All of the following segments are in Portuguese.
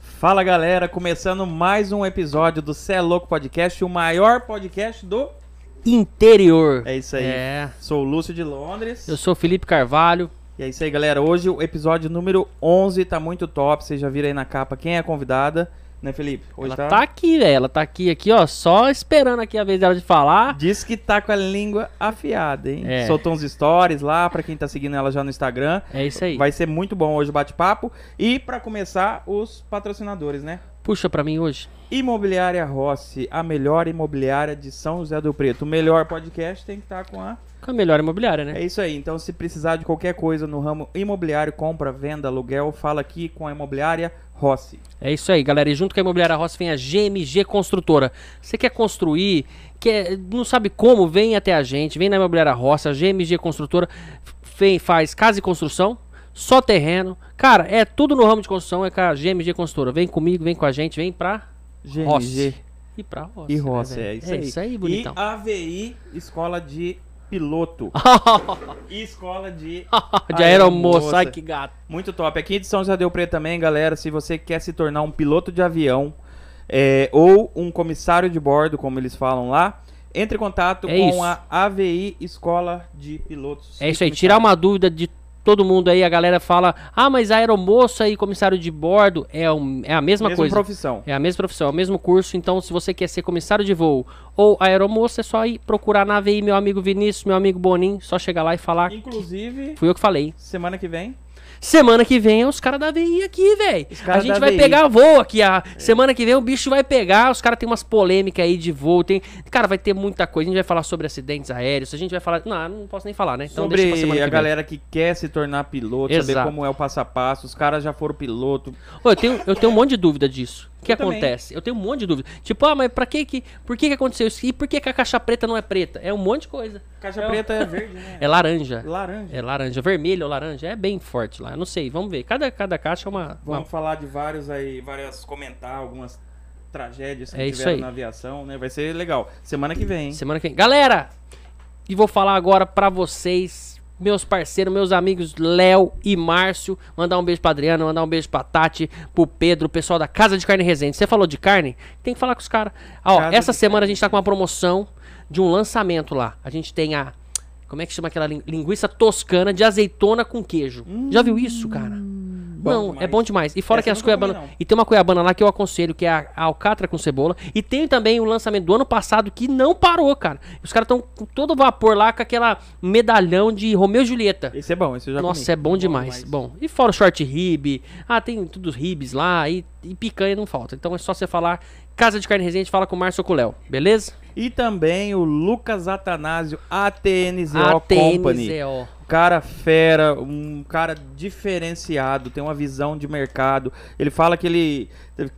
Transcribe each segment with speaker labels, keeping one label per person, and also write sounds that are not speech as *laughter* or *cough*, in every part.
Speaker 1: Fala galera, começando mais um episódio do Cê é Louco Podcast, o maior podcast do.
Speaker 2: Interior.
Speaker 1: É isso aí.
Speaker 2: É.
Speaker 1: Sou o Lúcio de Londres.
Speaker 2: Eu sou o Felipe Carvalho.
Speaker 1: E é isso aí, galera. Hoje o episódio número 11 tá muito top. Vocês já viram aí na capa quem é a convidada, né, Felipe? Hoje
Speaker 2: ela tá, aqui, velho. Ela tá aqui, aqui, ó. Só esperando aqui a vez dela de falar.
Speaker 1: Diz que tá com a língua afiada, hein?
Speaker 2: É.
Speaker 1: Soltou uns stories lá pra quem tá seguindo ela já no Instagram.
Speaker 2: É isso aí.
Speaker 1: Vai ser muito bom hoje o bate-papo. E pra começar, os patrocinadores, né?
Speaker 2: Puxa pra mim hoje.
Speaker 1: Imobiliária Rossi, a melhor imobiliária de São José do Preto. O melhor podcast tem que estar com a.
Speaker 2: Com a melhor imobiliária, né?
Speaker 1: É isso aí. Então, se precisar de qualquer coisa no ramo imobiliário, compra, venda, aluguel, fala aqui com a Imobiliária Rossi.
Speaker 2: É isso aí, galera. E junto com a Imobiliária Rossi vem a GMG Construtora. Você quer construir, quer, não sabe como, vem até a gente, vem na Imobiliária Rossi, a GMG Construtora fe- faz casa e construção, só terreno. Cara, é tudo no ramo de construção, é com a GMG Construtora. Vem comigo, vem com a gente, vem pra
Speaker 1: GMG
Speaker 2: Rossi. E pra Rossi.
Speaker 1: e
Speaker 2: né,
Speaker 1: Rossi.
Speaker 2: velho?
Speaker 1: É isso aí.
Speaker 2: bonitão.
Speaker 1: E AVI, Escola de *laughs* Piloto. e Escola de.
Speaker 2: *laughs* de aeromoça, ai que gato.
Speaker 1: Muito top. Aqui de São José do Preto também, galera. Se você quer se tornar um piloto de avião é, ou um comissário de bordo, como eles falam lá, entre em contato
Speaker 2: É
Speaker 1: com
Speaker 2: isso.
Speaker 1: a AVI Escola de Pilotos.
Speaker 2: É
Speaker 1: e
Speaker 2: isso aí,
Speaker 1: Comissários.
Speaker 2: tirar uma dúvida de todo mundo aí, a galera fala, ah, mas aeromoça e comissário de bordo é, um- é a mesma
Speaker 1: Mesma
Speaker 2: coisa.
Speaker 1: profissão.
Speaker 2: É a mesma profissão, é o mesmo curso, então se você quer ser comissário de voo ou aeromoça, é só ir procurar na AVI, meu amigo Vinícius, meu amigo Boninho, só chegar lá e falar.
Speaker 1: Inclusive,
Speaker 2: Fui eu que falei.
Speaker 1: semana que vem,
Speaker 2: Semana que vem é os caras da AVI aqui, velho.
Speaker 1: Os
Speaker 2: A
Speaker 1: caras
Speaker 2: gente
Speaker 1: da É.
Speaker 2: vai
Speaker 1: AVI.
Speaker 2: pegar voo aqui. A... Semana que vem o bicho vai pegar. Os caras tem umas polêmicas aí de voo. Tem... Cara, vai ter muita coisa. A gente vai falar sobre acidentes aéreos. A gente vai falar. Não, não posso nem falar, né?
Speaker 1: sobre
Speaker 2: pra semana
Speaker 1: a
Speaker 2: que vem.
Speaker 1: galera que quer se tornar piloto, saber
Speaker 2: Exato.
Speaker 1: como é o passo a passo. Os caras já foram piloto.
Speaker 2: Ô, eu, tenho, eu tenho um monte de dúvida disso. O que
Speaker 1: Eu também.
Speaker 2: acontece? Eu tenho um monte de dúvida. Tipo, ah, mas pra que que. Por que que aconteceu isso? E por que que a caixa preta não é preta? É um monte de coisa.
Speaker 1: Caixa
Speaker 2: É o-
Speaker 1: preta é
Speaker 2: *laughs*
Speaker 1: verde, né?
Speaker 2: É laranja.
Speaker 1: Laranja.
Speaker 2: É laranja. Vermelho ou laranja? É bem forte lá. Eu Não sei. Vamos ver. Cada, cada caixa é uma. uma-
Speaker 1: Vamos falar de vários aí, várias comentar algumas tragédias que
Speaker 2: É isso
Speaker 1: tiveram
Speaker 2: aí.
Speaker 1: na aviação, né? Vai ser legal. Semana que vem, hein?
Speaker 2: Semana que vem. Galera! E vou falar agora pra vocês, meus parceiros, meus amigos Léo e Márcio. Mandar um beijo pra Adriana, mandar um beijo pra Tati, pro Pedro, o pessoal da Casa de Carne Resende. Você falou de carne? Tem que falar com os caras. Ah, Ó,
Speaker 1: Casa
Speaker 2: essa
Speaker 1: de
Speaker 2: semana
Speaker 1: Carne
Speaker 2: a gente tá com uma promoção de um lançamento lá. A gente tem a. Como é que chama aquela lin- linguiça toscana de azeitona com queijo? Já viu isso, cara? não, é
Speaker 1: Hum. demais.
Speaker 2: bom demais. E fora
Speaker 1: Essa
Speaker 2: que
Speaker 1: eu
Speaker 2: as
Speaker 1: nunca comi,
Speaker 2: cuiabanas.
Speaker 1: não.
Speaker 2: E tem uma cuiabana lá que eu aconselho, que é a a alcatra com cebola. E tem também o lançamento do ano passado que não parou, cara. Os caras estão com todo vapor lá com aquela medalhão de Romeu e Julieta.
Speaker 1: Esse é bom, esse eu já
Speaker 2: Nossa,
Speaker 1: comi.
Speaker 2: é bom demais. Bom, e fora o short rib, ah, tem tudo ribs lá e, e picanha não falta. Então é só você falar Casa de Carne Resende, fala com o Márcio ou com o Léo, beleza?
Speaker 1: E também o Lucas Atanásio, ATNZO Company. Um
Speaker 2: ATNZO.
Speaker 1: Cara fera, um cara diferenciado, tem uma visão de mercado. Ele fala que ele.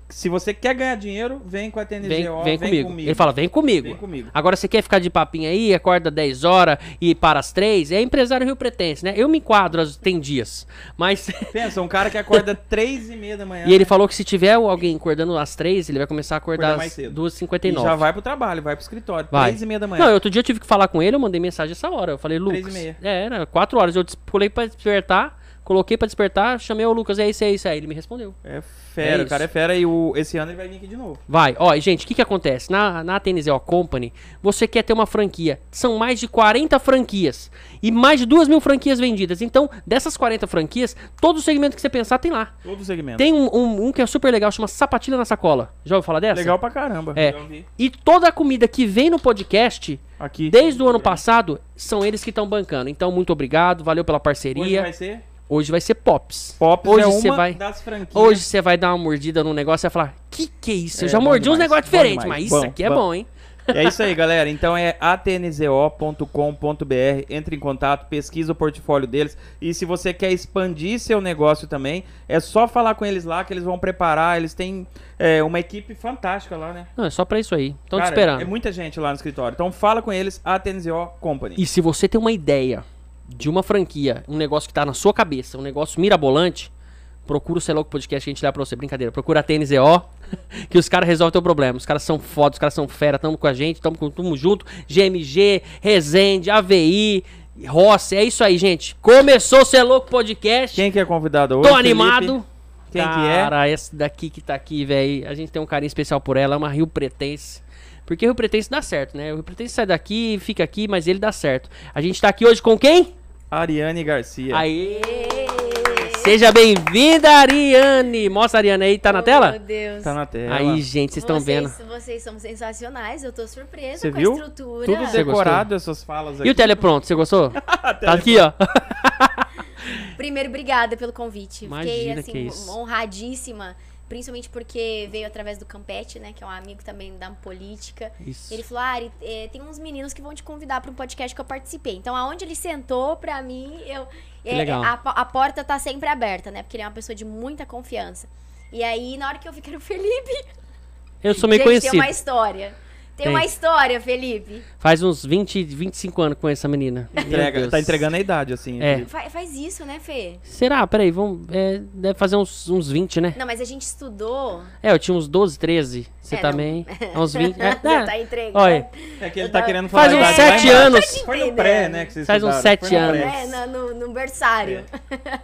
Speaker 1: Se você quer ganhar dinheiro, vem com a ATNZO,
Speaker 2: Vem, vem, comigo. Ele fala, vem comigo.
Speaker 1: Vem comigo.
Speaker 2: Agora, você quer ficar de papinho aí, acorda 10 horas e para às 3? É empresário rio pretense, né? Eu me enquadro, às- tem dias. Mas *laughs*
Speaker 1: Pensa, um cara que acorda *laughs* três e meia da manhã
Speaker 2: E ele falou que se tiver alguém acordando às três, ele vai começar a
Speaker 1: né?
Speaker 2: acordar
Speaker 1: Acordar mais
Speaker 2: às
Speaker 1: cedo. e
Speaker 2: 2h59.
Speaker 1: já vai pro trabalho, vai pro escritório,
Speaker 2: Vai.
Speaker 1: três e meia da manhã.
Speaker 2: Não, outro dia eu tive que falar com ele, eu mandei mensagem essa hora. Eu falei,
Speaker 1: Três e
Speaker 2: Lucas.
Speaker 1: meia.
Speaker 2: É, era 4 horas. Eu des- pulei pra despertar, coloquei pra despertar, chamei o Lucas, é isso, é isso. Aí ele me respondeu.
Speaker 1: É
Speaker 2: É
Speaker 1: fera,
Speaker 2: isso.
Speaker 1: o cara é fera e o, esse ano ele vai vir aqui de novo.
Speaker 2: Vai, ó, e, gente, o que que acontece? Na, na TNZO Company, você quer ter uma franquia. São mais de 40 franquias. E mais de 2 mil franquias vendidas. Então, dessas 40 franquias, todo segmento que você pensar tem lá.
Speaker 1: Todo o segmento.
Speaker 2: Tem um, um- um que é super legal, chama Sapatilha na Sacola. Já ouviu falar dessa?
Speaker 1: Legal pra caramba.
Speaker 2: É.
Speaker 1: Já ouvi.
Speaker 2: E toda a comida que vem no podcast,
Speaker 1: Aqui.
Speaker 2: desde o ano passado, são eles que estão bancando. Então, muito obrigado, valeu pela
Speaker 1: Hoje
Speaker 2: parceria.
Speaker 1: vai ser
Speaker 2: Hoje vai ser Pops.
Speaker 1: Pop
Speaker 2: Hoje
Speaker 1: é
Speaker 2: você
Speaker 1: uma
Speaker 2: vai-
Speaker 1: das franquias.
Speaker 2: Hoje você vai dar uma mordida num negócio e vai falar: Que que é isso? Eu
Speaker 1: É,
Speaker 2: já
Speaker 1: bom
Speaker 2: mordi uns
Speaker 1: demais,
Speaker 2: negócios
Speaker 1: bom
Speaker 2: diferentes,
Speaker 1: demais.
Speaker 2: mas isso
Speaker 1: Bom,
Speaker 2: aqui é
Speaker 1: bom.
Speaker 2: bom, hein?
Speaker 1: É isso aí, galera. Então é atnzo.com.br. Entre em contato, pesquisa o portfólio deles. E se você quer expandir seu negócio também, é só falar com eles lá que eles vão preparar. Eles têm é, uma equipe fantástica lá, né?
Speaker 2: Não, é só pra isso aí. Estão te
Speaker 1: Cara,
Speaker 2: esperando.
Speaker 1: É muita gente lá no escritório. Então fala com eles, ATNZO Company.
Speaker 2: E se você tem uma ideia de uma franquia, um negócio que tá na sua cabeça, um negócio mirabolante, procura o Sei Louco Podcast que a gente dá pra você. Brincadeira, procura a TNZO, *laughs* que os caras resolvem teu problema. Os caras são foda, os caras são fera, tamo com a gente, tamo, com- tamo junto. GMG, Resende, AVI, Rossi, é isso aí, gente. Começou o Sei Louco Podcast,
Speaker 1: Quem que é convidado
Speaker 2: tô
Speaker 1: hoje? Felipe?
Speaker 2: animado. Tá
Speaker 1: Quem que é?
Speaker 2: Cara, essa daqui que tá aqui, velho. A gente tem um carinho especial por ela. É uma Rio Pretense. Porque Rio Pretense dá certo, né? O Rio Pretense sai daqui, fica aqui, mas ele dá certo. A gente tá aqui hoje com quem?
Speaker 1: Ariane Garcia.
Speaker 2: Aê! Seja bem-vinda, Ariane! Mostra a Ariane aí, tá na
Speaker 3: Meu
Speaker 2: tela?
Speaker 3: Oh, Deus.
Speaker 1: Tá na tela.
Speaker 2: Aí, gente, vocês estão vendo.
Speaker 3: Vocês são sensacionais, eu tô surpresa
Speaker 1: Você
Speaker 3: com
Speaker 1: viu?
Speaker 3: a estrutura.
Speaker 1: Tudo
Speaker 2: Você
Speaker 1: decorado essas falas aqui.
Speaker 2: E o telepronto, você
Speaker 1: *laughs*
Speaker 2: gostou? tá aqui, ó.
Speaker 3: Primeiro, obrigada pelo convite.
Speaker 2: Imagina
Speaker 3: Fiquei
Speaker 2: que é
Speaker 3: assim,
Speaker 2: isso.
Speaker 3: honradíssima. Principalmente porque veio através do Campete, né? Que é um amigo também da política.
Speaker 2: Isso.
Speaker 3: Ele falou, Ari, eh, tem uns meninos que vão te convidar para um podcast que eu participei. Então, aonde ele sentou pra mim, eu eh,
Speaker 2: legal.
Speaker 3: A, po- a porta tá sempre aberta, né? Porque ele é uma pessoa de muita confiança. E aí, na hora que eu vi que era o Felipe,
Speaker 2: Eu sou meio
Speaker 3: gente,
Speaker 2: conhecido.
Speaker 3: tem uma história. Tem,
Speaker 2: Tem.
Speaker 3: uma história, Felipe.
Speaker 2: Faz uns 20, 25 anos com essa menina. Meu
Speaker 1: Entrega,
Speaker 2: Deus.
Speaker 1: tá entregando a idade, assim.
Speaker 2: É.
Speaker 1: Felipe.
Speaker 3: Fa- faz isso, né, Fê?
Speaker 2: Será? Peraí, vamos. é, deve fazer uns, uns 20, né?
Speaker 3: Não, mas a gente estudou.
Speaker 2: É, eu tinha uns 12, 13. Você
Speaker 3: É, *laughs*
Speaker 2: também. É uns 20. É,
Speaker 3: Você
Speaker 2: é.
Speaker 3: tá entregando.
Speaker 2: Olha,
Speaker 1: É que ele tá
Speaker 3: um
Speaker 1: querendo falar
Speaker 2: faz
Speaker 1: a
Speaker 2: uns
Speaker 1: idade, vai
Speaker 2: 7
Speaker 1: embora.
Speaker 2: anos.
Speaker 1: Foi no pré, né? Que vocês
Speaker 2: Faz uns
Speaker 1: estudaram,
Speaker 2: sete
Speaker 1: foi no pré.
Speaker 3: É, na- no, no berçário. E eu
Speaker 2: É.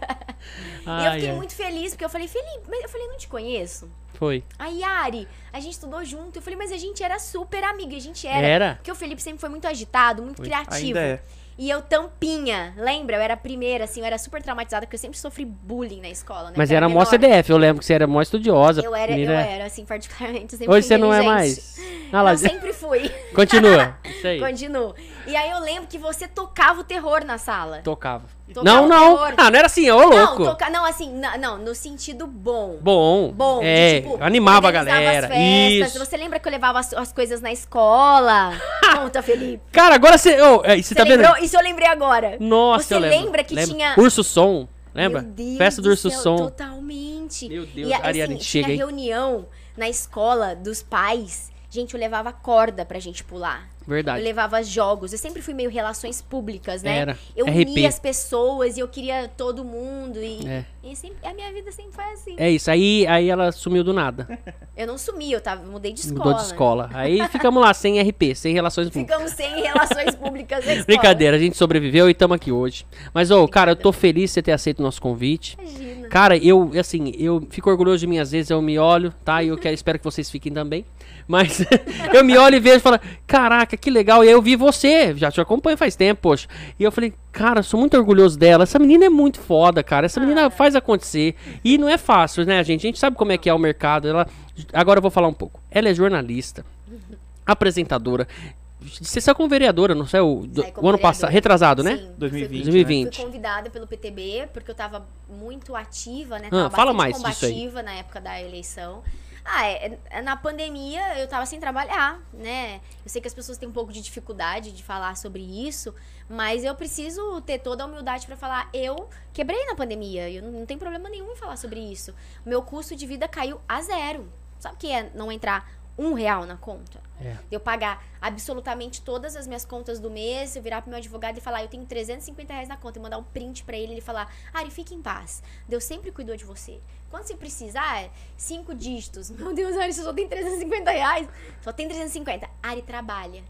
Speaker 2: Ai, é.
Speaker 3: fiquei
Speaker 2: ai,
Speaker 3: muito feliz, porque eu falei, Felipe, mas eu falei, não te conheço.
Speaker 2: Foi.
Speaker 3: A Yari, a gente estudou junto. Eu falei, mas a gente era super amiga, e a gente era.
Speaker 2: Era?
Speaker 3: Porque o Felipe sempre foi muito agitado, muito criativo.
Speaker 1: Ainda é.
Speaker 3: E eu tampinha, lembra? Eu era a primeira, assim, eu era super traumatizada, porque eu sempre sofri bullying na escola, né?
Speaker 2: Mas
Speaker 3: Eu
Speaker 2: era mó
Speaker 3: menor.
Speaker 2: CDF, eu lembro que você era mó estudiosa.
Speaker 3: Eu era,
Speaker 2: menina.
Speaker 3: eu era, assim, particularmente. eu sempre
Speaker 2: é. Hoje
Speaker 3: fui
Speaker 2: você não é
Speaker 3: inteligente. *laughs*
Speaker 2: mais. Ah lá,
Speaker 3: não, sempre fui.
Speaker 2: *laughs*
Speaker 3: *laughs*
Speaker 2: continua. É Isso aí.
Speaker 3: Continuo. E aí eu lembro que você tocava o terror na sala.
Speaker 2: Tocava.
Speaker 3: Tocava
Speaker 2: Não,
Speaker 3: o
Speaker 2: não.
Speaker 3: terror.
Speaker 2: Ah, não era assim, ô louco.
Speaker 3: Não, toca... não, assim, na- não, no sentido bom.
Speaker 2: Bom.
Speaker 3: Bom, de,
Speaker 2: é,
Speaker 3: tipo,
Speaker 2: animava a
Speaker 3: organizava
Speaker 2: galera.
Speaker 3: As festas.
Speaker 2: Isso.
Speaker 3: Você lembra que eu levava as, as coisas
Speaker 2: *laughs*
Speaker 3: na escola? Conta, Felipe.
Speaker 2: Cara, agora você. ô, é, você
Speaker 3: Você
Speaker 2: tá vendo?
Speaker 3: lembrou? Isso eu lembrei agora.
Speaker 2: Nossa,
Speaker 3: Você
Speaker 2: eu lembro.
Speaker 3: lembra que
Speaker 2: Lembro.
Speaker 3: tinha-
Speaker 2: Urso Som, lembra?
Speaker 3: Meu Deus
Speaker 2: Festa do Urso
Speaker 3: céu,
Speaker 2: Som.
Speaker 3: Totalmente.
Speaker 2: Meu Deus,
Speaker 3: e, assim,
Speaker 2: Ariane, chega,
Speaker 3: tinha
Speaker 2: hein?
Speaker 3: reunião na escola dos pais. Gente, eu levava corda pra gente pular. Eu
Speaker 2: Verdade.
Speaker 3: levava jogos. Eu sempre fui meio relações públicas, né?
Speaker 2: Era.
Speaker 3: Eu
Speaker 2: RP.
Speaker 3: unia as pessoas e eu queria todo mundo. E,
Speaker 2: É.
Speaker 3: e sempre- a minha vida sempre foi assim.
Speaker 2: É isso, aí, aí ela sumiu do nada.
Speaker 3: Eu não sumi, eu tava, mudei de escola.
Speaker 2: Mudou de escola. Aí ficamos lá, sem RP, sem relações públicas.
Speaker 3: Ficamos sem relações públicas na escola.
Speaker 2: *laughs* Brincadeira, a gente sobreviveu e estamos aqui hoje. Mas, ô, cara, eu tô feliz de você ter aceito o nosso convite.
Speaker 3: Imagina.
Speaker 2: Cara, eu, assim, eu fico orgulhoso de mim, às vezes eu me olho, tá? E eu quero, espero que vocês fiquem também. Mas *laughs* eu me olho e vejo e falo, caraca, que legal. E aí eu vi você, já te acompanho faz tempo, poxa. E eu falei, cara, eu sou muito orgulhoso dela. Essa menina é muito foda, cara. Essa
Speaker 3: Ah.
Speaker 2: menina faz acontecer. E não é fácil, né, gente? A gente sabe como é que é o mercado. Ela... Agora eu vou falar um pouco. Ela é jornalista, apresentadora. Você saiu como vereadora, não sei, o, do-
Speaker 3: Saí como
Speaker 2: o ano passado,
Speaker 3: vereadora.
Speaker 2: retrasado, né?
Speaker 3: Sim, fui-
Speaker 1: 2020.
Speaker 2: 2020.
Speaker 3: Fui convidada pelo PTB, porque eu tava muito ativa, né?
Speaker 2: Ah,
Speaker 3: Tava
Speaker 2: fala
Speaker 3: bastante
Speaker 2: mais disso aí.
Speaker 3: combativa na época da eleição. Ah, é- é- na pandemia eu tava sem trabalhar, né? Eu sei que as pessoas têm um pouco de dificuldade de falar sobre isso, mas eu preciso ter toda a humildade pra falar. Eu quebrei na pandemia, eu não, não tenho problema nenhum em falar sobre isso. Meu custo de vida caiu a zero. Sabe o que é não entrar um real na conta?
Speaker 2: É.
Speaker 3: De eu pagar absolutamente todas as minhas contas do mês, eu virar pro meu advogado e falar, eu tenho 350 reais na conta, e mandar um print pra ele, ele falar, Ari, fique em paz, Deus sempre cuidou de você. Quando você precisar, é cinco dígitos. *laughs* Meu Deus, Ari, você só tem 350 reais? Só tem 350. Ari, trabalha.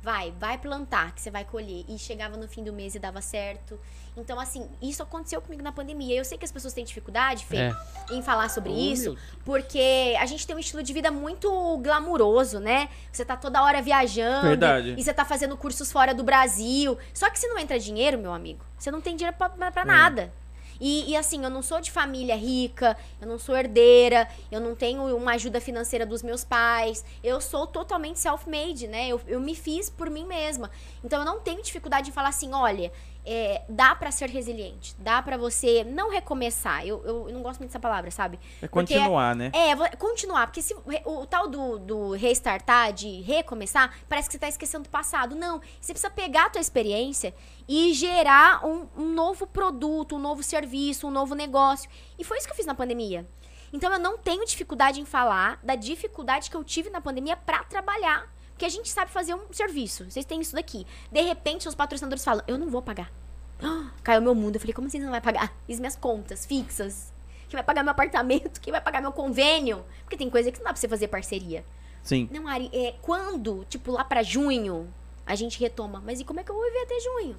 Speaker 3: Vai, vai plantar, que você vai colher. E chegava no fim do mês e dava certo. Então, assim, isso aconteceu comigo na pandemia. Eu sei que as pessoas têm dificuldade, Fê,
Speaker 2: É.
Speaker 3: em falar sobre
Speaker 2: Oh,
Speaker 3: isso.
Speaker 2: meu Deus.
Speaker 3: Porque a gente tem um estilo de vida muito glamuroso, né? Você tá toda hora viajando.
Speaker 1: Verdade.
Speaker 3: E você tá fazendo cursos fora do Brasil. Só que se não entra dinheiro, meu amigo, você não tem dinheiro pra, pra-
Speaker 1: É.
Speaker 3: pra nada. E, e assim, eu não sou de família rica, eu não sou herdeira, eu não tenho uma ajuda financeira dos meus pais. Eu sou totalmente self-made, né? Eu, eu me fiz por mim mesma. Então eu não tenho dificuldade em falar assim, olha, é, dá pra ser resiliente, dá pra você não recomeçar. Eu, eu, eu não gosto muito dessa palavra, sabe?
Speaker 1: É continuar, né?
Speaker 3: É, vou continuar, porque se, o, o tal do, do restartar, de recomeçar, parece que você tá esquecendo do passado. Não, você precisa pegar a tua experiência e gerar um, um novo produto, um novo serviço, um novo negócio. E foi isso que eu fiz na pandemia. Então eu não tenho dificuldade em falar da dificuldade que eu tive na pandemia pra trabalhar. Porque a gente sabe fazer um serviço. Vocês têm isso daqui. De repente, seus patrocinadores falam, eu não vou pagar. Ah, *gasps* Caiu meu mundo. Eu falei, como assim você não vai pagar? E as minhas contas fixas? Quem vai pagar meu apartamento? Quem vai pagar meu convênio? Porque tem coisa que não dá pra você fazer parceria.
Speaker 1: Sim.
Speaker 3: Não, Ari, é, quando, tipo, lá pra junho, a gente retoma. Mas e como é que eu vou viver até junho?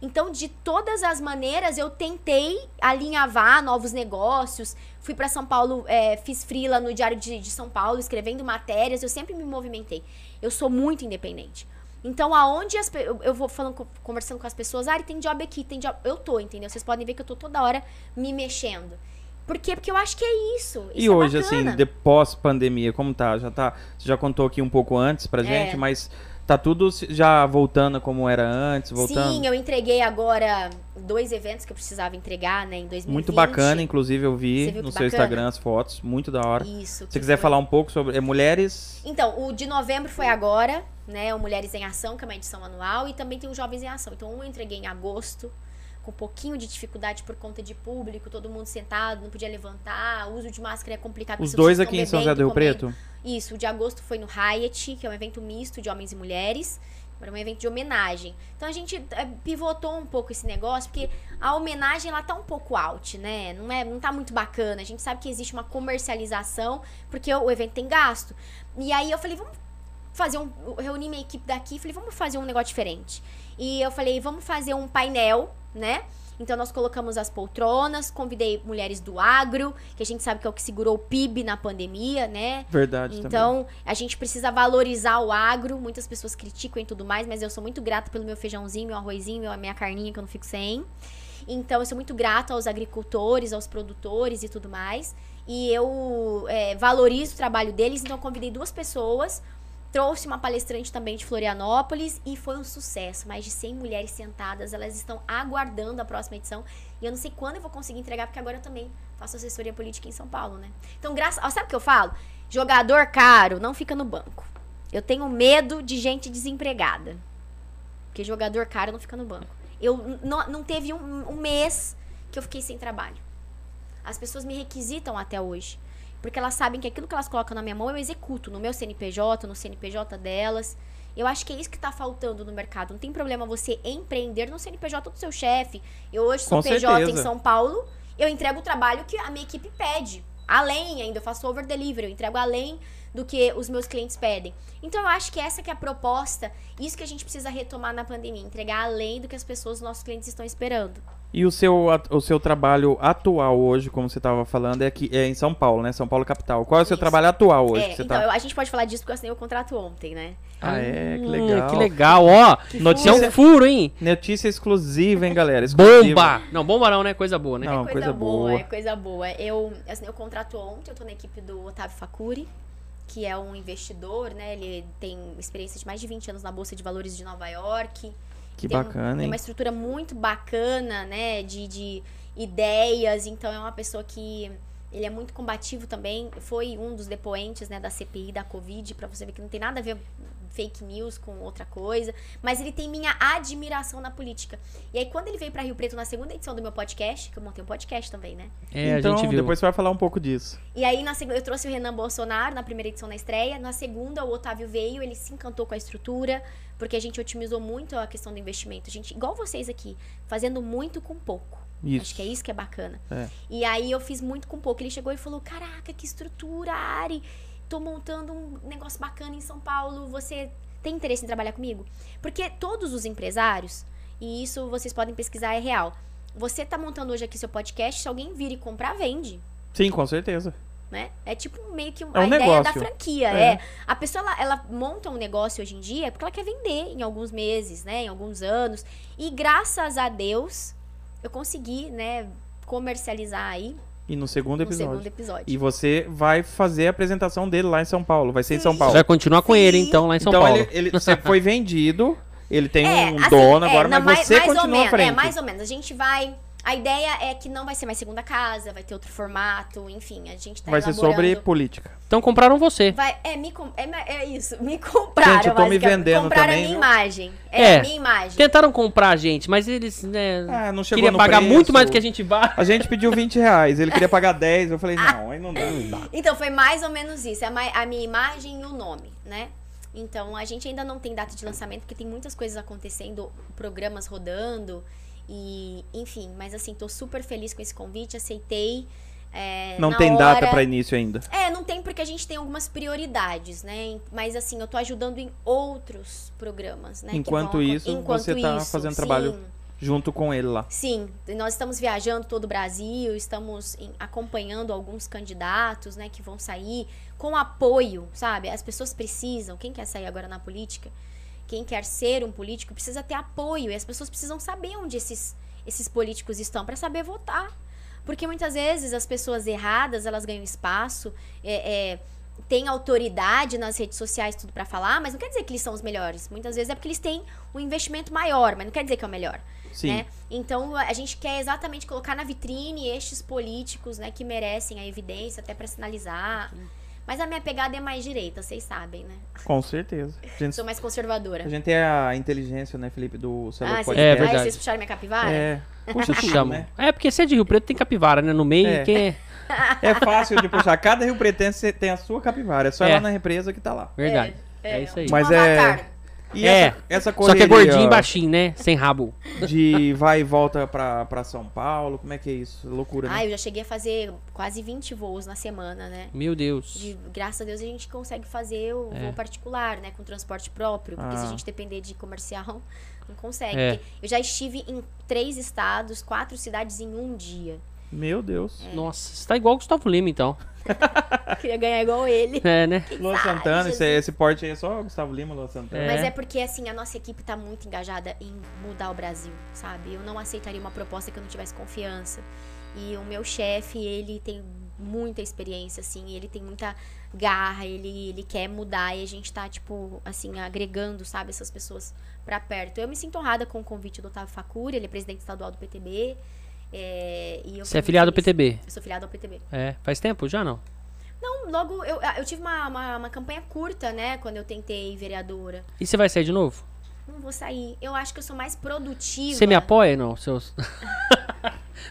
Speaker 3: Então, de todas as maneiras, eu tentei alinhavar novos negócios. Fui para São Paulo, é, fiz frila no Diário de, de São Paulo, escrevendo matérias. Eu sempre me movimentei. Eu sou muito independente. Então, aonde as, pe- eu, eu vou falando, com- conversando com as pessoas, ah, tem job aqui, tem job. Eu tô, entendeu? Vocês podem ver que eu tô toda hora me mexendo. Por quê? Porque eu acho que é isso.
Speaker 1: E
Speaker 3: Isso é
Speaker 1: hoje,
Speaker 3: bacana.
Speaker 1: assim, de pós-pandemia, como tá? Já tá. Você já contou aqui um pouco antes
Speaker 3: É.
Speaker 1: pra gente, mas tá tudo se- já voltando como era antes, voltando.
Speaker 3: Sim, eu entreguei agora dois eventos que eu precisava entregar, né, em 2020.
Speaker 1: Muito bacana, inclusive, eu vi
Speaker 3: Você viu
Speaker 1: no
Speaker 3: que
Speaker 1: seu
Speaker 3: bacana?
Speaker 1: Instagram as fotos, muito da hora.
Speaker 3: Isso.
Speaker 1: Se
Speaker 3: que
Speaker 1: você quiser
Speaker 3: foi-
Speaker 1: falar um pouco sobre é, mulheres.
Speaker 3: Então, o de novembro foi agora, né? O Mulheres em Ação, que é uma edição anual, e também tem o Jovens em Ação. Então, um eu entreguei em agosto, com um pouquinho de dificuldade por conta de público, todo mundo sentado, não podia levantar, o uso de máscara é complicado.
Speaker 1: Os
Speaker 3: pessoas
Speaker 1: dois
Speaker 3: estão
Speaker 1: aqui em São José do
Speaker 3: bebendo,
Speaker 1: Rio
Speaker 3: comendo.
Speaker 1: Preto?
Speaker 3: Isso, o de agosto foi no Hyatt, que é um evento misto de homens e mulheres. Era um evento de homenagem. Então a gente eh, pivotou um pouco esse negócio, porque a homenagem ela tá um pouco out, né? Não, é, não tá muito bacana. A gente sabe que existe uma comercialização, porque o, o evento tem gasto. E aí eu falei, vamos fazer um. eu Reuni minha equipe daqui e falei, vamos fazer um negócio diferente. E eu falei, vamos fazer um painel, né? Então nós colocamos as poltronas, convidei mulheres do agro, que a gente sabe que é o que segurou o PIB na pandemia, né?
Speaker 1: Verdade também.
Speaker 3: Então, a gente precisa valorizar o agro. Muitas pessoas criticam e tudo mais, mas eu sou muito grata pelo meu feijãozinho, meu arrozinho, meu- minha carninha que eu não fico sem. Então, eu sou muito grata aos agricultores, aos produtores e tudo mais. E eu é, valorizo o trabalho deles, então eu convidei duas pessoas. Trouxe uma palestrante também de Florianópolis e foi um sucesso. Mais de 100 mulheres sentadas, elas estão aguardando a próxima edição. E eu não sei quando eu vou conseguir entregar, porque agora eu também faço assessoria política em São Paulo, né? Então, graças. ó, Sabe o que eu falo? Jogador caro não fica no banco. Eu tenho medo de gente desempregada. Porque jogador caro não fica no banco. Eu n- não, não teve um, um mês que eu fiquei sem trabalho. As pessoas me requisitam até hoje. Porque elas sabem que aquilo que elas colocam na minha mão eu executo no meu CNPJ, no CNPJ delas. Eu acho que é isso que tá faltando no mercado. Não tem problema você empreender no CNPJ do seu chefe. Eu hoje sou
Speaker 1: Com
Speaker 3: PJ
Speaker 1: certeza.
Speaker 3: em São Paulo, eu entrego o trabalho que a minha equipe pede. Além ainda, eu faço over delivery, eu entrego além do que os meus clientes pedem. Então eu acho que essa que é a proposta, isso que a gente precisa retomar na pandemia, entregar além do que as pessoas, nossos clientes estão esperando.
Speaker 1: E o seu, at- o seu trabalho atual hoje, como você tava falando, é, aqui, é em São Paulo, né? São Paulo capital. Qual é o seu
Speaker 3: Isso.
Speaker 1: trabalho atual hoje?
Speaker 3: É,
Speaker 1: que você
Speaker 3: então
Speaker 1: tá...
Speaker 3: eu- a gente pode falar disso porque eu assinei o contrato ontem, né?
Speaker 1: Ah, é? Que
Speaker 2: Hum,
Speaker 1: legal.
Speaker 2: Que legal, ó. Notícia é um
Speaker 1: furo.
Speaker 2: furo, hein?
Speaker 1: Notícia exclusiva, hein, galera? Exclusiva.
Speaker 2: Bomba! Não, bomba não, né? Coisa boa, né?
Speaker 1: Não,
Speaker 3: é
Speaker 1: coisa, boa.
Speaker 3: é coisa boa. Eu assinei o contrato ontem, eu tô na equipe do Otávio Facuri, que é um investidor, né? Ele tem experiência de mais de 20 anos na Bolsa de Valores de Nova York.
Speaker 1: Que
Speaker 3: tem um-
Speaker 1: bacana,
Speaker 3: Tem
Speaker 1: hein?
Speaker 3: uma estrutura muito bacana, né? De, de ideias. Então, é uma pessoa que. Ele é muito combativo também. Foi um dos depoentes né, da CPI da Covid, pra você ver que não tem nada a ver fake news com outra coisa. Mas ele tem minha admiração na política. E aí, quando ele veio pra Rio Preto na segunda edição do meu podcast, que eu montei um podcast também, né?
Speaker 2: É,
Speaker 1: então,
Speaker 2: a gente viu.
Speaker 1: depois você vai falar um pouco disso.
Speaker 3: E aí, na segunda, eu trouxe o Renan Bolsonaro na primeira edição na estreia. Na segunda, o Otávio veio, ele se encantou com a estrutura, porque a gente otimizou muito a questão do investimento. A gente, igual vocês aqui, fazendo muito com pouco.
Speaker 1: Isso.
Speaker 3: Acho que é isso que é bacana.
Speaker 1: É.
Speaker 3: E aí eu fiz muito com pouco. Ele chegou e falou: Caraca, que estrutura, Ari! Tô montando um negócio bacana em São Paulo. Você tem interesse em trabalhar comigo? Porque todos os empresários, e isso vocês podem pesquisar, é real. Você tá montando hoje aqui seu podcast, se alguém vir e comprar, vende
Speaker 1: Sim, com certeza.
Speaker 3: né? É tipo um- meio que um-
Speaker 1: É um
Speaker 3: a ideia da
Speaker 1: negócio.
Speaker 3: franquia,
Speaker 1: É.
Speaker 3: é. A pessoa ela, ela monta um negócio hoje em dia porque ela quer vender em alguns meses, né, em alguns anos. E graças a Deus eu consegui, né, comercializar aí
Speaker 1: E no segundo
Speaker 3: no
Speaker 1: episódio.
Speaker 3: segundo episódio.
Speaker 1: E você vai fazer a apresentação dele lá em São Paulo. Vai ser em São
Speaker 2: Você
Speaker 1: Paulo.
Speaker 2: vai continuar com ele,
Speaker 3: Sim.
Speaker 2: então, lá em São
Speaker 1: então
Speaker 2: Paulo.
Speaker 1: ele, ele- você foi vendido, ele tem
Speaker 3: É,
Speaker 1: um
Speaker 3: assim,
Speaker 1: dono
Speaker 3: é,
Speaker 1: agora,
Speaker 3: não,
Speaker 1: mas
Speaker 3: mais-
Speaker 1: você
Speaker 3: mais ou
Speaker 1: continua à
Speaker 3: menos,
Speaker 1: frente.
Speaker 3: É, mais ou menos. A gente vai. A ideia é que não vai ser mais segunda casa, vai ter outro formato, enfim, a gente tá
Speaker 1: vai ser
Speaker 3: elaborando.
Speaker 1: sobre política.
Speaker 2: Então compraram você.
Speaker 3: Vai, é, me com- é, ma- é isso, *laughs* me compraram.
Speaker 1: Gente, eu tô me
Speaker 3: basicamente.
Speaker 1: vendendo
Speaker 3: compraram
Speaker 1: também,
Speaker 3: a minha
Speaker 1: viu?
Speaker 3: imagem. É,
Speaker 2: É.
Speaker 3: a minha imagem.
Speaker 2: Tentaram comprar a gente, mas eles, né,
Speaker 1: Ah, não chegou
Speaker 2: queriam
Speaker 1: no
Speaker 2: pagar
Speaker 1: preço.
Speaker 2: muito mais do que a gente vai.
Speaker 1: A gente pediu 20 reais, ele queria pagar 10. Eu falei, não, aí não dá.
Speaker 3: Então, foi mais ou menos isso. É mai- a minha imagem e o nome, né? Então, a gente ainda não tem data de lançamento, porque tem muitas coisas acontecendo, programas rodando. E, enfim, mas assim, tô super feliz com esse convite, aceitei. é,
Speaker 1: Não
Speaker 3: na
Speaker 1: tem
Speaker 3: hora.
Speaker 1: data pra início ainda.
Speaker 3: É, não tem porque a gente tem algumas prioridades, né? Mas assim, eu tô ajudando em outros programas, né? que
Speaker 1: Enquanto
Speaker 3: vão acon-
Speaker 1: isso, você tá fazendo trabalho junto com ele lá.
Speaker 3: Sim, nós estamos viajando todo o Brasil, estamos em- acompanhando alguns candidatos, né, que vão sair com apoio, sabe? As pessoas precisam, quem quer sair agora na política, quem quer ser um político precisa ter apoio e as pessoas precisam saber onde esses esses políticos estão para saber votar. Porque muitas vezes as pessoas erradas, elas ganham espaço, é, é, têm autoridade nas redes sociais tudo para falar, mas não quer dizer que eles são os melhores. Muitas vezes é porque eles têm um investimento maior, mas não quer dizer que é o melhor.
Speaker 1: Sim.
Speaker 3: né? Então a gente quer exatamente colocar na vitrine estes políticos, né, que merecem a evidência até pra sinalizar. Mas a minha pegada é mais direita, vocês sabem, né?
Speaker 1: Com certeza. A gente,
Speaker 3: Sou mais
Speaker 1: a
Speaker 3: conservadora.
Speaker 1: gente é a inteligência, né, Felipe, do celular
Speaker 3: Ah, vocês,
Speaker 2: pode- É
Speaker 3: ah,
Speaker 2: verdade.
Speaker 3: vocês puxaram minha capivara?
Speaker 1: é, puxa
Speaker 2: *laughs*
Speaker 1: tudo,
Speaker 2: Chamam.
Speaker 1: né?
Speaker 2: É porque se é de Rio Preto tem capivara, né? No meio,
Speaker 1: É.
Speaker 2: quem é.
Speaker 1: É fácil de puxar. Cada Rio Pretense tem a sua capivara. É só
Speaker 2: É.
Speaker 1: lá na represa que tá lá.
Speaker 2: Verdade. É, isso aí.
Speaker 3: um
Speaker 1: Mas-
Speaker 3: avatar.
Speaker 1: E
Speaker 2: É.
Speaker 1: essa, essa
Speaker 2: Só que
Speaker 1: correria
Speaker 2: é gordinho e baixinho, né? Sem rabo.
Speaker 1: de vai e volta pra, pra São Paulo, como é que é isso? Loucura, né?
Speaker 3: Ah, eu já cheguei a fazer quase 20 voos na semana, né?
Speaker 2: Meu
Speaker 3: De-
Speaker 2: Deus.
Speaker 3: graças a Deus a gente consegue fazer o
Speaker 2: É.
Speaker 3: voo particular, né? Com transporte próprio. Porque se
Speaker 1: Ah.
Speaker 3: a gente depender de comercial, *laughs* não consegue.
Speaker 2: É.
Speaker 3: Porque Eu já estive em três estados, quatro cidades em um dia.
Speaker 1: Meu Deus.
Speaker 3: É.
Speaker 2: Nossa, você tá igual o Gustavo Lima, então.
Speaker 3: Eu queria ganhar igual ele.
Speaker 2: É, né?
Speaker 1: Lua
Speaker 3: Ai,
Speaker 1: Santana, esse,
Speaker 3: Jesus.
Speaker 1: esse porte aí é só Gustavo Lima, Lua Santana.
Speaker 2: É.
Speaker 3: Mas é porque, assim, a nossa equipe tá muito engajada em mudar o Brasil, sabe? Eu não aceitaria uma proposta que eu não tivesse confiança. E o meu chefe, ele tem muita experiência, assim, ele tem muita garra, ele, ele quer mudar e a gente tá, tipo, assim, agregando, sabe, essas pessoas pra perto. Eu me sinto honrada com o convite do Otávio Facuri, ele é presidente estadual do PTB. é, e eu
Speaker 2: Você
Speaker 3: fico
Speaker 2: é filiado ao
Speaker 3: muito feliz.
Speaker 2: PTB.
Speaker 3: Eu sou filiado ao PTB.
Speaker 2: É. Faz tempo? Já não.
Speaker 3: Então, logo, eu, eu tive uma, uma, uma campanha curta, né, quando eu tentei vereadora.
Speaker 2: E você vai sair de novo?
Speaker 3: Não vou sair. Eu acho que eu sou mais produtiva.
Speaker 2: Você me apoia, não? Seus. *laughs*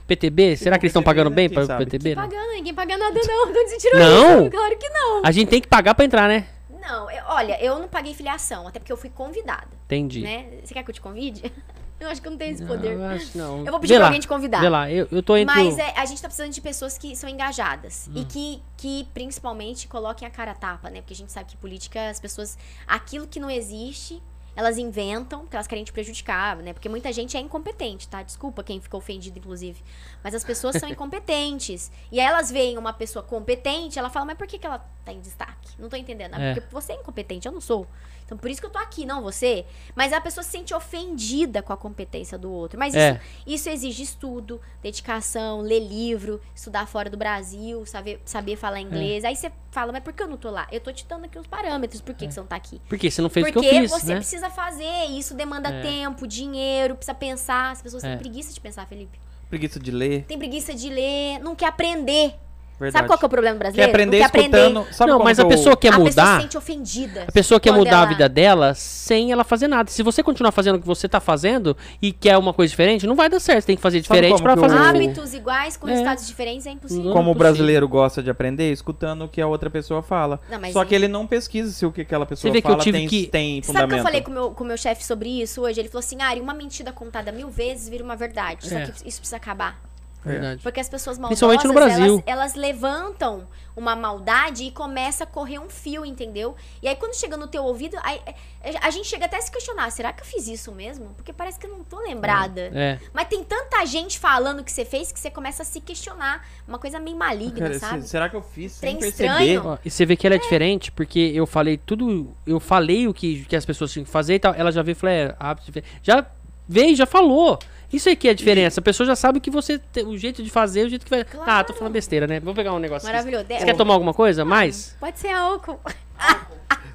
Speaker 2: PTB? Será que eles estão
Speaker 1: PTB,
Speaker 2: pagando
Speaker 1: né?
Speaker 2: bem
Speaker 1: Quem
Speaker 2: para o
Speaker 1: sabe?
Speaker 2: PTB? não?
Speaker 3: Pagando, ninguém paga nada não. De onde você tirou
Speaker 2: Não?
Speaker 3: isso? Claro que não.
Speaker 2: A gente tem que pagar pra entrar, né?
Speaker 3: Não, eu- olha, eu não paguei filiação, até porque eu fui convidada,
Speaker 2: Entendi.
Speaker 3: né? Você quer que eu te convide? *laughs* Eu acho que eu não tenho esse
Speaker 2: Não,
Speaker 3: poder.
Speaker 2: eu acho não.
Speaker 3: Eu vou pedir
Speaker 2: Vê
Speaker 3: pra
Speaker 2: lá,
Speaker 3: alguém te convidar.
Speaker 2: Vê lá, eu, eu tô entre.
Speaker 3: Mas
Speaker 2: o- Hum.
Speaker 3: é, a gente tá precisando de pessoas que são engajadas e que, que principalmente coloquem a cara a tapa, né? Porque a gente sabe que política, as pessoas. Aquilo que não existe, elas inventam, porque elas querem te prejudicar, né? Porque muita gente é incompetente, tá? Desculpa quem ficou ofendido, inclusive. Mas as pessoas
Speaker 2: *laughs*
Speaker 3: são incompetentes. E aí elas veem uma pessoa competente, ela fala, mas por que, que ela tá em destaque? Não tô entendendo. "Ah,
Speaker 2: É.
Speaker 3: Porque você é incompetente, eu não sou. Então por isso que eu tô aqui, não você. Mas a pessoa se sente ofendida com a competência do outro. Mas
Speaker 2: É.
Speaker 3: isso isso exige estudo, dedicação, ler livro, estudar fora do Brasil, saber, saber
Speaker 2: É.
Speaker 3: falar inglês. Aí você fala, mas por que eu não tô lá? Eu tô te dando aqui os parâmetros, por que, que você não tá aqui?
Speaker 2: Porque você não É. fez
Speaker 3: Porque
Speaker 2: o que eu fiz,
Speaker 3: você
Speaker 2: né?
Speaker 3: precisa fazer, e isso demanda
Speaker 2: É.
Speaker 3: tempo, dinheiro, precisa pensar. As pessoas
Speaker 2: É.
Speaker 3: têm preguiça de pensar, Felipe.
Speaker 1: Preguiça de ler,
Speaker 3: Tem preguiça de ler, não quer aprender.
Speaker 1: verdade.
Speaker 3: Sabe qual que é o problema
Speaker 1: Quer
Speaker 3: brasileiro?
Speaker 1: aprender
Speaker 3: não quer
Speaker 1: escutando.
Speaker 3: aprender.
Speaker 1: Sabe
Speaker 2: não,
Speaker 1: como
Speaker 2: mas
Speaker 1: que
Speaker 2: a
Speaker 1: eu-
Speaker 2: pessoa quer
Speaker 3: a pessoa
Speaker 2: mudar.
Speaker 3: se sente ofendida.
Speaker 2: A pessoa quer
Speaker 3: quando
Speaker 2: mudar a
Speaker 3: ela-
Speaker 2: vida dela sem ela fazer nada. Se você continuar fazendo o que você tá fazendo e quer uma coisa diferente, não vai dar certo. Você tem que fazer
Speaker 1: Sabe
Speaker 2: diferente
Speaker 1: como
Speaker 2: pra
Speaker 1: que
Speaker 2: fazer.
Speaker 1: eu-
Speaker 3: Hábitos iguais com
Speaker 2: É.
Speaker 3: resultados diferentes é impossível.
Speaker 1: Como
Speaker 2: Não é
Speaker 1: o brasileiro gosta de aprender, escutando o que a outra pessoa fala.
Speaker 3: Não, mas
Speaker 1: Só
Speaker 3: é-
Speaker 1: que ele não pesquisa se o que aquela pessoa
Speaker 2: vê que eu
Speaker 1: fala
Speaker 2: tive
Speaker 1: tem,
Speaker 2: que-
Speaker 1: tem
Speaker 3: Sabe o
Speaker 1: fundamento.
Speaker 3: que eu falei com o meu, com o meu chefe sobre isso hoje? Ele falou assim, Ari, uma mentira contada mil vezes vira uma verdade. Só
Speaker 2: É.
Speaker 3: que isso precisa acabar.
Speaker 1: É.
Speaker 2: Verdade.
Speaker 3: Porque as pessoas maldosas,
Speaker 2: Principalmente no Brasil.
Speaker 3: Elas, elas levantam uma maldade e começa a correr um fio, entendeu? E aí quando chega no teu ouvido, aí- é- a gente chega até a se questionar, será que eu fiz isso mesmo? Porque parece que eu não tô lembrada.
Speaker 2: É.
Speaker 3: Mas tem tanta gente falando que você fez que você começa a se questionar. Uma coisa meio maligna,
Speaker 1: Cara, se-
Speaker 3: sabe?
Speaker 1: será que eu fiz sem
Speaker 3: Trem
Speaker 1: perceber?
Speaker 3: estranho.
Speaker 2: Ó, E você vê que ela é, diferente, porque eu falei tudo. Eu falei o que, que as pessoas tinham que fazer e tal. Ela já veio e falou: é, hábito diferente. Já veio, já falou. Isso aí que é a diferença. A pessoa já sabe o que você. te- o jeito de fazer, o jeito que vai. Tá, tô falando besteira, né? Vou pegar um negócio. aqui.
Speaker 3: Maravilhoso.
Speaker 2: Você quer tomar alguma
Speaker 3: Ah.
Speaker 2: coisa? Mais?
Speaker 3: Pode ser álcool.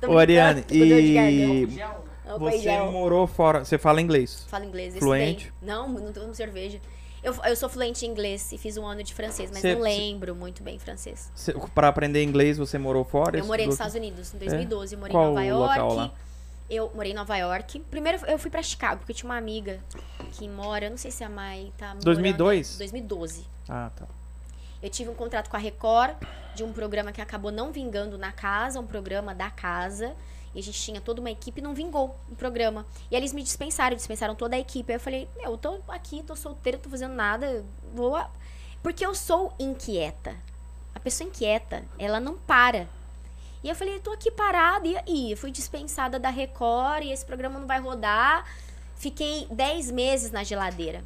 Speaker 3: Tô
Speaker 1: Ô, Ariane,
Speaker 3: brincando, *laughs* tô com dor de
Speaker 1: e
Speaker 3: garganta. Álcool e
Speaker 1: você
Speaker 3: gel.
Speaker 1: morou fora. Você fala inglês.
Speaker 3: Falo inglês.
Speaker 1: Fluente?
Speaker 3: estudei. Não, não tomo cerveja. Eu, eu sou fluente em inglês e fiz um ano de francês, mas
Speaker 1: Cê-
Speaker 3: não
Speaker 1: cê-
Speaker 3: lembro muito bem francês.
Speaker 1: Você- Pra aprender inglês, você morou fora?
Speaker 3: Eu morei nos
Speaker 1: Estudou-
Speaker 3: Estados Unidos em 2012. Eu morei
Speaker 1: É. Qual
Speaker 3: em
Speaker 1: o
Speaker 3: Nova
Speaker 1: local
Speaker 3: York.
Speaker 1: lá?
Speaker 3: Eu morei em Nova York. Primeiro eu fui pra Chicago, porque eu tinha uma amiga que mora, eu não sei se a Mai tá morando-
Speaker 1: 2002?
Speaker 3: 2012.
Speaker 1: Ah, tá.
Speaker 3: Eu tive um contrato com a Record de um programa que acabou não vingando na casa, um programa da casa. E a gente tinha toda uma equipe e não vingou o programa. E aí eles me dispensaram, dispensaram toda a equipe. Aí eu falei, meu, eu tô aqui, tô solteira, tô fazendo nada, eu vou. a- Porque eu sou inquieta. A pessoa inquieta, ela não para. E eu falei, eu tô aqui parada, e aí? Eu fui dispensada da Record, e esse programa não vai rodar. Fiquei 10 meses na geladeira.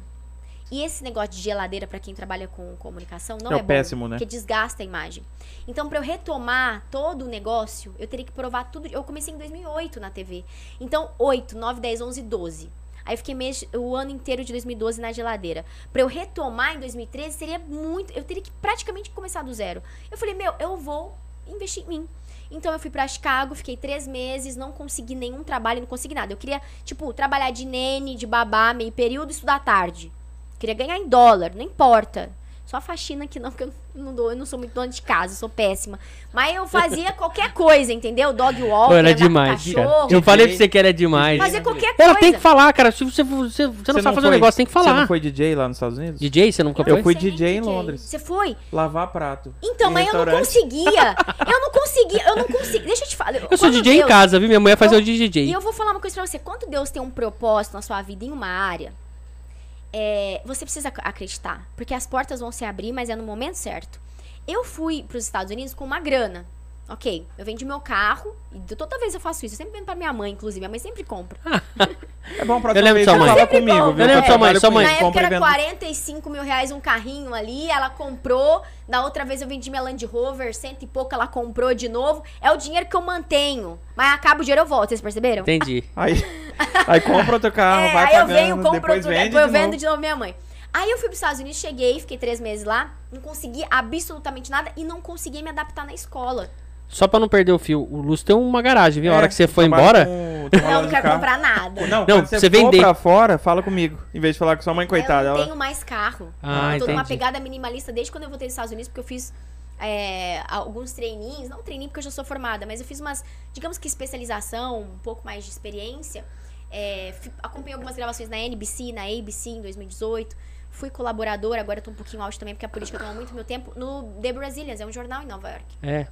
Speaker 3: E esse negócio de geladeira, pra quem trabalha com comunicação, não
Speaker 1: É
Speaker 3: é,
Speaker 1: o
Speaker 3: bom,
Speaker 1: péssimo, né?
Speaker 3: Porque desgasta a imagem. Então, pra eu retomar todo o negócio, eu teria que provar tudo. Eu comecei em 2008 na TV. Então, 8, 9, 10, 11, 12. Aí eu fiquei mês, o ano inteiro de 2012 na geladeira. Pra eu retomar em 2013, seria muito. Eu teria que praticamente começar do zero. Eu falei, meu, eu vou investir em mim. Então eu fui pra Chicago, fiquei três meses, não consegui nenhum trabalho, não consegui nada. Eu queria, tipo, trabalhar de nene, de babá, meio período, estudar à tarde. Queria ganhar em dólar, não importa. Só a faxina que não, porque eu não dou, eu não sou muito dona de casa, eu sou péssima. Mas
Speaker 1: *laughs*
Speaker 3: eu fazia qualquer coisa, entendeu? Dog walk,
Speaker 2: Olha,
Speaker 3: levar
Speaker 2: é
Speaker 3: pro
Speaker 2: demais, cara.
Speaker 3: cachorro,
Speaker 2: Eu falei pra
Speaker 1: DJ.
Speaker 2: você que era demais.
Speaker 3: fazer qualquer coisa.
Speaker 2: Ela tem que falar, cara. Se você, você, você não sabe fazer
Speaker 1: foi-
Speaker 2: um negócio, tem que
Speaker 1: Você não
Speaker 2: falar.
Speaker 1: foi DJ lá nos Estados Unidos?
Speaker 2: DJ, você nunca
Speaker 1: Eu
Speaker 2: foi?
Speaker 1: fui
Speaker 3: Você nem
Speaker 1: DJ em Londres.
Speaker 3: Você foi?
Speaker 1: Lavar prato.
Speaker 3: Então,
Speaker 1: Em
Speaker 3: mas eu não
Speaker 1: restaurante.
Speaker 3: conseguia. Eu não conseguia, eu não
Speaker 1: *laughs*
Speaker 3: conseguia. Deixa eu te falar.
Speaker 2: Eu sou
Speaker 3: quando
Speaker 2: DJ em
Speaker 3: Deus-
Speaker 2: casa, viu? Minha mulher faz
Speaker 3: Eu-
Speaker 2: eu de
Speaker 3: E
Speaker 2: DJ.
Speaker 3: eu vou falar uma coisa pra você. Quando Deus tem um propósito na sua vida em uma área, é, você precisa ac- acreditar. Porque as portas vão se abrir, mas é no momento certo. Eu fui pros Estados Unidos com uma grana. Ok, eu vendi meu carro. E de- toda vez eu faço isso. Eu sempre vendo pra minha mãe, inclusive. Minha mãe sempre compra.
Speaker 1: É bom pra próxima
Speaker 2: lembro
Speaker 1: vez
Speaker 2: de sua
Speaker 1: você
Speaker 2: mãe.
Speaker 1: fala
Speaker 3: Sempre
Speaker 1: comigo,
Speaker 3: bom.
Speaker 1: viu?
Speaker 3: Eu lembro de sua
Speaker 2: mãe, sua mãe.
Speaker 3: na época
Speaker 1: compra e
Speaker 3: era
Speaker 1: venda.
Speaker 3: 45 mil reais um carrinho ali. Ela comprou. Da outra vez eu vendi minha Land Rover. Cento e pouco ela comprou de novo. É o dinheiro que eu mantenho. Mas acaba o dinheiro, eu volto. Vocês perceberam?
Speaker 2: Entendi.
Speaker 1: Aí, aí compra outro carro,
Speaker 3: É,
Speaker 1: vai
Speaker 3: aí
Speaker 1: pagando,
Speaker 3: eu venho, compro
Speaker 1: depois
Speaker 3: outro, né?
Speaker 1: vende
Speaker 3: depois eu
Speaker 1: de
Speaker 3: vendo
Speaker 1: novo.
Speaker 3: de novo minha mãe. Aí eu fui pros Estados Unidos, cheguei, fiquei três meses lá, não consegui absolutamente nada e não consegui me adaptar na escola.
Speaker 2: Só pra não perder o fio, o Lúcio tem uma garagem, viu? A
Speaker 1: É,
Speaker 2: hora que você foi
Speaker 1: trabalho
Speaker 2: embora.
Speaker 1: com- tem uma
Speaker 3: Não,
Speaker 1: loja
Speaker 3: não
Speaker 1: de
Speaker 3: quero
Speaker 1: carro.
Speaker 3: comprar nada.
Speaker 1: Não,
Speaker 2: Não,
Speaker 1: quando você,
Speaker 2: você
Speaker 1: for
Speaker 2: vender.
Speaker 1: pra fora, fala comigo. Em vez de falar com sua mãe, coitada.
Speaker 3: eu não
Speaker 1: ela-
Speaker 3: tenho mais carro.
Speaker 2: Ah,
Speaker 3: eu tô numa
Speaker 2: entendi.
Speaker 3: pegada minimalista desde quando eu voltei dos Estados Unidos, porque eu fiz é, alguns treininhos, não treininho porque eu já sou formada, mas eu fiz umas, digamos que especialização, um pouco mais de experiência. É, fi- acompanhei algumas gravações na NBC, na ABC em 2018. Fui colaboradora, agora eu tô um pouquinho out também, porque a política toma muito meu tempo, no The Brazilians, é um jornal em Nova York.
Speaker 2: É.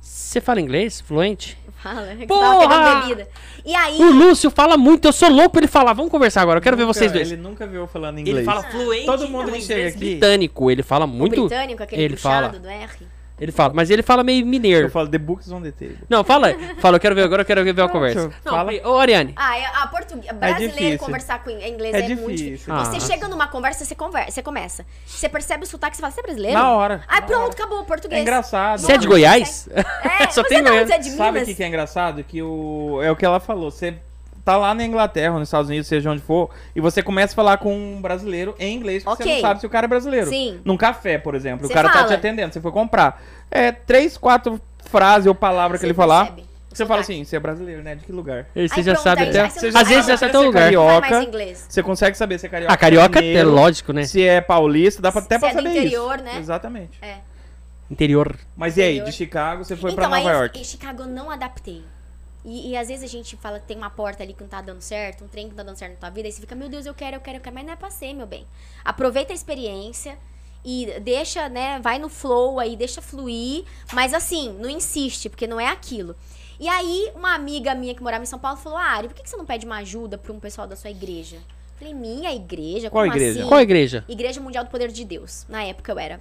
Speaker 2: Você fala inglês? Fluente?
Speaker 3: Fala, *laughs* que
Speaker 2: Porra!
Speaker 3: tava pegando bebida. E aí,
Speaker 2: O Lúcio fala muito, eu sou louco pra ele falar. Vamos conversar agora, eu quero ver
Speaker 1: Nunca-
Speaker 2: vocês dois.
Speaker 1: Ele nunca viu eu falando inglês.
Speaker 3: Ah.
Speaker 2: fluente.
Speaker 1: Todo mundo que chega aqui,
Speaker 2: Britânico, ele fala
Speaker 3: o
Speaker 2: muito.
Speaker 3: britânico, aquele
Speaker 2: ele
Speaker 3: puxado
Speaker 2: fala.
Speaker 3: do R.
Speaker 2: Ele fala, mas ele fala meio
Speaker 1: eu
Speaker 2: mineiro.
Speaker 1: falo The Books on the Table.
Speaker 2: Não, fala, aí. fala, eu quero ver agora, eu quero ver a
Speaker 1: Não,
Speaker 2: conversa.
Speaker 1: tio,
Speaker 2: Não,
Speaker 1: fala.
Speaker 2: Pri- Ô, Ariane.
Speaker 1: Tá
Speaker 3: Ah, é- a português, brasileiro
Speaker 1: difícil.
Speaker 3: conversar com inglês é,
Speaker 1: É
Speaker 3: muito difícil.
Speaker 1: difícil.
Speaker 2: Ah.
Speaker 3: Você chega numa conversa, você conversa, você começa. Você percebe o sotaque, você fala, você é brasileiro?
Speaker 1: Na hora.
Speaker 3: Aí
Speaker 1: na
Speaker 3: pronto,
Speaker 1: hora.
Speaker 3: acabou, português.
Speaker 1: É engraçado.
Speaker 2: Você é de Goiás?
Speaker 1: *laughs*
Speaker 2: *laughs*
Speaker 3: É,
Speaker 2: Só
Speaker 3: você
Speaker 2: tem
Speaker 3: é da onde?
Speaker 2: Goiás.
Speaker 3: Você é de Minas?
Speaker 1: Sabe o que, que é engraçado? Que o... É o que ela falou. Você tá lá na Inglaterra, nos Estados Unidos, seja onde for, e você começa a falar com um brasileiro em inglês, porque
Speaker 3: Ok.
Speaker 1: você não sabe se o cara é brasileiro.
Speaker 3: Sim.
Speaker 1: Num café, por exemplo,
Speaker 3: Você
Speaker 1: o cara tá
Speaker 3: fala.
Speaker 1: te atendendo, você foi comprar. É três, quatro frases ou palavras que
Speaker 3: Você
Speaker 1: ele falar,
Speaker 3: percebe o
Speaker 1: você fala
Speaker 3: sotaque.
Speaker 1: assim, você é brasileiro, né? De que lugar?
Speaker 2: Aí Você
Speaker 3: Aí
Speaker 2: já
Speaker 3: pronto,
Speaker 2: sabe
Speaker 3: aí
Speaker 2: até.
Speaker 3: já- você
Speaker 2: É. Às vezes
Speaker 1: sabe
Speaker 2: já
Speaker 3: já
Speaker 2: sabe
Speaker 1: se
Speaker 2: até o
Speaker 1: é
Speaker 2: lugar.
Speaker 3: Não fala
Speaker 1: Carioca,
Speaker 3: mais inglês.
Speaker 1: Você consegue saber se é carioca.
Speaker 2: A carioca é
Speaker 1: mineiro,
Speaker 2: lógico, né?
Speaker 1: Se é paulista, dá pra, até
Speaker 3: Se
Speaker 1: pra
Speaker 3: é do
Speaker 1: saber isso.
Speaker 3: interior, né?
Speaker 1: Exatamente.
Speaker 3: É.
Speaker 2: Interior.
Speaker 1: Mas e aí,
Speaker 3: Interior.
Speaker 1: de Chicago, você foi
Speaker 3: então,
Speaker 1: pra Nova
Speaker 3: aí,
Speaker 1: York?
Speaker 3: Em Chicago eu não adaptei. E, e às vezes a gente fala que tem uma porta ali que não tá dando certo, um trem que não tá dando certo na tua vida, e você fica, meu Deus, eu quero, eu quero, eu quero, mas não é pra ser, meu bem. Aproveita a experiência e deixa, né, vai no flow aí, deixa fluir, mas assim, não insiste, porque não é aquilo. E aí, uma amiga minha que morava em São Paulo falou, "Ah, Ari, por que, que você não pede uma ajuda pra um pessoal da sua igreja? Eu falei, minha igreja?
Speaker 1: Qual
Speaker 3: Como
Speaker 1: igreja?
Speaker 3: assim?
Speaker 2: Qual a igreja?
Speaker 3: Igreja Mundial do Poder de Deus. Na época eu era.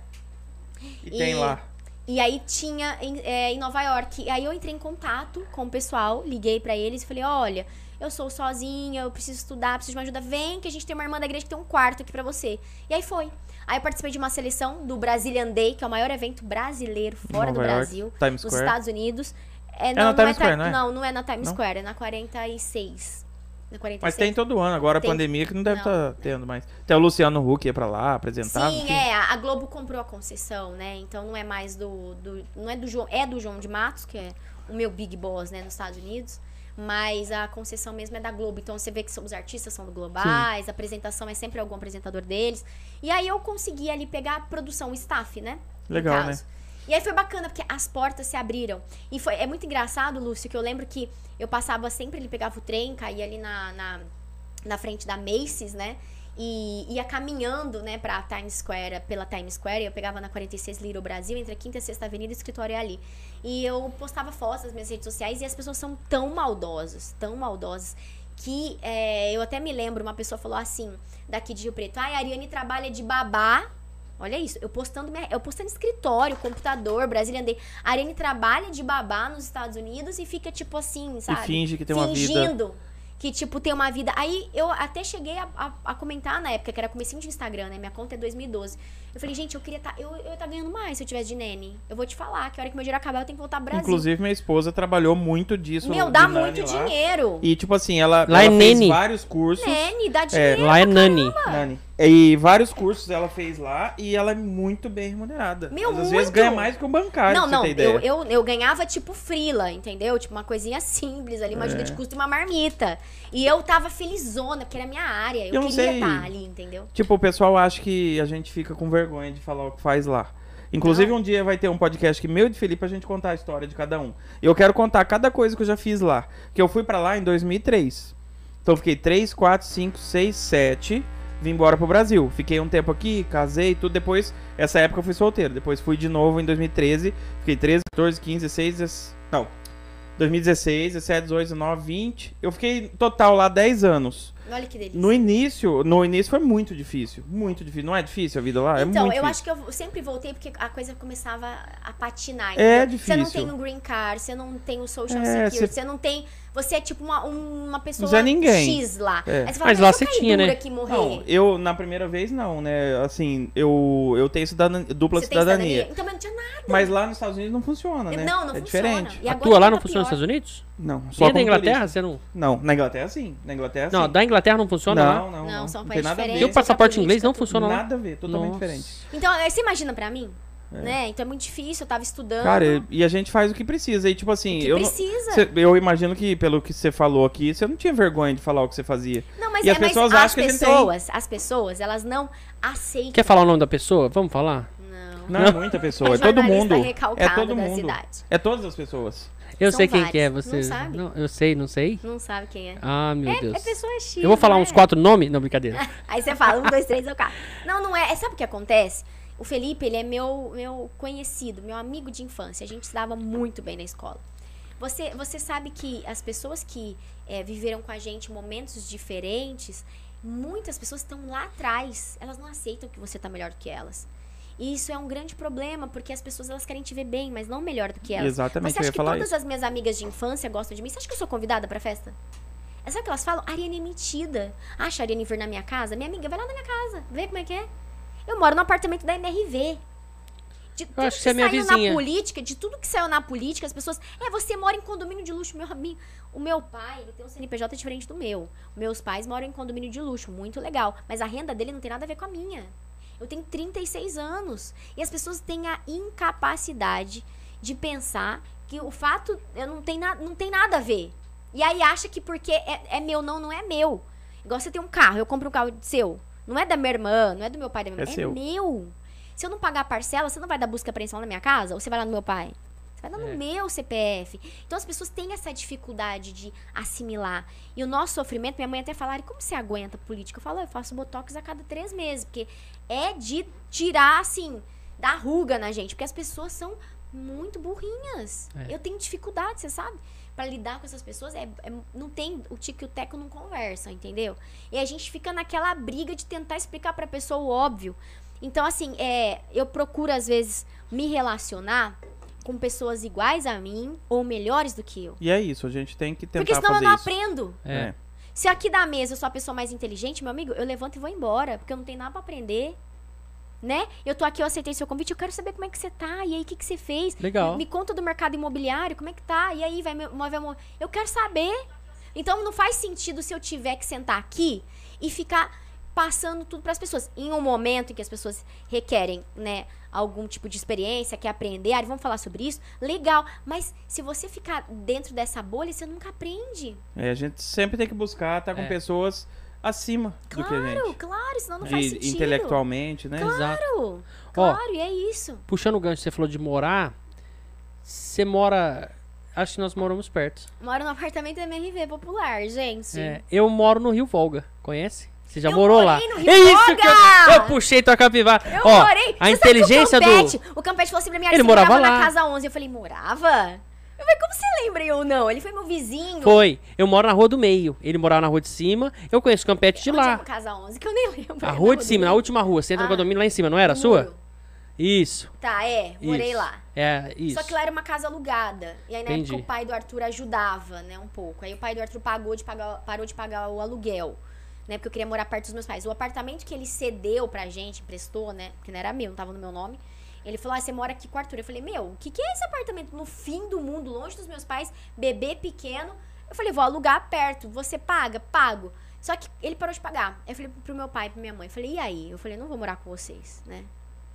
Speaker 1: E tem
Speaker 3: E-
Speaker 1: lá.
Speaker 3: E aí tinha em, é, em Nova York. E aí eu entrei em contato com o pessoal, liguei pra eles e falei: olha, eu sou sozinha, eu preciso estudar, preciso de uma ajuda. Vem que a gente tem uma irmã da igreja que tem um quarto aqui pra você. E aí foi. Aí eu participei de uma seleção do Brazilian Day, que é o maior evento brasileiro
Speaker 1: Nova
Speaker 3: fora do
Speaker 1: York,
Speaker 3: Brasil,
Speaker 1: Times
Speaker 3: nos
Speaker 1: Square.
Speaker 3: Estados Unidos. É,
Speaker 1: na Times
Speaker 3: é
Speaker 1: Square,
Speaker 3: Ti-
Speaker 1: não é?
Speaker 3: não, não é na Times
Speaker 1: Não?
Speaker 3: Square, é na 46. Na 46.
Speaker 1: Mas tem todo ano, agora
Speaker 3: Tem.
Speaker 1: a pandemia que não deve
Speaker 3: Não.
Speaker 1: estar tendo mais. Até o Luciano Huck ia pra lá apresentar.
Speaker 3: Sim,
Speaker 1: enfim.
Speaker 3: é, a a Globo comprou a concessão, né? Então não é mais do, do não é do João, é do João de Matos, que é o meu big boss, né, nos Estados Unidos, mas a concessão mesmo é da Globo. Então você vê que são- os artistas são do globais, a apresentação é sempre algum apresentador deles. E aí eu consegui ali pegar a produção, o staff, né? no
Speaker 1: Legal, né?
Speaker 3: caso. E aí foi bacana, porque as portas se abriram. E foi, é muito engraçado, Lúcio, que eu lembro que eu passava sempre, ele pegava o trem, caía ali na, na, na frente da Macy's, né? E ia caminhando, né, pra Times Square, pela Times Square, eu pegava na 46 Little Brasil, entre a quinta e a sexta avenida, o escritório é ali. E eu postava fotos nas minhas redes sociais e as pessoas são tão maldosas, tão maldosas, que é, eu até me lembro, uma pessoa falou assim, daqui de Rio Preto, ai, a Ariane trabalha de babá, olha isso, eu postando, minha, eu postando escritório, computador, Brasília Day, a Ariane trabalha de babá nos Estados Unidos e fica tipo assim,
Speaker 1: E
Speaker 3: sabe?
Speaker 1: finge que tem uma vida.
Speaker 3: fingindo que, tipo, tem uma vida. Aí eu até cheguei a, a- a comentar na época, que era comecinho de Instagram, né? Minha conta é 2012. Eu falei, gente, eu queria tá, eu, eu ia tá ganhando mais se eu tivesse de nene. Eu vou te falar que a hora que meu dinheiro acabar, eu tenho que voltar pro Brasil.
Speaker 1: Inclusive, minha esposa trabalhou muito disso.
Speaker 3: meu,
Speaker 1: no-
Speaker 3: dá
Speaker 1: de Nani
Speaker 3: muito
Speaker 1: lá.
Speaker 3: dinheiro.
Speaker 1: E, tipo assim, ela,
Speaker 2: Lá
Speaker 1: ela
Speaker 2: é
Speaker 1: fez
Speaker 2: Nene.
Speaker 1: vários cursos.
Speaker 3: Nene, dá dinheiro.
Speaker 2: Lá é Nani.
Speaker 1: Nani. E vários cursos ela fez lá e ela é muito bem remunerada.
Speaker 3: Meu,
Speaker 1: Às vezes
Speaker 3: muito!
Speaker 1: ganha mais que um bancário,
Speaker 3: Não,
Speaker 1: pra você
Speaker 3: não,
Speaker 1: ter ideia.
Speaker 3: eu, eu, eu ganhava tipo frila, entendeu? Tipo uma coisinha simples ali, uma
Speaker 1: É.
Speaker 3: ajuda de custo e uma marmita. E eu tava felizona, porque era minha área. Eu,
Speaker 1: Eu não
Speaker 3: queria
Speaker 1: sei.
Speaker 3: estar ali, entendeu?
Speaker 1: Tipo, o pessoal acha que a gente fica com vergonha de falar o que faz lá. Inclusive, um dia vai ter um podcast que meu e de Felipe a gente contar a história de cada um. E eu quero contar cada coisa que eu já fiz lá. Que eu fui pra lá em 2003. Então, eu fiquei 3, 4, 5, 6, 7. Vim embora pro Brasil. Fiquei um tempo aqui, casei e tudo. Depois, essa época eu fui solteiro. Depois fui de novo em 2013. Fiquei 13, 14, 15, 16, 16 Não. 2016, 17, 18, 19, 20. Eu fiquei total lá 10 anos.
Speaker 3: Olha que delícia.
Speaker 1: No início, no início foi muito difícil, muito difícil. Não é difícil a vida lá? é
Speaker 3: então,
Speaker 1: muito
Speaker 3: eu
Speaker 1: difícil.
Speaker 3: acho que eu sempre voltei porque a coisa começava a patinar.
Speaker 1: É
Speaker 3: entendeu? Você não
Speaker 1: difícil.
Speaker 3: tem o green card, você não tem o social
Speaker 1: É,
Speaker 3: security,
Speaker 1: você-
Speaker 3: você não tem. Você é tipo uma, uma pessoa
Speaker 1: Não é ninguém.
Speaker 3: X lá.
Speaker 1: É.
Speaker 3: Aí você fala,
Speaker 2: Mas
Speaker 3: mas
Speaker 2: lá
Speaker 3: eu
Speaker 2: você
Speaker 3: caí
Speaker 2: tinha,
Speaker 3: dura
Speaker 2: né?
Speaker 3: aqui morrer.
Speaker 1: Não, eu na primeira vez não, né? Assim, eu eu tenho cidadan- dupla
Speaker 3: você tem
Speaker 1: cidadania,
Speaker 3: Então, mas não tinha nada.
Speaker 1: mas lá nos Estados Unidos não funciona, né?
Speaker 3: Não, não
Speaker 1: é
Speaker 3: funciona.
Speaker 1: diferente.
Speaker 3: E
Speaker 2: A
Speaker 3: agora
Speaker 2: tua lá
Speaker 3: ainda
Speaker 2: não funciona nos
Speaker 3: pior.
Speaker 2: Estados Unidos?
Speaker 1: Não, só
Speaker 2: Você é da
Speaker 1: como
Speaker 2: Inglaterra?
Speaker 1: turista.
Speaker 2: Você não...
Speaker 1: Não, na Inglaterra sim, na Inglaterra
Speaker 2: Não,
Speaker 1: sim.
Speaker 2: da Inglaterra não funciona lá?
Speaker 1: não, não,
Speaker 3: Não, são
Speaker 1: tem
Speaker 3: países
Speaker 1: nada a ver.
Speaker 2: E o
Speaker 3: diferentes.
Speaker 2: passaporte
Speaker 3: Outra
Speaker 2: inglês não
Speaker 3: política,
Speaker 2: funciona lá?
Speaker 1: Nada a ver, totalmente
Speaker 2: Nossa.
Speaker 1: diferente.
Speaker 3: Então, aí você imagina pra mim? Né? Então é muito difícil, eu tava estudando.
Speaker 1: Cara, e- e a gente faz o que precisa. E tipo assim,
Speaker 3: que
Speaker 1: eu, não-
Speaker 3: precisa.
Speaker 1: cê- eu imagino que pelo que você falou aqui, você não tinha vergonha de falar o que você fazia.
Speaker 3: Não, mas
Speaker 1: E
Speaker 3: é,
Speaker 1: as
Speaker 3: mas
Speaker 1: pessoas
Speaker 3: as
Speaker 1: acham que a gente tem.
Speaker 3: pessoas, as pessoas, elas não aceitam.
Speaker 2: Quer falar o nome da pessoa? Vamos falar?
Speaker 3: Não.
Speaker 1: Não é muita pessoa, é todo
Speaker 3: jornalista
Speaker 1: mundo. É
Speaker 3: recalcado
Speaker 1: todo
Speaker 3: da
Speaker 1: mundo.
Speaker 3: cidade.
Speaker 1: É todas as pessoas.
Speaker 2: Eu
Speaker 3: São
Speaker 2: sei quem
Speaker 3: vários.
Speaker 2: que é,
Speaker 3: Não
Speaker 2: você.
Speaker 3: sabe?
Speaker 2: eu sei, não sei.
Speaker 3: Não sabe quem é.
Speaker 2: Ah, meu
Speaker 3: É,
Speaker 2: Deus.
Speaker 3: é pessoa X.
Speaker 2: eu vou falar
Speaker 3: não
Speaker 2: uns
Speaker 3: é?
Speaker 2: quatro nomes? Não,
Speaker 3: *laughs*
Speaker 2: brincadeira.
Speaker 3: Aí você fala, um, dois, três, é o cara. Não, não é. é. Sabe o que acontece? O Felipe, ele é meu, meu conhecido, meu amigo de infância. A gente se dava muito bem na escola. Você, você sabe que as pessoas que eh, viveram com a gente momentos diferentes, muitas pessoas estão lá atrás. Elas não aceitam que você tá melhor do que elas. E isso é um grande problema, porque as pessoas elas querem te ver bem, mas não melhor do que elas.
Speaker 1: Exatamente,
Speaker 3: Você
Speaker 1: eu
Speaker 3: acha
Speaker 1: ia
Speaker 3: que
Speaker 1: falar
Speaker 3: todas
Speaker 1: isso.
Speaker 3: as minhas amigas de infância gostam de mim? Você acha que eu sou convidada pra festa? É sabe o que elas falam? A Ariane é metida. Acha a Ariane vir na minha casa? Minha amiga, vai lá na minha casa. Vê como é que é. Eu moro no apartamento da MRV. De tudo
Speaker 2: acho que você é minha
Speaker 3: saiu
Speaker 2: vizinha.
Speaker 3: na política, de tudo que saiu na política, as pessoas. É, você mora em condomínio de luxo, meu amigo. O meu pai, ele tem um CNPJ diferente do meu. Meus pais moram em condomínio de luxo, muito legal. Mas a renda dele não tem nada a ver com a minha. Eu tenho 36 anos. E as pessoas têm a incapacidade de pensar que o fato eu não, tem na, não tem nada a ver. E aí acha que porque é, é meu, não, não é meu. Igual você tem um carro, eu compro um carro seu. Não é da minha irmã, não é do meu pai, da minha
Speaker 1: É
Speaker 3: mãe,
Speaker 1: seu.
Speaker 3: meu. Se eu não pagar a parcela, você não vai dar busca e apreensão na minha casa? Ou você vai lá no meu pai? Você vai lá no
Speaker 2: É.
Speaker 3: meu CPF. Então as pessoas têm essa dificuldade de assimilar. E o nosso sofrimento, minha mãe até falar, como você aguenta política? Eu falo, "Ah, eu faço botox a cada três meses, porque é de tirar, assim, da ruga na gente. Porque as pessoas são muito burrinhas.
Speaker 2: É.
Speaker 3: Eu tenho dificuldade, você sabe? Pra lidar com essas pessoas, é, é- não tem. O tico e o teco não conversam, entendeu? E a gente fica naquela briga de tentar explicar pra pessoa o óbvio. Então, assim, é, eu procuro, às vezes, me relacionar com pessoas iguais a mim ou melhores do que eu.
Speaker 1: E é isso, a gente tem que tentar
Speaker 3: Porque senão eu
Speaker 1: fazer
Speaker 3: não
Speaker 1: isso.
Speaker 3: aprendo.
Speaker 2: É.
Speaker 1: É.
Speaker 3: Se aqui da mesa eu sou a pessoa mais inteligente, meu amigo, eu levanto e vou embora, porque eu não tenho nada pra aprender. Né? Eu tô aqui, eu aceitei seu convite, eu quero saber como é que você tá, e aí, o que, que você fez?
Speaker 2: Legal.
Speaker 3: Me, me conta do mercado imobiliário, como é que tá? E aí, vai me- mover a mo- Eu quero saber. Então não faz sentido se eu tiver que sentar aqui e ficar passando tudo para as pessoas. Em um momento em que as pessoas requerem, né, algum tipo de experiência, quer aprender, ah, vamos falar sobre isso, legal. Mas se você ficar dentro dessa bolha, você nunca aprende.
Speaker 1: É, a gente sempre tem que buscar estar com
Speaker 2: É.
Speaker 1: pessoas acima do que a
Speaker 3: Claro,
Speaker 1: gente.
Speaker 3: claro, senão não faz
Speaker 1: E
Speaker 3: sentido.
Speaker 1: intelectualmente, né?
Speaker 2: Exato.
Speaker 3: Claro, claro, e é isso.
Speaker 2: Puxando o gancho, você falou de morar. Você mora. Acho que nós moramos perto.
Speaker 3: Moro no apartamento da MRV Popular, gente.
Speaker 2: É, eu moro no Rio Volga, conhece? Você já
Speaker 3: Eu
Speaker 2: morou lá?
Speaker 3: morei no Rio
Speaker 2: é isso que eu,
Speaker 3: Volga!
Speaker 2: eu puxei tua capivara.
Speaker 3: Eu
Speaker 2: Ó, a
Speaker 3: morei. Você sabe que
Speaker 2: inteligência
Speaker 3: o Campete,
Speaker 2: do
Speaker 3: O Campete falou assim pra mim,
Speaker 2: Ele
Speaker 3: ele
Speaker 2: morava
Speaker 3: morava morava
Speaker 2: lá.
Speaker 3: na casa 11. Eu falei, morava? Eu falei, como você lembra eu não? Ele foi meu vizinho.
Speaker 2: foi. Eu moro na rua do meio. Ele morava na rua de cima. Eu conheço o Campete de
Speaker 3: Onde é
Speaker 2: lá.
Speaker 3: a casa 11, que é? eu nem lembro.
Speaker 2: A rua de cima, na última rua. Você entra no
Speaker 3: Ah.
Speaker 2: condomínio lá em cima, não era a sua? Isso.
Speaker 3: Tá, é, morei
Speaker 2: isso.
Speaker 3: lá.
Speaker 2: É, isso.
Speaker 3: Só que lá era uma casa alugada. E aí na
Speaker 2: Entendi.
Speaker 3: época o pai do Arthur ajudava, né, um pouco. Aí o pai do Arthur pagou de pagar, parou de pagar o aluguel, né, porque eu queria morar perto dos meus pais. O apartamento que ele cedeu pra gente, emprestou, né, porque não era meu, não tava no meu nome. Ele falou: "Ah, você mora aqui com o Arthur". Eu falei: "Meu, o que que é esse apartamento no fim do mundo, longe dos meus pais, bebê pequeno?" Eu falei: "Vou alugar perto, você paga, pago". Só que ele parou de pagar. Aí Eu falei pro meu pai, e pra minha mãe, eu falei: "E aí?". Eu falei: "Não vou morar com vocês, né?"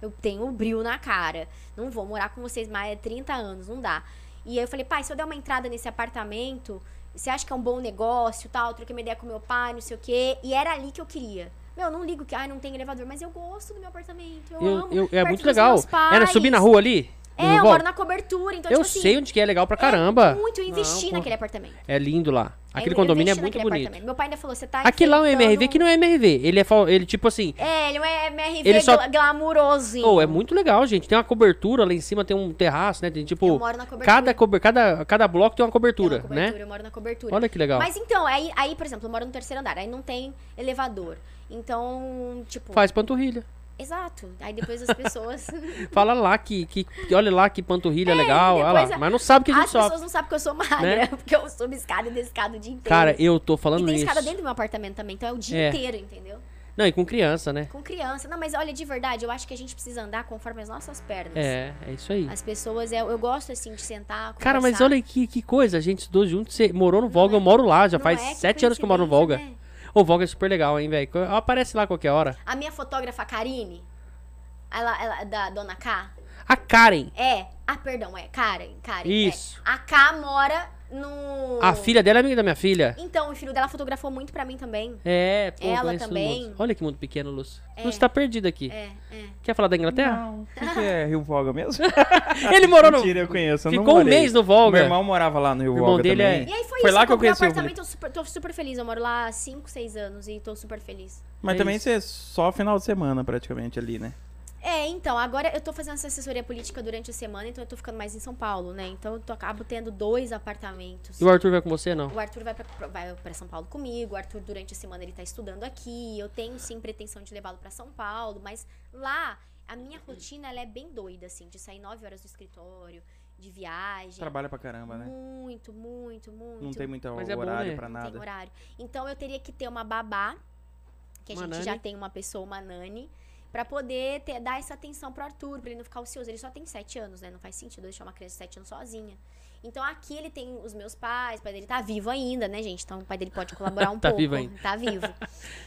Speaker 3: Eu tenho o bril na cara. Não vou morar com vocês mais é 30 anos, não dá. E aí eu falei, pai, se eu der uma entrada nesse apartamento, você acha que é um bom negócio, tal? Eu troquei uma ideia com meu pai, não sei o quê. E era ali que eu queria. Meu, não ligo que, ai, não tem elevador, mas eu gosto do meu apartamento, eu,
Speaker 2: Eu-
Speaker 3: amo.
Speaker 2: eu- é
Speaker 3: perto
Speaker 2: muito
Speaker 3: dos
Speaker 2: legal.
Speaker 3: meus pais.
Speaker 2: Era subir na rua ali?
Speaker 3: É, eu
Speaker 2: Vó,
Speaker 3: moro na cobertura, então,
Speaker 2: eu
Speaker 3: tipo
Speaker 2: sei
Speaker 3: assim,
Speaker 2: onde que é legal pra caramba.
Speaker 3: muito, eu investi
Speaker 2: Não, pô.
Speaker 3: naquele apartamento.
Speaker 2: É lindo lá. Aquele
Speaker 3: Eu- eu
Speaker 2: condomínio é
Speaker 3: investi
Speaker 2: muito
Speaker 3: naquele
Speaker 2: bonito.
Speaker 3: apartamento. Meu pai ainda falou, você tá
Speaker 2: Aquele lá é um MRV
Speaker 3: enfrentando
Speaker 2: que não é MRV. Ele é, fa- ele tipo assim,
Speaker 3: É, ele é um MRV
Speaker 2: Ele só-
Speaker 3: gla- glamurosinho.
Speaker 2: Oh, é muito legal, gente. Tem uma cobertura lá em cima, tem um terraço, né? Tem tipo.
Speaker 3: Eu moro na cobertura.
Speaker 2: Cada, cober- cada, cada bloco tem uma
Speaker 3: Eu
Speaker 2: cobertura,
Speaker 3: moro na cobertura,
Speaker 2: né?
Speaker 3: Eu moro na cobertura.
Speaker 2: Olha que legal.
Speaker 3: Mas então, aí, aí, por exemplo, eu moro no terceiro andar, aí não tem elevador. Então, tipo.
Speaker 2: Faz panturrilha.
Speaker 3: Exato. Aí depois
Speaker 2: *laughs*
Speaker 3: as pessoas.
Speaker 2: Fala lá que, que, que olha lá que panturrilha é, legal, olha
Speaker 3: depois
Speaker 2: lá.
Speaker 3: a-
Speaker 2: Mas não sabe que a gente
Speaker 3: as
Speaker 2: sobe.
Speaker 3: pessoas não sabem que eu sou magra,
Speaker 2: Né?
Speaker 3: *laughs* porque eu subo escada e desço escada o dia inteiro.
Speaker 2: Cara, eu tô
Speaker 3: e
Speaker 2: falando
Speaker 3: tem
Speaker 2: isso.
Speaker 3: escada dentro do meu apartamento também, então é o dia
Speaker 2: É.
Speaker 3: inteiro, entendeu?
Speaker 2: Não, e com criança, né?
Speaker 3: Com criança. Não, mas olha, de verdade, eu acho que a gente precisa andar conforme as nossas pernas.
Speaker 2: É, é isso aí.
Speaker 3: As pessoas, eu, eu gosto assim de sentar.
Speaker 2: Cara, mas
Speaker 3: conversar.
Speaker 2: olha que, que coisa, a gente estudou junto, você morou no Volga, eu moro lá, já
Speaker 3: Não
Speaker 2: faz
Speaker 3: é? Que
Speaker 2: sete anos que eu moro no Volga.
Speaker 3: coincidência, né?
Speaker 2: O Volga é super legal, hein, velho? Aparece lá qualquer hora.
Speaker 3: A minha fotógrafa Karine, ela, ela é da Dona K,
Speaker 2: A Karen,
Speaker 3: É. Ah, perdão, é Karen. Karen. é.
Speaker 2: Isso.
Speaker 3: A K mora no.
Speaker 2: a filha dela é amiga da minha filha.
Speaker 3: Então, o filho dela fotografou muito pra mim também.
Speaker 2: É, pô,
Speaker 3: Ela
Speaker 2: conheço o
Speaker 3: também.
Speaker 2: Lúcio. Olha que mundo pequeno, Lúcio. Lúcio tá perdido aqui.
Speaker 3: É, é.
Speaker 2: Quer falar da Inglaterra?
Speaker 1: Não, o que, que é Rio Volga mesmo?
Speaker 2: *laughs* Ele morou no...
Speaker 1: tá Mentira, eu conheço. eu não
Speaker 2: Ficou um
Speaker 1: morei.
Speaker 2: mês no Volga.
Speaker 1: Meu irmão morava lá no Rio
Speaker 2: O irmão
Speaker 1: Volga
Speaker 2: dele é-
Speaker 1: também.
Speaker 3: E aí foi,
Speaker 1: Foi
Speaker 3: isso.
Speaker 1: lá
Speaker 3: eu
Speaker 1: que eu
Speaker 3: comprei um
Speaker 1: conheci o
Speaker 3: apartamento, eu super, tô super feliz. Eu moro lá há 5, 6 anos e tô super feliz.
Speaker 1: Mas
Speaker 2: É
Speaker 1: também
Speaker 2: isso.
Speaker 1: você é só final de semana praticamente ali, né?
Speaker 3: É, então, agora eu tô fazendo essa assessoria política durante a semana, então eu tô ficando mais em São Paulo, né? Então eu tô, acabo tendo dois apartamentos.
Speaker 2: E o Arthur vai com você, não?
Speaker 3: O Arthur vai pra, vai pra São Paulo comigo, o Arthur durante a semana ele tá estudando aqui, eu tenho sim pretensão de levá-lo pra São Paulo, mas lá a minha rotina ela é bem doida, assim, de sair 9 horas do escritório, de viagem.
Speaker 1: Trabalha pra caramba, né?
Speaker 3: Muito, muito, muito.
Speaker 1: Não tem muito
Speaker 2: Mas é bom,
Speaker 1: horário
Speaker 2: né?
Speaker 1: pra
Speaker 3: não tem
Speaker 1: nada.
Speaker 3: horário. Então eu teria que ter uma babá, que a
Speaker 2: Uma
Speaker 3: gente
Speaker 2: nani.
Speaker 3: já tem uma pessoa, uma nani, pra poder ter- dar essa atenção pro Arthur, pra ele não ficar ocioso. Ele só tem sete anos, né? Não faz sentido eu deixar uma criança de sete anos sozinha. Então aqui ele tem os meus pais, o pai dele tá vivo ainda, né, gente? Então o pai dele
Speaker 2: *laughs*
Speaker 3: pode colaborar um
Speaker 2: Tá
Speaker 3: pouco.
Speaker 2: vivo ainda.
Speaker 3: Tá vivo.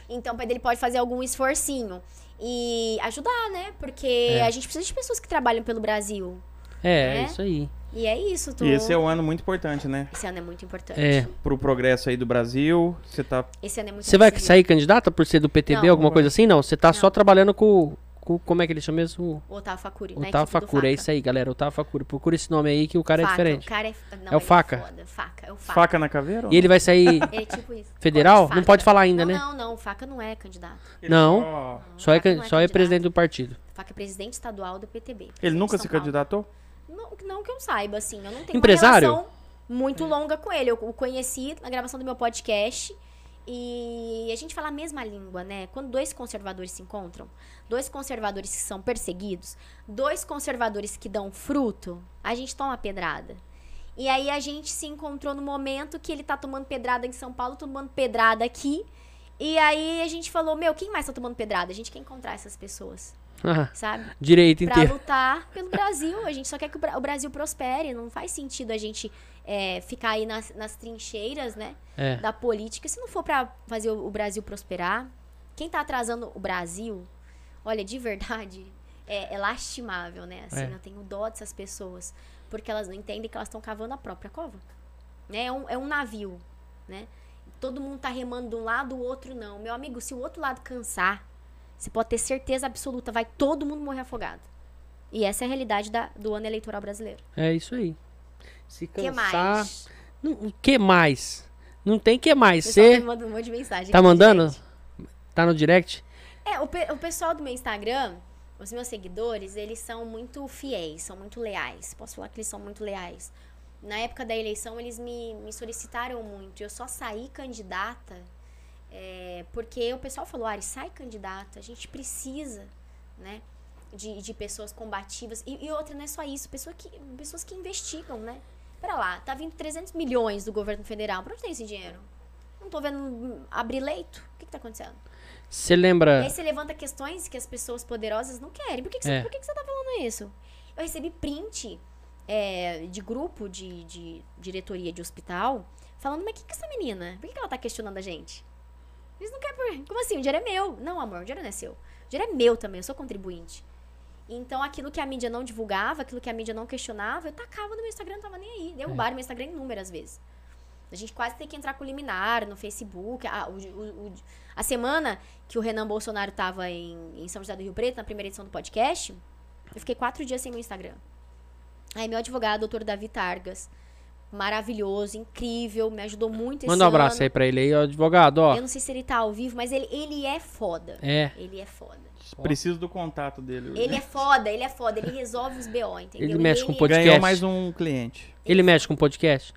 Speaker 3: Então o pai dele pode fazer algum esforcinho e ajudar, né? Porque
Speaker 2: É.
Speaker 3: a gente precisa de pessoas que trabalham pelo Brasil.
Speaker 2: É, é
Speaker 3: É?
Speaker 2: isso aí.
Speaker 3: E é isso, tô...
Speaker 1: E esse é um ano muito importante, né?
Speaker 3: Esse ano é muito importante.
Speaker 2: É.
Speaker 1: Pro progresso aí do Brasil. Você tá.
Speaker 3: Esse ano é muito
Speaker 2: Você vai
Speaker 3: decisivo.
Speaker 2: sair candidata por ser do PTB,
Speaker 3: Não.
Speaker 2: alguma coisa assim? Não, você tá
Speaker 3: Não.
Speaker 2: só trabalhando com, com- Como é que ele chama mesmo?
Speaker 3: O Otávio Facuri.
Speaker 2: O
Speaker 3: na
Speaker 2: Otávio
Speaker 3: equipe do
Speaker 2: Facura. É
Speaker 3: Faca.
Speaker 2: isso aí, galera. Otávio Facura. Procura esse nome aí que o cara
Speaker 3: Faca,
Speaker 2: é diferente.
Speaker 3: O cara é, f- não,
Speaker 2: o
Speaker 3: ele
Speaker 2: faca.
Speaker 3: foda, faca, é o faca.
Speaker 1: Faca na caveira? ou
Speaker 2: E ele vai sair
Speaker 3: É tipo isso.
Speaker 2: *laughs* federal?
Speaker 3: Corte
Speaker 2: Não
Speaker 3: faca.
Speaker 2: pode falar ainda,
Speaker 3: Não,
Speaker 2: né?
Speaker 3: Não, não, faca não é candidato.
Speaker 1: Ele
Speaker 2: Não.
Speaker 1: só-
Speaker 2: Só é,
Speaker 3: Faca
Speaker 2: can-
Speaker 3: não é
Speaker 2: só é
Speaker 3: candidato.
Speaker 2: presidente do partido. *laughs*
Speaker 3: Faca é presidente estadual do PTB.
Speaker 1: Ele nunca
Speaker 3: São
Speaker 1: se
Speaker 3: Paulo.
Speaker 1: candidatou?
Speaker 3: Não, não que eu saiba, assim. Eu não tenho
Speaker 2: Empresário?
Speaker 3: uma relação muito longa com ele. Eu o conheci na gravação do meu podcast. E a gente fala a mesma língua, né? Quando dois conservadores se encontram, dois conservadores que são perseguidos, dois conservadores que dão fruto, a gente toma pedrada. E aí a gente se encontrou no momento que ele tá tomando pedrada em São Paulo, tomando pedrada aqui. E aí a gente falou, meu, quem mais tá tomando pedrada? A gente quer encontrar essas pessoas,
Speaker 2: Ah,
Speaker 3: sabe?
Speaker 2: direito
Speaker 3: pra
Speaker 2: inteiro.
Speaker 3: lutar pelo Brasil. A gente só quer que o Bra- o Brasil prospere. Não faz sentido a gente é, ficar aí nas, nas trincheiras, né?
Speaker 2: É.
Speaker 3: Da política. Se não for pra fazer o, o Brasil prosperar, quem tá atrasando o Brasil, olha, de verdade, é, é lastimável, né? Assim,
Speaker 2: É.
Speaker 3: eu tenho dó dessas pessoas. Porque elas não entendem que elas estão cavando a própria cova. Né? É, um, é um navio, né? Todo mundo tá remando de um lado, o outro não. Meu amigo, se o outro lado cansar, você pode ter certeza absoluta, vai todo mundo morrer afogado. E essa é a realidade da- do ano eleitoral brasileiro.
Speaker 2: É isso aí. Se
Speaker 3: O que
Speaker 2: cansar.
Speaker 3: mais? O
Speaker 2: Não- O que mais? Não tem que mais.
Speaker 3: pessoal tá
Speaker 2: Você
Speaker 3: me mandando um monte de mensagem.
Speaker 2: tá
Speaker 3: aqui,
Speaker 2: mandando?
Speaker 3: gente.
Speaker 2: Tá no direct?
Speaker 3: É, o, pe- o pessoal do meu Instagram, os meus seguidores, eles são muito fiéis, são muito leais. Posso falar que eles são muito leais. Na época da eleição, eles me, me solicitaram muito. Eu só saí candidata é, porque o pessoal falou, Ari, sai candidata, a gente precisa, né? de, de pessoas combativas. E, e outra, não é só isso, pessoa que, pessoas que investigam, né? Pera lá, tá vindo 300 milhões do governo federal. Pra onde tem esse dinheiro? Não tô vendo hum, abrir leito? O que, que tá acontecendo?
Speaker 2: Você
Speaker 3: E
Speaker 2: lembra.
Speaker 3: aí você levanta questões que as pessoas poderosas não querem. Por que, que você,
Speaker 2: É.
Speaker 3: por que que você tá falando isso? Eu recebi print é, de grupo de, de diretoria de hospital falando, mas o que, que essa menina? Por que, que ela tá questionando a gente? Eles não querem por... Como assim? O dinheiro é meu. Não, amor, o dinheiro não é seu. O dinheiro é meu também, eu sou contribuinte. Então, aquilo que a mídia não divulgava, aquilo que a mídia não questionava, eu tacava no meu Instagram, não tava nem aí. Derrubaram meu Instagram inúmeras vezes. A gente quase tem que entrar com liminar no Facebook. A, o- o- o- a semana que o Renan Bolsonaro tava em, em São José do Rio Preto, na primeira edição do podcast, eu fiquei quatro dias sem meu Instagram. Aí meu advogado, doutor Davi Targas, maravilhoso, incrível, me ajudou muito esse
Speaker 2: Manda um abraço
Speaker 3: ano.
Speaker 2: aí pra ele aí, ó, advogado, ó.
Speaker 3: Eu não sei se ele tá ao vivo, mas ele, ele é foda.
Speaker 2: É.
Speaker 3: Ele é foda.
Speaker 1: Preciso do contato dele. né?
Speaker 3: Ele é foda, ele é foda. Ele resolve os BO, entendeu?
Speaker 2: Ele
Speaker 3: E
Speaker 2: mexe com
Speaker 3: ele,
Speaker 2: podcast.
Speaker 1: Ganhou mais um cliente.
Speaker 3: Ah.
Speaker 2: Ele mexe com podcast?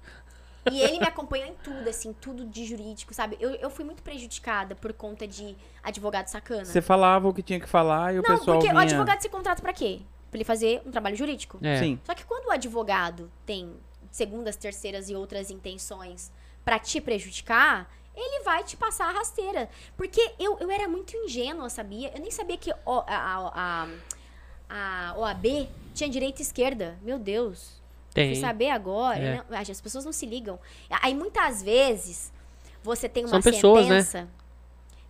Speaker 3: E ele me acompanhou em tudo, assim, tudo de jurídico, sabe? Eu, eu fui muito prejudicada por conta de advogado sacana.
Speaker 1: Você falava o que tinha que falar e o
Speaker 3: não,
Speaker 1: pessoal
Speaker 3: porque o
Speaker 1: vinha...
Speaker 3: advogado você contrata pra quê? Pra ele fazer um trabalho jurídico.
Speaker 2: É.
Speaker 1: Sim.
Speaker 3: Só que quando o advogado tem segundas, terceiras e outras intenções pra te prejudicar, ele vai te passar a rasteira. Porque eu, eu era muito ingênua, sabia? Eu nem sabia que o- a, a, a OAB tinha direita e esquerda. Meu Deus.
Speaker 2: Tem.
Speaker 3: Fui saber agora.
Speaker 2: É.
Speaker 3: né? Acho que as pessoas não se ligam. Aí muitas vezes você tem uma
Speaker 2: São pessoas, né?
Speaker 3: sentença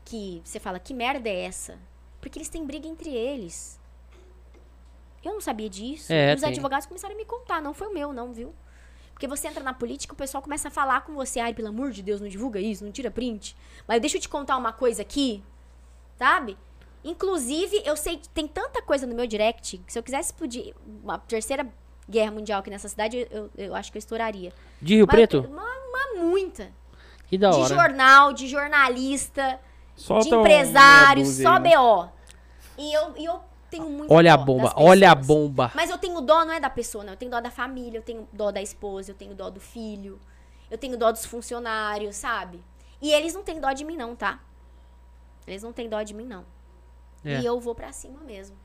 Speaker 3: que você fala, que merda é essa? Porque eles têm briga entre eles. Eu não sabia disso.
Speaker 2: É,
Speaker 3: e os
Speaker 2: tem.
Speaker 3: advogados começaram a me contar, não foi o meu, não, viu? Porque você entra na política, o pessoal começa a falar com você, ai, pelo amor de Deus, não divulga isso, não tira print. Mas deixa eu te contar uma coisa aqui, sabe? Inclusive, eu sei que tem tanta coisa no meu direct que se eu quisesse explodir uma terceira guerra mundial aqui nessa cidade, eu, eu- eu acho que eu estouraria.
Speaker 2: De Rio
Speaker 3: Mas eu
Speaker 2: Preto?
Speaker 3: tenho Uma, uma muita.
Speaker 2: Que da
Speaker 3: de
Speaker 2: hora.
Speaker 3: jornal, de jornalista,
Speaker 1: Solta
Speaker 3: de
Speaker 1: um-
Speaker 3: empresário,
Speaker 1: meia dúzia
Speaker 3: só
Speaker 1: aí, né?
Speaker 3: BO. E eu, e eu tenho muito
Speaker 2: Olha a bomba, olha a bomba.
Speaker 3: Mas eu tenho dó não é da pessoa, não. Eu tenho dó da família, eu tenho dó da esposa, eu tenho dó do filho, eu tenho dó dos funcionários, sabe? E eles não têm dó de mim, não, tá? Eles não têm dó de mim, não.
Speaker 2: É.
Speaker 3: E eu vou pra cima mesmo.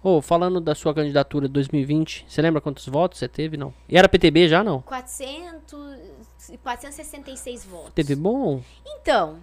Speaker 2: Ô, falando da sua candidatura de 2020, você lembra quantos votos você teve? Não. E era PTB já, não?
Speaker 3: 400, e 466 votos.
Speaker 2: Teve bom?
Speaker 3: Então,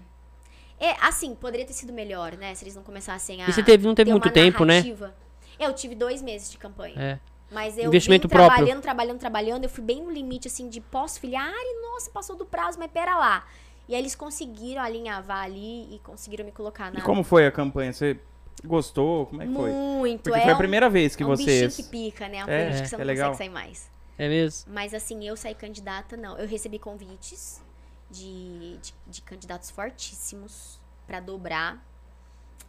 Speaker 3: é assim, poderia ter sido melhor, né? Se eles não começassem a.
Speaker 2: E você teve- não teve
Speaker 3: ter
Speaker 2: muito
Speaker 3: Ah, É uma
Speaker 2: tempo, né?
Speaker 3: narrativa. É, Eu tive dois meses de campanha.
Speaker 2: É.
Speaker 3: Mas eu
Speaker 2: Investimento
Speaker 3: vim trabalhando,
Speaker 2: próprio.
Speaker 3: trabalhando, trabalhando. Eu fui bem no limite, assim, de posso filiar e, nossa, passou do prazo, mas pera lá. E aí eles conseguiram alinhavar ali e conseguiram me colocar na...
Speaker 1: E como foi a campanha? Você gostou? Como é que foi?
Speaker 3: Muito.
Speaker 1: Porque
Speaker 3: é
Speaker 1: foi a
Speaker 3: um-
Speaker 1: primeira vez que
Speaker 3: é um
Speaker 1: vocês...
Speaker 3: bichinho que pica, né? É um
Speaker 1: É,
Speaker 3: político que você
Speaker 1: é
Speaker 3: não
Speaker 1: legal.
Speaker 3: consegue sair mais.
Speaker 2: É mesmo?
Speaker 3: Mas assim, eu saí candidata, não. Eu recebi convites de, de, de candidatos fortíssimos pra dobrar.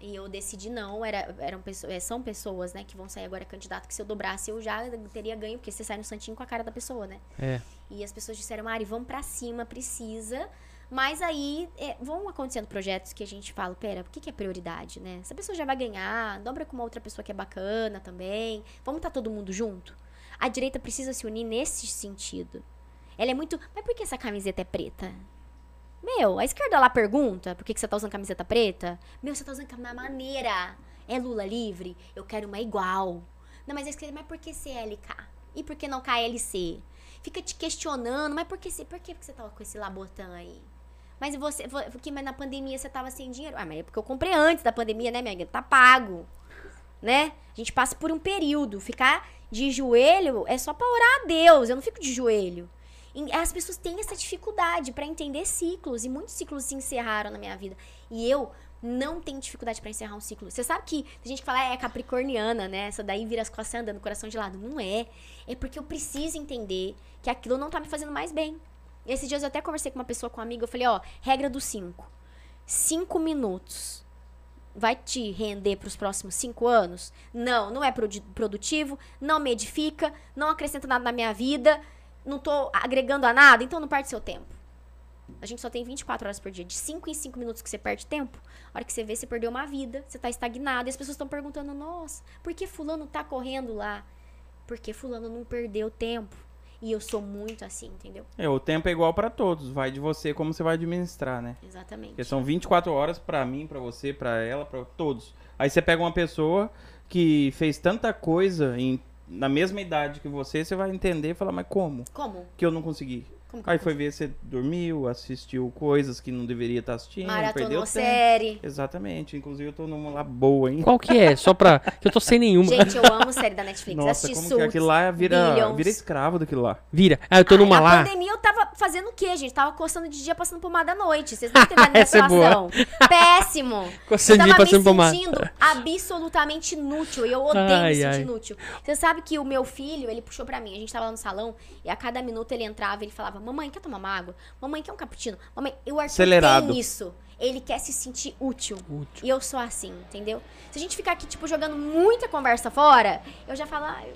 Speaker 3: E eu decidi não, era, eram pessoas, são pessoas, né, que vão sair agora candidato, que se eu dobrasse eu já teria ganho, porque você sai no santinho com a cara da pessoa, né?
Speaker 2: É.
Speaker 3: E as pessoas disseram, Mari, vamos pra cima, precisa. Mas aí é, vão acontecendo projetos que a gente fala, pera, o que, que é prioridade, né? Essa pessoa já vai ganhar, dobra com uma outra pessoa que é bacana também. Vamos estar todo mundo junto? A direita precisa se unir nesse sentido. Ela é muito. Mas por que essa camiseta é preta? Meu, a esquerda lá pergunta por que, que você tá usando camiseta preta? Meu, você tá usando camiseta maneira. É Lula livre? Eu quero uma igual. Não, mas a esquerda, mas por que CLK? E por que não KLC? Fica te questionando, mas por que, você- por que que você tava com esse labotão aí? Mas você, vo- porque mas na pandemia você tava sem dinheiro. Ah, mas é porque eu comprei antes da pandemia, né, minha amiga? Tá pago. Né? A gente passa por um período. Ficar de joelho é só pra orar a Deus. Eu não fico de joelho. E As pessoas têm essa dificuldade pra entender ciclos. E muitos ciclos se encerraram na minha vida. E eu não tenho dificuldade pra encerrar um ciclo. Você sabe que tem gente que fala, "Ah, é capricorniana, né? Essa daí vira as costas andando, coração de lado. Não é. É porque eu preciso entender que aquilo não tá me fazendo mais bem. Esses dias eu até conversei com uma pessoa, com uma amiga, eu falei, ó, regra dos cinco. Cinco minutos. Vai te render pros próximos cinco anos? Não, não é produ- produtivo, não me edifica, não acrescenta nada na minha vida, não tô agregando a nada, então não perde seu tempo. A gente só tem 24 horas por dia. De 5 em 5 minutos que você perde tempo, a hora que você vê, você perdeu uma vida, você tá estagnado. E as pessoas estão perguntando, nossa, por que fulano tá correndo lá? Porque fulano não perdeu tempo. E eu sou muito assim, entendeu?
Speaker 1: É, o tempo é igual pra todos. Vai de você como você vai administrar, né?
Speaker 3: Exatamente.
Speaker 1: Porque são 24 horas pra mim, pra você, pra ela, pra todos. Aí você pega uma pessoa que fez tanta coisa em- na mesma idade que você, você vai entender e falar, mas como
Speaker 3: Como?
Speaker 1: que eu não consegui?
Speaker 3: Como que
Speaker 1: Aí
Speaker 3: eu
Speaker 1: foi ver você dormiu, assistiu coisas que não deveria estar assistindo, perdeu
Speaker 3: Maratonou
Speaker 1: tempo.
Speaker 3: série.
Speaker 1: Exatamente. Inclusive eu tô numa lá boa, hein?
Speaker 2: Qual que é? Só pra. Que eu tô sem nenhuma.
Speaker 3: Gente, eu amo série da Netflix.
Speaker 1: Nossa,
Speaker 3: Assisti
Speaker 1: como que é
Speaker 3: Suits,
Speaker 1: aquilo lá vira,
Speaker 3: Billions.
Speaker 1: vira escravo daquilo lá.
Speaker 2: Vira. Ah, eu tô numa
Speaker 3: Ai, na
Speaker 2: lá.
Speaker 3: pandemia eu tava fazendo o quê, gente? Tava coçando de dia, passando pomada à noite.
Speaker 2: *laughs*
Speaker 3: Vocês não entenderam a minha
Speaker 2: Essa é
Speaker 3: situação. Péssimo.
Speaker 2: *laughs* Coçando de
Speaker 3: eu
Speaker 2: dia,
Speaker 3: tava
Speaker 2: passando pomada.
Speaker 3: me sentindo absolutamente inútil. E eu odeio
Speaker 2: Ai,
Speaker 3: me sentir
Speaker 2: ai.
Speaker 3: inútil. Você sabe que o meu filho, ele puxou pra mim. A gente tava lá no salão e a cada minuto ele entrava e ele falava, mamãe, quer tomar uma água? Mamãe, quer um cappuccino? Mamãe, eu Arthur
Speaker 1: Acelerado.
Speaker 3: tem isso. Ele quer se sentir útil.
Speaker 2: Útil.
Speaker 3: E eu sou assim, entendeu? Se a gente ficar aqui, tipo, jogando muita conversa fora, eu já falo, ah, eu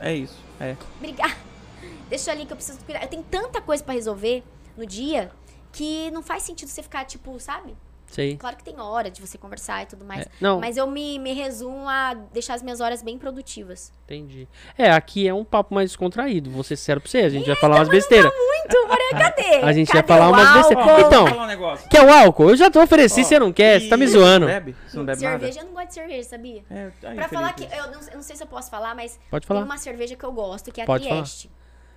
Speaker 1: É isso. É.
Speaker 3: brigar. *laughs* Deixa ali que eu preciso cuidar. Eu tenho tanta coisa pra resolver no dia que não faz sentido você ficar, tipo, sabe?
Speaker 2: Sei.
Speaker 3: Claro que tem hora de você conversar e tudo mais.
Speaker 2: É, não,
Speaker 3: Mas eu me, me resumo a deixar as minhas horas bem produtivas.
Speaker 2: entendi. É, aqui é um papo mais descontraído. Vou ser sincero pra você. A gente vai falar umas
Speaker 3: tá
Speaker 2: besteiras.
Speaker 3: Muito, Maria, cadê?
Speaker 2: A gente
Speaker 3: cadê
Speaker 2: ia falar
Speaker 3: o
Speaker 2: umas
Speaker 3: álcool?
Speaker 2: besteiras. Então,
Speaker 1: falar um negócio.
Speaker 2: Quer o álcool? Eu já te ofereci,
Speaker 1: Ó, né?
Speaker 2: você não quer, você tá me
Speaker 1: e-
Speaker 2: zoando.
Speaker 1: Você bebe? Você não bebe
Speaker 3: cerveja, eu não gosto de cerveja, sabia?
Speaker 1: nada? É, aí,
Speaker 3: pra falar que.
Speaker 1: Felipe.
Speaker 3: Eu não, eu não sei se eu posso falar, mas
Speaker 2: Pode
Speaker 3: tem
Speaker 2: falar.
Speaker 3: uma cerveja que eu gosto, que é a
Speaker 2: Pode falar.
Speaker 3: Trieste.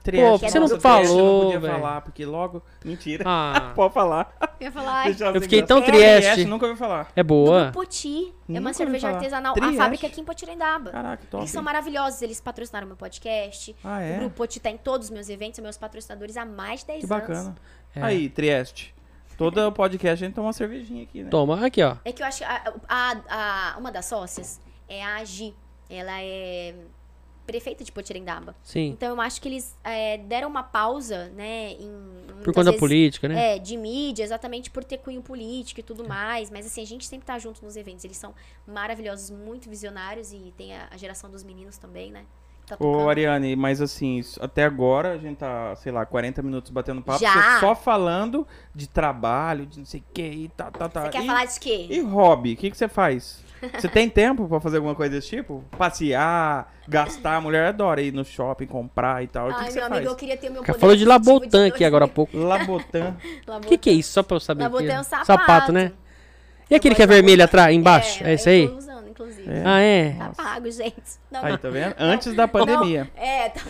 Speaker 1: Trieste,
Speaker 3: você não
Speaker 1: nossa, Trieste eu
Speaker 2: falou,
Speaker 1: Não podia
Speaker 2: velho.
Speaker 1: falar, porque logo... Mentira. *laughs*
Speaker 2: Ah,
Speaker 1: Pode falar.
Speaker 3: Eu ia falar. ai,
Speaker 1: Deixa
Speaker 2: eu fiquei tão
Speaker 1: engraçado.
Speaker 2: trieste.
Speaker 1: É nunca ouvi falar.
Speaker 2: É boa.
Speaker 3: Poti. É
Speaker 1: Nunca
Speaker 3: uma
Speaker 1: ouvi
Speaker 3: cerveja
Speaker 1: falar.
Speaker 3: artesanal.
Speaker 1: Trieste.
Speaker 3: A fábrica é aqui em Potirendaba.
Speaker 1: Caraca, top.
Speaker 3: Eles são maravilhosos, eles patrocinaram meu podcast.
Speaker 1: Ah,
Speaker 3: O
Speaker 1: é?
Speaker 3: é Grupo Poti tá em todos os meus eventos, são meus patrocinadores há mais de 10
Speaker 1: Que
Speaker 3: anos.
Speaker 1: bacana.
Speaker 2: É.
Speaker 1: Aí, Trieste. Todo podcast a gente toma uma cervejinha aqui, né?
Speaker 2: Toma, aqui, ó.
Speaker 3: É que eu acho que a, a- a- uma das sócias é a Gi. Ela é prefeita de Potirendaba.
Speaker 2: Sim.
Speaker 3: Então eu acho que eles é, deram uma pausa, né, em...
Speaker 2: Por
Speaker 3: muitas
Speaker 2: conta da
Speaker 3: vezes-
Speaker 2: política, né?
Speaker 3: É, de mídia, exatamente por ter cunho político e tudo mais. Mas assim, a gente sempre tá junto nos eventos. Eles são maravilhosos, muito visionários. E tem a, a geração dos meninos também, né? que Tá
Speaker 1: Ô,
Speaker 3: tocando.
Speaker 1: Ariane, mas assim, isso- até agora a gente tá, sei lá, 40 minutos batendo papo,
Speaker 3: Já?
Speaker 1: você só falando de trabalho, de não sei o que e tá, tá, tá.
Speaker 3: Você quer
Speaker 1: e,
Speaker 3: falar de quê?
Speaker 1: e hobby, o que, que você
Speaker 3: *laughs*
Speaker 1: faz? Você tem tempo pra fazer alguma coisa desse tipo? Passear, gastar, a mulher adora ir no shopping, comprar e tal. o que,
Speaker 3: Ai,
Speaker 1: que você
Speaker 3: meu amigo, é, eu
Speaker 1: faz?
Speaker 3: queria ter o meu
Speaker 2: Cara,
Speaker 3: poder
Speaker 2: Falou de
Speaker 3: aquisitivo
Speaker 2: Labotan aqui
Speaker 3: dois- *laughs*
Speaker 2: agora há pouco.
Speaker 1: Labotan.
Speaker 2: O
Speaker 3: Labotan.
Speaker 2: que, que é isso? Só pra eu saber.
Speaker 3: Labotan
Speaker 2: aqui.
Speaker 3: é um sapato.
Speaker 2: né? E
Speaker 3: Eu
Speaker 2: aquele que é
Speaker 3: gosto de
Speaker 2: vermelho
Speaker 3: Labotan.
Speaker 2: atrás, embaixo? É esse
Speaker 3: eu tô
Speaker 2: aí?
Speaker 3: usando, inclusive.
Speaker 1: É. *laughs*
Speaker 2: Ah,
Speaker 3: *laughs*
Speaker 2: é?
Speaker 3: Tá pago, gente. Não,
Speaker 1: Aí,
Speaker 3: não.
Speaker 1: tá vendo? Antes da pandemia.
Speaker 3: É, tá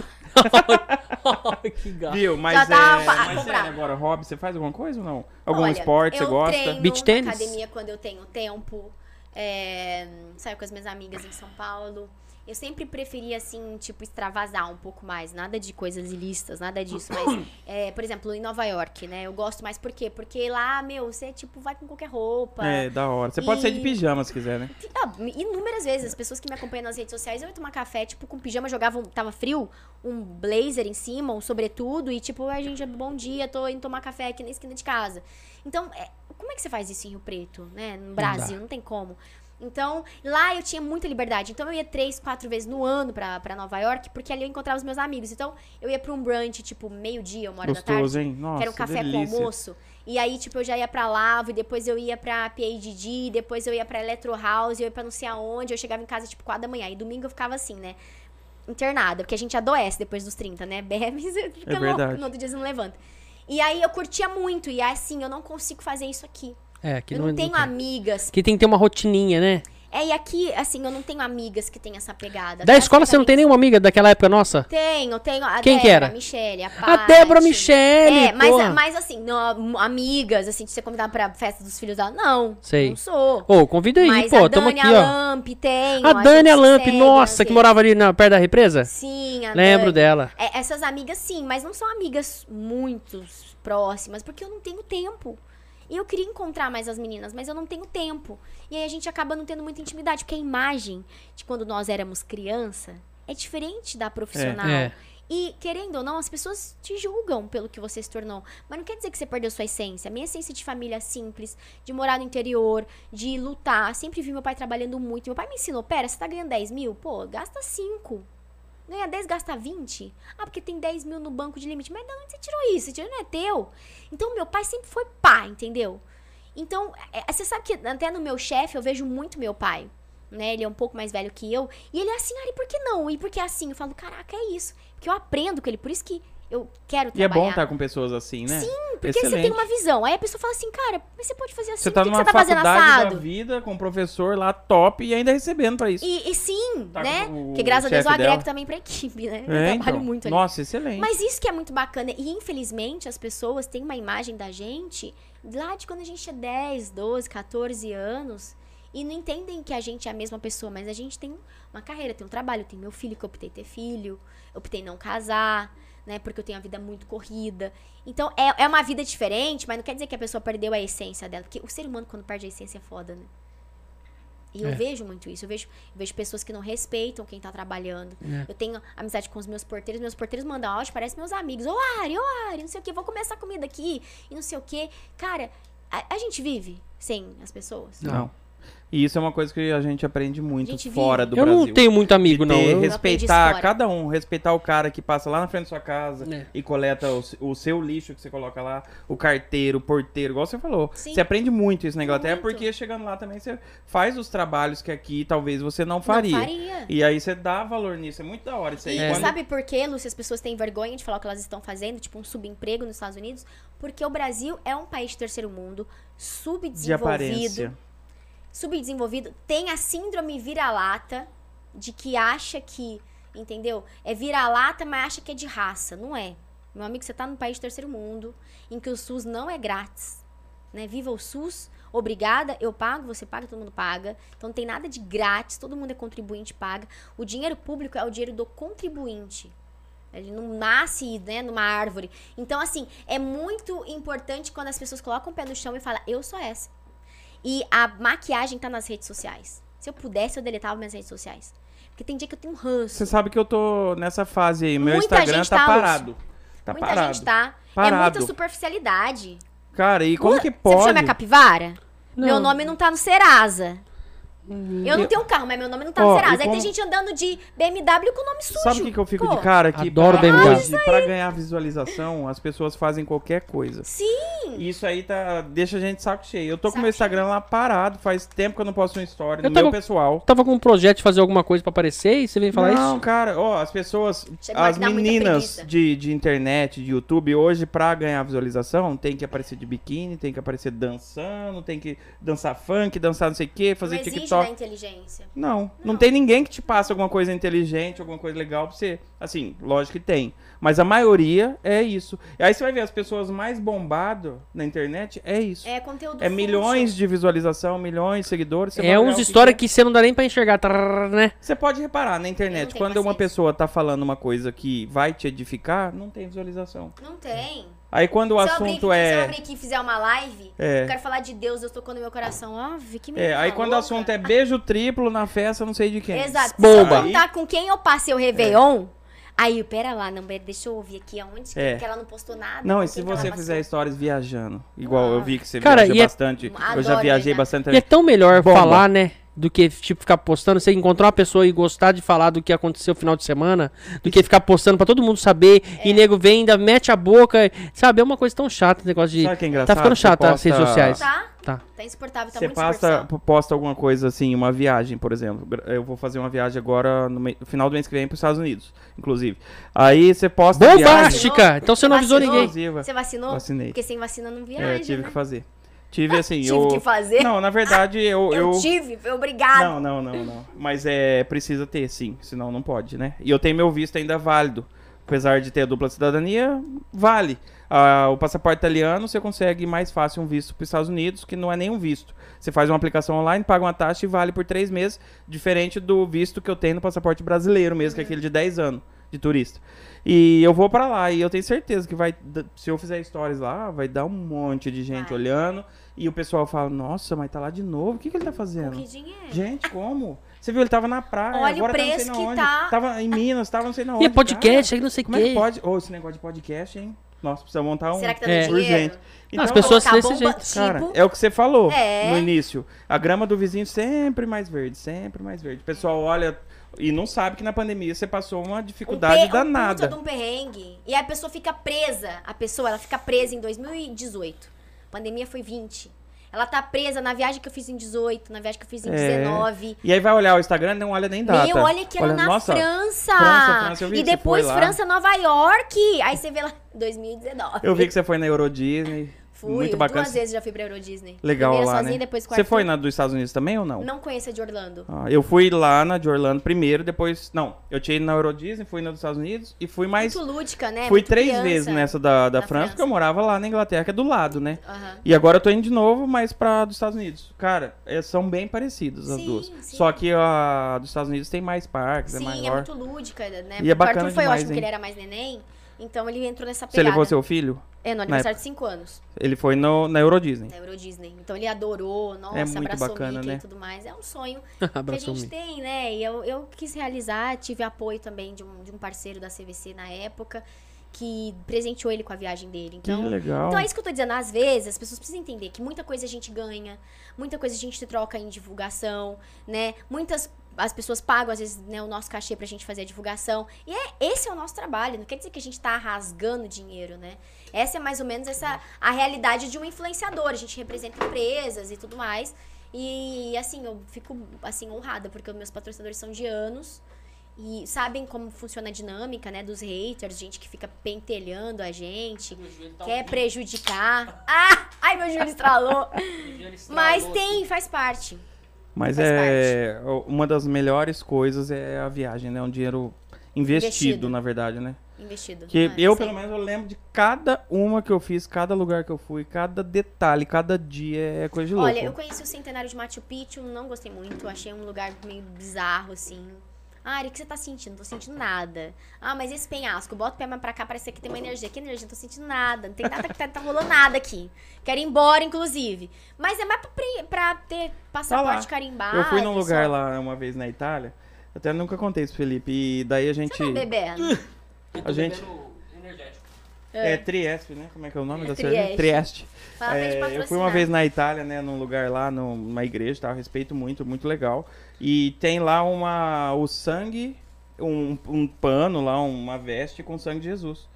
Speaker 2: que gato.
Speaker 1: Viu? Mas
Speaker 3: Já dá
Speaker 1: é.
Speaker 3: pra
Speaker 1: Mas
Speaker 3: comprar.
Speaker 1: sério, agora, hobby, você faz alguma coisa ou não? Algum
Speaker 3: Olha,
Speaker 1: esporte você
Speaker 3: eu
Speaker 1: gosta?
Speaker 3: Treino
Speaker 2: Beach
Speaker 3: na
Speaker 2: tennis?
Speaker 3: academia quando eu tenho tempo. é, saio com as minhas amigas em São Paulo. Eu sempre preferi, assim, tipo, extravasar um pouco mais. Nada de coisas ilícitas, nada disso.
Speaker 2: *coughs*
Speaker 3: Mas, é, por exemplo, em Nova York, né? Eu gosto mais por quê? Porque lá, meu, você, tipo, vai com qualquer roupa.
Speaker 1: É, da hora. Você pode
Speaker 3: E-
Speaker 1: ser de pijama se quiser, né?
Speaker 3: Ah, inúmeras vezes, as pessoas que me acompanham nas redes sociais, eu ia tomar café, tipo, com pijama, jogava, um, tava frio, um blazer em cima, um sobretudo, e tipo, a gente, bom dia, tô indo tomar café aqui na esquina de casa. Então, é, como é que você faz isso em Rio Preto, né? No Brasil, não, tem como. Então, lá eu tinha muita liberdade. Então, eu ia três, quatro vezes no ano pra, pra Nova York, porque ali eu encontrava os meus amigos. Então, eu ia pra um brunch, tipo, meio-dia, uma hora da tarde
Speaker 1: Gostoso, hein? Nossa,
Speaker 3: que era um café
Speaker 1: delícia.
Speaker 3: com almoço. E aí, tipo, eu já ia pra Lavo, e depois eu ia pra PADD, depois eu ia pra Electro House, eu ia pra não sei aonde, eu chegava em casa, tipo, 4 da manhã. E domingo eu ficava assim, né? Internada, porque a gente adoece depois dos 30, né? *laughs* Bebe, você fica
Speaker 2: É
Speaker 1: verdade.
Speaker 3: louco, no outro dia você não levanta. E aí eu curtia muito, e assim, eu não consigo fazer isso aqui.
Speaker 2: É, aqui
Speaker 3: eu
Speaker 2: não
Speaker 3: não,
Speaker 2: é.
Speaker 3: tenho amigas.
Speaker 2: Que tem que ter uma rotininha, né?
Speaker 3: É, e aqui, assim, eu não tenho amigas que têm essa pegada.
Speaker 2: Da escola você não tem
Speaker 3: Basicamente,
Speaker 2: nenhuma amiga daquela época nossa?
Speaker 3: Tenho, tenho. A
Speaker 2: Quem que
Speaker 3: Débora,
Speaker 2: era?
Speaker 3: A Michelle, a
Speaker 2: A
Speaker 3: Paty.
Speaker 2: Débora Michele,
Speaker 3: É, mas,
Speaker 2: porra.
Speaker 3: mas assim, não, amigas, assim, de ser convidada pra festa dos filhos dela, não.
Speaker 2: Sei.
Speaker 3: Não sou.
Speaker 2: Ô, convida aí,
Speaker 3: mas
Speaker 2: pô,
Speaker 3: a
Speaker 2: tamo
Speaker 3: Dani
Speaker 2: aqui,
Speaker 3: a
Speaker 2: ó.
Speaker 3: Lamp tem.
Speaker 2: A Dani Alamp, nossa, que
Speaker 3: moral.
Speaker 2: morava ali na, perto da represa?
Speaker 3: Sim, a
Speaker 2: Lembro
Speaker 3: Dani.
Speaker 2: dela.
Speaker 3: É, essas amigas, sim, mas não são amigas muito próximas, porque eu não tenho tempo. E eu queria encontrar mais as meninas, mas eu não tenho tempo. E aí a gente acaba não tendo muita intimidade, porque a imagem de quando nós éramos criança é diferente da profissional.
Speaker 2: É.
Speaker 3: E, querendo ou não, as pessoas te julgam pelo que você se tornou. Mas não quer dizer que você perdeu sua essência. Minha essência de família simples, de morar no interior, de lutar. Sempre vi meu pai trabalhando muito. Meu pai me ensinou: pera, você tá ganhando 10 mil? Pô, gasta 5. Ganha 10, gasta 20? Ah, porque tem 10 mil no banco de limite. Mas de onde você tirou isso? Esse dinheiro não é teu. Então, meu pai sempre foi pá, entendeu? Então, é, é, você sabe que até no meu chefe eu vejo muito meu pai. né? Ele é um pouco mais velho que eu. E ele é assim, Ari, por que não? E por que assim? Eu falo, caraca, é isso. Porque eu aprendo com ele, por isso que eu
Speaker 1: E
Speaker 3: quero
Speaker 1: é
Speaker 3: trabalhar.
Speaker 1: bom estar com pessoas assim, né?
Speaker 3: Sim, porque você tem uma visão. Aí a pessoa fala assim, cara, mas você pode fazer assim,
Speaker 1: Você
Speaker 3: por
Speaker 1: tá
Speaker 3: que que
Speaker 1: numa
Speaker 3: você tá fazendo
Speaker 1: faculdade da
Speaker 3: assado?
Speaker 1: vida, com um professor lá top e ainda recebendo pra isso.
Speaker 3: E, e sim,
Speaker 1: Tá
Speaker 3: né?
Speaker 1: com o
Speaker 3: Porque graças a Deus eu
Speaker 1: chefe
Speaker 3: agrego
Speaker 1: dela.
Speaker 3: também pra equipe, né?
Speaker 1: É,
Speaker 3: eu trabalho
Speaker 1: então.
Speaker 3: muito ali.
Speaker 1: Nossa, excelente.
Speaker 3: Mas isso que é muito bacana. E infelizmente as pessoas têm uma imagem da gente lá de quando a gente é 10, 12, 14 anos. E não entendem que a gente é a mesma pessoa, mas a gente tem uma carreira, tem um trabalho, tem meu filho que eu optei ter filho, eu optei não casar, né? Porque eu tenho a vida muito corrida. Então é, é uma vida diferente, mas não quer dizer que a pessoa perdeu a essência dela. Porque o ser humano, quando perde a essência, é foda, né? E eu
Speaker 2: É.
Speaker 3: vejo muito isso. Eu vejo, eu vejo pessoas que não respeitam quem tá trabalhando.
Speaker 2: É.
Speaker 3: Eu tenho amizade com os meus porteiros. Meus porteiros mandam áudio, parece meus amigos. Ô, Ari, ô, Ari, não sei o quê. Vou comer essa comida aqui e não sei o quê. Cara, a, a gente vive sem as pessoas?
Speaker 1: Não. E isso é uma coisa que a gente aprende muito
Speaker 3: gente vive.
Speaker 1: fora do
Speaker 2: Eu
Speaker 1: Brasil.
Speaker 2: não tenho muito amigo,
Speaker 1: De
Speaker 2: não.
Speaker 1: ter-
Speaker 2: Eu-
Speaker 1: respeitar
Speaker 3: fora.
Speaker 1: cada um, respeitar o cara que passa lá na frente da sua casa
Speaker 2: É.
Speaker 1: e coleta o, se- o seu lixo que você coloca lá, o carteiro, o porteiro, igual você falou.
Speaker 3: Sim.
Speaker 1: Você aprende muito isso na Inglaterra,
Speaker 3: Muito.
Speaker 1: porque chegando lá também você faz os trabalhos que aqui talvez você não
Speaker 3: Não
Speaker 1: faria.
Speaker 3: faria.
Speaker 1: E aí você dá valor nisso, é muito da hora isso aí.
Speaker 3: E
Speaker 1: Quando-
Speaker 3: sabe por quê, Lúcia? As pessoas têm vergonha de falar o que elas estão fazendo, tipo um subemprego nos Estados Unidos, porque o Brasil é um país de terceiro mundo,
Speaker 1: de
Speaker 3: subdesenvolvido,
Speaker 1: aparência.
Speaker 3: subdesenvolvido, tem a síndrome vira-lata de que acha que, entendeu? É vira-lata, mas acha que é de raça. Não é. Meu amigo, você tá num país de terceiro mundo, em que o SUS não é grátis. Né? Viva o SUS, obrigada, eu pago, você paga, todo mundo paga. Então não tem nada de grátis, todo mundo é contribuinte, paga. O dinheiro público é o dinheiro do contribuinte. Ele não nasce, né, numa árvore. Então, assim, é muito importante quando as pessoas colocam o pé no chão e falam, eu sou essa. E a maquiagem tá nas redes sociais. Se eu pudesse, eu deletava minhas redes sociais. Porque tem dia que eu tenho ranço.
Speaker 1: Você sabe que eu tô nessa fase aí, meu
Speaker 3: Muita
Speaker 1: Instagram
Speaker 3: gente
Speaker 1: tá,
Speaker 3: tá,
Speaker 1: parado. Tá
Speaker 3: Muita
Speaker 1: parado.
Speaker 3: gente tá. É
Speaker 1: Parado.
Speaker 3: muita superficialidade.
Speaker 1: Cara, e como que
Speaker 3: Você
Speaker 1: pode?
Speaker 3: chama a capivara?
Speaker 2: Não.
Speaker 3: Meu nome não tá no Serasa. Eu não
Speaker 1: Eu-
Speaker 3: tenho um carro, mas meu nome não tá
Speaker 1: Uhum. Ó,
Speaker 3: no
Speaker 1: e
Speaker 3: Serasa. Aí
Speaker 1: como-
Speaker 3: tem gente andando de BMW com o nome sujo.
Speaker 1: Sabe o que, que eu fico
Speaker 3: Pô,
Speaker 1: de cara? Que
Speaker 2: Adoro
Speaker 1: pra-
Speaker 2: BMW.
Speaker 1: hoje, pra ganhar visualização, as pessoas fazem qualquer coisa.
Speaker 3: Sim,
Speaker 1: E isso aí tá, deixa a gente saco cheio. Eu tô com
Speaker 3: Saco
Speaker 1: meu Instagram lá parado, faz tempo que eu não posto uma história
Speaker 2: Eu
Speaker 1: no
Speaker 2: tava-
Speaker 1: meu pessoal.
Speaker 2: Tava com um projeto de fazer alguma coisa pra aparecer e você vem falar
Speaker 1: não,
Speaker 2: isso?
Speaker 1: cara, ó, as pessoas,
Speaker 3: Chega lá
Speaker 1: as
Speaker 3: que dá muita
Speaker 1: meninas
Speaker 3: preguiça.
Speaker 1: de, de internet, de YouTube, hoje, pra ganhar visualização, tem que aparecer de biquíni, tem que aparecer dançando, tem que dançar funk, dançar não sei o quê, fazer
Speaker 3: não exige
Speaker 1: TikTok.
Speaker 3: da inteligência.
Speaker 1: Não, não, tem ninguém que te passa alguma coisa inteligente, alguma coisa legal pra você. Assim, lógico que tem. Mas a maioria é isso. E aí você vai ver as pessoas mais bombadas na internet, é isso. É,
Speaker 3: É conteúdo fútil.
Speaker 1: milhões de visualização, milhões de seguidores. você vai
Speaker 2: é
Speaker 1: olhar
Speaker 2: uns
Speaker 1: o
Speaker 2: histórias
Speaker 1: que...
Speaker 2: que você não dá nem pra enxergar, trrr, né?
Speaker 1: Você pode reparar na
Speaker 3: Eu não
Speaker 1: internet,
Speaker 3: tenho
Speaker 1: quando uma
Speaker 3: paciência.
Speaker 1: pessoa tá falando uma coisa que vai te edificar, não tem visualização.
Speaker 3: Não tem.
Speaker 1: Aí quando o
Speaker 3: se eu abrir
Speaker 1: assunto
Speaker 3: aqui, se eu
Speaker 1: é.
Speaker 3: abrir aqui e fizer uma live,
Speaker 1: É.
Speaker 3: eu quero falar de Deus, Deus tocou no meu coração. Ó, vi que
Speaker 1: É, aí quando o assunto é beijo triplo na festa, não sei de quem.
Speaker 3: Exato. Se
Speaker 2: Bomba.
Speaker 3: eu contar com quem eu passei o Réveillon, aí, pera lá, não, pera, deixa eu ouvir aqui aonde que-
Speaker 1: É.
Speaker 3: que ela não postou nada.
Speaker 1: Não,
Speaker 3: com
Speaker 1: e se
Speaker 3: quem que ela
Speaker 1: você
Speaker 3: passou.
Speaker 1: fizer stories viajando, igual eu vi que você
Speaker 2: Cara,
Speaker 1: viaja
Speaker 2: e é-
Speaker 1: bastante, eu já
Speaker 3: Adoro
Speaker 1: viajei
Speaker 3: viajar.
Speaker 1: bastante
Speaker 2: E é
Speaker 1: também.
Speaker 2: tão melhor
Speaker 1: Bomba.
Speaker 2: falar, né? Do que, tipo, ficar postando. Você encontrar uma pessoa e gostar de falar do que aconteceu no final de semana, do que ficar postando pra todo mundo saber.
Speaker 3: É.
Speaker 2: E nego vem, ainda mete a boca. Sabe, é uma coisa tão chata esse negócio de.
Speaker 1: Sabe o que é engraçado?
Speaker 2: Tá ficando
Speaker 1: Você
Speaker 2: chato as
Speaker 1: posta-
Speaker 2: redes sociais.
Speaker 3: Tá?
Speaker 2: Tá.
Speaker 3: Tá insuportável, tá
Speaker 1: Você
Speaker 3: muito
Speaker 1: passa,
Speaker 3: insuportável.
Speaker 1: posta alguma coisa assim, uma viagem, por exemplo. Gra- Eu vou fazer uma viagem agora no, mei- no final do mês que vem para os Estados Unidos, inclusive. Aí você posta a viagem.
Speaker 2: Bombástica! Então você não avisou
Speaker 3: Vacinou?
Speaker 2: ninguém.
Speaker 1: Inclusiva.
Speaker 3: Você vacinou?
Speaker 1: Vacinei.
Speaker 3: Porque sem vacina não viaja,
Speaker 1: É, eu tive
Speaker 3: né? Ah,
Speaker 1: que fazer. Tive assim,
Speaker 3: Tive
Speaker 1: eu
Speaker 3: que fazer?
Speaker 1: Não, na verdade eu
Speaker 3: *laughs* Eu,
Speaker 1: eu,
Speaker 3: tive, foi obrigado.
Speaker 1: Não, não, não, não. Mas é precisa ter, sim, senão não pode, né? E eu tenho meu visto ainda válido. Apesar de ter a dupla cidadania, vale. Ah, o passaporte italiano, você consegue mais fácil um visto para os Estados Unidos, que não é nenhum visto. Você faz uma aplicação online, paga uma taxa e vale por três meses, diferente do visto que eu tenho no passaporte brasileiro mesmo, que
Speaker 3: Uhum.
Speaker 1: é aquele de 10 anos de turista. E eu vou para lá e eu tenho certeza que vai, d- se eu fizer stories lá, vai dar um monte de gente
Speaker 3: Vai.
Speaker 1: olhando e o pessoal fala: "Nossa, mas tá lá de novo. O que que ele tá fazendo?"
Speaker 3: Que dinheiro.
Speaker 1: Gente, como? Você viu, ele tava na praia.
Speaker 3: Olha o
Speaker 1: agora tá não sei
Speaker 3: preço
Speaker 1: na
Speaker 3: que
Speaker 1: onde.
Speaker 3: tá.
Speaker 1: Tava em Minas, tava não sei na onde.
Speaker 2: E é podcast, aí não sei o
Speaker 1: Cara, Como é que
Speaker 2: quê.
Speaker 1: pode? Ô, esse negócio de podcast, hein? Nossa, precisa montar um.
Speaker 3: Será que tá dando
Speaker 2: É.
Speaker 3: dinheiro?
Speaker 1: Urgente. Então,
Speaker 2: as pessoas
Speaker 3: Colocar
Speaker 2: desse
Speaker 3: bomba,
Speaker 2: jeito,
Speaker 3: tipo,
Speaker 1: Cara, é o que você falou
Speaker 3: É.
Speaker 1: no início. A grama do vizinho sempre mais verde, sempre mais verde. O pessoal olha e não sabe que na pandemia você passou uma
Speaker 3: um
Speaker 1: dificuldade
Speaker 3: pe- um puta
Speaker 1: danada.
Speaker 3: de um perrengue. E a pessoa fica presa. A pessoa, ela fica presa em 2018. A pandemia foi 20. Ela tá presa na viagem que eu fiz em 18, na viagem que eu fiz em
Speaker 1: É.
Speaker 3: 19.
Speaker 1: E aí vai olhar o Instagram, não olha nem data.
Speaker 3: Meu, olha que era na
Speaker 1: nossa,
Speaker 3: França.
Speaker 1: França, França, eu vi
Speaker 3: e
Speaker 1: que você
Speaker 3: depois
Speaker 1: foi lá.
Speaker 3: França, Nova York. Aí você vê lá 2019.
Speaker 1: Eu vi que você foi na Euro Disney.
Speaker 3: Fui,
Speaker 1: muito bacana.
Speaker 3: duas vezes já fui pra Euro Disney.
Speaker 1: Legal
Speaker 3: Primeira
Speaker 1: lá,
Speaker 3: sozinha,
Speaker 1: né?
Speaker 3: depois com
Speaker 1: você
Speaker 3: Arthur.
Speaker 1: foi na dos Estados Unidos também ou não?
Speaker 3: Não conheço a de Orlando.
Speaker 1: Ah, eu fui lá na de Orlando primeiro, depois... Não, eu tinha ido na Euro Disney, fui na dos Estados Unidos e fui mais...
Speaker 3: Muito lúdica, né?
Speaker 1: fui
Speaker 3: Muito
Speaker 1: três
Speaker 3: criança.
Speaker 1: vezes nessa da, da
Speaker 3: Da
Speaker 1: França, porque eu
Speaker 3: França.
Speaker 1: morava lá na Inglaterra, que é do lado, né?
Speaker 3: Aham.
Speaker 1: E agora eu tô indo de novo, mas pra dos Estados Unidos. Cara, é, são bem parecidas as
Speaker 3: Sim,
Speaker 1: duas.
Speaker 3: sim.
Speaker 1: Só que a dos Estados Unidos tem mais parques, é
Speaker 3: Sim, é
Speaker 1: maior.
Speaker 3: muito lúdica,
Speaker 1: E
Speaker 3: né?
Speaker 1: é
Speaker 3: Porque o
Speaker 1: bacana
Speaker 3: Arthur foi
Speaker 1: demais,
Speaker 3: ótimo, que
Speaker 1: hein?
Speaker 3: ele era mais neném. Então ele entrou nessa
Speaker 1: Você
Speaker 3: pegada.
Speaker 1: levou seu filho?
Speaker 3: É, no aniversário de 5 anos,
Speaker 1: Ele foi no, na Euro Disney.
Speaker 3: da Euro Disney. Então ele adorou, nossa,
Speaker 1: É muito
Speaker 3: abraçou
Speaker 1: bacana,
Speaker 3: o Mickey
Speaker 1: né?
Speaker 3: e tudo mais. É um sonho que a
Speaker 2: *laughs* Abraçou
Speaker 3: gente
Speaker 2: me.
Speaker 3: tem, né? E eu, eu quis realizar, tive apoio também de um, de um parceiro da CVC na época, que presenteou ele com a viagem dele.
Speaker 1: Que
Speaker 3: Então,
Speaker 1: legal.
Speaker 3: Então é isso que eu tô dizendo. Às vezes, as pessoas precisam entender que muita coisa a gente ganha, muita coisa a gente troca em divulgação, né? Muitas. As pessoas pagam, às vezes, né, o nosso cachê pra gente fazer a divulgação. E é, esse é o nosso trabalho. Não quer dizer que a gente tá rasgando dinheiro, né? Essa é mais ou menos essa a realidade de um influenciador. A gente representa empresas e tudo mais. E assim, eu fico assim honrada, porque os meus patrocinadores são de anos. E sabem como funciona a dinâmica, né? Dos haters, gente que fica pentelhando a gente quer prejudicar. Ah! Ai, *laughs* meu joelho estralou. Mas tem, faz parte.
Speaker 1: Mas
Speaker 3: faz
Speaker 1: é uma das melhores coisas é a viagem, né? Um dinheiro investido,
Speaker 3: Investido.
Speaker 1: na verdade, né?
Speaker 3: Investido.
Speaker 1: Que
Speaker 3: Ah,
Speaker 1: eu,
Speaker 3: sei.
Speaker 1: pelo menos, eu lembro de cada uma que eu fiz, cada lugar que eu fui, cada detalhe, cada dia é coisa de louco.
Speaker 3: Olha, eu conheci o centenário de Machu Picchu, não gostei muito. Achei um lugar meio bizarro, assim. Ah, Ari, o que você tá sentindo? Não tô sentindo nada. Ah, mas esse penhasco, bota o pé mais pra cá, parece que tem uma energia. Que energia? Não tô sentindo nada. Não tem nada que tá, tá rolando nada aqui. Quero ir embora, inclusive. Mas é mais pra, pre- pra ter passaporte carimbado.
Speaker 1: Tá Eu fui num lugar
Speaker 3: Ah, só.
Speaker 1: lá uma vez na Itália, até nunca contei isso, Felipe, e daí a gente...
Speaker 3: Você tá bebendo?
Speaker 1: *laughs* A gente- É Trieste, né? Como é que é o nome da cerveja?
Speaker 3: Trieste.
Speaker 1: Trieste.
Speaker 3: Fala pra
Speaker 1: É,
Speaker 3: gente
Speaker 1: eu fui uma
Speaker 3: patrocinar.
Speaker 1: vez na Itália, né, num lugar lá, numa igreja, tá? Eu respeito muito, muito legal. E tem lá uma o sangue, um, um pano lá, uma veste com o sangue de Jesus.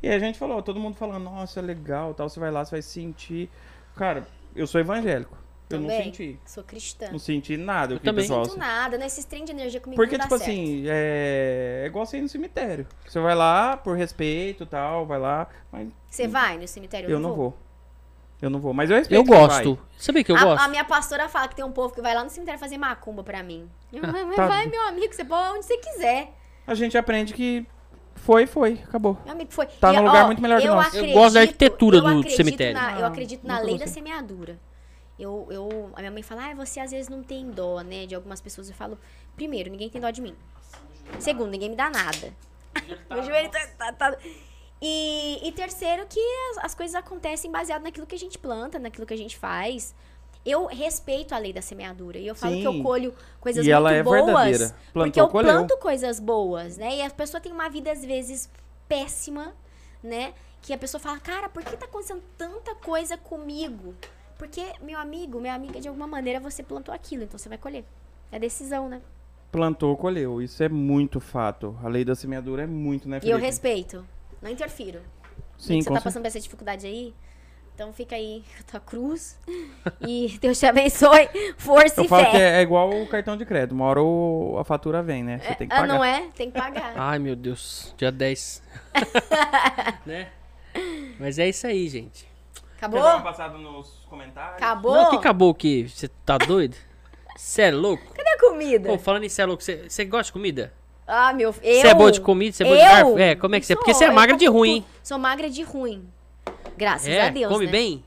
Speaker 1: E aí a gente falou, todo mundo falando, nossa, é legal, tal, você vai lá, você vai sentir. Cara, eu sou evangélico. Eu não
Speaker 3: Também.
Speaker 1: senti.
Speaker 3: Sou cristã.
Speaker 1: Não senti nada.
Speaker 2: Eu
Speaker 1: o que o
Speaker 2: também.
Speaker 1: pessoal assim.
Speaker 3: sinto nada, né? Esses trem de energia comigo
Speaker 1: porque,
Speaker 3: não dá
Speaker 1: tipo
Speaker 3: certo.
Speaker 1: assim, é... é igual você ir no cemitério. Você vai lá por respeito e tal, vai lá, mas
Speaker 3: Você vai no cemitério?
Speaker 1: eu não vou. Eu não vou. Mas eu respeito.
Speaker 2: Eu
Speaker 1: quem vai.
Speaker 2: gosto. Sabia que eu
Speaker 3: a,
Speaker 2: gosto?
Speaker 3: a minha pastora fala que tem um povo que vai lá no cemitério fazer macumba pra mim. Eu, "Mas- mas
Speaker 1: tá.
Speaker 3: Vai, meu amigo, você pode onde você quiser.
Speaker 1: A gente aprende que foi, foi, acabou.
Speaker 3: Meu amigo foi.
Speaker 1: Tá
Speaker 3: E,
Speaker 1: num lugar muito melhor que
Speaker 3: eu
Speaker 1: nosso.
Speaker 3: acredito-
Speaker 2: Eu gosto da arquitetura
Speaker 3: eu
Speaker 2: do
Speaker 3: acredito
Speaker 2: cemitério.
Speaker 3: na- eu
Speaker 1: Ah,
Speaker 3: acredito na
Speaker 1: nunca
Speaker 3: lei da
Speaker 1: gostei.
Speaker 3: semeadura. Eu, eu, a minha mãe fala, ah, você às vezes não tem dó, né? De algumas pessoas. Eu falo, primeiro, ninguém tem dó de mim. Segundo, ninguém me dá nada. *laughs* Meu joelho tá. tá- tá- E, e terceiro, que as, as coisas acontecem baseado naquilo que a gente planta, naquilo que a gente faz. Eu respeito a lei da semeadura. E eu falo que
Speaker 1: Sim.
Speaker 3: eu colho coisas
Speaker 1: E
Speaker 3: muito
Speaker 1: ela é
Speaker 3: boas.
Speaker 1: verdadeira.
Speaker 3: porque
Speaker 1: Plantou,
Speaker 3: eu
Speaker 1: colheu.
Speaker 3: planto coisas boas, né? E a pessoa tem uma vida, às vezes, péssima, né? Que a pessoa fala, cara, por que tá acontecendo tanta coisa comigo? Porque, meu amigo, minha amiga, de alguma maneira você plantou aquilo, então você vai colher. É decisão, né?
Speaker 1: Plantou, colheu. Isso é muito fato. A lei da semeadura é muito, né,
Speaker 3: E eu
Speaker 1: Felipe?
Speaker 3: respeito. Não interfiro.
Speaker 1: Sim, com
Speaker 3: você tá
Speaker 1: certeza.
Speaker 3: passando por essa dificuldade aí? Então fica aí com a tua cruz. *laughs* e Deus te abençoe. Força
Speaker 1: Eu
Speaker 3: e
Speaker 1: falo que
Speaker 3: fé.
Speaker 1: é, é igual o cartão de crédito. Uma hora o- a fatura vem, né? Você tem que
Speaker 3: Ah,
Speaker 1: pagar. Ah,
Speaker 3: não é? Tem que pagar.
Speaker 2: Ai, meu Deus. Dia
Speaker 3: *laughs*
Speaker 2: 10. né? Mas é isso aí, gente.
Speaker 3: Acabou?
Speaker 1: passada nos comentários.
Speaker 3: Acabou?
Speaker 2: Não, que acabou que você tá doido? Cê é louco?
Speaker 3: Cadê a comida?
Speaker 2: Ô, falando em cê é louco, você gosta de comida?
Speaker 3: Ah, meu filho.
Speaker 2: Você é boa de comida, você é boa de
Speaker 3: Eu?
Speaker 2: garfo? É, como é que você é? Porque
Speaker 3: Sou,
Speaker 2: você é
Speaker 3: eu
Speaker 2: magra
Speaker 3: como
Speaker 2: de ruim,
Speaker 3: tudo. Sou magra de ruim. Graças
Speaker 2: É,
Speaker 3: a Deus,
Speaker 2: come
Speaker 3: né?
Speaker 2: bem?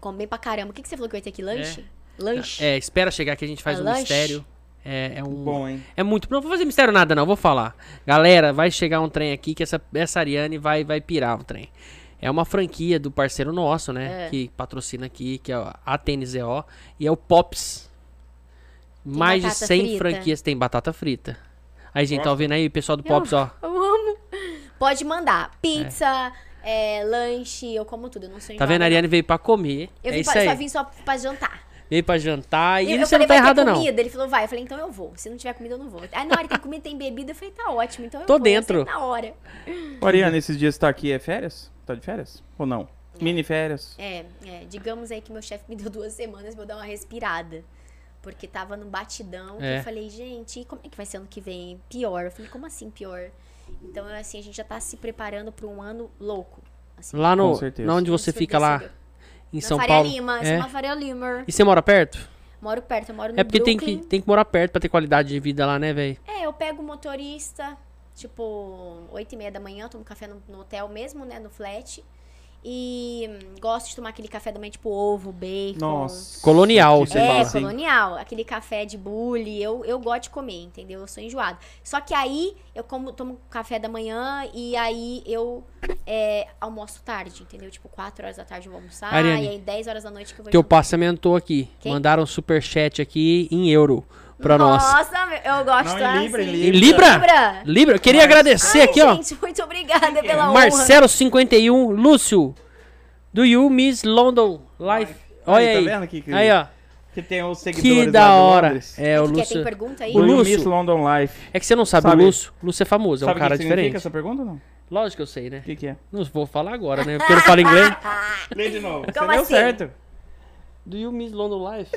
Speaker 3: Come bem pra caramba. O que, que você falou que eu ia ter aqui? Lanche? Lanche?
Speaker 2: É, espera chegar que a gente faz
Speaker 3: É
Speaker 2: um
Speaker 3: lanche?
Speaker 2: mistério. É, é um...
Speaker 1: Bom, hein?
Speaker 2: É muito. Não vou fazer mistério nada, não. Vou falar. Galera, vai chegar um trem aqui que essa, essa Ariane vai, vai pirar o trem. É uma franquia do parceiro nosso, né?
Speaker 3: É.
Speaker 2: Que patrocina aqui, que é a TNZO. E é o Pops. Mais de
Speaker 3: batata
Speaker 2: 100
Speaker 3: frita.
Speaker 2: franquias tem batata frita. Aí, gente, tá
Speaker 1: Gosta?
Speaker 2: ouvindo aí o pessoal do Pops, ó.
Speaker 3: Eu amo. Pode mandar. Pizza, é, lanche, eu como tudo. Eu não sou
Speaker 2: Tá vendo? A
Speaker 3: enjoada,
Speaker 2: Ariane veio pra comer.
Speaker 3: Eu,
Speaker 2: é
Speaker 3: vim
Speaker 2: isso
Speaker 3: pra-
Speaker 2: aí.
Speaker 3: só vim só pra jantar.
Speaker 2: Veio pra jantar. E,
Speaker 3: eu
Speaker 2: você não tá
Speaker 3: falei, vai ter
Speaker 2: errada, não.
Speaker 3: comida? Ele falou, vai. Eu falei, então eu vou. Se não tiver comida, eu não vou. Ah, na hora tem comida, tem bebida. Eu falei, tá ótimo. Então eu
Speaker 2: Tô
Speaker 3: vou. eu
Speaker 2: dentro.
Speaker 3: sento Na hora.
Speaker 1: Ô, Ariana, esses dias você tá aqui é férias? Tá de férias? Ou não? Miniférias.
Speaker 3: É, é, digamos aí que meu chefe me deu duas semanas pra eu dar uma respirada. Porque tava no batidão.
Speaker 2: É.
Speaker 3: Que eu falei, gente, e como é que vai ser ano que vem? Pior. Eu falei, como assim pior? Então, assim, a gente já tá se preparando pra um ano louco. Assim,
Speaker 2: Lá no.
Speaker 1: Com certeza.
Speaker 2: Na onde você fica lá
Speaker 3: Ensurdecedor.
Speaker 2: em
Speaker 3: na
Speaker 2: São
Speaker 3: Faria
Speaker 2: Paulo.
Speaker 3: Lima,
Speaker 2: é.
Speaker 3: é. Faria Lima.
Speaker 2: E você mora perto?
Speaker 3: Moro perto, eu moro no
Speaker 2: É porque tem
Speaker 3: Brooklyn.
Speaker 2: que, tem que morar perto pra ter qualidade de vida lá, né, velho?
Speaker 3: É, eu pego o motorista, tipo, 8 e meia da manhã, tomo café no, no hotel mesmo, né? No flat. E hum, gosto de tomar aquele café da manhã, tipo, ovo, bacon.
Speaker 1: Nossa.
Speaker 2: Colonial,
Speaker 1: que
Speaker 2: você
Speaker 3: é,
Speaker 2: fala.
Speaker 1: assim.
Speaker 3: colonial. Aquele café de bule, eu, eu gosto de comer, entendeu? Eu sou enjoada. Só que aí, eu como, tomo café da manhã e aí eu é, almoço tarde, entendeu? Tipo, 4 horas da tarde eu vou almoçar
Speaker 2: Ariane,
Speaker 3: e aí 10 horas da noite que eu vou
Speaker 2: Teu
Speaker 3: jantar.
Speaker 2: passe aumentou aqui.
Speaker 3: é. Quem?
Speaker 2: Mandaram um superchat aqui em euro é pra nós.
Speaker 3: Nossa, meu, eu gosto
Speaker 1: Não, em Libra, em
Speaker 3: assim.
Speaker 2: Em
Speaker 1: Libra.
Speaker 2: Libra?
Speaker 3: Libra.
Speaker 2: Libra, queria agradecer aqui, ó.
Speaker 3: Gente, muito obrigada
Speaker 1: é?
Speaker 3: pela honra.
Speaker 2: Marcelo51, Lúcio. Do You Miss London Life? Olha
Speaker 1: Aí, tá
Speaker 2: aí.
Speaker 1: vendo que- que-
Speaker 2: aí, ó.
Speaker 1: Que tem os seguidores
Speaker 2: Que
Speaker 1: lá
Speaker 2: da
Speaker 1: de
Speaker 2: hora.
Speaker 1: Londres.
Speaker 2: É, o
Speaker 3: Quer, tem
Speaker 2: Lúcio.
Speaker 3: pergunta aí?
Speaker 1: Do
Speaker 2: O
Speaker 1: you
Speaker 2: Lúcio-
Speaker 1: Miss London Life.
Speaker 2: É que você não sabe,
Speaker 1: Sabe?
Speaker 2: o Lúcio. Lúcio é famoso, é um
Speaker 1: Sabe o
Speaker 2: cara
Speaker 1: que
Speaker 2: diferente.
Speaker 1: significa essa pergunta ou não?
Speaker 2: Lógico que eu sei, né?
Speaker 1: *laughs* O que, que é?
Speaker 2: Não vou falar agora, né? Porque eu não falo inglês.
Speaker 1: Lê de novo.
Speaker 3: Como
Speaker 1: Você deu
Speaker 3: assim?
Speaker 1: certo.
Speaker 2: Do you miss London Life?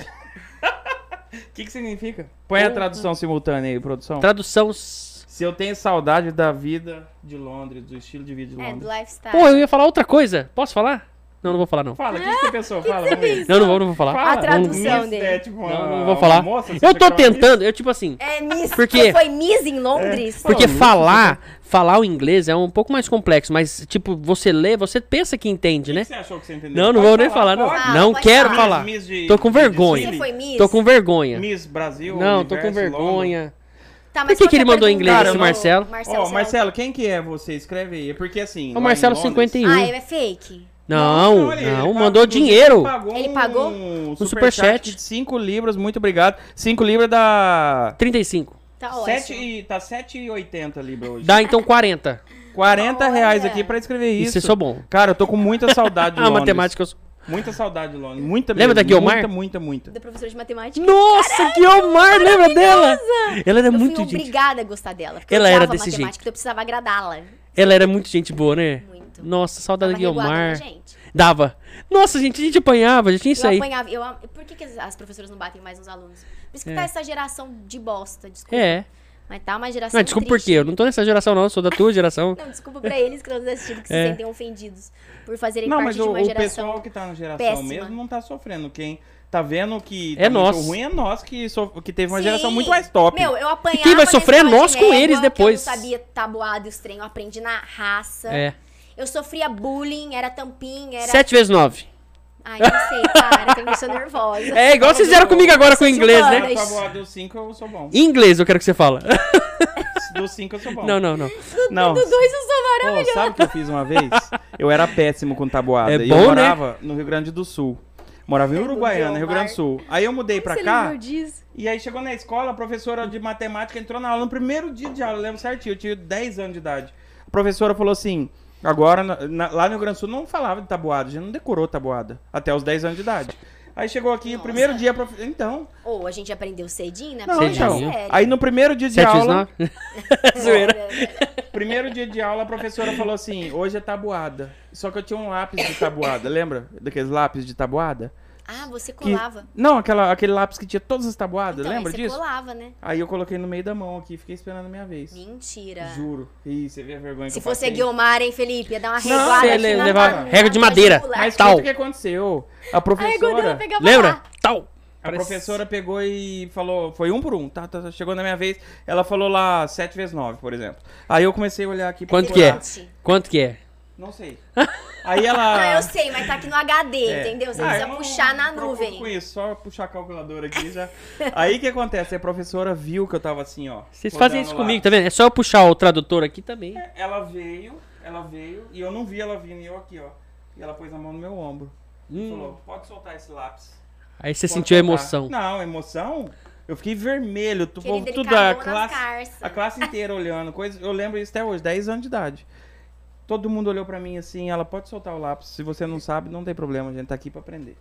Speaker 1: O que, que significa? Põe a tradução simultânea aí, produção.
Speaker 2: Tradução. s-
Speaker 1: Se eu tenho saudade da vida de Londres, do estilo de vida de
Speaker 3: É, do
Speaker 1: Londres.
Speaker 3: lifestyle.
Speaker 2: Pô, eu ia falar outra coisa. Posso falar? Não, não vou falar, não.
Speaker 1: Fala, o que, que você
Speaker 3: *laughs*
Speaker 1: pensou? Fala, vamos ver.
Speaker 2: Não, não vou, não vou falar.
Speaker 1: Fala.
Speaker 3: A tradução
Speaker 1: Miss,
Speaker 3: dele.
Speaker 1: é tipo uma-
Speaker 2: Não, não vou
Speaker 1: uma
Speaker 2: falar.
Speaker 1: moça, você
Speaker 2: Eu tô
Speaker 1: chama Miss?
Speaker 2: tentando, eu tipo assim.
Speaker 3: É Miss.
Speaker 2: Por quê?
Speaker 3: que Foi Miss em Londres?
Speaker 2: Porque
Speaker 1: Lúcio, né?
Speaker 2: falar, falar o inglês é um pouco mais complexo, mas tipo, você lê, você pensa que entende,
Speaker 1: O que
Speaker 2: né?
Speaker 1: que você achou que você entendeu?
Speaker 2: Não, não
Speaker 1: Pode
Speaker 2: vou nem
Speaker 1: falar,
Speaker 2: falar, não.
Speaker 1: pode.
Speaker 3: Ah,
Speaker 2: Não
Speaker 3: pode
Speaker 2: quero
Speaker 1: Miss,
Speaker 2: falar.
Speaker 1: Miss de-
Speaker 2: Tô com
Speaker 1: de
Speaker 2: vergonha.
Speaker 1: desfile?
Speaker 3: Você foi Miss?
Speaker 2: Tô com vergonha.
Speaker 1: Miss Brasil?
Speaker 2: Não, tô com
Speaker 1: Universo, Londres.
Speaker 2: vergonha.
Speaker 3: Tá,
Speaker 2: Por que
Speaker 3: outra
Speaker 2: que ele mandou em
Speaker 3: pergunta.
Speaker 2: inglês
Speaker 1: Cara, esse não-
Speaker 2: Marcelo?
Speaker 1: Ó,
Speaker 3: Marcelo, você um-
Speaker 1: Marcelo, quem que é você? Escreve aí. Porque assim.
Speaker 2: Ô,
Speaker 1: lá em
Speaker 2: Marcelo
Speaker 1: Londres-
Speaker 2: 51.
Speaker 3: não- Ah, é fake.
Speaker 2: Não,
Speaker 1: olha, ele tá
Speaker 2: não,
Speaker 1: pagou-
Speaker 2: mandou
Speaker 1: inclusive,
Speaker 2: dinheiro.
Speaker 3: Ele pagou?
Speaker 1: um
Speaker 2: superchat.
Speaker 1: superchat de 5 libras, muito obrigado. 5 libras dá
Speaker 2: 35.
Speaker 3: Tá
Speaker 1: sete
Speaker 3: ótimo.
Speaker 1: e tá 7,80 libras hoje.
Speaker 2: Dá então 40.
Speaker 1: 40 reais
Speaker 3: Olha.
Speaker 1: aqui pra escrever
Speaker 2: E
Speaker 1: isso.
Speaker 2: se sou bom.
Speaker 1: Cara, eu tô com
Speaker 2: *laughs*
Speaker 1: muita saudade de
Speaker 2: Ah,
Speaker 1: Londres.
Speaker 2: matemática eu sou.
Speaker 1: Muita saudade de Londres. Muita
Speaker 2: Lembra
Speaker 1: mesmo.
Speaker 2: da Guiomar?
Speaker 1: Muita, muita, muita.
Speaker 3: Da professora de matemática.
Speaker 2: Nossa, Guiomar, lembra dela? Ela era
Speaker 3: eu
Speaker 2: é muito
Speaker 3: fui
Speaker 2: gente.
Speaker 3: obrigada a gostar dela. Porque
Speaker 2: Ela
Speaker 3: eu
Speaker 2: era
Speaker 3: odiava
Speaker 2: desse
Speaker 3: matemática,
Speaker 2: jeito.
Speaker 3: então eu precisava agradá-la.
Speaker 2: Ela era muito gente boa, né?
Speaker 3: Muito.
Speaker 2: Nossa, saudade da
Speaker 3: Tava reguada na
Speaker 2: Guiomar.
Speaker 3: gente.
Speaker 2: Dava. Nossa, gente, a gente apanhava, já tinha isso
Speaker 3: eu
Speaker 2: aí.
Speaker 3: apanhava. Eu, am- por que, que as- as professoras não batem mais nos alunos? Por isso que tá essa geração de bosta, desculpa.
Speaker 2: É.
Speaker 3: Mas tá uma geração.
Speaker 2: Não, desculpa por
Speaker 3: triste.
Speaker 2: quê? Eu não tô nessa geração, não. Eu sou da tua geração.
Speaker 3: Não, desculpa pra eles que não assistiram, que se
Speaker 2: É.
Speaker 3: sentem ofendidos por fazerem
Speaker 1: Não,
Speaker 3: parte
Speaker 1: mas
Speaker 3: de
Speaker 1: o,
Speaker 3: uma
Speaker 1: o
Speaker 3: geração.
Speaker 1: pessoal que tá na geração
Speaker 3: péssima.
Speaker 1: mesmo não tá sofrendo. Quem tá vendo que
Speaker 2: É
Speaker 1: tá muito
Speaker 2: nós.
Speaker 1: ruim é nós que, sof- que teve uma
Speaker 3: Sim.
Speaker 1: geração muito mais top.
Speaker 3: Meu, eu apanhava.
Speaker 2: quem vai
Speaker 3: na
Speaker 2: sofrer é
Speaker 3: escola de
Speaker 2: nós com
Speaker 3: régua,
Speaker 2: eles
Speaker 3: que
Speaker 2: depois.
Speaker 3: Eu não sabia tabuado e os trem, eu aprendi na raça.
Speaker 2: É.
Speaker 3: Eu sofria bullying, era tampinha, era.
Speaker 2: Sete vezes nove.
Speaker 3: Ai, não sei, cara, tô me deixando nervosa.
Speaker 2: É igual vocês fizeram comigo agora com o
Speaker 3: Sete
Speaker 2: inglês,
Speaker 1: Ah,
Speaker 3: humanas.
Speaker 2: né?
Speaker 1: por favor, do 5 eu sou bom.
Speaker 2: Inglês, eu quero que você fala. *laughs*
Speaker 1: Do 5 eu sou bom.
Speaker 2: Não, não, não.
Speaker 1: Não.
Speaker 3: Do dois eu sou
Speaker 1: Ô, sabe o que eu fiz uma vez? Eu era péssimo com tabuada.
Speaker 2: É
Speaker 1: e
Speaker 2: bom,
Speaker 1: eu morava no Rio Grande do Sul. Morava em
Speaker 3: Você é do
Speaker 1: Uruguaiana, Rio
Speaker 3: Guiomar.
Speaker 1: Grande do Sul. Aí eu mudei pra cá.
Speaker 3: disso?
Speaker 1: E aí chegou na escola, a professora de matemática entrou na aula no primeiro dia de aula, eu lembro certinho, eu tinha 10 anos de idade. A professora falou assim: agora, na- na- lá no Rio Grande do Sul não falava de tabuada, a gente não decorou tabuada até os 10 anos de idade. Aí chegou aqui,
Speaker 3: Nossa.
Speaker 1: primeiro dia, a prof... então.
Speaker 3: Ou a gente aprendeu cedinho, né?
Speaker 1: Não,
Speaker 3: Porque
Speaker 1: então.
Speaker 2: Cedinho.
Speaker 3: sério.
Speaker 1: Aí no primeiro dia de
Speaker 2: Sete vezes
Speaker 1: aula,
Speaker 2: nove.
Speaker 3: então,
Speaker 2: Zoeira.
Speaker 1: primeiro dia de aula, a professora falou assim: hoje é tabuada. Só que eu tinha um lápis de tabuada, lembra? Daqueles lápis de tabuada?
Speaker 3: Ah, você
Speaker 1: Que-
Speaker 3: colava.
Speaker 1: Não, aquela, aquele lápis que tinha todas as tabuadas,
Speaker 3: Então, aí
Speaker 1: lembra
Speaker 3: você
Speaker 1: disso?
Speaker 3: colava, né?
Speaker 1: Aí eu coloquei no meio da mão aqui, fiquei esperando a minha vez.
Speaker 3: Mentira.
Speaker 1: Juro. Ih, você vê a vergonha
Speaker 3: Se
Speaker 1: que eu
Speaker 3: fosse
Speaker 1: passei.
Speaker 3: a Guiomar, hein, Felipe? Ia dar uma
Speaker 2: Não,
Speaker 3: reguada
Speaker 2: você
Speaker 3: aqui
Speaker 2: le-
Speaker 3: na-
Speaker 2: levava
Speaker 3: na-
Speaker 2: régua de
Speaker 3: na
Speaker 2: madeira.
Speaker 3: jugular.
Speaker 1: Mas
Speaker 2: Tal.
Speaker 1: conta o que aconteceu. A
Speaker 3: Ai, quando
Speaker 1: professora...
Speaker 3: ela pegava
Speaker 2: Lembra?
Speaker 3: lá.
Speaker 2: Tal.
Speaker 1: A
Speaker 2: Parece-
Speaker 1: professora pegou e falou, foi um por um, tá, tá, tá, chegou na minha vez, ela falou lá 7 vezes 9, por exemplo. Aí eu comecei a olhar aqui pra
Speaker 2: Quanto que é?
Speaker 1: procurar.
Speaker 2: Quanto que é?
Speaker 1: Não sei. Aí
Speaker 3: *laughs* Ah,
Speaker 1: ela...
Speaker 3: eu sei, mas tá aqui no HD,
Speaker 1: É.
Speaker 3: entendeu? Você
Speaker 1: Ah, eu
Speaker 3: precisa
Speaker 1: não
Speaker 3: puxar na
Speaker 1: preocupo
Speaker 3: nuvem.
Speaker 1: com isso, só puxar a calculadora aqui já. Aí o que acontece? A professora viu que eu tava assim, ó.
Speaker 2: Vocês fazem
Speaker 1: rodando
Speaker 2: isso
Speaker 1: lá. É.
Speaker 2: comigo, tá vendo? É só eu puxar o tradutor aqui também.
Speaker 1: Ela veio, ela veio, e eu não vi ela vindo, e eu aqui, ó. E ela pôs a mão no meu ombro. E
Speaker 2: Hum.
Speaker 1: Falou, pode soltar esse lápis.
Speaker 2: Aí você
Speaker 1: Pode
Speaker 2: sentiu a
Speaker 1: soltar."
Speaker 2: emoção.
Speaker 1: Não, emoção? Eu fiquei vermelho, tu,
Speaker 3: Querido, ele
Speaker 1: tudo a
Speaker 3: cagou nas
Speaker 1: classe,
Speaker 3: calças.
Speaker 1: a classe inteira olhando. Coisa, eu lembro isso até hoje, 10 anos de idade. Todo mundo olhou pra mim assim, ela pode soltar o lápis. Se você não sabe, não tem problema, a gente tá aqui pra aprender.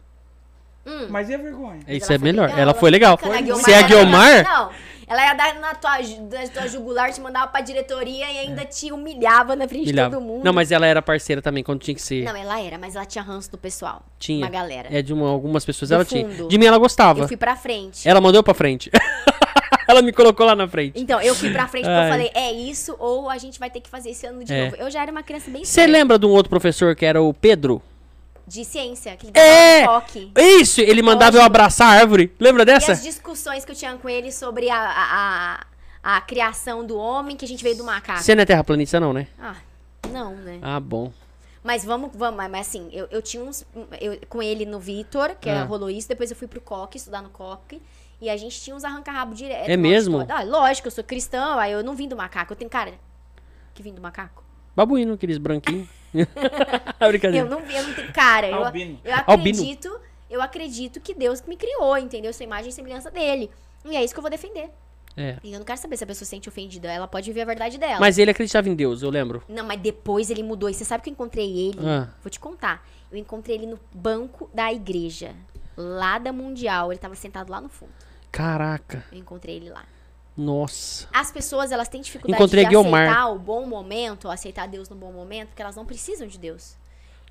Speaker 3: Hum.
Speaker 1: Mas e a vergonha?
Speaker 2: Isso
Speaker 3: ela
Speaker 2: é
Speaker 3: foi
Speaker 2: melhor.
Speaker 3: legal,
Speaker 2: Ela
Speaker 3: ela
Speaker 2: foi legal.
Speaker 3: Cara,
Speaker 1: Foi
Speaker 2: Se é a
Speaker 3: era legal.
Speaker 2: Guiomar,
Speaker 3: Não, Ela ia dar na tua, ju- na tua jugular, te mandava pra diretoria e ainda te humilhava na frente
Speaker 2: Milhava.
Speaker 3: de todo mundo.
Speaker 2: Não, mas ela era parceira também quando tinha que ser.
Speaker 3: Não, ela era, mas ela tinha ranço do pessoal.
Speaker 2: tinha.
Speaker 3: Uma galera.
Speaker 2: É de uma- algumas pessoas
Speaker 3: Do
Speaker 2: ela tinha.
Speaker 3: fundo.
Speaker 2: De mim ela gostava.
Speaker 3: Eu fui pra frente.
Speaker 2: Ela mandou eu pra frente. *laughs* ela me colocou lá na frente.
Speaker 3: Então, eu fui pra frente porque eu
Speaker 2: Ai.
Speaker 3: falei, é isso ou a gente vai ter que fazer esse ano de
Speaker 2: É.
Speaker 3: novo. Eu já era uma criança bem
Speaker 2: Você
Speaker 3: séria,
Speaker 2: lembra de um outro professor que era o Pedro?
Speaker 3: de ciência, que
Speaker 2: É!
Speaker 3: dava um toque.
Speaker 2: Isso! Ele mandava eu abraçar a árvore. Lembra
Speaker 3: E
Speaker 2: dessa?
Speaker 3: as discussões que eu tinha com ele sobre a, a, a, a criação do homem, que a gente veio do macaco.
Speaker 2: Você não é terraplanista, não, né?
Speaker 3: Ah, não, né?
Speaker 2: Ah, bom.
Speaker 3: Mas vamos, vamos, mas assim, eu, eu tinha uns. eu- com ele no Vitor, que
Speaker 2: Ah.
Speaker 3: rolou isso, depois eu fui pro Coque, estudar no Coque. E a gente tinha uns arranca-rabo direto.
Speaker 2: É mesmo?
Speaker 3: Lógico, ah, lógico, eu sou cristã, aí eu não vim do macaco. Eu tenho cara que vim do macaco?
Speaker 2: Babuíno, aqueles
Speaker 3: *laughs*
Speaker 2: branquinhos. É Brincadeira.
Speaker 3: Eu não, eu não tenho cara. Eu,
Speaker 1: Albino.
Speaker 3: eu
Speaker 2: Albino.
Speaker 3: acredito, eu acredito que Deus que me criou, entendeu? Sua imagem e semelhança dele. E é isso que eu vou defender.
Speaker 2: É.
Speaker 3: E eu não quero saber se a pessoa se sente ofendida. Ela pode viver a verdade dela.
Speaker 2: Mas ele acreditava em Deus, eu lembro.
Speaker 3: Não, mas depois ele mudou. E você sabe que eu encontrei ele?
Speaker 2: Ah.
Speaker 3: Vou te contar. Eu encontrei ele no banco da igreja. Lá da Mundial. Ele tava sentado lá no fundo.
Speaker 2: Caraca.
Speaker 3: Eu encontrei ele lá.
Speaker 2: Nossa.
Speaker 3: As pessoas, elas têm dificuldade
Speaker 2: Encontrei
Speaker 3: de
Speaker 2: Guiomar.
Speaker 3: aceitar o bom momento, ou aceitar Deus no bom momento, porque elas não precisam de Deus.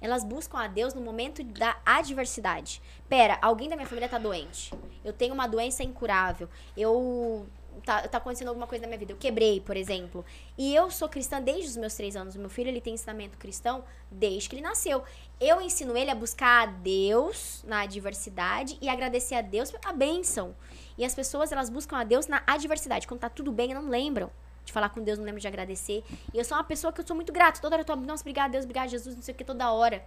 Speaker 3: Elas buscam a Deus no momento da adversidade. Pera, alguém da minha família tá doente. Eu tenho uma doença incurável. Eu. Tá, tá acontecendo alguma coisa na minha vida. Eu quebrei, por exemplo. E eu sou cristã desde os meus três anos. O meu filho, ele tem ensinamento cristão desde que ele nasceu. Eu ensino ele a buscar a Deus na adversidade e agradecer a Deus a bênção. E as pessoas, elas buscam a Deus na adversidade. Quando tá tudo bem, não lembram de falar com Deus, não lembro de agradecer. E eu sou uma pessoa que eu sou muito grata. Toda hora eu tô, nossa, obrigada Deus, obrigada Jesus, não sei o que, toda hora.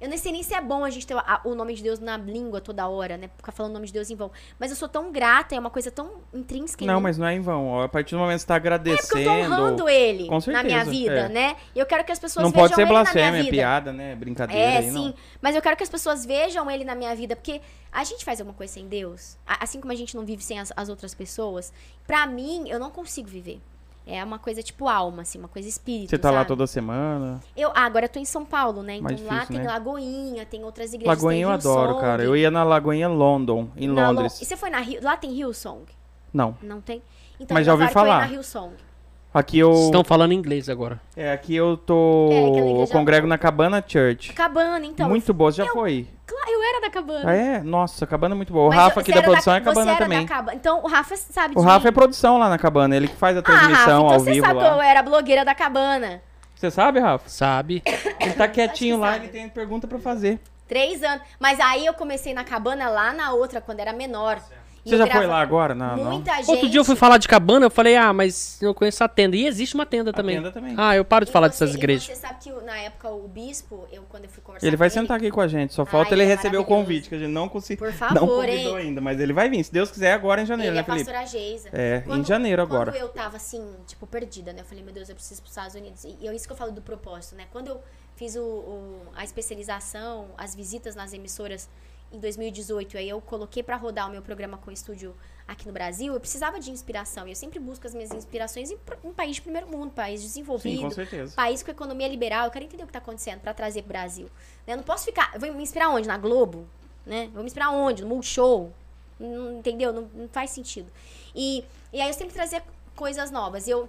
Speaker 3: Eu nem sei nem se é bom a gente ter a- o nome de Deus na língua toda hora, né? Ficar falando o nome de Deus em vão. Mas eu sou tão grata, é uma coisa tão intrínseca em
Speaker 1: Não,
Speaker 3: mim.
Speaker 1: mas não é em vão. ó. A partir do momento que você tá
Speaker 3: É Porque eu
Speaker 1: agradecendo.
Speaker 3: tô honrando ele
Speaker 1: Com
Speaker 3: na minha
Speaker 1: certeza,
Speaker 3: vida,
Speaker 1: é.
Speaker 3: né? E eu quero que as pessoas
Speaker 1: não
Speaker 3: vejam
Speaker 1: pode ser
Speaker 3: ele na minha
Speaker 1: blasfêmia,
Speaker 3: vida.
Speaker 1: piada, né? Brincadeira
Speaker 3: É,
Speaker 1: aí, não.
Speaker 3: sim. Mas eu quero que as pessoas vejam ele na minha vida, porque a gente faz alguma coisa sem Deus. A- Assim como a gente não vive sem as, as outras pessoas, pra mim, eu não consigo viver. É uma coisa tipo alma, assim, uma coisa espírita.
Speaker 1: Você tá lá
Speaker 3: sabe?
Speaker 1: toda semana.
Speaker 3: Eu, ah, agora eu tô em São Paulo, né? Então
Speaker 1: Mais
Speaker 3: lá
Speaker 1: difícil,
Speaker 3: tem
Speaker 1: né?
Speaker 3: Lagoinha, tem outras igrejas.
Speaker 1: Lagoinha
Speaker 3: tem
Speaker 1: eu adoro,
Speaker 3: Hillsong,
Speaker 1: cara. Eu ia na Lagoinha London, em
Speaker 3: na Lo-
Speaker 1: Londres.
Speaker 3: E você foi na Rio... Lá tem Hillsong?
Speaker 1: Não.
Speaker 3: Não tem? Então,
Speaker 1: Mas já ouvi
Speaker 3: falaram que eu ia
Speaker 1: falar.
Speaker 3: na Hillsong.
Speaker 1: Aqui eu.
Speaker 2: Vocês estão falando inglês agora.
Speaker 1: É, aqui eu
Speaker 3: É, aquela
Speaker 1: tô.
Speaker 3: igreja
Speaker 1: eu congrego na Cabana Church.
Speaker 3: Cabana, então.
Speaker 1: muito boa, você já foi.
Speaker 3: Claro, eu era da Cabana.
Speaker 1: Ah, é? Nossa, a Cabana é muito boa. O
Speaker 3: Mas
Speaker 1: Rafa
Speaker 3: eu-
Speaker 1: aqui
Speaker 3: você
Speaker 1: da
Speaker 3: era
Speaker 1: produção é
Speaker 3: você
Speaker 1: Cabana
Speaker 3: era da
Speaker 1: também.
Speaker 3: Caba- Então, o Rafa sabe
Speaker 1: O
Speaker 3: de
Speaker 1: Rafa
Speaker 3: mim.
Speaker 1: é produção lá na Cabana, ele que faz a
Speaker 3: Ah, Rafa,
Speaker 1: transmissão
Speaker 3: então
Speaker 1: ao
Speaker 3: você
Speaker 1: vivo
Speaker 3: sabe que eu
Speaker 1: lá.
Speaker 3: era blogueira da cabana.
Speaker 1: Você sabe, Rafa?
Speaker 2: Sabe?
Speaker 1: Ele tá quietinho
Speaker 3: que
Speaker 1: lá,
Speaker 3: sabe.
Speaker 1: ele tem pergunta pra fazer.
Speaker 3: Três anos. Mas aí eu comecei na cabana lá na outra, quando era menor. E
Speaker 1: Você
Speaker 3: eu
Speaker 1: já
Speaker 3: grava-
Speaker 1: foi lá agora? Não, não.
Speaker 3: Muita gente.
Speaker 2: Outro dia eu fui falar de cabana, eu falei, ah, mas eu conheço a tenda. E existe uma tenda também.
Speaker 1: tenda também.
Speaker 2: Ah, eu paro de
Speaker 3: E
Speaker 2: falar
Speaker 3: você-
Speaker 2: dessas
Speaker 3: e
Speaker 2: igrejas.
Speaker 3: Você sabe que o- na época o bispo, eu quando eu fui conversar
Speaker 1: Ele vai
Speaker 3: com ele,
Speaker 1: sentar aqui com a gente, só falta ele
Speaker 3: ele é
Speaker 1: receber o
Speaker 3: maravilhoso.
Speaker 1: convite, que a gente não conseguiu.
Speaker 3: Por
Speaker 1: *laughs* não
Speaker 3: favor,
Speaker 1: convidou
Speaker 3: hein?
Speaker 1: ainda, mas ele vai vir, se Deus quiser, agora em janeiro,
Speaker 3: Ele é
Speaker 1: né, Felipe?
Speaker 3: pastor Geisa.
Speaker 1: É, em janeiro agora.
Speaker 3: Quando eu tava assim, tipo, perdida, né? Eu falei, meu Deus, eu preciso ir pros Estados Unidos. E, e é isso que eu falo do propósito, né? Quando eu fiz o, o- a especialização, as visitas nas emissoras em 2018, aí eu coloquei pra rodar o meu programa com estúdio aqui no Brasil, eu precisava de inspiração. E eu sempre busco as minhas inspirações em, pro- em país de primeiro mundo, país desenvolvido,
Speaker 1: Sim, com certeza.
Speaker 3: país com economia liberal, eu quero entender o que está acontecendo para trazer pro Brasil. Né? Eu não posso ficar. Eu vou me inspirar onde? Na Globo? Né? Eu Vou me inspirar onde? No Multishow? Não- Entendeu? Não, não faz sentido. E, e aí eu sempre trazia coisas novas. E eu,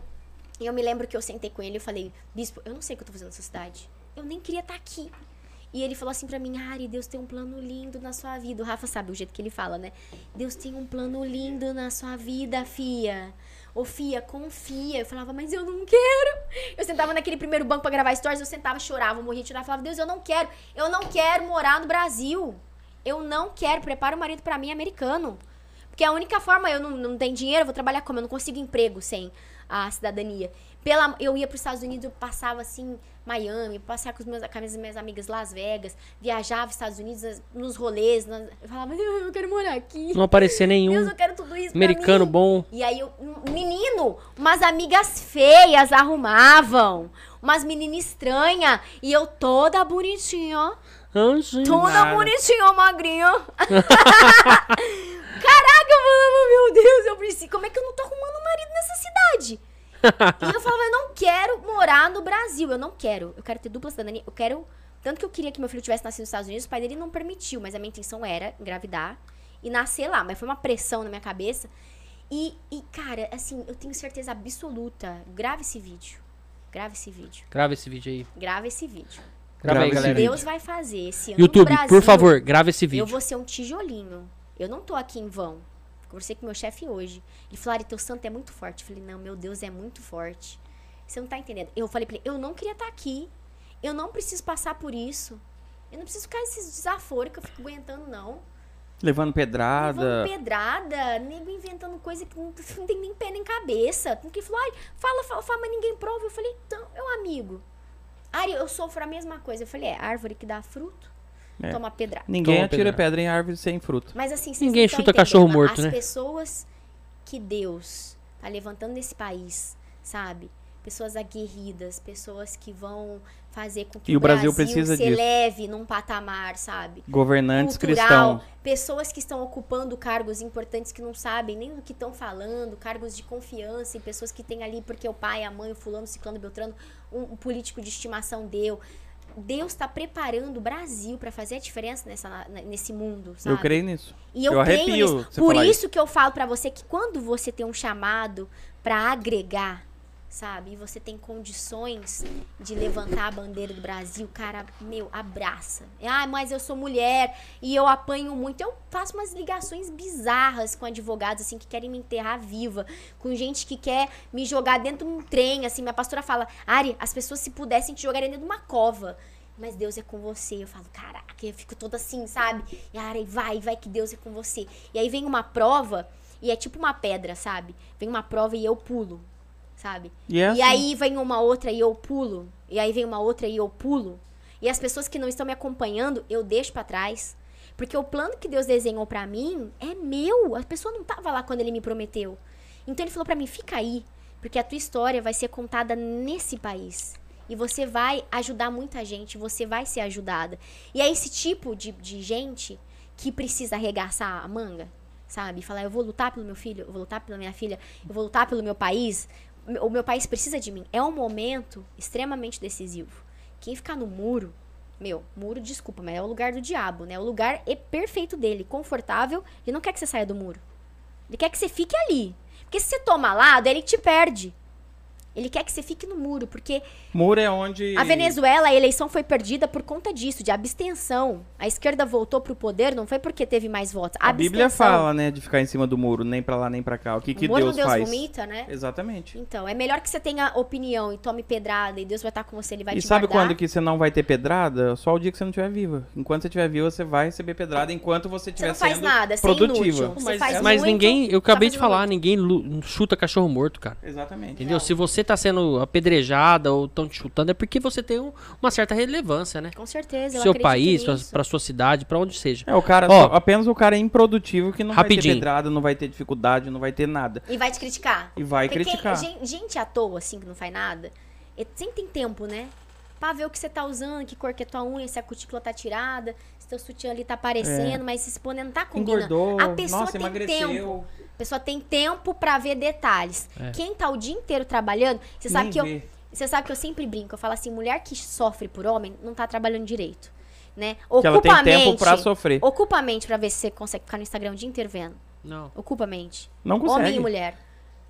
Speaker 3: e eu me lembro que eu sentei com ele e eu falei, Bispo, eu não sei o que eu tô fazendo nessa cidade. Eu nem queria estar aqui. E ele falou assim pra mim, Ari, Deus tem um plano lindo na sua vida. O Rafa sabe o jeito que ele fala, né? Deus tem um plano lindo na sua vida, Fia. Ô, Fia, confia. Eu falava, mas eu não quero. Eu sentava naquele primeiro banco pra gravar stories, eu sentava, chorava, morria, chorava, falava, Deus, eu não quero. Eu não quero morar no Brasil. Eu não quero. Prepara o marido pra mim, é americano. Porque a única forma, eu não, não tenho dinheiro, eu vou trabalhar como? Eu não consigo emprego sem a cidadania. Pela, eu ia para os Estados Unidos, eu passava assim, Miami, passeava com, os meus, com as minhas amigas Las Vegas, viajava os Estados Unidos nas- nos rolês. nas- eu falava, eu eu quero morar aqui.
Speaker 2: Não aparecer
Speaker 3: Deus, é
Speaker 2: nenhum
Speaker 3: eu quero tudo isso. pra
Speaker 2: americano
Speaker 3: mim.
Speaker 2: bom.
Speaker 3: E aí, eu, um- menino, umas amigas feias arrumavam. Umas meninas estranhas. E eu toda bonitinha, ó.
Speaker 2: Ah, gente.
Speaker 3: Toda
Speaker 1: Nada.
Speaker 3: bonitinha, ó, magrinha. *laughs* Caraca, mano, meu Deus, eu preciso. Como é que eu não tô arrumando marido nessa cidade? e eu falava, eu não quero morar no Brasil, eu não quero. Eu quero ter dupla cidadania, eu quero. Tanto que eu queria que meu filho tivesse nascido nos Estados Unidos, o pai dele não permitiu, mas a minha intenção era engravidar e nascer lá. Mas foi uma pressão na minha cabeça. E, e, cara, Cara, assim, eu tenho certeza absoluta. Grava esse vídeo. Grava esse vídeo.
Speaker 2: Grava esse vídeo aí.
Speaker 3: Grava esse vídeo.
Speaker 2: Grava,
Speaker 1: Grava
Speaker 2: aí,
Speaker 1: esse
Speaker 2: galera.
Speaker 1: vídeo.
Speaker 3: Deus vai fazer esse ano
Speaker 2: YouTube,
Speaker 3: no Brasil.
Speaker 2: por favor, grava esse
Speaker 3: Eu
Speaker 2: vídeo.
Speaker 3: vou ser um tijolinho. Eu não tô aqui em vão. Conversei com meu chefe hoje. Ele falou, Ari, teu santo é muito forte. Eu falei, não, meu Deus é muito forte. Você não tá entendendo. Eu falei pra ele, eu não queria estar aqui. Eu não preciso passar por isso. Eu não preciso ficar esses desaforos que eu fico aguentando, não.
Speaker 1: Levando pedrada.
Speaker 3: Levando pedrada, nego inventando coisa que não, *laughs* não tem nem pé nem cabeça. Porque falou, ai, fala, fala, fala, mas ninguém prova. Eu falei, então, meu amigo. Ari, eu sofro a mesma coisa. Eu falei, é, árvore que dá fruto,
Speaker 1: É.
Speaker 3: toma pedrada.
Speaker 1: Ninguém
Speaker 2: Toma
Speaker 1: atira
Speaker 2: pedrada.
Speaker 1: pedra em árvore sem fruto.
Speaker 3: Mas assim, vocês
Speaker 2: Ninguém
Speaker 3: não tão
Speaker 2: chuta
Speaker 3: entendendo.
Speaker 2: cachorro morto,
Speaker 3: As
Speaker 2: né?
Speaker 3: pessoas que Deus tá levantando nesse país, sabe? Pessoas aguerridas, pessoas que vão fazer com que
Speaker 1: E
Speaker 3: o
Speaker 1: o Brasil
Speaker 3: Brasil,
Speaker 1: precisa
Speaker 3: se
Speaker 1: disso.
Speaker 3: eleve num patamar, sabe?
Speaker 1: Governantes
Speaker 3: Cultural,
Speaker 1: cristãos.
Speaker 3: pessoas que estão ocupando cargos importantes que não sabem nem do que estão falando, cargos de confiança e pessoas que têm ali porque o pai, a mãe, o fulano, o ciclano, o beltrano, um, um político de estimação deu. Deus está preparando o Brasil para fazer a diferença nessa, na- nesse mundo, sabe?
Speaker 1: Eu creio nisso.
Speaker 3: E eu,
Speaker 1: Eu
Speaker 3: creio
Speaker 1: arrepio
Speaker 3: nisso.
Speaker 1: você
Speaker 3: Por
Speaker 1: falar
Speaker 3: isso que eu falo pra você que quando você tem um chamado pra agregar, sabe? E você tem condições de levantar a bandeira do Brasil, cara, meu, abraça. Ah, mas eu sou mulher e eu apanho muito. Eu faço umas ligações bizarras com advogados, assim, que querem me enterrar viva. Com gente que quer me jogar dentro de um trem, assim. Minha pastora fala, Ari, as pessoas se pudessem te jogarem dentro de uma cova mas Deus é com você. Eu falo, caraca, eu fico toda assim, sabe? E a Ari, vai, vai que Deus é com você. E aí vem uma prova, e é tipo uma pedra, sabe? Vem uma prova e eu pulo, sabe?
Speaker 1: E, é
Speaker 3: E
Speaker 1: assim.
Speaker 3: aí vem uma outra e eu pulo. E aí vem uma outra e eu pulo. E as pessoas que não estão me acompanhando, eu deixo pra trás. Porque o plano que Deus desenhou pra mim é meu. A pessoa não tava lá quando ele me prometeu. Então ele falou pra mim: "Fica aí, porque a tua história vai ser contada nesse país. E você vai ajudar muita gente, você vai ser ajudada". E é esse tipo de, de gente que precisa arregaçar a manga, sabe? E Falar: "Eu vou lutar pelo meu filho, eu vou lutar pela minha filha, eu vou lutar pelo meu país, o meu país precisa de mim. É um momento extremamente decisivo. Quem ficar no muro, meu, muro, desculpa, mas é o lugar do diabo, né? O lugar é perfeito dele, confortável, ele não quer que você saia do muro. Ele quer que você fique ali. Porque se você toma lado, ele te perde. Ele quer que você fique no muro, porque
Speaker 1: Muro é onde.
Speaker 3: a Venezuela, a eleição foi perdida por conta disso, de abstenção. A esquerda voltou pro poder, não foi porque teve mais votos.
Speaker 1: A Bíblia
Speaker 3: Abstenção.
Speaker 1: fala, né, de ficar em cima do muro, nem pra lá nem pra cá. O que, que
Speaker 3: o morno
Speaker 1: Deus,
Speaker 3: Deus
Speaker 1: faz?
Speaker 3: vomita, né?
Speaker 1: Exatamente.
Speaker 3: Então, é melhor que você tenha opinião e tome pedrada e Deus vai estar com você, ele vai
Speaker 1: e
Speaker 3: te
Speaker 1: sabe
Speaker 3: guardar.
Speaker 1: quando que você não vai ter pedrada? Só o dia que você não estiver viva. Enquanto você estiver viva, você vai receber pedrada enquanto você
Speaker 3: Você
Speaker 1: estiver
Speaker 3: não faz
Speaker 1: sendo
Speaker 3: nada, você é
Speaker 1: produtiva.
Speaker 3: inútil. Você
Speaker 1: Mas-
Speaker 3: faz
Speaker 2: Mas
Speaker 3: muito,
Speaker 2: ninguém, eu
Speaker 3: tá
Speaker 2: acabei de
Speaker 3: fazendo
Speaker 2: falar, né?
Speaker 3: muito.
Speaker 2: ninguém lu- chuta cachorro morto, cara.
Speaker 1: Exatamente.
Speaker 2: Entendeu? Se você tá sendo apedrejada ou tão te chutando, é porque você tem um- uma certa relevância, né?
Speaker 3: Com certeza, eu
Speaker 2: Seu
Speaker 3: acredito
Speaker 2: país,
Speaker 3: nisso.
Speaker 2: para sua cidade, pra onde seja.
Speaker 1: É, o cara,
Speaker 2: Ó.
Speaker 1: só- apenas o cara é improdutivo que não vai ter
Speaker 2: Rapidinho.
Speaker 1: pedrada, não vai ter dificuldade, não vai ter nada.
Speaker 3: E vai te criticar.
Speaker 1: E vai
Speaker 3: Porque
Speaker 1: criticar.
Speaker 3: Gente, gente à toa, assim, que não faz nada, é- sempre tem tempo, né? Pra ver o que você tá usando, que cor que é tua unha, se a cutícula tá tirada, se teu sutiã ali tá aparecendo, mas esse pônei não tá combinando.
Speaker 1: É. Engordou,
Speaker 3: a pessoa
Speaker 1: nossa,
Speaker 3: tem
Speaker 1: emagreceu.
Speaker 3: tempo. A pessoa tem tempo pra ver detalhes. Quem tá o dia inteiro trabalhando, você sabe
Speaker 1: É. Nem
Speaker 3: que eu,
Speaker 1: vê.
Speaker 3: Você sabe que eu sempre brinco, eu falo assim, mulher que sofre por homem não tá trabalhando direito, né? Ocupa
Speaker 1: Que ela tem
Speaker 3: a mente.
Speaker 1: tempo pra sofrer.
Speaker 3: Ocupa a mente pra ver se você consegue ficar no Instagram o dia inteiro vendo.
Speaker 2: Não.
Speaker 3: Ocupa a mente.
Speaker 1: Não
Speaker 3: Homem e
Speaker 1: consegue.
Speaker 3: mulher.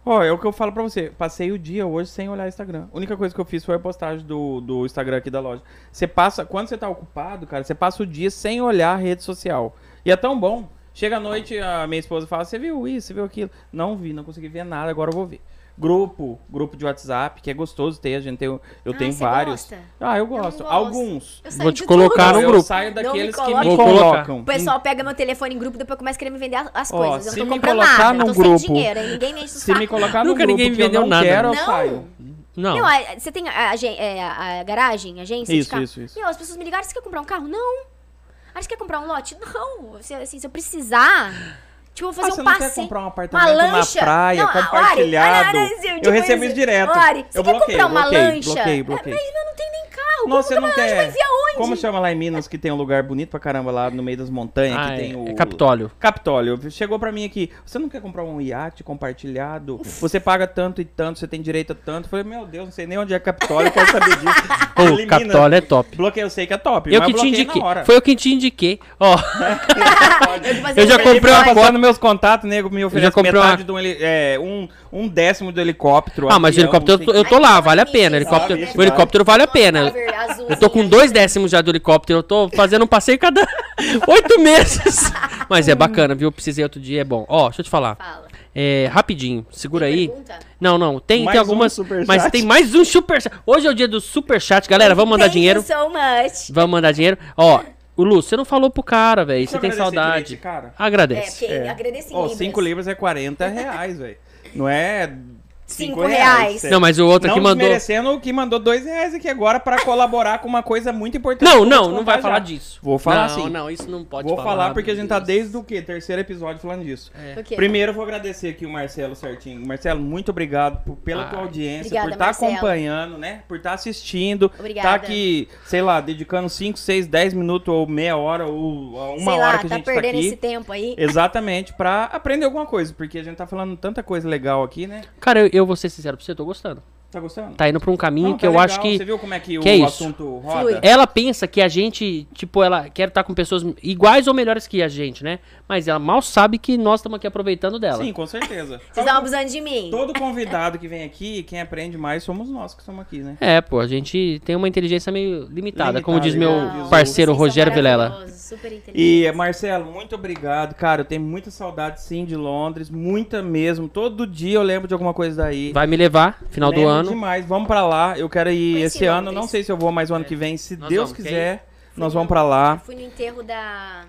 Speaker 1: Ó, é o que eu falo pra você. Passei o dia hoje sem olhar Instagram. A única coisa que eu fiz foi a postagem do, do Instagram aqui da loja. Você passa, quando você tá ocupado, cara, você passa o dia sem olhar a rede social. E é tão bom. Chega à noite, a minha esposa fala: Você viu isso, você viu aquilo? Não vi, não consegui ver nada, agora eu vou ver. Grupo, grupo de WhatsApp, que é gostoso ter, a gente tem, eu
Speaker 3: Ah,
Speaker 1: tenho
Speaker 3: você
Speaker 1: vários.
Speaker 3: gosta?
Speaker 1: Ah, eu
Speaker 3: não
Speaker 1: gosto.
Speaker 3: gosto.
Speaker 1: Alguns.
Speaker 3: Eu
Speaker 2: Vou
Speaker 3: saio
Speaker 2: te
Speaker 3: de
Speaker 2: colocar
Speaker 3: tudo.
Speaker 2: Tá no
Speaker 1: eu
Speaker 2: grupo.
Speaker 1: saio
Speaker 3: Não me
Speaker 1: daqueles que
Speaker 3: coloque.
Speaker 1: me
Speaker 2: Vou colocar.
Speaker 1: colocam.
Speaker 3: O pessoal pega meu telefone em grupo, depois começa querendo me vender as, as
Speaker 1: Ó,
Speaker 3: coisas. Eu
Speaker 1: se
Speaker 3: não
Speaker 1: me
Speaker 3: tô comprando
Speaker 1: colocar
Speaker 3: nada,
Speaker 1: num
Speaker 3: eu tô sem
Speaker 1: grupo-
Speaker 3: dinheiro, hein? ninguém me enche o
Speaker 1: Se me
Speaker 3: saco.
Speaker 1: colocar no
Speaker 2: Nunca
Speaker 1: grupo
Speaker 2: ninguém me
Speaker 1: que eu
Speaker 2: vendeu
Speaker 1: não
Speaker 2: nada.
Speaker 1: quero, eu
Speaker 3: Não.
Speaker 1: saio.
Speaker 2: Não.
Speaker 3: Meu, a- você tem a, a gen- é, a- a garagem, a agência? de
Speaker 1: Isso,
Speaker 3: carro?
Speaker 1: isso, isso.
Speaker 3: Meu, as pessoas me ligaram, você quer comprar um carro? Não. Ah, você quer comprar um lote? Não. Se, assim, se eu precisar, tipo, eu
Speaker 1: Ah,
Speaker 3: vou fazer
Speaker 1: você
Speaker 3: um
Speaker 1: não
Speaker 3: passeio.
Speaker 1: quer comprar um apartamento
Speaker 3: uma
Speaker 1: na
Speaker 3: lancha.
Speaker 1: praia,
Speaker 3: Não, ah, Ori,
Speaker 1: compartilhado?
Speaker 3: olha, olha, assim, tipo
Speaker 1: eu recebo
Speaker 3: isso.
Speaker 1: isso direto.
Speaker 3: Ori, você
Speaker 1: eu
Speaker 3: quer
Speaker 1: bloqueio,
Speaker 3: comprar uma
Speaker 1: bloqueio,
Speaker 3: lancha?
Speaker 1: bloqueio,
Speaker 3: Ah,
Speaker 1: bloqueio.
Speaker 3: Mas eu não tenho nem carro.
Speaker 1: Nossa,
Speaker 3: Como
Speaker 1: você não
Speaker 3: que a lancha
Speaker 1: quer.
Speaker 3: vai enfiar aprendi.
Speaker 1: Como chama lá em Minas que tem um lugar bonito pra caramba lá no meio das montanhas?
Speaker 2: Ah,
Speaker 1: que tem
Speaker 2: é,
Speaker 1: o...
Speaker 2: é Capitólio.
Speaker 1: Capitólio. Chegou pra mim aqui. Você não quer comprar um iate compartilhado? Você paga tanto e tanto, você tem direito a tanto. Eu falei, meu Deus, não sei nem onde é Capitólio, quero saber disso.
Speaker 2: *laughs* Ô, Capitólio é top.
Speaker 1: Bloqueio, eu sei que é top.
Speaker 2: Eu
Speaker 1: Ah, mas
Speaker 2: que te
Speaker 1: bloqueei
Speaker 2: indiquei.
Speaker 1: Na hora.
Speaker 2: Foi eu que te indiquei. Ó,
Speaker 1: *laughs*
Speaker 3: Mas
Speaker 2: Eu já
Speaker 3: aprendi
Speaker 2: comprei uma
Speaker 3: mais.
Speaker 2: cota-
Speaker 1: Passando meus contatos, nego, me oferece
Speaker 2: comprei uma-
Speaker 1: metade de um, heli- é, um, um décimo do helicóptero. é um
Speaker 2: ah, mas o
Speaker 1: avião,
Speaker 2: helicóptero
Speaker 1: não
Speaker 2: eu
Speaker 1: sei
Speaker 2: tô,
Speaker 1: o
Speaker 2: eu tô lá, vale a pena.
Speaker 3: Ah,
Speaker 2: Helicóptero,
Speaker 1: bicho,
Speaker 2: o helicóptero vale a
Speaker 3: Uma
Speaker 2: pena.
Speaker 3: cover azulzinha.
Speaker 2: Eu tô com dois décimos já do helicóptero. Eu tô fazendo um passeio cada *laughs* oito meses. Mas é bacana, viu? Eu precisei outro dia, é bom. Ó, deixa eu te falar.
Speaker 3: Fala.
Speaker 2: É, rapidinho, segura
Speaker 3: Tem
Speaker 2: aí.
Speaker 3: pergunta?
Speaker 2: Não, não, tem,
Speaker 1: Mais
Speaker 2: tem
Speaker 1: um
Speaker 2: algumas.
Speaker 1: superchat.
Speaker 2: mas tem mais um superchat. Hoje é o dia do superchat, galera. Vamos mandar
Speaker 3: Thank
Speaker 2: dinheiro.
Speaker 3: you so much.
Speaker 2: Vamos mandar dinheiro. Ó, o Lu, você não falou pro cara, velho.
Speaker 1: Deixa
Speaker 2: Você
Speaker 1: eu
Speaker 2: tem
Speaker 1: agradecer
Speaker 2: saudade.
Speaker 1: direito, cara.
Speaker 3: É,
Speaker 2: Agradece.
Speaker 3: porque
Speaker 1: É.
Speaker 3: agradeci
Speaker 1: Ó,
Speaker 3: libras.
Speaker 1: 5 libras é 40 reais, velho. Não é 5
Speaker 3: Cinco
Speaker 1: reais.
Speaker 3: reais.
Speaker 1: sério.
Speaker 2: não, mas o outro
Speaker 1: não
Speaker 2: aqui mandou.
Speaker 1: desmerecendo o que mandou 2 reais aqui agora pra colaborar com uma coisa muito importante. que
Speaker 2: Não,
Speaker 1: eu vou te
Speaker 2: não, não
Speaker 1: contar
Speaker 2: vai
Speaker 1: já.
Speaker 2: falar disso.
Speaker 1: Vou falar
Speaker 2: não,
Speaker 1: sim.
Speaker 2: Não, isso não pode
Speaker 1: Vou
Speaker 2: falar.
Speaker 1: falar porque a gente tá
Speaker 2: meu É.
Speaker 1: desde o quê? Terceiro episódio falando disso.
Speaker 3: Por quê?
Speaker 1: Primeiro eu vou agradecer aqui o Marcelo certinho. Marcelo, muito obrigado por- pela
Speaker 2: Ah.
Speaker 1: tua audiência,
Speaker 3: Obrigada,
Speaker 1: por estar
Speaker 3: Marcelo.
Speaker 1: acompanhando, né? Por estar assistindo.
Speaker 3: Obrigada.
Speaker 1: Tá aqui, sei lá, dedicando 5, 6, 10 minutos ou meia hora ou a uma
Speaker 3: Sei
Speaker 1: hora
Speaker 3: lá,
Speaker 1: que
Speaker 3: tá
Speaker 1: a gente tá
Speaker 3: perdendo
Speaker 1: aqui. É.
Speaker 3: esse tempo aí.
Speaker 1: Exatamente, pra aprender alguma coisa, porque a gente tá falando tanta coisa legal aqui, né?
Speaker 2: Deus. Cara, eu, eu vou ser sincero pra você, eu tô gostando.
Speaker 1: Tá gostando?
Speaker 2: Tá indo pra um caminho
Speaker 1: Não,
Speaker 2: que
Speaker 1: tá
Speaker 2: eu
Speaker 1: legal.
Speaker 2: acho que.
Speaker 1: Você viu como é que,
Speaker 2: que
Speaker 1: o
Speaker 2: é isso?
Speaker 1: assunto roda?
Speaker 3: Flui.
Speaker 2: Ela pensa que a gente, tipo, ela quer estar com pessoas iguais ou melhores que a gente, né? Mas ela mal sabe que nós estamos aqui aproveitando dela.
Speaker 1: Sim, com certeza.
Speaker 3: Vocês estão abusando de mim.
Speaker 1: Todo convidado que vem aqui, quem aprende mais somos nós que estamos aqui, né?
Speaker 2: É, pô, a gente tem uma inteligência meio limitada, como
Speaker 1: Limitada,
Speaker 2: diz meu
Speaker 3: né?
Speaker 1: igual diz o-
Speaker 2: parceiro
Speaker 3: vocês são
Speaker 2: Rogério Vilela. é
Speaker 3: maravilhosos, é Super inteligentes.
Speaker 1: E, Marcelo, muito obrigado, cara. Eu tenho muita saudade, sim, de Londres. Muita mesmo. Todo dia eu lembro de alguma coisa daí.
Speaker 2: Vai me levar, final
Speaker 1: Lembro
Speaker 2: do ano.
Speaker 1: demais. Vamos pra lá. Eu quero ir
Speaker 3: Conheci
Speaker 1: esse ano.
Speaker 3: Londres.
Speaker 1: Não sei se eu vou, mas o ano que vem, se
Speaker 2: É. Nós
Speaker 1: Deus
Speaker 2: vamos, ok?
Speaker 1: quiser, nós vamos pra lá.
Speaker 3: Fui no enterro da.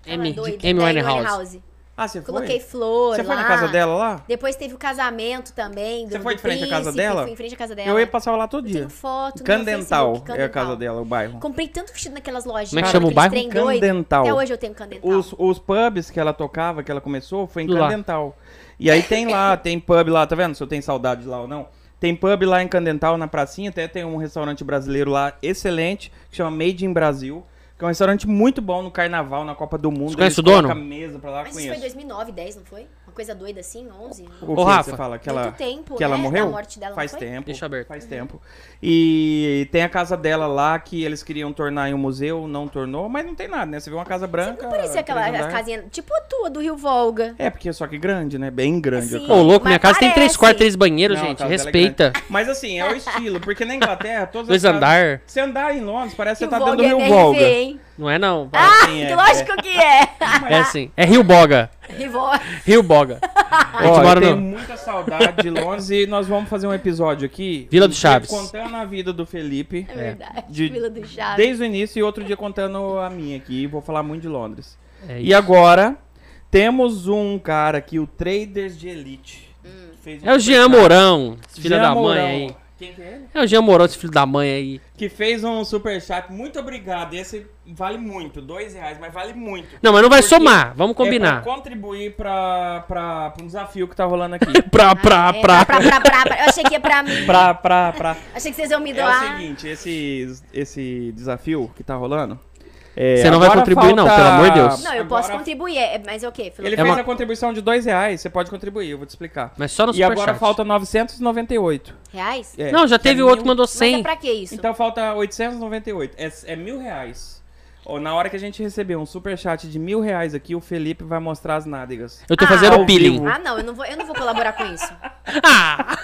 Speaker 3: aquela
Speaker 2: M, de-
Speaker 3: doida,
Speaker 2: M.
Speaker 3: da
Speaker 2: Winehouse.
Speaker 1: Ah, você foi?
Speaker 3: Coloquei flor.
Speaker 1: Você foi na
Speaker 3: lá.
Speaker 1: casa dela lá?
Speaker 3: Depois teve o casamento também. do-
Speaker 1: Você foi
Speaker 3: do
Speaker 1: de frente à casa
Speaker 3: príncipe,
Speaker 1: dela?
Speaker 3: Fui em frente à casa dela.
Speaker 1: Eu ia passar lá todo dia.
Speaker 3: Tenho foto. no
Speaker 1: Candental
Speaker 3: Facebook,
Speaker 1: é a casa dela, o bairro.
Speaker 3: Comprei tanto vestido naquelas lojas.
Speaker 2: Como é que chama o bairro?
Speaker 1: Candental.
Speaker 3: Até hoje eu tenho Candental.
Speaker 1: Os, os pubs que ela tocava, que ela começou, foi em
Speaker 2: Lá.
Speaker 1: Candental. E aí tem lá,
Speaker 2: *laughs*
Speaker 1: tem pub lá, tá vendo? Se eu tenho saudade lá ou não. Tem pub lá em Candental, na pracinha, até tem um restaurante brasileiro lá, excelente, que chama Made in Brasil. Que é um restaurante muito bom no carnaval, na Copa do Mundo.
Speaker 2: Você conhece
Speaker 1: Eles
Speaker 2: o dono?
Speaker 1: colocam A mesa pra lá,
Speaker 3: Mas isso foi
Speaker 1: conheço.
Speaker 3: 2009, 10, não foi? Uma coisa doida assim, 11?
Speaker 1: O
Speaker 2: Ô,
Speaker 1: que
Speaker 2: Rafa.
Speaker 1: você fala? Que ela,
Speaker 3: Muito tempo,
Speaker 1: que ela
Speaker 3: né,
Speaker 1: morreu?
Speaker 3: da morte dela, não
Speaker 1: faz
Speaker 3: foi?
Speaker 1: tempo.
Speaker 2: Deixa aberto.
Speaker 1: Faz tempo. E tem a casa dela lá que eles queriam tornar em um museu, não tornou, mas não tem nada, né? Você vê uma casa branca.
Speaker 3: Não parecia aquela
Speaker 1: três
Speaker 3: as
Speaker 1: andares.
Speaker 3: casinha, tipo a tua do Rio Volga.
Speaker 1: É, porque só que grande, né? Bem grande. a
Speaker 3: Sim.
Speaker 1: casa.
Speaker 2: Ô, louco, minha
Speaker 3: Mas
Speaker 2: casa tem três
Speaker 3: parece.
Speaker 2: quartos, três banheiros,
Speaker 1: Não, a
Speaker 2: gente.
Speaker 1: casa dela é
Speaker 2: Respeita.
Speaker 1: grande. Mas assim, é o estilo, porque na Inglaterra todas
Speaker 2: Dois
Speaker 1: as casas-
Speaker 2: andar.
Speaker 1: Você andar em Londres, parece que
Speaker 3: Rio
Speaker 1: você tá dentro do
Speaker 3: Volga
Speaker 1: Rio
Speaker 3: é
Speaker 1: Volga.
Speaker 3: DRV, hein?
Speaker 2: Não é não.
Speaker 3: Ah,
Speaker 1: Sim, é,
Speaker 3: lógico que é. *laughs*
Speaker 2: É assim. É Rio Boga.
Speaker 3: Rio Volga.
Speaker 2: Rio Boga. A gente
Speaker 1: Ah. Ó, eu
Speaker 2: mora
Speaker 1: tenho
Speaker 2: no.
Speaker 1: muita saudade de Londres e nós vamos fazer um episódio aqui.
Speaker 2: Vila
Speaker 1: um
Speaker 2: do
Speaker 1: dia
Speaker 2: Chaves.
Speaker 1: Contando a vida do Felipe.
Speaker 3: É verdade.
Speaker 1: De-
Speaker 3: Vila do Chaves.
Speaker 1: Desde o início e outro dia contando a minha aqui. Vou falar muito de Londres.
Speaker 2: É
Speaker 1: E agora, temos um cara aqui, o Traders de Elite.
Speaker 3: Hum.
Speaker 1: Fez um
Speaker 2: É o Jean Mourão, esse filho
Speaker 1: Jean
Speaker 2: da
Speaker 1: Mourão.
Speaker 2: mãe aí.
Speaker 1: Quem que é ele?
Speaker 2: É o Jean Mourão, esse filho da mãe aí.
Speaker 1: Que fez um superchat. Muito obrigado. Esse vale muito. Dois reais, mas vale muito.
Speaker 2: Não, mas não vai
Speaker 1: Porque
Speaker 2: somar, vamos
Speaker 1: É
Speaker 2: combinar.
Speaker 1: pra contribuir pra, pra, pra um desafio que tá rolando
Speaker 2: *laughs*
Speaker 1: aqui.
Speaker 2: Pra, pra,
Speaker 3: É,
Speaker 2: pra.
Speaker 3: pra, pra, pra, pra. Eu achei que ia pra mim.
Speaker 1: pra, pra, pra.
Speaker 3: Achei que vocês iam me
Speaker 1: É o
Speaker 3: doar.
Speaker 1: seguinte, esse, esse desafio que tá rolando. é,
Speaker 2: Você não vai
Speaker 1: agora
Speaker 2: contribuir, não, pelo amor de Deus.
Speaker 3: não, eu posso
Speaker 1: agora-
Speaker 3: contribuir, é, é- mas é o quê? Filo?
Speaker 1: Ele
Speaker 2: É
Speaker 1: fez
Speaker 2: uma-
Speaker 1: a contribuição de dois reais, você pode contribuir, eu vou te explicar.
Speaker 2: Mas só no
Speaker 1: E agora
Speaker 2: superchat.
Speaker 1: falta 998.
Speaker 3: Reais?
Speaker 1: É,
Speaker 2: Não, já
Speaker 1: que é
Speaker 2: teve outro que
Speaker 1: mil-
Speaker 2: mandou
Speaker 3: Mas é
Speaker 2: 100.
Speaker 3: pra que isso?
Speaker 1: Então falta 898. É, é mil reais. Ó, na hora que a gente receber um superchat de mil reais aqui, o Felipe vai mostrar as nádegas.
Speaker 2: Eu tô
Speaker 3: Ah,
Speaker 2: fazendo
Speaker 1: ao
Speaker 2: o peeling.
Speaker 1: vivo.
Speaker 3: Ah, não, eu não, vou, eu não vou colaborar com isso.
Speaker 2: Ah!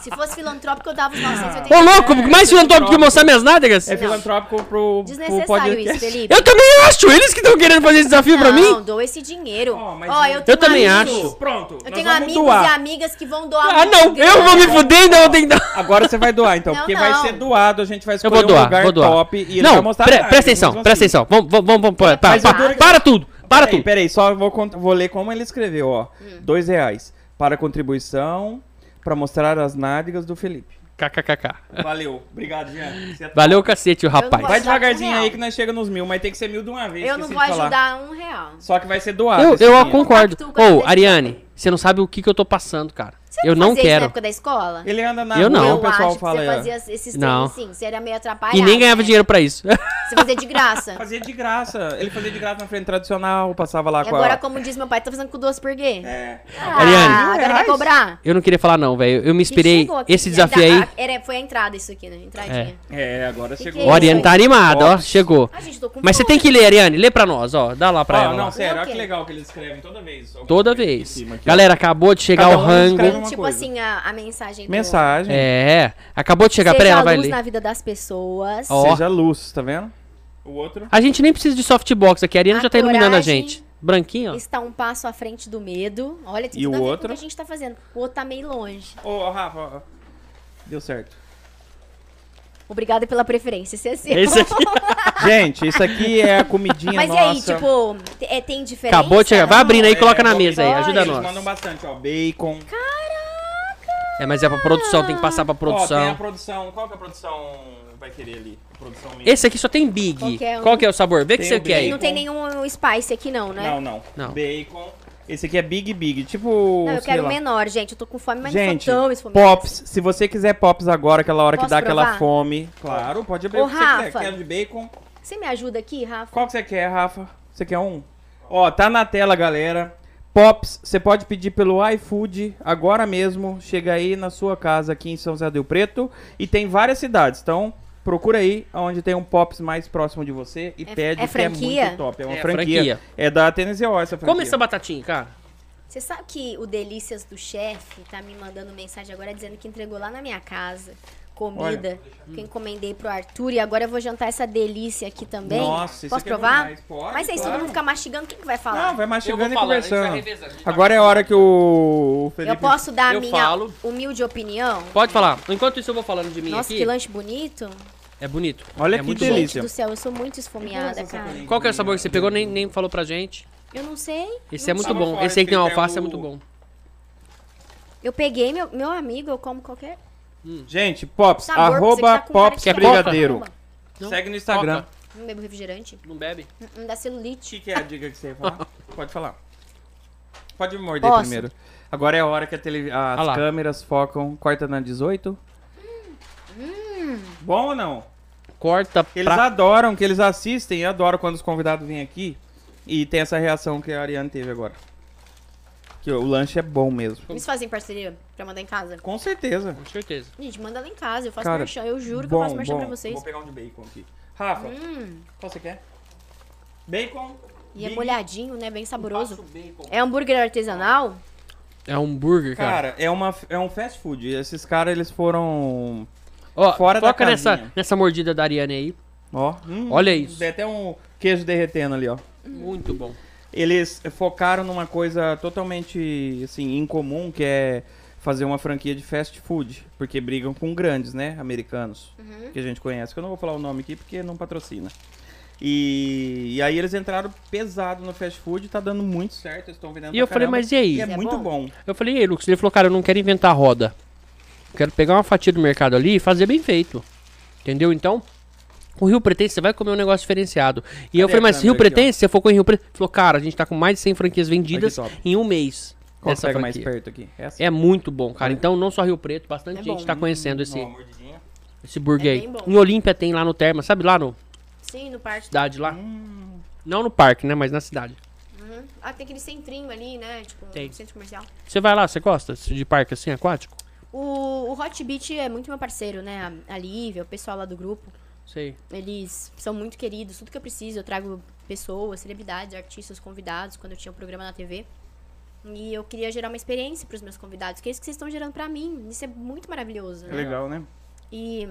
Speaker 3: Se fosse filantrópico, eu dava os 980.
Speaker 2: Ô, louco, mais filantrópico que mostrar minhas nádegas?
Speaker 1: É filantrópico pro, pro
Speaker 3: Desnecessário isso,
Speaker 1: podcast.
Speaker 3: Felipe.
Speaker 2: Eu também acho! Eles que estão querendo fazer esse desafio pra
Speaker 3: Não,
Speaker 2: mim?
Speaker 3: dou esse dinheiro.
Speaker 1: Ó,
Speaker 3: Ó,
Speaker 1: mas
Speaker 3: eu,
Speaker 1: eu
Speaker 3: tenho
Speaker 2: também
Speaker 3: amigos-
Speaker 2: acho.
Speaker 1: Pronto.
Speaker 3: Eu
Speaker 1: nós
Speaker 3: tenho
Speaker 1: vamos
Speaker 3: amigos
Speaker 1: doar.
Speaker 3: e amigas que vão doar
Speaker 2: Ah, não! Eu vou me fuder, ainda vou ter que dar.
Speaker 1: Agora você vai doar, então,
Speaker 3: Não,
Speaker 1: porque vai
Speaker 3: não.
Speaker 1: ser doado, a gente vai
Speaker 2: Eu
Speaker 1: escolher
Speaker 2: vou
Speaker 1: um
Speaker 2: doar,
Speaker 1: lugar
Speaker 2: vou doar.
Speaker 1: top e ele vai
Speaker 2: não,
Speaker 1: mostrar
Speaker 2: pre-
Speaker 1: as nádegas,
Speaker 2: presta atenção,
Speaker 1: mesmo
Speaker 2: presta
Speaker 1: assim.
Speaker 2: atenção. Vamos, vamos, vamos. Para, para,
Speaker 3: Mas o duro
Speaker 2: para,
Speaker 3: que-
Speaker 2: para tudo, para
Speaker 1: peraí,
Speaker 2: tudo.
Speaker 1: Peraí, só vou, cont- vou ler como ele escreveu, ó.
Speaker 3: Hum.
Speaker 1: Dois reais para contribuição, para mostrar as nádegas do
Speaker 2: *laughs*
Speaker 1: Felipe.
Speaker 2: KKKK.
Speaker 1: Valeu. Obrigado, Jean. Você é
Speaker 2: Valeu o cacete, o rapaz.
Speaker 3: vou
Speaker 1: Vai
Speaker 3: Posso dar
Speaker 1: devagarzinho
Speaker 3: um
Speaker 1: aí
Speaker 3: real?
Speaker 1: que nós chega nos mil, mas tem que ser mil de uma vez.
Speaker 3: Eu não
Speaker 1: esqueci
Speaker 3: vou
Speaker 1: de falar.
Speaker 3: ajudar um real.
Speaker 1: Só que vai ser doado.
Speaker 2: Eu,
Speaker 1: esse
Speaker 2: eu
Speaker 1: dinheiro.
Speaker 2: concordo.
Speaker 3: Pacto com a
Speaker 2: Ô,
Speaker 3: gente.
Speaker 2: Ariane, você não sabe o que, que eu tô passando, cara.
Speaker 3: Você
Speaker 2: Eu não
Speaker 3: fazia isso né?
Speaker 2: quero.
Speaker 3: na época da escola?
Speaker 1: Ele anda na
Speaker 2: Eu não.
Speaker 1: rua,
Speaker 3: Eu
Speaker 1: o pessoal
Speaker 3: acho
Speaker 1: fala. é,
Speaker 3: que você fazia esses
Speaker 2: Não.
Speaker 3: treinos sim, você era meio atrapalhado.
Speaker 2: E nem ganhava
Speaker 3: né?
Speaker 2: dinheiro pra isso. *laughs*
Speaker 3: Você fazia
Speaker 1: *laughs*
Speaker 3: de graça.
Speaker 1: Fazia de graça. Ele fazia de graça na frente tradicional, passava lá
Speaker 3: E
Speaker 1: com
Speaker 3: agora,
Speaker 1: a.
Speaker 3: como diz meu pai, tá fazendo com duas por quê?
Speaker 1: É.
Speaker 3: Ah,
Speaker 2: Ariane.
Speaker 1: Mil
Speaker 3: agora vai
Speaker 1: reais?
Speaker 3: cobrar?
Speaker 2: Eu não queria falar não, velho. Eu me
Speaker 3: Gente,
Speaker 2: inspirei
Speaker 3: chegou aqui,
Speaker 2: esse
Speaker 3: a-
Speaker 2: desafio
Speaker 3: a-
Speaker 2: aí.
Speaker 3: a- tá, era- foi a entrada isso aqui, né? Entradinha.
Speaker 1: É, agora
Speaker 3: Que que
Speaker 1: chegou.
Speaker 3: é
Speaker 2: Ó,
Speaker 3: isso?
Speaker 2: Ariane tá animada, ó.
Speaker 1: Ops.
Speaker 2: Chegou.
Speaker 3: Ah, gente, tô com
Speaker 2: Mas você tem
Speaker 3: fome.
Speaker 2: que ler, Ariane. Lê pra nós, ó. Dá lá pra
Speaker 1: Ah,
Speaker 2: ela.
Speaker 1: não,
Speaker 2: lá.
Speaker 1: sério,
Speaker 3: Não,
Speaker 1: olha que
Speaker 3: ok.
Speaker 1: legal que eles escrevem toda vez. Alguma
Speaker 2: Toda
Speaker 1: coisa aqui em
Speaker 2: vez.
Speaker 1: cima, aqui, ó.
Speaker 2: Galera, acabou de chegar
Speaker 1: Cada
Speaker 2: o
Speaker 1: um
Speaker 2: rango.
Speaker 1: escreve-
Speaker 3: Tipo
Speaker 1: uma
Speaker 3: tipo
Speaker 1: coisa.
Speaker 3: assim, a, a mensagem. do-
Speaker 1: Mensagem.
Speaker 2: É. Acabou de chegar.
Speaker 3: Seja
Speaker 2: Peraí, ela
Speaker 3: a
Speaker 2: vai
Speaker 3: luz
Speaker 2: ler.
Speaker 3: na vida das pessoas.
Speaker 2: Ó.
Speaker 1: Seja luz, tá vendo? O outro.
Speaker 2: A gente nem precisa de softbox aqui. A Ariane
Speaker 3: A
Speaker 2: já tá iluminando a
Speaker 3: coragem-
Speaker 2: gente. Branquinho, ó.
Speaker 3: Está um passo à frente do medo. Olha, tem
Speaker 1: E
Speaker 3: tudo
Speaker 1: o
Speaker 3: a ver
Speaker 1: outro?
Speaker 3: com o que a gente tá fazendo. O outro tá meio longe.
Speaker 1: Ô, ô, Rafa, ó. deu certo.
Speaker 3: Obrigada pela preferência. Esse é seu.
Speaker 2: Esse aqui.
Speaker 1: Gente, isso aqui é a comidinha
Speaker 3: *laughs* Mas
Speaker 1: nossa.
Speaker 3: e aí, tipo, te- é, tem diferença?
Speaker 2: Acabou de chegar. Vai
Speaker 3: Não?
Speaker 2: abrindo aí,
Speaker 1: É,
Speaker 2: coloca na
Speaker 1: vamos-
Speaker 2: mesa aí.
Speaker 1: Ai,
Speaker 2: Ajuda
Speaker 1: Eles mandam
Speaker 2: nós.
Speaker 1: bastante, ó. Bacon.
Speaker 2: É, mas é pra produção, tem que passar pra
Speaker 1: Ó, tem a
Speaker 2: produção.
Speaker 1: produção. Qual que é a produção vai querer ali? A produção minha.
Speaker 2: Esse aqui só tem Big.
Speaker 3: Qual que é o-
Speaker 2: Qual que é o sabor? Vê o que
Speaker 1: Tem
Speaker 2: você
Speaker 1: o
Speaker 2: quer aí.
Speaker 3: Não tem nenhum spice aqui, não, né?
Speaker 1: Não, não,
Speaker 2: Não.
Speaker 1: Bacon. Esse aqui é Big Big, tipo.
Speaker 3: Não, eu
Speaker 1: sei
Speaker 3: quero
Speaker 1: lá.
Speaker 3: menor, gente. Eu tô com fome, mas
Speaker 1: Gente,
Speaker 3: não sou tão esfomeada.
Speaker 1: Pops, se você quiser Pops agora, aquela hora que
Speaker 3: Posso
Speaker 1: dá aquela
Speaker 3: provar?
Speaker 1: fome. Claro, pode abrir
Speaker 3: Ô,
Speaker 1: o que você quer.
Speaker 3: Rafa.
Speaker 1: Quer de bacon?
Speaker 3: Você me ajuda aqui, Rafa?
Speaker 1: Qual que você quer, Rafa? Você quer um? Ó, tá na tela, galera. Pops, você pode pedir pelo iFood agora mesmo. Chega aí na sua casa aqui em São José do Rio Preto. E tem várias cidades, então procura aí onde tem um Pops mais próximo de você e pede
Speaker 3: é
Speaker 1: que é
Speaker 3: franquia?
Speaker 1: muito top. É uma
Speaker 2: É
Speaker 1: franquia.
Speaker 2: franquia. é
Speaker 1: É da TNZO essa franquia.
Speaker 2: Come essa batatinha, cara.
Speaker 3: Você sabe que o Delícias do Chefe tá me mandando mensagem agora dizendo que entregou lá na minha casa comida que eu encomendei pro Arthur e agora eu vou jantar essa delícia aqui também.
Speaker 1: Nossa, isso
Speaker 3: Posso
Speaker 1: aqui é bom
Speaker 3: provar?
Speaker 1: demais. Pode,
Speaker 3: Mas aí, se todo
Speaker 1: claro.
Speaker 3: mundo ficar mastigando, quem que vai falar?
Speaker 1: Não, vai mastigando e
Speaker 2: Eu vou falando, a gente vai
Speaker 1: conversando.
Speaker 2: revezando, a gente tá vai
Speaker 1: Agora é a hora que o Felipe...
Speaker 3: eu posso dar a
Speaker 2: eu
Speaker 3: minha
Speaker 2: falo.
Speaker 3: humilde opinião?
Speaker 2: Pode falar. Enquanto isso, eu vou falando de mim
Speaker 3: Nossa,
Speaker 2: aqui.
Speaker 3: que lanche bonito.
Speaker 2: É bonito.
Speaker 1: Olha
Speaker 2: é
Speaker 1: que
Speaker 2: muito bom.
Speaker 1: delícia.
Speaker 3: Gente do céu, eu sou muito esfomeada,
Speaker 1: Essa
Speaker 3: cara.
Speaker 1: coisa.
Speaker 2: Qual que é o sabor que você pegou? Nem, nem falou pra gente.
Speaker 3: Eu não sei.
Speaker 2: Esse é muito
Speaker 1: Tava
Speaker 2: bom.
Speaker 1: fora,
Speaker 2: Esse aí que tem uma
Speaker 1: esse aí
Speaker 2: alface é
Speaker 1: é o-
Speaker 2: muito bom.
Speaker 3: Eu peguei meu, meu amigo, eu como qualquer
Speaker 1: Gente, Pops,
Speaker 3: sabor. porque Tá você
Speaker 1: arroba
Speaker 3: tá com cara de
Speaker 1: Pops é
Speaker 3: quer
Speaker 1: Brigadeiro.
Speaker 3: pra caramba.
Speaker 2: Não?
Speaker 1: Segue no Instagram.
Speaker 2: Coca.
Speaker 3: Não bebo refrigerante.
Speaker 2: Não bebe?
Speaker 3: Não, não dá
Speaker 1: O
Speaker 3: celulite.
Speaker 1: que, que é a dica que você ia
Speaker 3: *laughs*
Speaker 1: falar? Pode falar. Pode me morder
Speaker 3: Posso?
Speaker 1: primeiro. Agora é a hora que a tele- as
Speaker 2: Ah lá.
Speaker 1: câmeras focam. Corta na 18.
Speaker 3: Hum,
Speaker 1: Bom ou não?
Speaker 2: Corta
Speaker 1: Eles
Speaker 2: pra...
Speaker 1: adoram, que eles assistem e adoram quando os convidados vêm aqui. E tem essa reação que a Ariane teve agora. Que o lanche é bom mesmo.
Speaker 3: Eles fazem parceria pra mandar em casa.
Speaker 1: Com certeza.
Speaker 2: Com certeza.
Speaker 3: Gente, manda lá em casa. Eu faço
Speaker 1: Cara,
Speaker 3: merchan. Eu juro que eu
Speaker 1: bom,
Speaker 3: faço merchan
Speaker 1: bom.
Speaker 3: pra vocês. Hum.
Speaker 1: Vou pegar um de bacon aqui. Rafa, qual você quer? Bacon.
Speaker 3: E é
Speaker 1: Big,
Speaker 3: molhadinho, né? Bem
Speaker 1: faço
Speaker 3: saboroso.
Speaker 1: um bacon.
Speaker 3: É hambúrguer artesanal?
Speaker 2: É um burger, cara.
Speaker 1: Cara, é, uma, é um fast food. Esses caras, eles foram.
Speaker 2: Ó,
Speaker 1: fora da
Speaker 2: foca nessa,
Speaker 1: casinha.
Speaker 2: nessa mordida da Ariane aí.
Speaker 1: Ó. Hum,
Speaker 2: Olha isso.
Speaker 1: Tem até um queijo derretendo ali, ó.
Speaker 2: Muito bom.
Speaker 1: Eles focaram numa coisa totalmente, assim, incomum, que é fazer uma franquia de fast food. Porque brigam com grandes, né? Americanos. Que a gente conhece. Que eu não vou falar o nome aqui porque não patrocina. E, e aí eles entraram pesado no fast food, tá dando muito certo, eles estão vendendo
Speaker 2: E
Speaker 1: pra
Speaker 2: eu falei,
Speaker 1: caramba.
Speaker 2: mas e aí?
Speaker 1: E é,
Speaker 3: é
Speaker 1: muito bom.
Speaker 2: Eu falei, e aí, Lucas? Ele falou, cara, eu não quero inventar roda. Eu Quero pegar uma fatia do mercado ali e fazer bem feito. Entendeu? Então, o Rio Pretense, você vai comer um negócio diferenciado. E eu
Speaker 1: Cadê
Speaker 2: falei,
Speaker 1: a
Speaker 2: mas Rio
Speaker 1: câmera aqui,
Speaker 2: Pretense, você focou em Rio Pretense? Ele falou, cara, a gente tá com mais de 100 franquias vendidas
Speaker 1: Olha que top.
Speaker 2: em um mês.
Speaker 1: Qual que
Speaker 2: dessa
Speaker 1: pega mais
Speaker 2: franquia.
Speaker 1: perto aqui? Essa?
Speaker 2: É muito bom, cara. Então, não só Rio Preto, bastante
Speaker 3: É
Speaker 2: gente
Speaker 3: bom.
Speaker 2: tá conhecendo esse,
Speaker 1: Ó, mordidinha.
Speaker 2: esse burger
Speaker 3: É
Speaker 2: aí.
Speaker 3: bem bom.
Speaker 2: Em Olímpia tem lá no Terma, sabe lá no
Speaker 3: Sim, no parque.
Speaker 2: cidade lá?
Speaker 1: Hum.
Speaker 2: Não no parque, né? Mas na cidade.
Speaker 3: Uhum. Ah, tem aquele centrinho ali, né? Tipo,
Speaker 2: Tem.
Speaker 3: centro comercial.
Speaker 2: Você vai lá, você gosta de parque assim, aquático?
Speaker 3: O, o Hot Beat é muito meu parceiro, né? A, a Lívia, o pessoal lá do grupo.
Speaker 2: Sei.
Speaker 3: Eles são muito queridos. Tudo que eu preciso, eu trago pessoas, celebridades, artistas, convidados, quando eu tinha um programa na TV. E eu queria gerar uma experiência pros meus convidados, que é isso que vocês estão gerando pra mim. Isso é muito maravilhoso, né?
Speaker 1: Legal, né?
Speaker 3: E,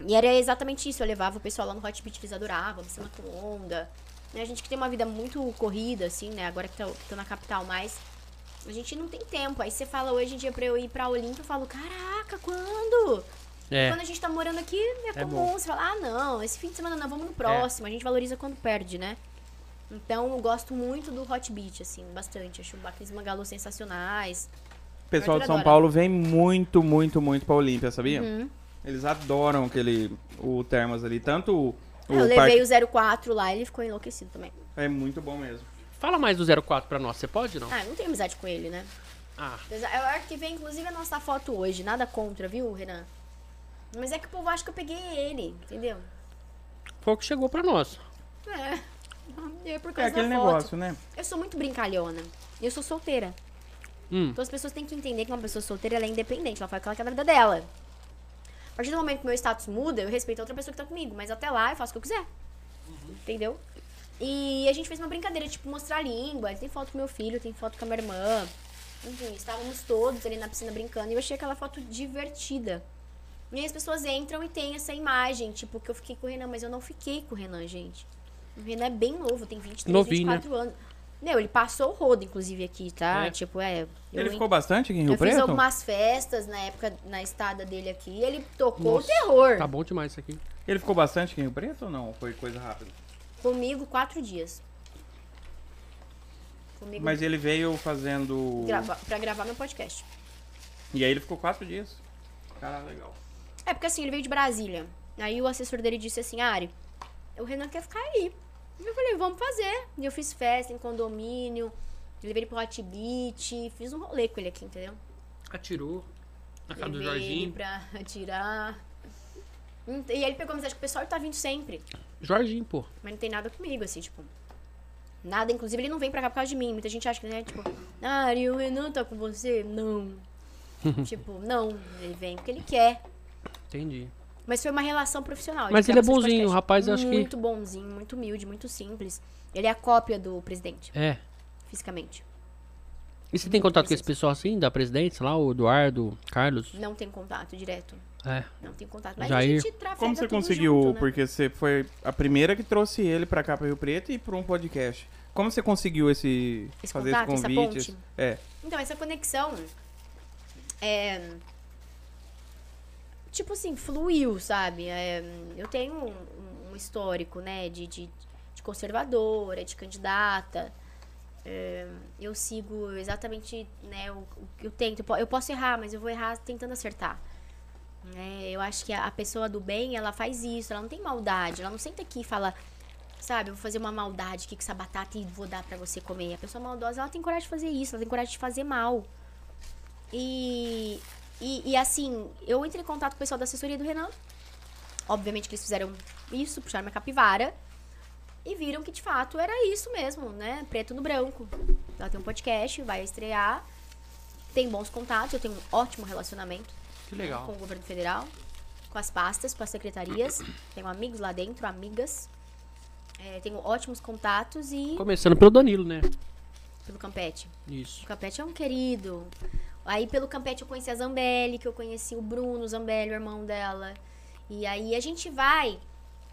Speaker 3: e era exatamente isso. Eu levava o pessoal lá no Hot Beat, eles adoravam, você matou onda. Né, A gente que tem uma vida muito corrida, assim, né? Agora que tô, tô na capital mais. A gente não tem tempo. Aí você fala hoje em dia pra eu ir pra Olimpo, eu falo, caraca, quando?
Speaker 2: É.
Speaker 3: Quando a gente tá morando aqui, é,
Speaker 2: É
Speaker 3: comum. Você fala, ah, não, esse fim de semana não, vamos no próximo. A gente valoriza quando perde, né? Então, eu gosto muito do Hot Beat, assim, bastante. Acho aqueles mangalôs sensacionais.
Speaker 1: O pessoal de São
Speaker 3: Arthur adora.
Speaker 1: Paulo vem muito, muito, muito pra Olímpia, sabia?
Speaker 3: Uhum.
Speaker 1: Eles adoram aquele. O Termas ali. Tanto o. o
Speaker 3: Ah, eu
Speaker 1: parque-
Speaker 3: levei o 04 lá, ele ficou enlouquecido também.
Speaker 1: É muito bom mesmo.
Speaker 2: Fala mais do 04 pra nós, você pode ou não?
Speaker 3: Ah, eu não tenho amizade com ele, né?
Speaker 2: Ah.
Speaker 3: Eu acho que vem, inclusive, a nossa foto hoje. Nada contra, viu, Renan? Mas é que o povo acha que eu peguei ele, entendeu?
Speaker 2: Foi o que chegou pra nós.
Speaker 3: É. É por
Speaker 1: É
Speaker 3: causa
Speaker 1: aquele
Speaker 3: da foto.
Speaker 1: negócio, né?
Speaker 3: Eu sou muito brincalhona. E eu sou solteira.
Speaker 2: Hum.
Speaker 3: Então as pessoas têm que entender que uma pessoa solteira ela é independente, ela faz o que ela quer na vida dela. A partir do momento que meu status muda, eu respeito a outra pessoa que tá comigo, mas até lá eu faço o que eu quiser.
Speaker 2: Uhum.
Speaker 3: Entendeu? E a gente fez uma brincadeira, tipo, mostrar a língua. Tem foto com meu filho, tem foto com a minha irmã. Enfim, estávamos todos ali na piscina brincando e eu achei aquela foto divertida. E aí as pessoas entram e tem essa imagem, tipo, que eu fiquei com o Renan, mas eu não fiquei com o Renan, gente. O Renan é bem novo, tem 23,
Speaker 2: Novinho, né?
Speaker 3: 24 anos. Meu, ele passou o rodo, inclusive, aqui, tá?
Speaker 2: É.
Speaker 3: Tipo, é. eu
Speaker 1: Ele
Speaker 3: en-
Speaker 1: ficou bastante aqui em Rio
Speaker 3: eu fiz
Speaker 1: Preto?
Speaker 3: algumas festas na época, na estada dele aqui, e ele tocou
Speaker 2: Nossa,
Speaker 3: o terror.
Speaker 2: Tá bom demais isso aqui.
Speaker 1: Ele ficou bastante aqui em Rio Preto ou não? Foi coisa rápida.
Speaker 3: Comigo, quatro dias. Comigo
Speaker 1: Mas ele veio fazendo.
Speaker 3: grava- pra gravar meu podcast.
Speaker 1: E aí ele ficou quatro dias. Cara, legal.
Speaker 3: É porque assim, ele veio de Brasília. Aí o assessor dele disse assim, Ari, o Renan quer ficar aí. Eu falei, vamos fazer. E eu fiz festa em condomínio, levei ele pro Hot Beat, fiz um rolê com ele aqui, entendeu?
Speaker 2: Atirou na cara do
Speaker 3: levei ele
Speaker 2: Jorginho.
Speaker 3: pra atirar. Ent- E ele pegou mensagem que o pessoal tá vindo sempre.
Speaker 2: Jorginho, pô.
Speaker 3: Mas não tem nada comigo, assim, tipo. Nada, inclusive ele não vem pra cá por causa de mim. Muita gente acha que, né, tipo, ah, e o Renan tá com
Speaker 2: *laughs*
Speaker 3: você? Não. tipo, não, ele vem porque ele quer.
Speaker 2: Entendi.
Speaker 3: Mas foi uma relação profissional.
Speaker 2: Mas
Speaker 3: quer
Speaker 2: ele é
Speaker 3: fazer esse
Speaker 2: bonzinho,
Speaker 3: podcast.
Speaker 2: o rapaz, eu acho que-
Speaker 3: Muito bonzinho, muito humilde, muito simples. Ele é a cópia do presidente,
Speaker 2: É.
Speaker 3: fisicamente.
Speaker 2: E você tem contato com esse pessoal assim, da presidência lá, o Eduardo, Carlos?
Speaker 3: Não tem contato direto.
Speaker 2: É.
Speaker 3: Não tem contato. Mas
Speaker 2: Jair.
Speaker 3: a gente trafega
Speaker 1: Como você
Speaker 3: tudo
Speaker 1: conseguiu?
Speaker 3: junto, né?
Speaker 1: Porque você foi a primeira que trouxe ele pra cá, pra Rio Preto e pra um podcast. Como você conseguiu esse,
Speaker 3: Esse
Speaker 1: fazer
Speaker 3: contato,
Speaker 1: esse
Speaker 3: essa
Speaker 1: convite?
Speaker 3: ponte?
Speaker 1: É.
Speaker 3: Então, essa conexão é. Tipo assim, fluiu, sabe? É, eu tenho um, um histórico, né, de, de, de conservadora, de candidata. É, eu sigo exatamente, né, o, o que eu tento. Eu po- Eu posso errar, mas eu vou errar tentando acertar. né? eu acho que a a pessoa do bem, ela faz isso, ela não tem maldade, ela não senta aqui e fala, sabe, eu vou fazer uma maldade aqui com essa batata e vou dar pra você comer. A pessoa maldosa, ela tem coragem de fazer isso, ela tem coragem de fazer mal. E, e, e, assim, eu entrei em contato com o pessoal da assessoria do Renan. Obviamente que eles fizeram isso, puxaram minha capivara. E viram que de fato era isso mesmo, né? Preto no branco. Ela tem um podcast, vai estrear. Tem bons contatos, eu tenho um ótimo relacionamento
Speaker 2: Que
Speaker 3: com o governo federal, com as pastas, com as secretarias. Tenho amigos lá dentro, amigas. É, tenho ótimos contatos e
Speaker 2: Começando pelo Danilo, né?
Speaker 3: pelo Campete.
Speaker 2: Isso.
Speaker 3: O Campete é um querido. Aí pelo Campete eu conheci a Zambelli, que eu conheci o Bruno Zambelli, o irmão dela. E aí a gente vai,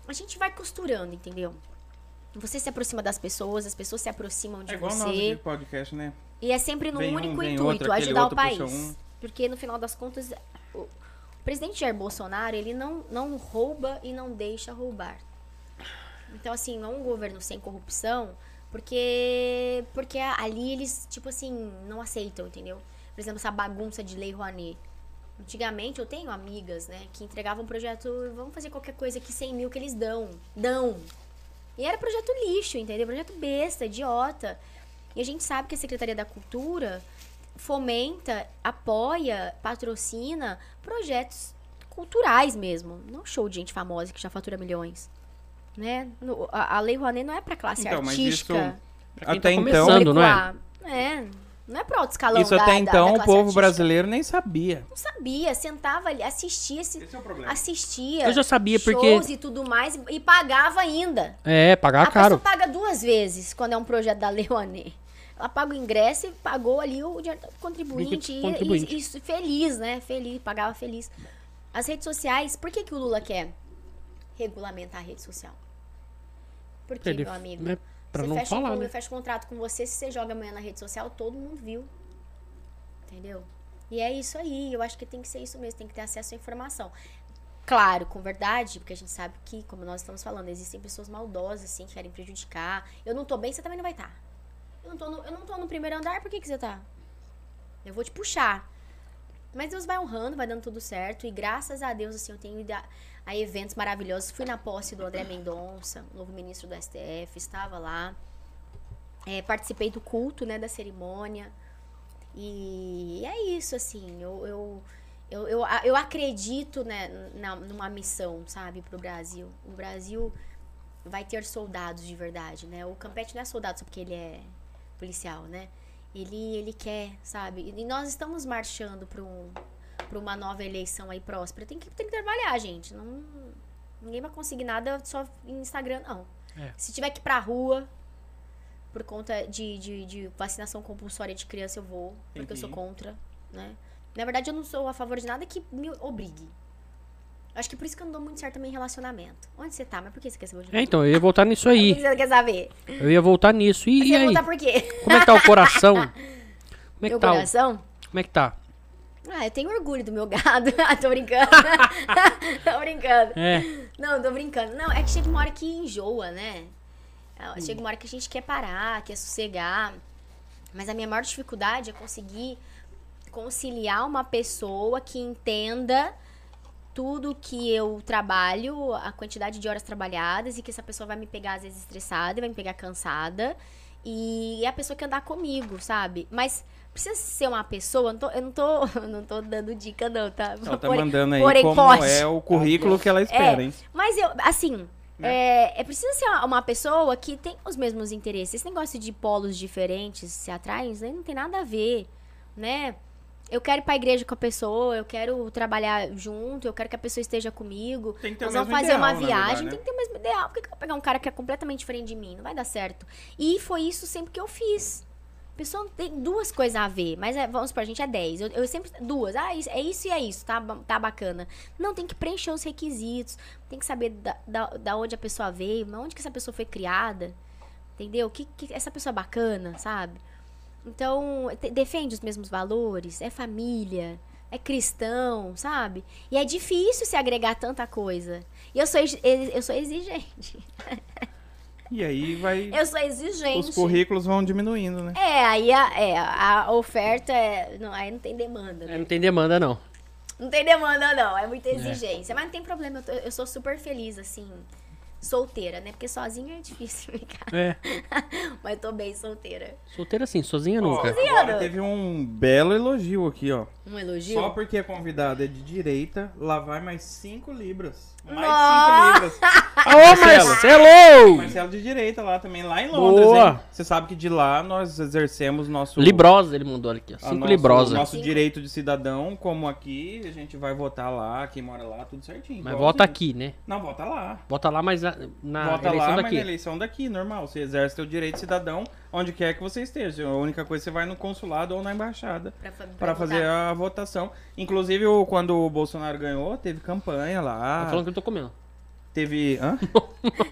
Speaker 3: a gente vai costurando, entendeu? Você se aproxima das pessoas, as pessoas se aproximam de
Speaker 1: É igual
Speaker 3: você.
Speaker 1: nós aqui, podcast, né?
Speaker 3: E é sempre num
Speaker 1: Vem um,
Speaker 3: único
Speaker 1: vem
Speaker 3: intuito,
Speaker 1: outro, aquele
Speaker 3: ajudar o
Speaker 1: outro
Speaker 3: país.
Speaker 1: puxa um.
Speaker 3: Porque no final das contas, o presidente Jair Bolsonaro, ele não, não rouba e não deixa roubar. Então, assim, não é um governo sem corrupção, porque, porque ali eles, tipo assim, não aceitam, entendeu? Por exemplo, essa bagunça de Lei Rouanet. Antigamente eu tenho amigas, né, que entregavam um projeto, vamos fazer qualquer coisa aqui, 100 mil que eles dão. Dão. E era projeto lixo, entendeu? Projeto besta, idiota. E a gente sabe que a Secretaria da Cultura fomenta, apoia, patrocina projetos culturais mesmo. Não show de gente famosa que já fatura milhões. Né? No- a, a Lei Rouanet não é pra classe
Speaker 1: Então, mas
Speaker 3: artística.
Speaker 1: isso-
Speaker 2: Pra quem
Speaker 1: Até
Speaker 2: tá
Speaker 1: então.
Speaker 2: começando. não é?
Speaker 3: É. Não é pra outro escalão
Speaker 1: Isso
Speaker 3: da-
Speaker 1: até
Speaker 3: da-
Speaker 1: então
Speaker 3: da
Speaker 1: o
Speaker 3: classe
Speaker 1: povo
Speaker 3: artística.
Speaker 1: brasileiro nem sabia.
Speaker 3: Não sabia, sentava ali, assistia, se-
Speaker 1: é o problema.
Speaker 3: assistia.
Speaker 2: Eu já sabia
Speaker 3: shows
Speaker 2: porque.
Speaker 3: e tudo mais e, e pagava ainda.
Speaker 2: É, pagar
Speaker 3: a
Speaker 2: caro.
Speaker 3: pessoa paga duas vezes quando é um projeto da Leone. Ela paga o ingresso e pagou ali o dinheiro do contribuinte,
Speaker 2: Bico
Speaker 3: e-
Speaker 2: do contribuinte.
Speaker 3: E, e feliz, né? Feliz, pagava feliz. As redes sociais, por que, que o Lula quer regulamentar a rede social? Por que,
Speaker 2: Ele-
Speaker 3: meu amigo?
Speaker 2: né, pra
Speaker 3: você
Speaker 2: não
Speaker 3: fecha
Speaker 2: falar,
Speaker 3: um,
Speaker 2: né?
Speaker 3: Eu fecho contrato com você, se você joga amanhã na rede social, todo mundo viu. Entendeu? E é isso aí. Eu acho que tem que ser isso mesmo, tem que ter acesso à informação. Claro, com verdade, porque a gente sabe que, como nós estamos falando, existem pessoas maldosas, assim, que querem prejudicar. Eu não tô bem, você também não vai estar. Eu, não tô no- eu não tô no primeiro andar, por que, que você tá? Eu vou te puxar. Mas Deus vai honrando, vai dando tudo certo. E graças a Deus, assim, eu tenho ido a, a eventos maravilhosos. Fui na posse do André Mendonça, o novo ministro do STF, estava lá. É, participei do culto, né, da cerimônia. E é isso, assim, eu, eu, eu, eu, a- eu acredito né, na, numa missão, sabe, pro Brasil. O Brasil vai ter soldados de verdade, né? O Campete não é soldado só porque ele é policial, né? Ele, ele quer, sabe? E nós estamos marchando para um, pra uma nova eleição aí próspera. Tem que, tem que trabalhar, gente. Não, ninguém vai conseguir nada só em Instagram, não.
Speaker 2: É.
Speaker 3: Se tiver que ir pra rua por conta de, de, de vacinação compulsória de criança, eu vou. Porque eu sou
Speaker 1: Uhum.
Speaker 3: contra, né? Na verdade, eu não sou a favor de nada que me obrigue. Acho que por isso que eu não dou muito certo também em relacionamento. Onde você tá? Mas por que você quer saber? onde eu
Speaker 2: É,
Speaker 3: tô?
Speaker 2: então, eu ia voltar nisso
Speaker 3: O que
Speaker 2: aí.
Speaker 3: você quer saber?
Speaker 2: Eu ia voltar nisso. E, e
Speaker 3: Você
Speaker 2: aí?
Speaker 3: perguntar por quê?
Speaker 2: Como é que tá o
Speaker 3: *laughs*
Speaker 2: coração? Como é que
Speaker 3: Meu
Speaker 2: tá? o-
Speaker 3: coração?
Speaker 2: Como é que tá?
Speaker 3: Ah, eu tenho orgulho do meu gado. *laughs* Ah, tô brincando. tô brincando.
Speaker 2: É.
Speaker 3: Não, tô brincando. Não, é que chega uma hora que enjoa, né? Ah, Chega uma hora que a gente quer parar, quer sossegar. Mas a minha maior dificuldade é conseguir conciliar uma pessoa que entenda tudo que eu trabalho, a quantidade de horas trabalhadas e que essa pessoa vai me pegar às vezes estressada, vai me pegar cansada. E é a pessoa que andar comigo, sabe? Mas precisa ser uma pessoa, eu não tô, eu não tô, *laughs* eu não tô dando dica não, tá?
Speaker 1: Ela tá
Speaker 3: Porém-
Speaker 1: mandando aí
Speaker 3: porém
Speaker 1: como
Speaker 3: pode.
Speaker 1: é o currículo que ela espera, hein?
Speaker 3: mas eu, assim, é, é preciso ser uma- uma pessoa que tem os mesmos interesses. Esse negócio de polos diferentes se atraem, isso aí não tem nada a ver, né? Eu quero ir pra igreja com a pessoa, eu quero trabalhar junto, eu quero que a pessoa esteja comigo.
Speaker 1: Tem que ter
Speaker 3: Nós
Speaker 1: o
Speaker 3: vamos
Speaker 1: mesmo
Speaker 3: fazer uma
Speaker 1: ideal, na verdade,
Speaker 3: viagem,
Speaker 1: né?
Speaker 3: tem que ter o mesmo ideal. Por que, que eu vou pegar um cara que é completamente diferente de mim? Não vai dar certo. E foi isso sempre que eu fiz. A pessoa não tem duas coisas a ver, mas é, vamos supor, a gente é 10. Eu, eu sempre. Duas. Ah, isso, é isso e é isso, tá, ba- tá bacana. Não, tem que preencher os requisitos, tem que saber da, da, da onde a pessoa veio, de onde que essa pessoa foi criada. Entendeu? Que, que essa pessoa é bacana, sabe? Então, te- defende os mesmos valores, é família, é cristão, sabe? E é difícil se agregar tanta coisa. E eu sou, ex- ex- eu sou
Speaker 1: *laughs*
Speaker 3: exigente.
Speaker 1: E aí vai.
Speaker 3: Eu sou exigente.
Speaker 1: Os currículos vão diminuindo, né?
Speaker 3: É, aí a, é, a oferta é. Não, aí não tem demanda, né?
Speaker 2: É, Não tem demanda, não.
Speaker 3: Não tem demanda, não. É muita exigência. Mas não tem problema, eu, tô- eu sou super feliz, assim, solteira, né? Porque sozinha é difícil *laughs* ficar.
Speaker 2: É.
Speaker 3: Mas tô bem solteira.
Speaker 2: Solteira assim, sozinha
Speaker 1: Ó,
Speaker 2: nunca.
Speaker 1: agora teve um belo elogio aqui, ó.
Speaker 3: Um elogio?
Speaker 1: Só porque a convidada é de direita, lá vai mais 5 libras. Mais 5
Speaker 3: Nossa!
Speaker 1: libras.
Speaker 2: Ô, é Marcelo!
Speaker 1: Marcelo de direita lá também, lá em Londres,
Speaker 2: Boa!
Speaker 1: hein? Você sabe que de lá nós exercemos nosso...
Speaker 2: Librosa, ele mandou aqui, ó.
Speaker 1: a
Speaker 2: Cinco
Speaker 1: nosso-
Speaker 2: librosa.
Speaker 1: Nosso
Speaker 3: Cinco.
Speaker 1: direito de cidadão, como aqui, a gente vai votar lá, quem mora lá, tudo certinho.
Speaker 2: Mas
Speaker 1: igualzinho.
Speaker 2: volta aqui, né?
Speaker 1: Não, vota lá.
Speaker 2: Volta lá, mas na, na
Speaker 1: Vota
Speaker 2: eleição
Speaker 1: lá, mas
Speaker 2: daqui.
Speaker 1: na eleição daqui, normal. Você exerce seu direito de cidadão onde quer que você esteja. A única coisa, é você vai no consulado ou na embaixada
Speaker 3: Pra, fa- pra
Speaker 1: para fazer
Speaker 3: mudar.
Speaker 1: a votação. Inclusive, o- quando o Bolsonaro ganhou, teve campanha
Speaker 2: Tá
Speaker 1: lá.
Speaker 2: falando que eu tô comendo.
Speaker 1: Teve. Hã?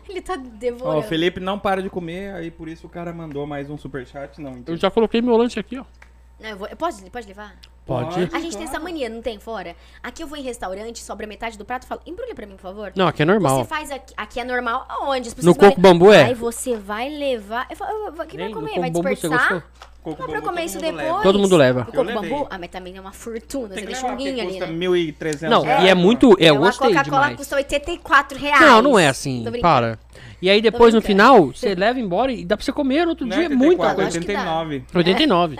Speaker 3: Ele tá
Speaker 1: Ó, o
Speaker 3: devorando.
Speaker 1: Felipe não para de comer, aí por isso o cara mandou mais um superchat. Não,
Speaker 2: Eu
Speaker 1: entendi.
Speaker 2: já coloquei meu lanche aqui, ó.
Speaker 3: Não, eu vou- eu posso, pode levar?
Speaker 2: Pode?
Speaker 1: Pode.
Speaker 3: A gente tem
Speaker 1: claro.
Speaker 3: essa mania, não tem fora? Aqui eu vou em restaurante, sobra metade do prato, eu falo, embrulha pra mim, por favor.
Speaker 2: Não, aqui é normal.
Speaker 3: Você faz aqui, aqui é normal aonde? As
Speaker 2: No
Speaker 3: pessoas
Speaker 2: coco
Speaker 3: vão-
Speaker 2: bambu é?
Speaker 3: Aí você vai levar. Eu falo, eu vou- quem vai
Speaker 2: Nem- no
Speaker 3: comer?
Speaker 2: coco
Speaker 3: Vai
Speaker 2: bambu você
Speaker 3: desperdiçar?
Speaker 2: gostou?
Speaker 1: Coco
Speaker 3: Não dá pra
Speaker 1: bambu,
Speaker 3: comer
Speaker 1: todo
Speaker 3: isso
Speaker 1: mundo
Speaker 3: depois?
Speaker 1: leva.
Speaker 2: Todo mundo leva.
Speaker 3: O
Speaker 1: Eu
Speaker 3: coco
Speaker 1: levei.
Speaker 3: bambu? Ah, mas também é uma fortuna.
Speaker 1: Tem
Speaker 3: Você
Speaker 1: que
Speaker 3: deixa um
Speaker 1: levar,
Speaker 3: guinho
Speaker 1: porque
Speaker 3: ali,
Speaker 1: custa
Speaker 3: né?
Speaker 1: 1.300
Speaker 2: Não,
Speaker 1: reais,
Speaker 2: e é
Speaker 1: mano.
Speaker 2: muito. É, eu
Speaker 3: Então, a
Speaker 2: gostei
Speaker 3: Coca-Cola
Speaker 2: demais.
Speaker 3: custa 84 reais.
Speaker 2: Não, não é assim.
Speaker 3: Tô brincando.
Speaker 2: Para. E aí depois, no
Speaker 3: brincando.
Speaker 2: final, você leva embora e dá pra você comer no outro
Speaker 1: Não é
Speaker 2: dia. Muito.
Speaker 1: 84,
Speaker 3: acho que dá.
Speaker 1: 89.
Speaker 2: 89.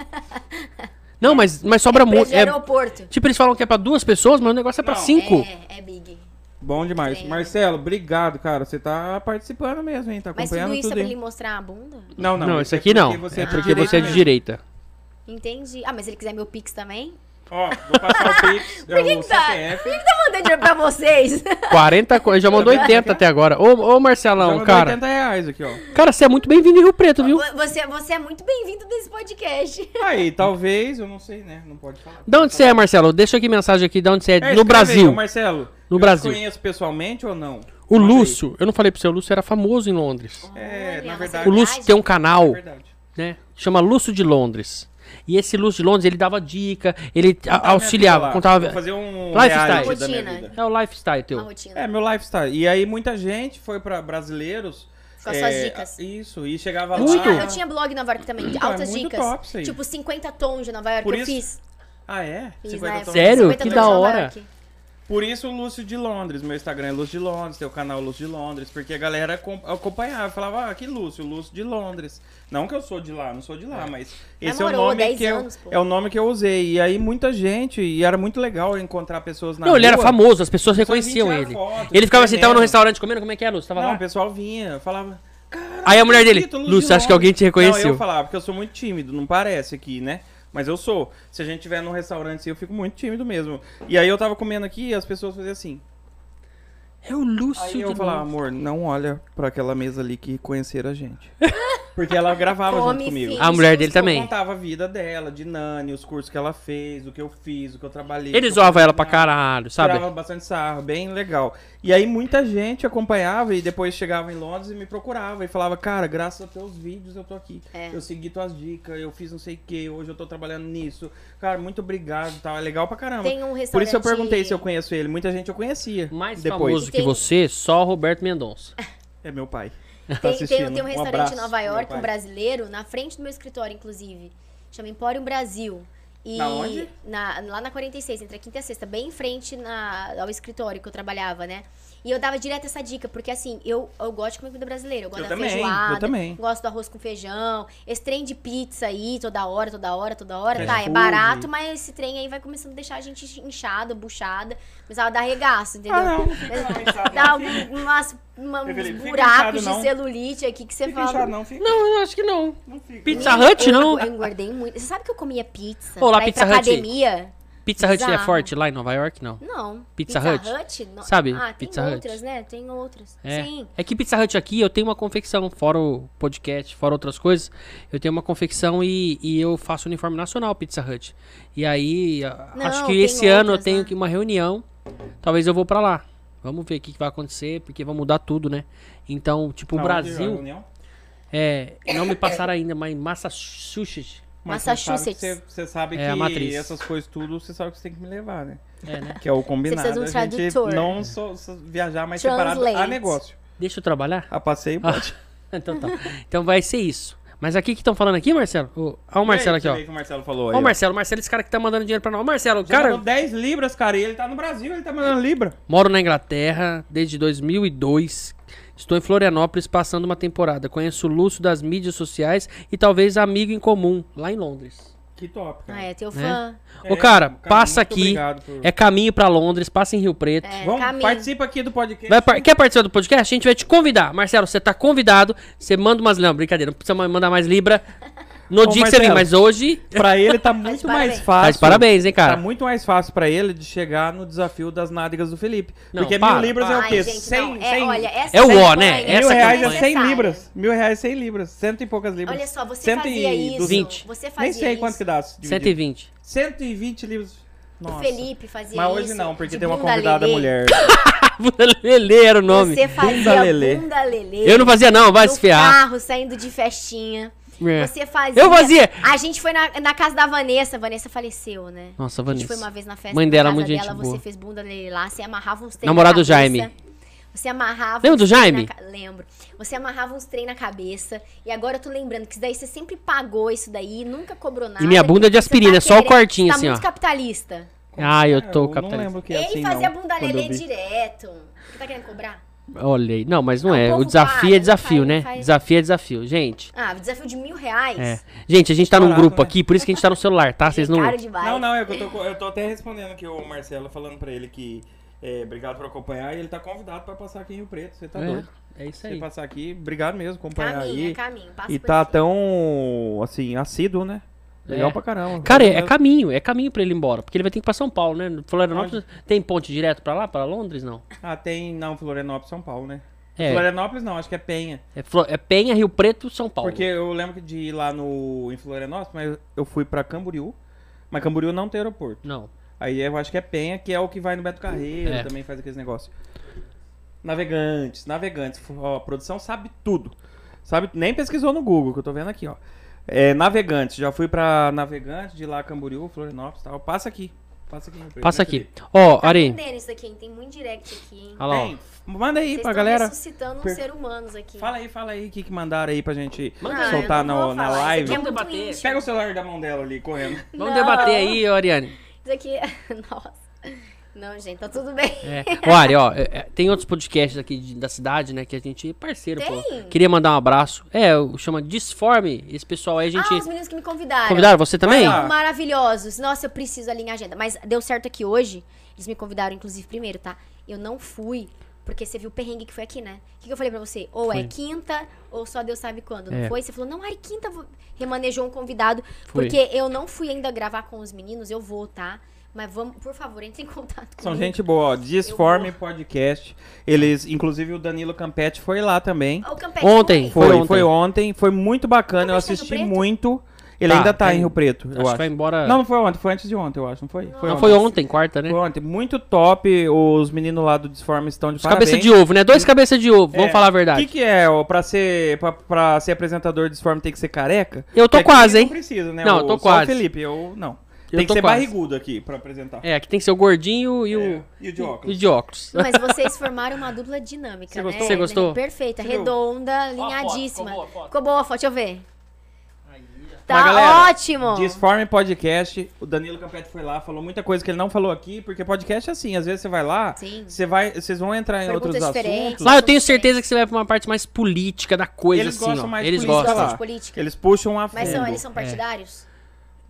Speaker 2: Não, mas, mas sobra muito.
Speaker 3: Preço de
Speaker 2: É,
Speaker 3: aeroporto.
Speaker 2: tipo, eles falam que é pra duas pessoas, mas o negócio é pra
Speaker 1: Não,
Speaker 2: cinco.
Speaker 3: É, é big.
Speaker 1: Bom demais.
Speaker 3: Tem.
Speaker 1: Marcelo, obrigado, cara. Você tá participando mesmo, hein? Tá
Speaker 3: Mas
Speaker 1: acompanhando
Speaker 3: tudo isso é
Speaker 1: tudo.
Speaker 3: pra ele
Speaker 1: hein?
Speaker 3: mostrar a bunda?
Speaker 1: Não, não.
Speaker 2: não,
Speaker 1: isso
Speaker 2: esse
Speaker 1: é né?
Speaker 2: aqui não.
Speaker 1: porque Você
Speaker 2: é porque você é de
Speaker 1: mesmo.
Speaker 2: direita.
Speaker 3: Entendi. Ah, mas se ele quiser meu pix também. *laughs*
Speaker 1: Ó, vou passar o Pix, é
Speaker 3: Por que
Speaker 1: o
Speaker 3: que tá?
Speaker 1: CPF.
Speaker 3: Por que que tá mandando dinheiro pra vocês?
Speaker 2: 40 co- já mandou
Speaker 1: Tá vendo?
Speaker 2: 80 até agora. Ô, ô
Speaker 1: Já
Speaker 2: Marcelão,
Speaker 1: mandou
Speaker 2: cara.
Speaker 1: 80 reais aqui, ó.
Speaker 2: Cara, você é muito bem-vindo em Rio Preto, viu?
Speaker 3: Vo- *laughs* Você, você é muito bem-vindo nesse podcast.
Speaker 1: Aí, talvez, eu não sei, né? Não pode falar.
Speaker 2: De onde você é, Marcelo? Deixa aqui mensagem aqui de onde você é.
Speaker 1: É, escreve
Speaker 2: no
Speaker 1: aí,
Speaker 2: Brasil.
Speaker 1: ô, Marcelo,
Speaker 2: No
Speaker 1: eu
Speaker 2: Brasil.
Speaker 1: te conheço pessoalmente ou não?
Speaker 2: O
Speaker 1: Manda aí.
Speaker 2: Lúcio, eu não falei pra você, o Lúcio era famoso em Londres.
Speaker 1: É,
Speaker 3: Olha,
Speaker 1: na
Speaker 3: nossa
Speaker 1: verdade-
Speaker 2: O Lúcio tem um
Speaker 1: É
Speaker 2: canal,
Speaker 1: verdade.
Speaker 2: né? Chama Lúcio de Londres. E esse Lúcio de Londres, ele dava dica, ele a-
Speaker 1: Tá, minha vida
Speaker 2: auxiliava,
Speaker 1: lá. Vou
Speaker 2: contava.
Speaker 1: fazer um
Speaker 2: Lifestyle.
Speaker 1: reality da minha
Speaker 3: Rotina.
Speaker 1: vida.
Speaker 2: É o lifestyle
Speaker 3: Uma
Speaker 2: teu.
Speaker 3: rotina.
Speaker 1: É, meu lifestyle. E aí, muita gente foi pra brasileiros.
Speaker 3: Com as
Speaker 1: é,
Speaker 3: suas dicas.
Speaker 1: Isso, e chegava
Speaker 3: Eu,
Speaker 2: Muito.
Speaker 3: tinha,
Speaker 1: lá.
Speaker 3: eu tinha blog em Nova York também, de
Speaker 1: Então, é
Speaker 3: altas
Speaker 1: muito
Speaker 3: dicas.
Speaker 1: top isso aí.
Speaker 3: Tipo, 50 tons de Nova York
Speaker 1: Por
Speaker 3: eu
Speaker 1: isso-
Speaker 3: fiz.
Speaker 1: Ah, é?
Speaker 3: Fiz né?
Speaker 1: 50
Speaker 3: na época.
Speaker 1: tons.
Speaker 2: Sério?
Speaker 3: 50
Speaker 2: Que
Speaker 3: tons
Speaker 2: da
Speaker 3: de Nova
Speaker 2: hora.
Speaker 3: York.
Speaker 1: Por isso o Lúcio de Londres. Meu Instagram é Lúcio de Londres, teu canal é Lúcio de Londres. Porque a galera acom- acompanhava, falava, ah, que Lúcio, Lúcio de Londres. Não que eu sou de lá, não sou de lá, mas esse é o
Speaker 3: Namorou
Speaker 1: nome
Speaker 3: 10
Speaker 1: que eu,
Speaker 3: anos, pô.
Speaker 1: é o nome que eu usei. E aí muita gente, e era muito legal encontrar pessoas na
Speaker 2: Não, ele era
Speaker 1: rua.
Speaker 2: famoso, as pessoas
Speaker 1: As pessoas
Speaker 2: reconheciam
Speaker 1: vinham tirar
Speaker 2: ele.
Speaker 1: foto,
Speaker 2: ele ficava assim, tava no
Speaker 1: veneno.
Speaker 2: restaurante comendo, como é que é, Lúcio? Tava
Speaker 1: Não,
Speaker 2: lá?
Speaker 1: o pessoal vinha, falava. "Caralho,
Speaker 2: Aí É a mulher dele,
Speaker 1: bonito,
Speaker 2: "Lúcio,
Speaker 1: de
Speaker 2: acho que alguém te
Speaker 1: Não,
Speaker 2: reconheceu."
Speaker 1: eu falava, porque eu sou muito tímido, não parece aqui, né? Mas eu sou. Se a gente tiver num restaurante assim, eu fico muito tímido mesmo. E aí eu tava comendo aqui e as pessoas faziam assim.
Speaker 2: É o Lúcio
Speaker 1: Aí eu
Speaker 2: de
Speaker 1: falava,
Speaker 2: Londres.
Speaker 1: amor, não olha pra aquela mesa ali que conheceram a gente. *laughs* Porque ela gravava junto
Speaker 3: Come,
Speaker 1: comigo.
Speaker 3: filho,
Speaker 2: A mulher dele
Speaker 3: se eu
Speaker 2: também.
Speaker 1: Contava a vida dela, de Nani, os cursos que ela fez, o que eu fiz, o que eu trabalhei.
Speaker 2: Ele
Speaker 1: o que eu
Speaker 2: zoava ela pra
Speaker 1: cozinhava.
Speaker 2: caralho, sabe?
Speaker 1: Tirava bastante sarro, bem legal. E aí muita gente acompanhava e depois chegava em Londres e me procurava e falava, cara, graças aos teus vídeos eu tô aqui.
Speaker 3: É.
Speaker 1: Eu segui tuas dicas, eu fiz não sei o que, hoje eu tô trabalhando nisso. Cara, muito obrigado e tal. É legal pra caramba.
Speaker 3: Tem um restaurante...
Speaker 1: Por isso eu perguntei se eu conheço ele. Muita gente eu conhecia.
Speaker 2: Mais
Speaker 1: depois.
Speaker 2: famoso
Speaker 3: E
Speaker 2: que
Speaker 3: tem-
Speaker 2: você, só Roberto Mendonça.
Speaker 1: É meu pai.
Speaker 3: Tem, tem- tem, um restaurante
Speaker 1: abraço,
Speaker 3: em Nova
Speaker 1: meu
Speaker 3: York,
Speaker 1: pai.
Speaker 3: um brasileiro, na frente do meu escritório, inclusive. Chama Empório Brasil. E
Speaker 1: Na onde?
Speaker 3: na- lá na 46, entre a quinta e a sexta, bem em frente na- ao escritório que eu trabalhava, né? E eu dava direto essa dica, porque assim, eu, eu gosto de comer comida brasileira. Eu gosto
Speaker 1: Eu
Speaker 3: da
Speaker 1: também,
Speaker 3: feijoada.
Speaker 1: eu também.
Speaker 3: Gosto do arroz com feijão. Esse trem de pizza aí, toda hora, toda hora, toda hora.
Speaker 1: Fast
Speaker 3: Tá, é
Speaker 1: food.
Speaker 3: barato, mas esse trem aí vai começando a deixar a gente inchada, buchada. Começava a dar regaço, entendeu?
Speaker 1: Ah, não, não
Speaker 3: Mas-
Speaker 1: fica não, inchado, não.
Speaker 3: Dá um- umas, uma-
Speaker 1: Meu
Speaker 3: uns
Speaker 1: querido, fica inchado,
Speaker 3: buracos de
Speaker 1: não.
Speaker 3: celulite aqui que você
Speaker 1: Fica inchado,
Speaker 3: fala.
Speaker 1: não, fica.
Speaker 2: Não, eu acho que não.
Speaker 1: Não fica.
Speaker 2: Pizza Hut,
Speaker 3: eu,
Speaker 2: não?
Speaker 3: Eu engordei muito. Você sabe que eu comia pizza?
Speaker 2: Olá,
Speaker 3: pra ir
Speaker 2: Pizza
Speaker 3: pra
Speaker 2: Hut.
Speaker 3: academia?
Speaker 2: Pizza Hut é
Speaker 3: Bizarro.
Speaker 2: forte lá em Nova York, não?
Speaker 3: Não.
Speaker 2: Pizza Hut?
Speaker 3: no-
Speaker 2: Sabe,
Speaker 3: Ah, tem
Speaker 2: Pizza Hut.
Speaker 3: outras, né? Tem outras.
Speaker 2: É.
Speaker 3: Sim.
Speaker 2: É que Pizza Hut aqui eu tenho uma confecção, fora o podcast, fora outras coisas, eu tenho uma confecção e, e eu faço uniforme nacional Pizza Hut. E aí, a-
Speaker 3: Não,
Speaker 2: acho que
Speaker 3: tem
Speaker 2: esse ano eu
Speaker 3: outras,
Speaker 2: tenho
Speaker 3: né?
Speaker 2: que uma reunião, talvez eu vou pra lá. Vamos ver o que, que vai acontecer, porque vai mudar tudo, né? Então, tipo, o
Speaker 1: Aonde é a
Speaker 2: Brasil,
Speaker 1: reunião?
Speaker 2: é, não me passaram ainda, mas Massachusetts,
Speaker 1: Mas você sabe
Speaker 3: Massachusetts.
Speaker 1: que Você você sabe que,
Speaker 2: É, a matriz.
Speaker 1: essas coisas tudo, você sabe que você tem que me levar, né?
Speaker 2: é, né?
Speaker 1: Que é o combinado.
Speaker 3: precisa de um
Speaker 1: a gente
Speaker 3: tradutor.
Speaker 1: não só, só viajar mais
Speaker 3: Translate.
Speaker 1: separado a negócio.
Speaker 2: Deixa eu trabalhar?
Speaker 1: A passeio
Speaker 2: *laughs*
Speaker 1: pode.
Speaker 2: Então tá. Então vai ser isso. Mas aqui que estão falando aqui, Marcelo? Ó, ó o Marcelo aqui, ó.
Speaker 1: O que o Marcelo falou aí.
Speaker 2: Ó o
Speaker 1: ó.
Speaker 2: Marcelo, Marcelo, esse cara que tá mandando dinheiro pra nós. Ó, Marcelo,
Speaker 1: Já
Speaker 2: cara,
Speaker 1: mandou 10 libras, cara, e ele tá no Brasil, ele tá mandando libra.
Speaker 2: moro na Inglaterra desde 2002. Estou em Florianópolis passando uma temporada. Conheço o Lúcio das mídias sociais e talvez amigo em comum, lá em Londres.
Speaker 1: Que top, cara.
Speaker 3: Ah, é
Speaker 2: Né?
Speaker 3: teu fã.
Speaker 2: Ô, cara, passa
Speaker 1: muito
Speaker 2: aqui.
Speaker 1: obrigado por-
Speaker 2: É caminho pra Londres, passa em Rio Preto.
Speaker 3: É,
Speaker 1: Vamos,
Speaker 3: caminho.
Speaker 1: participa aqui do podcast.
Speaker 2: Vai par- Quer participar do podcast? A gente vai te convidar. Marcelo, você tá convidado. Você manda umas. Não, brincadeira, não precisa ma- mandar mais Libra no
Speaker 1: Ô,
Speaker 2: dia que você vem,
Speaker 1: Marcelo.
Speaker 2: mas hoje.
Speaker 1: Pra ele tá
Speaker 3: de
Speaker 1: muito
Speaker 3: parabéns.
Speaker 1: mais
Speaker 2: Tá
Speaker 1: fácil.
Speaker 2: de parabéns, hein, cara?
Speaker 1: Tá muito mais fácil pra ele de chegar no desafio das nádegas do Felipe.
Speaker 2: Não,
Speaker 1: porque
Speaker 2: para,
Speaker 1: mil libras
Speaker 2: para.
Speaker 1: é o quê?
Speaker 3: Ai, gente, não.
Speaker 1: 100,
Speaker 3: É,
Speaker 1: 100
Speaker 3: olha, essa
Speaker 2: É o ó,
Speaker 3: campanha
Speaker 2: né?
Speaker 3: é
Speaker 2: Essa
Speaker 1: mil reais é
Speaker 2: campanha.
Speaker 1: 100
Speaker 3: necessária.
Speaker 1: libras. Mil reais é 100 libras. Cento e poucas libras.
Speaker 3: Olha só, você
Speaker 1: Cento e
Speaker 3: fazia isso.
Speaker 1: 200.
Speaker 3: Você fazia
Speaker 1: Nem sei
Speaker 3: isso.
Speaker 1: quanto que dá. se dividir.
Speaker 2: *laughs* 120.
Speaker 1: 120 libras.
Speaker 3: O
Speaker 1: Nossa.
Speaker 3: Felipe fazia
Speaker 1: Mas
Speaker 3: isso.
Speaker 1: hoje não, porque
Speaker 3: de
Speaker 1: tem uma
Speaker 3: bunda
Speaker 1: convidada
Speaker 3: lelê.
Speaker 1: mulher.
Speaker 2: Bunda Ah, Lelê era o nome.
Speaker 3: Você fazia
Speaker 1: Bunda
Speaker 3: bunda
Speaker 1: lelê.
Speaker 3: lelê.
Speaker 2: Eu não fazia, não, vai
Speaker 3: no
Speaker 2: se ferrar.
Speaker 3: carro, saindo de festinha.
Speaker 2: É.
Speaker 3: Você fazia.
Speaker 2: Eu fazia.
Speaker 3: A gente foi na, na casa da Vanessa. Vanessa faleceu, né?
Speaker 2: Nossa,
Speaker 3: A gente foi uma
Speaker 2: Vanessa.
Speaker 3: vez na festa.
Speaker 2: Mãe
Speaker 3: na
Speaker 2: dela,
Speaker 3: casa
Speaker 2: muito gente
Speaker 3: dela,
Speaker 2: boa.
Speaker 3: Você fez bunda nele lá, você amarrava uns trem
Speaker 2: Namorado
Speaker 3: na
Speaker 2: do
Speaker 3: cabeça.
Speaker 2: Jaime.
Speaker 3: Você amarrava.
Speaker 2: Lembra do
Speaker 3: uns trem
Speaker 2: Jaime?
Speaker 3: na ca- Lembro. Você amarrava uns trem na cabeça. E agora eu tô lembrando que isso daí você sempre pagou isso daí, nunca cobrou nada.
Speaker 2: E minha bunda é de
Speaker 3: Você
Speaker 2: aspirina, é só o
Speaker 3: querendo-
Speaker 2: cortinho,
Speaker 3: tá
Speaker 2: assim, ó.
Speaker 3: muito capitalista.
Speaker 2: Ah, eu tô
Speaker 1: Não
Speaker 2: capitalista.
Speaker 1: lembro o que é
Speaker 3: Ele
Speaker 1: assim,
Speaker 3: fazia
Speaker 1: não,
Speaker 3: bunda
Speaker 1: quando eu
Speaker 3: lelê
Speaker 1: vi.
Speaker 3: direto. Você tá querendo cobrar?
Speaker 2: Olha aí. Não, mas não
Speaker 3: Ah, o
Speaker 2: é. O
Speaker 3: povo
Speaker 2: desafio
Speaker 3: para,
Speaker 2: é desafio,
Speaker 3: não
Speaker 2: né?
Speaker 3: faz.
Speaker 2: Desafio é desafio. Gente.
Speaker 3: Ah, desafio de mil reais.
Speaker 2: É. Gente, a gente tá num
Speaker 1: Barato,
Speaker 2: grupo
Speaker 1: né?
Speaker 2: aqui, por isso que a gente tá no celular, tá? Vocês não.
Speaker 3: Caro demais.
Speaker 1: Não, não, é que eu tô, eu tô até respondendo aqui o Marcelo, falando pra ele que é, obrigado por acompanhar e ele tá convidado pra passar aqui em Rio Preto. Você tá doido.
Speaker 2: É, é isso
Speaker 1: Você
Speaker 2: aí.
Speaker 1: passar aqui, obrigado mesmo, acompanhar
Speaker 3: Caminho,
Speaker 1: aí.
Speaker 3: é caminho. Passa
Speaker 1: E
Speaker 3: por
Speaker 1: tá
Speaker 3: aqui.
Speaker 1: tão, assim, assíduo, né? Legal
Speaker 2: É.
Speaker 1: pra caramba.
Speaker 2: Cara, é, é caminho, é caminho pra ele ir embora. Porque ele vai ter que ir pra São Paulo, né? Florianópolis tem ponte direto pra lá, pra Londres, não?
Speaker 1: Ah, tem, não, Florianópolis, São Paulo, né?
Speaker 2: É.
Speaker 1: Florianópolis não, acho que é Penha.
Speaker 2: É, Flo- é Penha, Rio Preto, São Paulo.
Speaker 1: Porque eu lembro de ir lá no, em Florianópolis, mas eu fui pra Camboriú. Mas Camboriú não tem aeroporto.
Speaker 2: Não.
Speaker 1: Aí eu acho que é Penha, que é o que vai no Beto Carreiro,
Speaker 2: É.
Speaker 1: também faz aqueles negócios. Navegantes, navegantes. Ó, a produção sabe tudo. Sabe, nem pesquisou no Google, que eu tô vendo aqui, ó. É, navegantes, já fui pra Navegantes, de lá Camboriú, Florianópolis e tal. Passa aqui. Passa aqui. meu preto,
Speaker 2: Passa
Speaker 1: né,
Speaker 2: aqui.
Speaker 1: Felipe?
Speaker 2: Ó,
Speaker 3: Tá
Speaker 2: Ari.
Speaker 3: aprendendo isso aqui, hein? Tem muito direct aqui, hein?
Speaker 2: Olha lá, ó.
Speaker 1: Tem. Manda aí
Speaker 3: Vocês
Speaker 1: pra
Speaker 3: estão
Speaker 1: galera.
Speaker 3: ressuscitando
Speaker 1: Per-
Speaker 3: um ser humanos aqui.
Speaker 1: Fala aí, fala aí o que, que mandaram aí pra gente
Speaker 2: Manda aí.
Speaker 1: soltar
Speaker 3: eu não
Speaker 1: na-
Speaker 3: vou
Speaker 1: na
Speaker 3: falar,
Speaker 1: live.
Speaker 3: Isso aqui é
Speaker 2: Vamos
Speaker 3: muito
Speaker 2: debater.
Speaker 3: íntimo.
Speaker 1: Pega
Speaker 3: *laughs*
Speaker 1: o celular da mão dela ali, correndo.
Speaker 2: Vamos
Speaker 3: Não.
Speaker 2: debater aí, ô, Ariane.
Speaker 3: Isso aqui é... *laughs* Nossa. Não, gente, tá tudo bem.
Speaker 2: É. Ó, Ari, ó, é, é, tem outros podcasts aqui de- da cidade, né? Que a gente é parceiro, pô.
Speaker 3: Tem?
Speaker 2: Queria mandar um abraço. É, o- chama Disforme. Esse pessoal aí a gente.
Speaker 3: Ah, os meninos que me convidaram.
Speaker 2: Convidaram você também?
Speaker 1: Vai lá.
Speaker 3: Maravilhosos. Nossa, eu preciso alinhar a agenda. Mas deu certo aqui hoje. Eles me convidaram, inclusive, primeiro, tá? Eu não fui, porque você viu o perrengue que foi aqui, né? O que, que eu falei pra você? Ou é
Speaker 2: Foi.
Speaker 3: quinta, ou só Deus sabe quando. Não
Speaker 2: É.
Speaker 3: foi? Você falou, não, ai, quinta, vou- remanejou um convidado.
Speaker 2: Fui.
Speaker 3: Porque eu não fui ainda gravar com os meninos, eu vou, tá? Mas vamos, por favor, entre em contato com
Speaker 1: São gente boa, ó. Disforme Podcast. Eles, inclusive o Danilo Campetti foi lá também.
Speaker 3: O Campete
Speaker 2: Ontem.
Speaker 3: foi.
Speaker 1: Foi, foi
Speaker 2: ontem.
Speaker 1: ontem. foi muito bacana, eu
Speaker 3: Mas tá em Rio
Speaker 1: assisti
Speaker 3: Preto?
Speaker 1: muito. Ele
Speaker 2: Tá,
Speaker 1: ainda tá
Speaker 2: tá em-
Speaker 1: em Rio Preto, eu
Speaker 2: acho,
Speaker 1: acho.
Speaker 2: que vai embora.
Speaker 1: Não,
Speaker 2: Não,
Speaker 1: não foi ontem, foi antes de ontem, eu acho, não foi?
Speaker 2: foi, ontem, quarta, né?
Speaker 1: Foi ontem. Muito top, os meninos lá do Disforme estão de
Speaker 2: Os
Speaker 1: parabéns.
Speaker 2: cabeça de ovo, né? Dois cabeça de ovo, vamos
Speaker 1: É.
Speaker 2: falar a
Speaker 1: O
Speaker 2: verdade.
Speaker 1: que, que é, ó, pra ser, pra, pra ser apresentador de Disforme tem que ser careca?
Speaker 2: Eu tô
Speaker 1: É que
Speaker 2: quase, hein?
Speaker 1: Não precisa, né?
Speaker 2: Não, eu
Speaker 1: O-
Speaker 2: tô
Speaker 1: só o
Speaker 2: quase.
Speaker 1: Felipe, eu não.
Speaker 2: Eu
Speaker 1: Tem que
Speaker 2: tô
Speaker 1: ser
Speaker 2: quase.
Speaker 1: barrigudo aqui pra apresentar.
Speaker 2: É, aqui tem que ser o gordinho e o.
Speaker 1: É, e o de óculos.
Speaker 2: E de óculos.
Speaker 3: Mas vocês formaram uma dupla dinâmica,
Speaker 1: Você
Speaker 3: né?
Speaker 1: gostou?
Speaker 2: Você gostou?
Speaker 3: Perfeita,
Speaker 1: Você viu?
Speaker 3: redonda,
Speaker 2: Ó a foto,
Speaker 3: alinhadíssima.
Speaker 2: ficou boa a foto.
Speaker 3: Ficou boa a foto, deixa eu ver.
Speaker 1: Mas,
Speaker 3: Tá
Speaker 1: galera,
Speaker 3: ótimo!
Speaker 1: Disforme Podcast, o Danilo Campetti foi lá, falou muita coisa que ele não falou aqui, porque podcast é assim, às vezes você vai lá,
Speaker 3: Sim.
Speaker 1: você vai, vocês vão entrar em
Speaker 3: Perguntas
Speaker 1: outros
Speaker 3: diferentes.
Speaker 1: assuntos.
Speaker 2: Lá eu tenho certeza que você vai pra uma parte mais política da coisa,
Speaker 1: Eles
Speaker 2: assim,
Speaker 1: gostam
Speaker 2: ó.
Speaker 1: mais
Speaker 2: Eles
Speaker 1: política
Speaker 2: gostam.
Speaker 1: lá.
Speaker 3: de política.
Speaker 1: Eles puxam a fundo.
Speaker 3: Mas são, eles
Speaker 2: É.
Speaker 3: são partidários?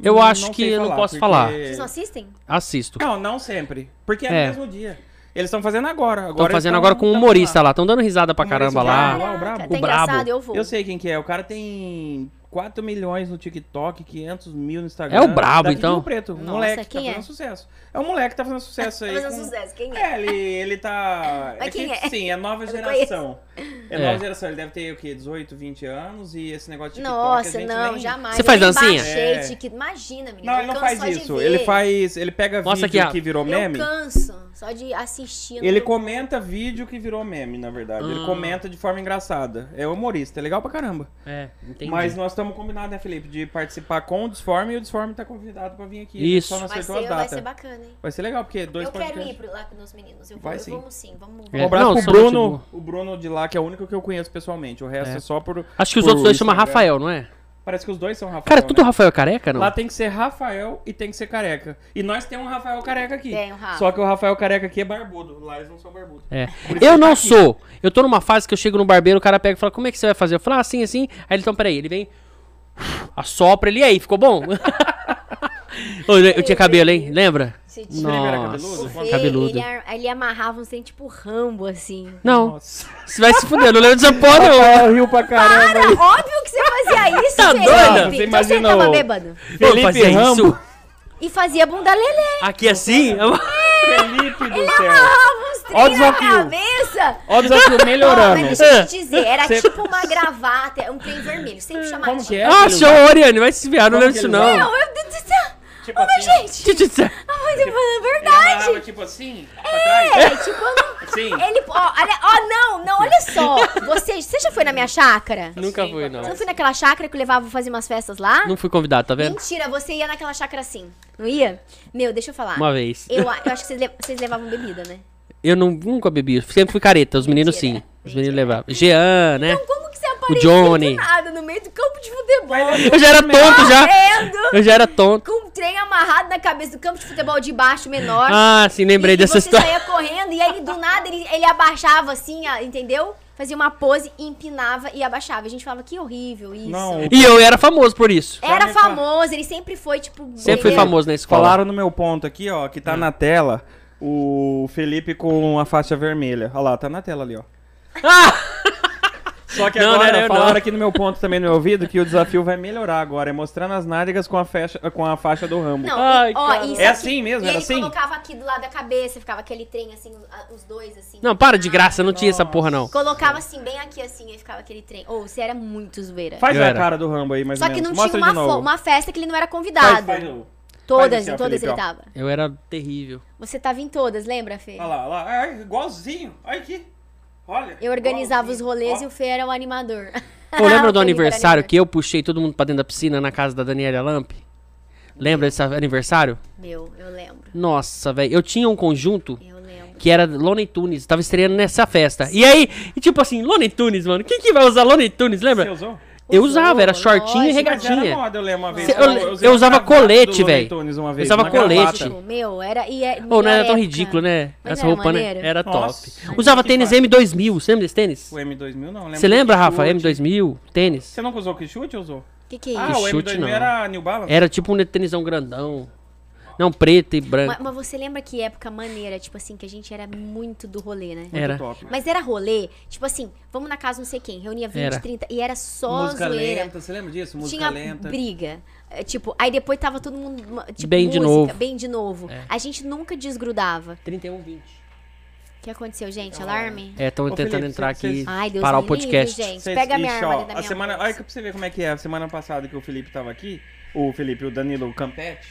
Speaker 2: Eu
Speaker 1: Não-
Speaker 2: acho
Speaker 1: não
Speaker 2: que
Speaker 1: sei
Speaker 2: eu não posso
Speaker 1: porque-
Speaker 2: falar.
Speaker 3: Vocês assim. não assistem?
Speaker 2: Assisto.
Speaker 1: Não, não sempre, porque é,
Speaker 2: É.
Speaker 1: no mesmo dia. Eles estão fazendo agora. agora então
Speaker 2: Estão
Speaker 1: eles
Speaker 2: fazendo
Speaker 1: tão-
Speaker 2: agora com um
Speaker 1: tão
Speaker 2: humorista
Speaker 1: lá.
Speaker 2: lá. Estão dando risada pra
Speaker 1: Humorista
Speaker 2: caramba
Speaker 1: lá.
Speaker 2: lá.
Speaker 1: Caraca, o brabo.
Speaker 3: tá
Speaker 2: O brabo.
Speaker 3: engraçado, eu vou.
Speaker 1: Eu sei quem que é, o cara tem 4 milhões no TikTok, 500 mil no Instagram.
Speaker 2: É o brabo,
Speaker 1: Daqui de
Speaker 2: então.
Speaker 1: Rio Preto, um
Speaker 3: Nossa,
Speaker 1: moleque que tá
Speaker 3: quem é?
Speaker 1: fazendo sucesso. É um moleque que tá
Speaker 3: *laughs*
Speaker 1: fazendo sucesso aí.
Speaker 3: Fazendo
Speaker 1: com-
Speaker 3: sucesso, quem é?
Speaker 1: É, ele, ele tá.
Speaker 3: Mas quem
Speaker 1: que,
Speaker 3: é?
Speaker 1: Sim, é nova
Speaker 3: Eu não
Speaker 1: geração. É,
Speaker 2: É.
Speaker 1: nova geração. Ele deve ter o quê? 18, 20 anos e esse negócio de TikTok. a
Speaker 3: Nossa,
Speaker 1: gente
Speaker 3: não,
Speaker 1: nem-
Speaker 3: jamais.
Speaker 2: Você faz
Speaker 3: Eu
Speaker 2: dancinha?
Speaker 3: Baixei,
Speaker 1: É.
Speaker 3: tique- Imagina, menina.
Speaker 1: Não,
Speaker 3: eu
Speaker 1: ele não
Speaker 3: canso
Speaker 1: faz
Speaker 3: só de
Speaker 1: isso.
Speaker 3: ver.
Speaker 1: Ele faz. Ele pega
Speaker 2: Mostra
Speaker 1: vídeo
Speaker 2: aqui, ó.
Speaker 1: que virou
Speaker 3: Eu
Speaker 1: meme.
Speaker 3: canso só de assistir.
Speaker 1: Ele
Speaker 3: não-
Speaker 1: comenta vídeo que virou meme, na verdade.
Speaker 2: Hum.
Speaker 1: Ele comenta de forma engraçada. É humorista, é legal pra caramba.
Speaker 2: É, entendi.
Speaker 1: Mas nós estamos combinados, né, Felipe? De participar com o Disforme e o Disforme tá convidado pra vir aqui.
Speaker 2: Isso.
Speaker 1: Só não
Speaker 3: Vai
Speaker 1: acertou
Speaker 3: ser,
Speaker 1: as
Speaker 3: vai
Speaker 1: datas.
Speaker 3: ser bacana, hein?
Speaker 1: Vai ser legal, porque dois
Speaker 3: Eu quero ir
Speaker 1: podcasts.
Speaker 3: pro, lá com os meninos. Eu vou,
Speaker 1: Vai
Speaker 3: eu
Speaker 1: sim.
Speaker 3: vamos sim, vamos.
Speaker 2: É.
Speaker 1: Um abraço
Speaker 2: Não,
Speaker 1: pro
Speaker 2: sou muito
Speaker 1: Bruno,
Speaker 2: boa.
Speaker 1: o Bruno de lá, que é o único que eu conheço pessoalmente. O resto é, só por.
Speaker 2: Acho que os
Speaker 1: por
Speaker 2: outros dois chamam
Speaker 1: Instagram.
Speaker 2: Rafael, não é?
Speaker 1: Parece que os dois são Rafael.
Speaker 2: Cara, é
Speaker 1: né?
Speaker 2: tudo Rafael careca, não?
Speaker 1: Lá tem que ser Rafael e tem que ser careca. E nós temos um Rafael careca aqui.
Speaker 3: Tem um Rafa.
Speaker 1: Só que o Rafael careca aqui é barbudo. Lá eles não são barbudos.
Speaker 2: É.
Speaker 1: Por isso
Speaker 2: Eu
Speaker 1: que
Speaker 2: não
Speaker 1: tá aqui.
Speaker 2: sou. Eu tô numa fase que eu chego no barbeiro, o cara pega e fala, como é que você vai fazer? Eu falo, ah, assim, assim. Aí ele, então, peraí, ele vem, assopra ele, e aí, ficou bom? *laughs* Ô, eu, eu tinha cabelo, hein? Lembra?
Speaker 3: Se tiver
Speaker 1: ele era
Speaker 2: Nossa,
Speaker 1: cabeludo?
Speaker 3: Ele-
Speaker 2: cabeludo.
Speaker 3: Ele, ar- ele amarrava um trem tipo rambo, assim.
Speaker 2: Não,
Speaker 1: Nossa.
Speaker 2: você vai se fuder, não lembro dessa porra, não.
Speaker 1: Ela riu pra caramba.
Speaker 3: Cara, óbvio que você fazia isso,
Speaker 2: Tá
Speaker 3: Felipe.
Speaker 2: doida?
Speaker 1: Você
Speaker 3: Então você
Speaker 1: imaginou?
Speaker 3: tava bêbado.
Speaker 1: Felipe
Speaker 2: Fazia isso
Speaker 1: Rambo.
Speaker 3: E fazia bunda lelê.
Speaker 2: Aqui
Speaker 1: É
Speaker 2: assim?
Speaker 1: Felipe
Speaker 3: é
Speaker 1: do céu.
Speaker 3: Amarrava uns
Speaker 1: Ó o
Speaker 3: trem na
Speaker 1: desafio.
Speaker 3: cabeça.
Speaker 1: Ó o desafio
Speaker 3: Ó, mas
Speaker 1: melhorando.
Speaker 3: deixa eu te dizer, era
Speaker 1: Cê-
Speaker 3: tipo uma gravata, um trem vermelho, sempre chamado.
Speaker 1: Como que é?
Speaker 2: Ah, show, Oriane, vai se virar, não
Speaker 1: Como
Speaker 2: lembro
Speaker 1: que
Speaker 2: disso,
Speaker 1: ele
Speaker 2: não.
Speaker 1: usava?
Speaker 3: Meu Deus do céu!
Speaker 1: Tipo
Speaker 3: Ô, meu
Speaker 1: assim. Tipo,
Speaker 3: gente! Ah, mas eu falando a verdade!
Speaker 1: Ele tipo assim, pra trás.
Speaker 3: É, tipo, eu não-
Speaker 1: Sim.
Speaker 3: ele. Ó, olha, ó, não, não, olha só! Você, você já foi na minha chácara?
Speaker 2: Nunca fui, não.
Speaker 3: Você não foi naquela chácara que eu levava pra fazer umas festas lá?
Speaker 2: Não *laughs* fui convidado, tá vendo?
Speaker 3: Mentira, você ia naquela chácara assim, não ia? Meu, deixa eu falar.
Speaker 2: Uma vez.
Speaker 3: Eu, a- eu acho que vocês, le- vocês levavam bebida, né?
Speaker 2: Eu não, nunca bebi, eu sempre fui careta, os meninos sim.
Speaker 3: Mentira,
Speaker 2: Os meninos levavam. Jean, né?
Speaker 3: Então como que você apareceu
Speaker 2: Johnny.
Speaker 3: do nada no meio do campo de futebol?
Speaker 2: Eu já era tonto, já.
Speaker 3: Correndo!
Speaker 2: Eu já era tonto.
Speaker 3: Com um trem amarrado na cabeça do campo de futebol de baixo, menor.
Speaker 2: Ah, sim, lembrei
Speaker 3: e
Speaker 2: dessa
Speaker 3: você
Speaker 2: história.
Speaker 3: saía correndo e aí do nada ele, ele abaixava assim, ah, entendeu? Fazia uma pose, empinava e abaixava. A gente falava que horrível isso.
Speaker 1: Não,
Speaker 2: E eu era famoso por isso.
Speaker 3: Era
Speaker 1: Realmente,
Speaker 3: famoso, ele sempre foi tipo.
Speaker 2: Sempre fui
Speaker 3: É, entendeu?
Speaker 2: famoso na escola.
Speaker 1: Falaram no meu ponto aqui, ó,
Speaker 2: Hum.
Speaker 1: que tá na tela. O Felipe com a faixa vermelha. Olha lá, tá na tela ali, ó.
Speaker 2: *laughs* Ah!
Speaker 1: Só que
Speaker 2: Não,
Speaker 1: agora
Speaker 2: não era eu,
Speaker 1: falaram
Speaker 2: não.
Speaker 1: aqui no meu ponto também no meu ouvido que o desafio vai melhorar agora. É mostrando as nádegas com a, fecha, com a faixa do Rambo.
Speaker 3: Não,
Speaker 2: Ai,
Speaker 3: e- ó,
Speaker 2: cara.
Speaker 3: isso
Speaker 1: É
Speaker 3: aqui-
Speaker 1: assim mesmo,
Speaker 3: e
Speaker 1: era
Speaker 3: ele
Speaker 1: assim?
Speaker 3: colocava aqui do lado da cabeça, ficava aquele trem assim, os- a- os dois assim.
Speaker 2: Não, para de graça, não tinha essa porra, não.
Speaker 3: Colocava assim, bem aqui assim, e ficava aquele trem. Ou você era muito zoeira.
Speaker 1: Faz
Speaker 2: Eu
Speaker 1: a
Speaker 2: era.
Speaker 1: cara do Rambo aí, mais
Speaker 3: é. Só
Speaker 1: ou
Speaker 3: que
Speaker 1: menos.
Speaker 3: não
Speaker 1: Mostra
Speaker 3: tinha uma,
Speaker 1: de novo.
Speaker 3: fo- uma festa que ele não era convidado.
Speaker 1: Faz- faz de novo.
Speaker 3: todas,
Speaker 1: assim, ó,
Speaker 3: em todas
Speaker 1: Felipe,
Speaker 3: ele
Speaker 1: ó.
Speaker 3: tava.
Speaker 2: Eu era terrível.
Speaker 3: Você tava em todas, lembra, Fê?
Speaker 1: Olha lá, olha lá. É, igualzinho. Olha aqui. Olha.
Speaker 3: Eu organizava os
Speaker 1: igualzinho.
Speaker 3: rolês
Speaker 1: Ó.
Speaker 3: e o Fê era o animador.
Speaker 2: Pô, lembra do
Speaker 3: *laughs* O Tá Felipe era
Speaker 2: aniversário
Speaker 3: animador.
Speaker 2: que eu puxei todo mundo pra dentro da piscina na casa da Daniela Lamp? Lembra desse aniversário?
Speaker 3: Meu, eu lembro.
Speaker 2: Nossa, velho. Eu tinha um conjunto
Speaker 3: Eu lembro.
Speaker 2: que era Looney Tunes, tava estreando nessa festa. E aí, e tipo assim, Looney Tunes, mano, quem que vai usar Looney Tunes,
Speaker 1: Você
Speaker 2: lembra?
Speaker 1: usou?
Speaker 2: Eu usava, era shortinho e
Speaker 3: lógico.
Speaker 1: é, Mas era
Speaker 2: regatinha.
Speaker 1: moda, eu lembro uma vez.
Speaker 2: Cê- eu- eu usava
Speaker 1: uma gravata
Speaker 2: colete,
Speaker 1: do Looney
Speaker 2: velho.
Speaker 1: Tunes uma
Speaker 2: Eu usava
Speaker 1: uma
Speaker 2: colete.
Speaker 1: gravata.
Speaker 3: Meu, era. E é,
Speaker 2: Ou não
Speaker 3: minha
Speaker 2: era tão
Speaker 3: época.
Speaker 2: ridículo, né?
Speaker 3: Mas
Speaker 2: Essa
Speaker 3: era
Speaker 2: roupa, né?
Speaker 3: maneiro.
Speaker 2: Era
Speaker 1: Nossa.
Speaker 2: top. Usava
Speaker 1: Que
Speaker 2: tênis
Speaker 1: fácil.
Speaker 2: M2000, você lembra desse tênis?
Speaker 1: O M2000 não, eu lembro.
Speaker 2: Você
Speaker 1: do
Speaker 2: lembra,
Speaker 1: Kit
Speaker 2: Rafa?
Speaker 1: Kat.
Speaker 2: M2000, tênis?
Speaker 1: Você nunca usou o Kishute ou usou?
Speaker 3: O que, que é isso?
Speaker 1: Ah,
Speaker 2: Kit
Speaker 1: o
Speaker 2: Chute,
Speaker 1: M2000
Speaker 2: não.
Speaker 1: era New Balance?
Speaker 2: Era tipo um tênisão grandão. Não, preto e branco.
Speaker 3: Ma- Mas, você lembra que época maneira, tipo assim, que a gente era muito do rolê, né?
Speaker 2: Era.
Speaker 1: Top.
Speaker 3: Mas era rolê, tipo assim, vamos na casa não sei quem, reunia 20,
Speaker 2: Era.
Speaker 3: 30, e era só
Speaker 1: Música
Speaker 3: zoeira.
Speaker 1: lenta, você lembra disso? Música
Speaker 3: Tinha
Speaker 1: lenta.
Speaker 3: briga. É, Tipo, aí depois tava todo mundo. uma- Tipo,
Speaker 2: Bem de
Speaker 3: música,
Speaker 2: novo. É.
Speaker 3: Bem de novo. A gente nunca desgrudava.
Speaker 2: 31, 20.
Speaker 3: O que aconteceu, gente? Alarme?
Speaker 2: um É, estão
Speaker 1: Ô,
Speaker 2: tentando
Speaker 1: Felipe,
Speaker 2: entrar
Speaker 1: cê-
Speaker 2: aqui
Speaker 1: cê-
Speaker 3: Ai,
Speaker 2: e
Speaker 3: Deus
Speaker 2: parar o
Speaker 3: me
Speaker 2: podcast.
Speaker 3: livre, gente.
Speaker 1: Vocês-
Speaker 3: Pega a minha
Speaker 1: Ixi,
Speaker 3: arma ali da
Speaker 1: a
Speaker 3: minha
Speaker 1: semana,
Speaker 3: bolsa.
Speaker 1: olha pra você ver como é que é. A semana passada que o Felipe tava aqui, o Felipe, o Danilo Campetti,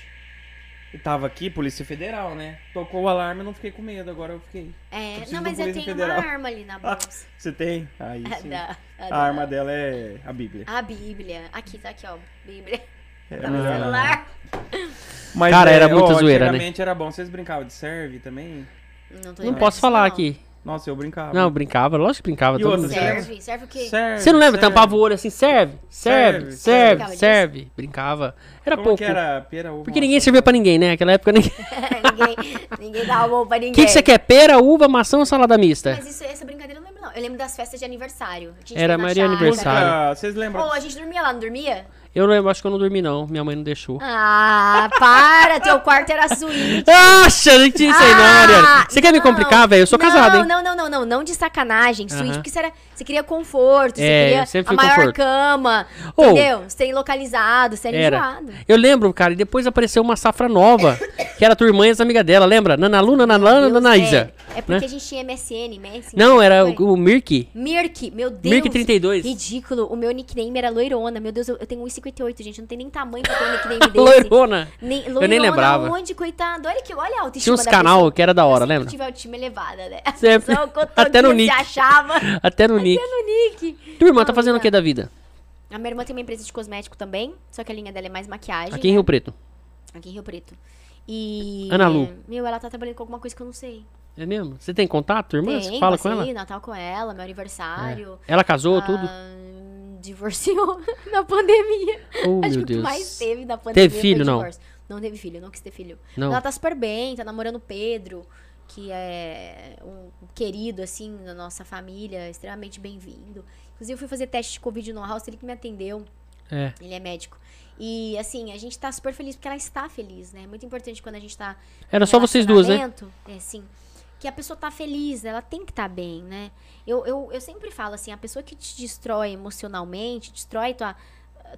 Speaker 1: e tava aqui, Polícia Federal, né? Tocou o alarme, eu não fiquei com medo, agora eu fiquei.
Speaker 3: É,
Speaker 1: preciso
Speaker 3: não, mas
Speaker 1: da
Speaker 3: eu
Speaker 1: Polícia
Speaker 3: tenho
Speaker 1: Federal.
Speaker 3: uma arma
Speaker 1: *laughs*
Speaker 3: ali na bolsa.
Speaker 1: Você tem? Aí
Speaker 3: A
Speaker 1: sim.
Speaker 3: *laughs* da- a
Speaker 1: A
Speaker 3: da-
Speaker 1: arma dela é a Bíblia.
Speaker 3: A Bíblia. Aqui, tá aqui, ó. Bíblia.
Speaker 1: É
Speaker 3: Ah, Tá *laughs* no
Speaker 1: melhor não.
Speaker 3: celular.
Speaker 1: Mas, é,
Speaker 2: Cara, era muita
Speaker 1: ó,
Speaker 2: zoeira, né?
Speaker 1: antigamente era bom. Vocês brincavam de serve também?
Speaker 3: Não, tô
Speaker 2: Não
Speaker 3: lembrando
Speaker 2: posso
Speaker 3: disso,
Speaker 2: falar
Speaker 3: não.
Speaker 2: aqui.
Speaker 1: Nossa, eu brincava.
Speaker 2: Não, brincava, lógico que brincava.
Speaker 1: Tá E
Speaker 2: todo
Speaker 1: outra,
Speaker 2: mundo
Speaker 1: você lembra?
Speaker 2: brincava.
Speaker 3: Serve, serve o quê?
Speaker 1: Serve,
Speaker 2: Você não lembra?
Speaker 1: serve.
Speaker 2: Tampava o olho assim, serve, serve,
Speaker 1: Serve,
Speaker 2: serve, serve.
Speaker 3: serve.
Speaker 2: Brincava. Era
Speaker 1: Como
Speaker 2: pouco.
Speaker 1: que era pera, uva,
Speaker 2: Porque ninguém servia pra ninguém, né? Naquela época ninguém. O
Speaker 3: *laughs* ninguém, ninguém dá a mão pra ninguém.
Speaker 2: que que você quer? Pera, uva, maçã ou salada mista?
Speaker 3: Mas isso, essa brincadeira eu não lembro, não. Eu lembro das festas de aniversário. A gente
Speaker 2: Era
Speaker 3: ia na
Speaker 2: Maria
Speaker 3: chácara.
Speaker 1: Música,
Speaker 2: aniversário.
Speaker 1: vocês lembram?
Speaker 3: Ou a gente dormia lá, não dormia?
Speaker 2: Eu lembro, acho que eu não dormi, não. Minha mãe não deixou.
Speaker 3: Ah, para! Teu quarto era suíte.
Speaker 2: Acha, não tinha isso aí, não,
Speaker 3: Ah,
Speaker 2: Ariane. Você quer me
Speaker 3: não.
Speaker 2: complicar, velho? Eu sou casado, hein?
Speaker 3: Não, tá não, não, não, não de sacanagem. Suíte,
Speaker 2: Aham.
Speaker 3: porque você, era, você queria conforto, você
Speaker 2: É, eu
Speaker 3: queria
Speaker 2: sempre fui
Speaker 3: a maior
Speaker 2: conforto.
Speaker 3: cama,
Speaker 2: Ou-
Speaker 3: entendeu? Você tem localizado, você era,
Speaker 2: Era.
Speaker 3: enjoado.
Speaker 2: Eu lembro, cara, e depois apareceu uma safra nova, que era a tua irmã e as amigas dela, lembra? Nanalu, Nanalana,
Speaker 3: Deus,
Speaker 2: Nanaísa.
Speaker 3: velho. É porque
Speaker 2: né?
Speaker 3: a gente tinha MSN, MSN.
Speaker 2: Não, era
Speaker 3: foi.
Speaker 2: o, o Mirk.
Speaker 3: Mirk, meu Deus.
Speaker 2: Mirk 32.
Speaker 3: Ridículo. O meu nickname era Loirona. Meu Deus, eu, eu tenho 1,58, gente. Não tem nem tamanho pra ter um nickname
Speaker 2: *laughs*
Speaker 3: desse.
Speaker 2: Loirona.
Speaker 3: Nem,
Speaker 2: Eu
Speaker 3: loirona,
Speaker 2: nem lembrava.
Speaker 3: Onde, coitado? Olha, que, olha a
Speaker 2: Tinha
Speaker 3: autoestima
Speaker 2: uns
Speaker 3: da
Speaker 2: canal
Speaker 3: pessoa.
Speaker 2: que era da hora,
Speaker 3: Eu sempre
Speaker 2: lembra?
Speaker 3: tive a autoestima elevada, né?
Speaker 2: Sempre.
Speaker 3: *laughs* Só o cotoquinho
Speaker 2: *laughs* Até no
Speaker 3: se
Speaker 2: nick.
Speaker 3: achava.
Speaker 2: Até *laughs* no Nick.
Speaker 3: Até no nick.
Speaker 2: Tua irmã tá
Speaker 3: Não,
Speaker 2: fazendo o
Speaker 3: não.
Speaker 2: que da vida?
Speaker 3: A minha irmã tem uma empresa de cosmético também, só que a linha dela é mais maquiagem.
Speaker 2: Aqui em Rio Preto.
Speaker 3: Aqui em Rio Preto. E.
Speaker 2: Ana Lu.
Speaker 3: Meu, ela tá trabalhando com alguma coisa que eu não sei.
Speaker 2: É mesmo? Você tem contato, tua irmã? Você
Speaker 3: Tem,
Speaker 2: é fala
Speaker 3: passei
Speaker 2: com ela? É.
Speaker 3: Natal com ela, meu aniversário.
Speaker 2: Ela casou,
Speaker 3: Ah,
Speaker 2: tudo?
Speaker 3: Divorciou *laughs* na pandemia.
Speaker 2: Oh,
Speaker 3: Acho
Speaker 2: meu
Speaker 3: que tipo, o que
Speaker 2: Deus.
Speaker 3: mais teve na pandemia
Speaker 2: Teve filho,
Speaker 3: foi
Speaker 2: não?
Speaker 3: divórcio. Não teve filho, não quis ter filho.
Speaker 2: Não.
Speaker 3: Ela tá super bem, tá namorando o Pedro, que é um querido, assim, da nossa família, extremamente bem-vindo. Inclusive, eu fui fazer teste de Covid no house, ele que me atendeu,
Speaker 2: É.
Speaker 3: ele é médico. E, assim, a gente tá super feliz, porque ela está feliz, né? É muito importante quando a gente tá
Speaker 2: Era só vocês duas, né?
Speaker 3: relacionamento, É, sim. Que a pessoa tá feliz, ela tem que estar tá bem, né? Eu, eu, eu sempre falo assim, a pessoa que te destrói emocionalmente, destrói tua,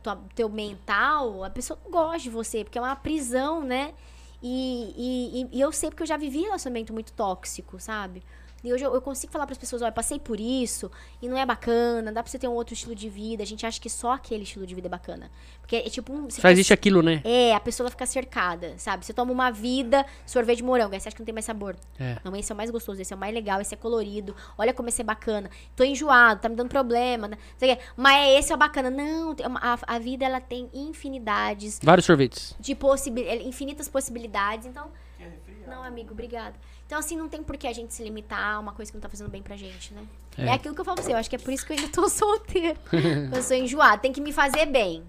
Speaker 3: tua, teu mental, a pessoa não gosta de você, porque é uma prisão, né? E, e, e- e eu sei porque eu já vivi relacionamento muito tóxico, sabe? E hoje eu, eu consigo falar para as pessoas, olha, passei por isso e não é bacana, dá pra você ter um outro estilo de vida, a gente acha que só aquele estilo de vida é bacana. Porque é tipo um...
Speaker 2: Só existe aquilo, né?
Speaker 3: É, a pessoa ela fica cercada, sabe? Você toma uma vida, sorvete de morango, aí você acha que não tem mais sabor.
Speaker 2: É.
Speaker 3: Não, esse é o mais gostoso, esse é o mais legal, esse é colorido. Olha como esse é bacana. Tô enjoado, tá me dando problema. né? Não sei o quê. Mas esse é o bacana. Não, tem uma- a, a vida ela tem infinidades
Speaker 2: Vários sorvetes.
Speaker 3: de possibilidades, infinitas possibilidades. Então, não, amigo, obrigada. Então, assim, não tem por que a gente se limitar a uma coisa que não tá fazendo bem pra gente, né?
Speaker 2: É.
Speaker 3: É, aquilo que eu falo pra você, eu acho que é por isso que eu ainda tô
Speaker 2: *laughs*
Speaker 3: *laughs* solteira. eu sou enjoada, tem que me fazer bem.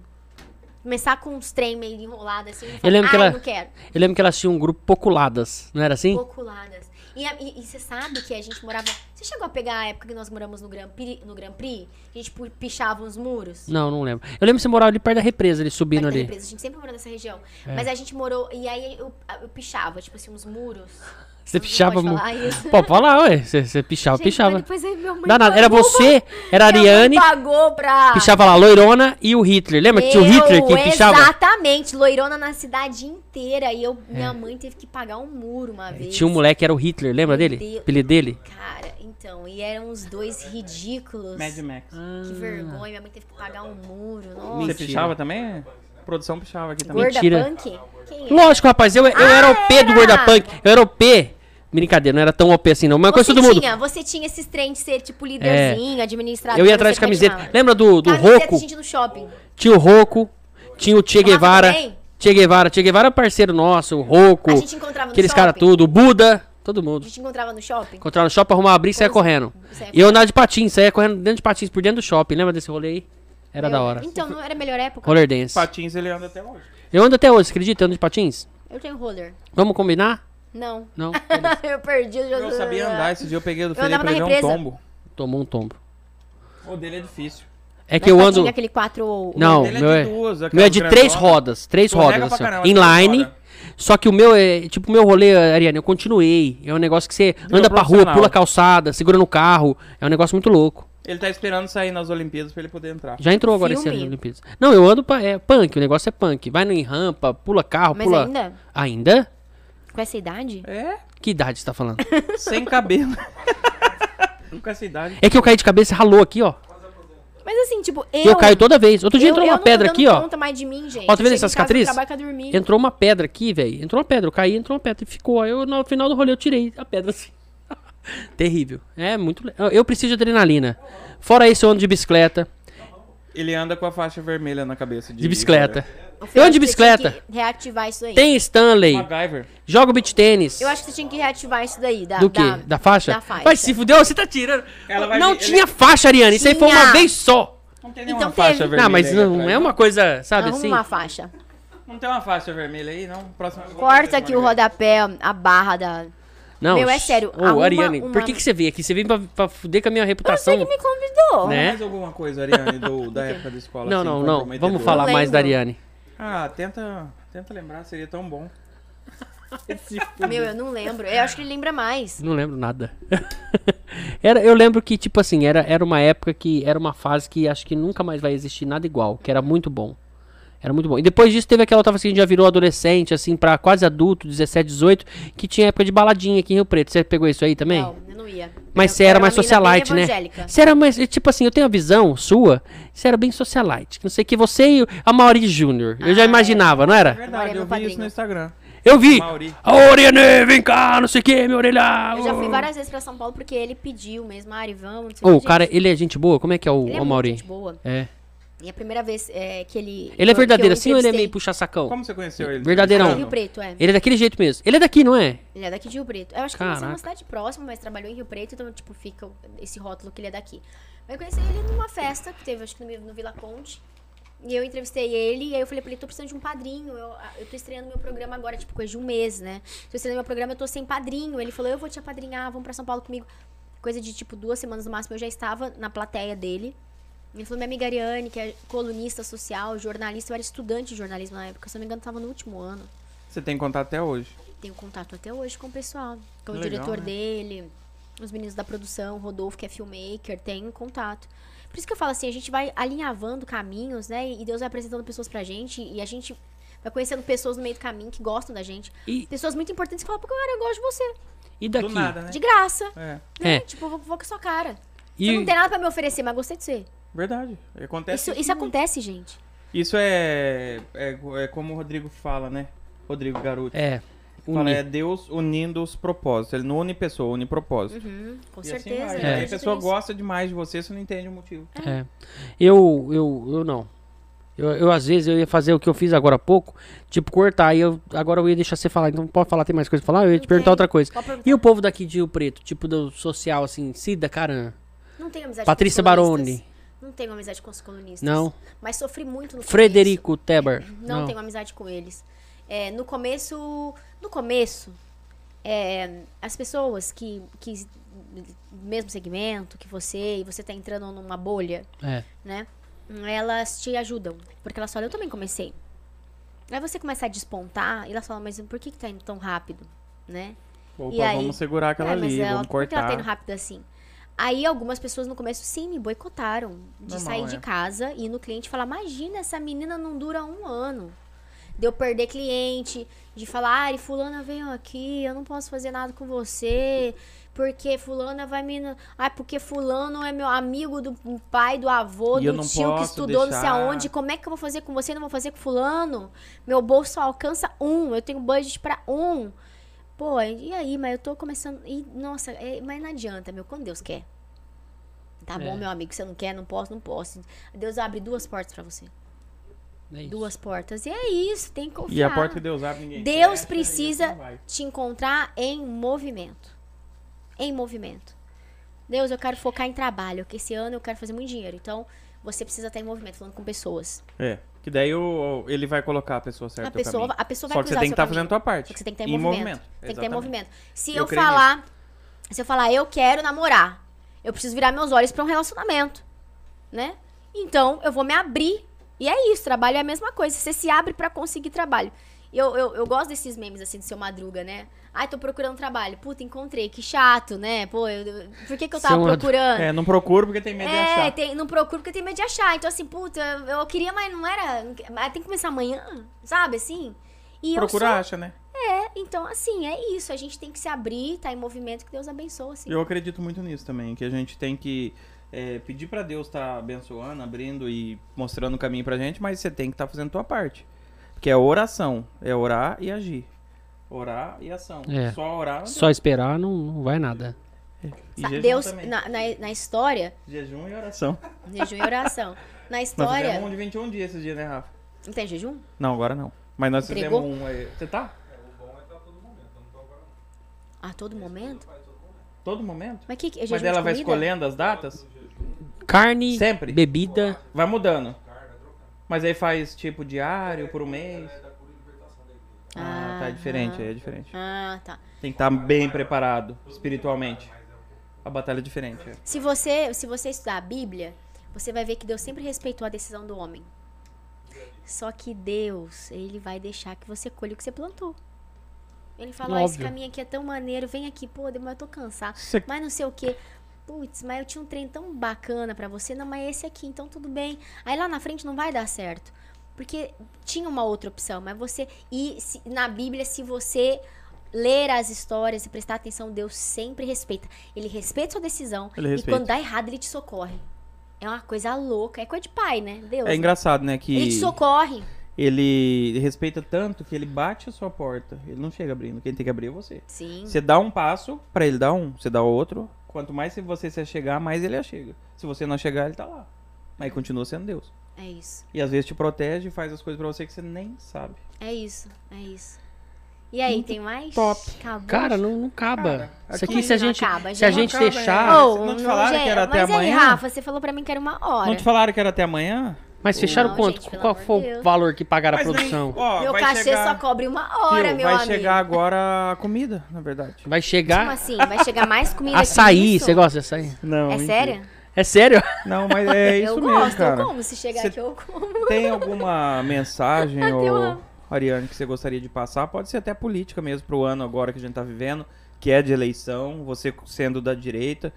Speaker 3: Começar com uns trem meio enrolado, assim, eu,
Speaker 2: lembro que ela-
Speaker 3: não quero.
Speaker 2: Eu lembro que elas tinham um grupo Poculadas, não era assim?
Speaker 3: Oculadas. E, a- e- e você sabe que a gente morava... Você chegou a pegar a época que nós moramos no Grand Prix? No Grand Prix? A gente pu- pichava uns muros?
Speaker 2: Não, não lembro. Eu lembro que você morava ali perto da represa, ali subindo
Speaker 3: Perto da
Speaker 2: ali.
Speaker 3: represa, A gente sempre morou nessa região.
Speaker 2: É.
Speaker 3: Mas a gente morou... E aí eu, eu pichava, tipo assim, uns muros.
Speaker 2: Você
Speaker 3: Não
Speaker 2: pichava
Speaker 3: pode
Speaker 2: muito.
Speaker 3: falar
Speaker 2: *laughs*
Speaker 3: isso.
Speaker 2: Pô, fala, ué. Você, você pichava,
Speaker 3: Gente, mas
Speaker 2: pichava.
Speaker 3: Depois aí minha mãe
Speaker 2: Danado. Era
Speaker 3: pagou-
Speaker 2: você, era a
Speaker 3: minha mãe
Speaker 2: Ariane,
Speaker 3: pagou pra...
Speaker 2: pichava lá, Loirona e o Hitler. Lembra que tinha o
Speaker 3: Eu,
Speaker 2: Hitler que pichava?
Speaker 3: Exatamente, loirona na cidade inteira. E eu, minha mãe teve que pagar um muro uma
Speaker 2: E
Speaker 3: vez.
Speaker 2: tinha um moleque, era o Hitler, lembra
Speaker 3: Meu
Speaker 2: dele?
Speaker 3: Deus.
Speaker 2: Apelido dele?
Speaker 3: Cara, então, e eram os dois ridículos.
Speaker 1: Mad Max.
Speaker 3: Que vergonha, minha mãe teve que pagar um muro.
Speaker 1: Você
Speaker 3: Nossa.
Speaker 2: Ah, Mentira.
Speaker 1: pichava também? A produção pichava aqui também.
Speaker 3: Gorda
Speaker 2: Mentira.
Speaker 3: Punk? Quem é?
Speaker 2: Lógico, rapaz, eu, eu era o P do
Speaker 3: era!
Speaker 2: Gorda Punk. Eu era o P. Brincadeira, não era tão OP assim, não. Mas eu conheço
Speaker 3: Você
Speaker 2: todo mundo. É.
Speaker 3: tinha, você tinha esses trem de ser tipo líderzinho, administrador.
Speaker 2: Eu ia atrás de
Speaker 3: não sei como é
Speaker 2: camiseta.
Speaker 3: que
Speaker 2: Lembra do, do
Speaker 3: chama. Camiseta,
Speaker 2: Roco?
Speaker 3: gente no shopping.
Speaker 2: Tinha o Roco, tinha o Che
Speaker 3: Rafa
Speaker 2: Guevara.
Speaker 3: também?
Speaker 2: Che Guevara, Che Guevara é parceiro nosso, o Roco.
Speaker 3: A gente encontrava no
Speaker 2: Aqueles
Speaker 3: shopping.
Speaker 2: caras tudo, o Buda, todo
Speaker 3: A
Speaker 2: mundo.
Speaker 3: gente encontrava no shopping.
Speaker 2: Encontrava no shopping, arrumava abrir e saía
Speaker 3: Como se-
Speaker 2: correndo.
Speaker 3: saía
Speaker 2: E eu andava de patins, saía correndo dentro de patins, por dentro do shopping. Lembra desse rolê aí? Era da hora.
Speaker 3: Então, não era a melhor época?
Speaker 2: Roller dance.
Speaker 1: Patins ele anda até hoje.
Speaker 2: Eu ando até hoje, você acredita? Eu ando de patins?
Speaker 3: Eu tenho roller.
Speaker 2: Vamos combinar?
Speaker 3: Não. *laughs*
Speaker 2: Não?
Speaker 3: eu perdi. Eu, já-
Speaker 1: Eu sabia andar, esse dia eu peguei do Felipe
Speaker 3: andava
Speaker 1: pra
Speaker 3: na
Speaker 1: ele um
Speaker 3: represa.
Speaker 1: tombo.
Speaker 2: Tomou um tombo.
Speaker 1: O dele é difícil.
Speaker 2: É
Speaker 3: Mas
Speaker 2: que eu
Speaker 3: tadinho,
Speaker 2: ando.
Speaker 3: Aquele quatro... ou-
Speaker 2: Não,
Speaker 1: dele é
Speaker 2: meu
Speaker 1: de
Speaker 2: é,
Speaker 1: duas,
Speaker 2: meu é
Speaker 1: aquelas
Speaker 2: de três
Speaker 1: grandonas.
Speaker 2: rodas. Três
Speaker 1: Escorrega
Speaker 2: rodas,
Speaker 1: pra
Speaker 2: assim, ó.
Speaker 1: caramba,
Speaker 2: Inline.
Speaker 1: roda.
Speaker 2: Só que o meu é. Tipo, o meu rolê, Ariane, eu continuei. É um negócio que você
Speaker 1: Virou
Speaker 2: anda pra rua,
Speaker 1: profissional.
Speaker 2: pula a calçada, segura no carro. É um negócio muito louco.
Speaker 1: Ele tá esperando sair nas Olimpíadas pra ele poder entrar.
Speaker 2: Já entrou agora esse
Speaker 3: Filme.
Speaker 2: ano na Olimpíadas. Não, eu ando pra. É punk, o negócio é punk. Vai no em rampa, pula carro,
Speaker 3: Mas
Speaker 2: pula.
Speaker 3: ainda?
Speaker 2: Ainda?
Speaker 3: Com essa idade?
Speaker 1: É,
Speaker 2: Que idade você tá falando?
Speaker 1: sem cabelo. *laughs* Com essa idade.
Speaker 2: é que eu caí de cabeça e ralou aqui,
Speaker 3: *laughs*
Speaker 2: ó.
Speaker 3: Mas assim, tipo, eu...
Speaker 2: E eu caio toda vez. Outro dia entrou uma
Speaker 3: não tô
Speaker 2: pedra
Speaker 3: dando
Speaker 2: aqui, ó.
Speaker 3: conta mais de mim, gente.
Speaker 2: Ó, tá vendo essa
Speaker 3: Chego em casa do
Speaker 2: cicatriz?
Speaker 3: trabalho pra dormir.
Speaker 2: Entrou uma pedra aqui, velho. Entrou uma pedra. Eu caí, entrou uma pedra. E ficou. Aí eu, no final do rolê eu tirei a pedra assim. *laughs* Terrível. É muito. le- Eu- Eu preciso de adrenalina. Fora isso, eu ando de bicicleta.
Speaker 1: Ele anda com a faixa vermelha na cabeça.
Speaker 2: De bicicleta.
Speaker 3: O Felipe,
Speaker 2: Eu ando de
Speaker 3: você tinha
Speaker 2: bicicleta.
Speaker 3: que reativar isso aí.
Speaker 2: Tem Stanley.
Speaker 1: MacGyver.
Speaker 2: Jogo beat tênis.
Speaker 3: Eu acho que você tinha que reativar isso daí. Da,
Speaker 2: Do quê? Da, faixa?
Speaker 3: Da faixa.
Speaker 2: Mas se fudeu, você tá tirando.
Speaker 1: Ela vai é-
Speaker 2: não
Speaker 1: ver-
Speaker 2: tinha faixa, Ariane. Isso aí foi uma
Speaker 3: Tinha.
Speaker 2: vez só.
Speaker 1: Não tem
Speaker 3: Então
Speaker 1: nenhuma
Speaker 3: teve.
Speaker 1: faixa
Speaker 3: Não,
Speaker 1: vermelha.
Speaker 2: não, mas
Speaker 1: aí
Speaker 2: não
Speaker 1: atrás, né?
Speaker 2: é uma coisa, sabe
Speaker 3: Arruma
Speaker 2: assim?
Speaker 3: uma faixa.
Speaker 1: Não tem uma faixa vermelha aí, não? Próxima
Speaker 3: Corta aqui o rodapé, a barra da...
Speaker 2: Não,
Speaker 3: Meu, é
Speaker 2: sh-
Speaker 3: sério,
Speaker 2: Ô,
Speaker 3: arruma
Speaker 2: Ariane, por
Speaker 3: uma-
Speaker 2: que, que você veio aqui? Você veio pra, pra fuder com a minha reputação?
Speaker 3: Você é que me convidou.
Speaker 2: Tá, Né?
Speaker 1: Mais alguma coisa, Ariane, do- da época da escola?
Speaker 2: Não,
Speaker 1: assim,
Speaker 2: não, não.
Speaker 1: comprometedora?
Speaker 2: Vamos falar
Speaker 3: Não
Speaker 2: mais da
Speaker 3: lembro.
Speaker 2: Ariane.
Speaker 1: Ah, tenta, tenta lembrar, seria tão bom.
Speaker 3: Meu, eu não lembro. Eu acho que ele lembra mais.
Speaker 2: Não lembro nada. *laughs* era, eu lembro que, tipo assim, era, era uma época que era uma fase que acho que nunca mais vai existir nada igual, que era muito bom. Era muito bom. E depois disso teve aquela outra fase que a gente já virou adolescente, assim, pra quase adulto, 17, 18, que tinha época de baladinha aqui em Rio Preto. Você pegou isso aí também?
Speaker 3: Não, eu não ia.
Speaker 2: Mas
Speaker 3: Eu-
Speaker 2: você
Speaker 3: eu
Speaker 2: era mais
Speaker 3: uma menina bem
Speaker 2: socialite, né?
Speaker 3: evangélica.
Speaker 2: Você era mais. Tipo assim, eu tenho a visão sua, você era bem socialite. que Não sei o que você e o- a Mauri Júnior. Eu
Speaker 3: Ah,
Speaker 2: já imaginava, não
Speaker 1: É
Speaker 2: era?
Speaker 1: verdade,
Speaker 3: Maria
Speaker 1: eu vi
Speaker 3: do Padrinho.
Speaker 1: isso no Instagram.
Speaker 2: Eu vi!
Speaker 1: Mauri.
Speaker 2: A Oriane, vem cá, não sei o que, minha orelha!
Speaker 3: Eu já fui várias vezes pra São Paulo porque ele pediu mesmo, "Ah, Ari, vamos. não sei
Speaker 2: Ô,
Speaker 3: quê,
Speaker 2: o
Speaker 3: gente.
Speaker 2: cara, ele é gente boa? Como é que é o,
Speaker 3: Ele é
Speaker 2: o
Speaker 3: muito
Speaker 2: Mauri?
Speaker 3: gente boa.
Speaker 2: É.
Speaker 3: E a primeira vez é, que ele.
Speaker 2: Ele é verdadeiro
Speaker 3: que eu
Speaker 2: assim ou ele é meio
Speaker 3: entrevistei-
Speaker 2: puxa-sacão?
Speaker 1: Como você conheceu ele?
Speaker 2: Verdadeirão.
Speaker 3: Rio Preto, é.
Speaker 2: Ele é daquele jeito mesmo. Ele é daqui, não é?
Speaker 3: Ele é daqui de Rio Preto. Eu acho que ele é
Speaker 2: Caraca.
Speaker 3: uma cidade próxima, mas trabalhou em Rio Preto, então, tipo, fica o- esse rótulo que ele é daqui. Mas eu conheci ele numa festa que teve, acho que no, no Vila Conte. E eu entrevistei ele, e aí eu falei pra ele, tô precisando de um padrinho. Eu, a- eu tô estreando meu programa agora, tipo, coisa de um mês, né? Tô estreando meu programa, eu tô sem padrinho. Ele falou, eu vou te apadrinhar, vamos pra São Paulo comigo. Coisa de, tipo, duas semanas no máximo, eu já estava na plateia dele. Ele falou, minha amiga Ariane, que é colunista social, jornalista, eu era estudante de jornalismo na época, se eu não me engano, tava no último ano
Speaker 1: Você tem contato até hoje.
Speaker 3: tenho contato até hoje com o pessoal. Com o
Speaker 1: Legal,
Speaker 3: diretor
Speaker 1: né?
Speaker 3: dele, os meninos da produção, o Rodolfo, que é filmmaker, tem contato. Por isso que eu falo assim, a gente vai alinhavando caminhos, né? E Deus vai apresentando pessoas pra gente e a gente vai conhecendo pessoas no meio do caminho que gostam da gente.
Speaker 2: E,
Speaker 3: Pessoas muito importantes que falam, pô, cara, eu gosto de você.
Speaker 2: e daqui?
Speaker 1: Do nada, né?
Speaker 3: De graça.
Speaker 1: É,
Speaker 3: Né?
Speaker 2: É.
Speaker 3: Tipo, vou, vou com a sua cara. Você
Speaker 2: E
Speaker 3: não tem nada pra me oferecer, mas gostei de você.
Speaker 1: verdade. Acontece.
Speaker 3: Isso, isso acontece, gente.
Speaker 1: Isso é, é, é como o Rodrigo fala, né? Rodrigo Garuti.
Speaker 2: é.
Speaker 1: Fala,
Speaker 2: uni-
Speaker 1: é Deus unindo os propósitos. Ele não une pessoa, une propósito.
Speaker 3: Uhum, com
Speaker 1: E assim vai.
Speaker 3: certeza. eu
Speaker 1: Aí a
Speaker 3: acredito
Speaker 1: pessoa
Speaker 3: nisso.
Speaker 1: gosta demais de você, você não entende o motivo.
Speaker 2: É. Eu, eu, eu não. Eu, eu, às vezes, eu ia fazer o que eu fiz agora há pouco, tipo, cortar, e eu, agora eu ia deixar você falar, então pode falar, tem mais coisa pra falar? Eu ia te
Speaker 3: Não
Speaker 2: perguntar
Speaker 3: tem.
Speaker 2: outra coisa.
Speaker 3: Pode perguntar.
Speaker 2: E o povo daqui de Rio Preto, tipo, do social, assim, Cida Caran,
Speaker 3: Não tenho amizade
Speaker 2: Patrícia
Speaker 3: com os colunistas.
Speaker 2: Baroni.
Speaker 3: Não tenho amizade com os colunistas.
Speaker 2: não?
Speaker 3: Mas sofri muito no começo.
Speaker 2: Frederico Teber,
Speaker 3: Não,
Speaker 2: não?
Speaker 3: tenho amizade com eles. É, no começo, no começo, é, as pessoas que, que mesmo segmento que você e você tá entrando numa bolha,
Speaker 2: É.
Speaker 3: né? Elas te ajudam, porque elas falam, eu também comecei. Aí você começa a despontar e elas falam, mas por que que tá indo tão rápido, né?
Speaker 1: Opa,
Speaker 3: E aí?
Speaker 1: vamos segurar aquela
Speaker 3: É, mas
Speaker 1: ali,
Speaker 3: ela,
Speaker 1: vamos
Speaker 3: por que ela
Speaker 1: cortar.
Speaker 3: tá indo rápido assim? Aí algumas pessoas no começo, sim, me boicotaram. De
Speaker 1: Normal,
Speaker 3: sair
Speaker 1: é.
Speaker 3: de casa e ir no cliente e falar, imagina, essa menina não dura um ano. De eu perder cliente, de falar, ah, fulana veio aqui, eu não posso fazer nada com você, porque fulana vai me... Ah, porque fulano é meu amigo do pai, do avô,
Speaker 1: E eu
Speaker 3: do
Speaker 1: não
Speaker 3: tio que
Speaker 1: posso
Speaker 3: estudou não sei
Speaker 1: deixar.
Speaker 3: aonde, como é que eu vou fazer com você e não vou fazer com fulano? Meu bolso só alcança um, eu tenho budget pra um. Pô, e aí, mas eu tô começando. E, nossa, é, mas não adianta, meu, quando Deus quer. Tá bom,
Speaker 2: É.
Speaker 3: meu amigo, você não quer, não posso, não posso. Deus abre duas portas pra você.
Speaker 2: É isso.
Speaker 3: Duas portas. E é isso, tem que confiar.
Speaker 1: E a porta que Deus abre, ninguém
Speaker 3: Deus
Speaker 1: fecha,
Speaker 3: precisa-
Speaker 1: e assim vai.
Speaker 3: Te encontrar em movimento. Em movimento. Deus, eu quero focar em trabalho, que esse ano eu quero fazer muito dinheiro. Então, Você precisa estar em movimento, falando com pessoas.
Speaker 1: É. Que daí o, ele vai colocar a pessoa certa.
Speaker 3: a pessoa, a pessoa vai
Speaker 1: Só que você tem
Speaker 3: cruzar seu
Speaker 1: que estar
Speaker 3: caminho.
Speaker 1: fazendo a tua parte.
Speaker 3: Só que você tem que estar em, movimento. Tem que estar em
Speaker 1: Exatamente.
Speaker 3: movimento. Se
Speaker 1: Eu
Speaker 3: eu,
Speaker 1: creio
Speaker 3: falar, se eu falar, eu quero namorar, eu preciso virar meus olhos para um relacionamento, né? Então, eu vou me abrir. E é isso, trabalho é a mesma coisa. Você se abre para conseguir trabalho. Eu, eu, eu gosto desses memes, assim, do seu Madruga, né? Ai, tô procurando trabalho. Puta, encontrei. Que chato, né? Pô, eu- eu- por que, que eu tava
Speaker 2: Seu Madruga.
Speaker 3: procurando?
Speaker 1: É, não procuro porque tem medo de
Speaker 3: É,
Speaker 1: achar.
Speaker 3: tem, não procuro porque tem medo de achar. Então, assim, puta, eu, eu queria, mas não era. mas Tem que começar amanhã, sabe? Assim. E eu
Speaker 1: Procura, acha, né?
Speaker 3: sou- Então, assim, é isso. A gente tem que se abrir, tá em movimento, que Deus abençoa, assim.
Speaker 1: Eu acredito muito nisso também, que a gente tem que é, pedir pra Deus estar abençoando, abrindo e mostrando o caminho pra gente, mas você tem que estar fazendo a tua parte. Porque é oração, é orar e agir. Orar e ação.
Speaker 2: É.
Speaker 1: Só orar
Speaker 2: Só esperar não, não vai nada.
Speaker 1: e
Speaker 3: Sa-
Speaker 1: jejum
Speaker 3: Deus,
Speaker 1: também.
Speaker 3: na, na, na história,
Speaker 1: Jejum e oração.
Speaker 3: jejum e oração.
Speaker 1: *laughs*
Speaker 3: Na
Speaker 1: Nós fizemos um
Speaker 3: história.
Speaker 1: de 21 dias esse dia, né, Rafa?
Speaker 3: Não tem jejum?
Speaker 1: Não, agora não. Mas nós
Speaker 3: Entregou?
Speaker 1: fizemos um... é, Você tá?
Speaker 3: A todo momento?
Speaker 1: Todo momento?
Speaker 3: Mas que, que é jejum
Speaker 1: Mas ela
Speaker 3: de
Speaker 1: vai
Speaker 3: comida?
Speaker 1: escolhendo as datas?
Speaker 2: Carne,
Speaker 1: Sempre.
Speaker 2: bebida.
Speaker 1: Vai mudando. Mas aí faz tipo diário, por um mês. Ah, tá é diferente, aí é diferente.
Speaker 3: Ah, tá.
Speaker 1: Tem que estar bem preparado espiritualmente. A batalha é diferente. é.
Speaker 3: Se você, se você estudar a Bíblia, você vai ver que Deus sempre respeitou a decisão do homem. Só que Deus, ele vai deixar que você colha o que você plantou. Ele fala, ó, esse
Speaker 2: Óbvio.
Speaker 3: caminho aqui é tão maneiro, vem aqui, pô, mas eu tô cansado.
Speaker 1: Você-
Speaker 3: Mas não sei o quê. Putz, mas eu tinha um trem tão bacana pra você, não, mas esse aqui, então tudo bem. Aí lá na frente não vai dar certo. Porque tinha uma outra opção, mas você. E se- na Bíblia, se você ler as histórias e prestar atenção, Deus sempre respeita. Ele respeita sua decisão.
Speaker 1: Ele
Speaker 3: e
Speaker 1: respeita.
Speaker 3: quando dá errado, ele te socorre. É uma coisa louca. É coisa de pai, né? Deus.
Speaker 1: É engraçado, né? Que
Speaker 3: Ele te socorre.
Speaker 1: ele respeita tanto que ele bate a sua porta. Ele não chega abrindo. Quem tem que abrir é você.
Speaker 3: Sim.
Speaker 1: Você dá um passo, pra ele dar um. Você dá outro. Quanto mais você se chegar, mais ele chega. Se você não chegar, ele tá lá. Mas continua sendo Deus.
Speaker 3: É isso.
Speaker 1: E às vezes te protege e faz as coisas pra você que você nem sabe.
Speaker 3: É isso. É isso. E aí, tem mais?
Speaker 1: top.
Speaker 3: Acabou.
Speaker 2: Cara, não, não acaba.
Speaker 1: Cara,
Speaker 2: Isso
Speaker 1: aqui
Speaker 2: aqui, se a
Speaker 3: não
Speaker 2: gente,
Speaker 3: acaba,
Speaker 2: se a gente
Speaker 3: gente.
Speaker 1: Não acaba,
Speaker 2: deixar.
Speaker 1: é.
Speaker 3: Ou,
Speaker 1: Não te
Speaker 3: não,
Speaker 1: falaram
Speaker 3: gente,
Speaker 1: que era até
Speaker 3: mas aí,
Speaker 1: amanhã?
Speaker 3: Rafa, você falou pra mim que era uma hora.
Speaker 1: Não te falaram que era até amanhã?
Speaker 2: Mas fecharam
Speaker 3: Não,
Speaker 2: quanto?
Speaker 3: gente, pelo
Speaker 2: Qual
Speaker 3: amor de
Speaker 2: foi o
Speaker 3: Deus.
Speaker 2: valor que pagaram a
Speaker 1: Mas nem-
Speaker 2: produção?
Speaker 1: ó,
Speaker 3: Meu
Speaker 1: vai
Speaker 3: cachê
Speaker 1: chegar-
Speaker 3: só cobre uma hora,
Speaker 1: Tio,
Speaker 3: meu
Speaker 1: vai
Speaker 3: amigo.
Speaker 1: chegar agora a comida, na verdade.
Speaker 2: Vai
Speaker 3: Como
Speaker 2: chegar.
Speaker 3: assim? Vai chegar *laughs* mais comida que
Speaker 2: Açaí,
Speaker 3: isso?
Speaker 2: você gosta de açaí?
Speaker 1: Não.
Speaker 3: É
Speaker 1: mentira.
Speaker 3: sério?
Speaker 2: É sério? *laughs*
Speaker 1: Não, mas
Speaker 3: *laughs*
Speaker 1: é isso
Speaker 3: eu
Speaker 1: mesmo,
Speaker 3: gosto,
Speaker 1: cara.
Speaker 3: eu como. Se chegar
Speaker 1: Cê-
Speaker 3: aqui, eu como.
Speaker 1: Tem alguma mensagem
Speaker 3: Até eu
Speaker 1: ou
Speaker 3: amo.
Speaker 1: Ariane que você gostaria de passar? Pode ser até política mesmo pro ano agora que a gente tá vivendo, que é de eleição, você sendo da direita.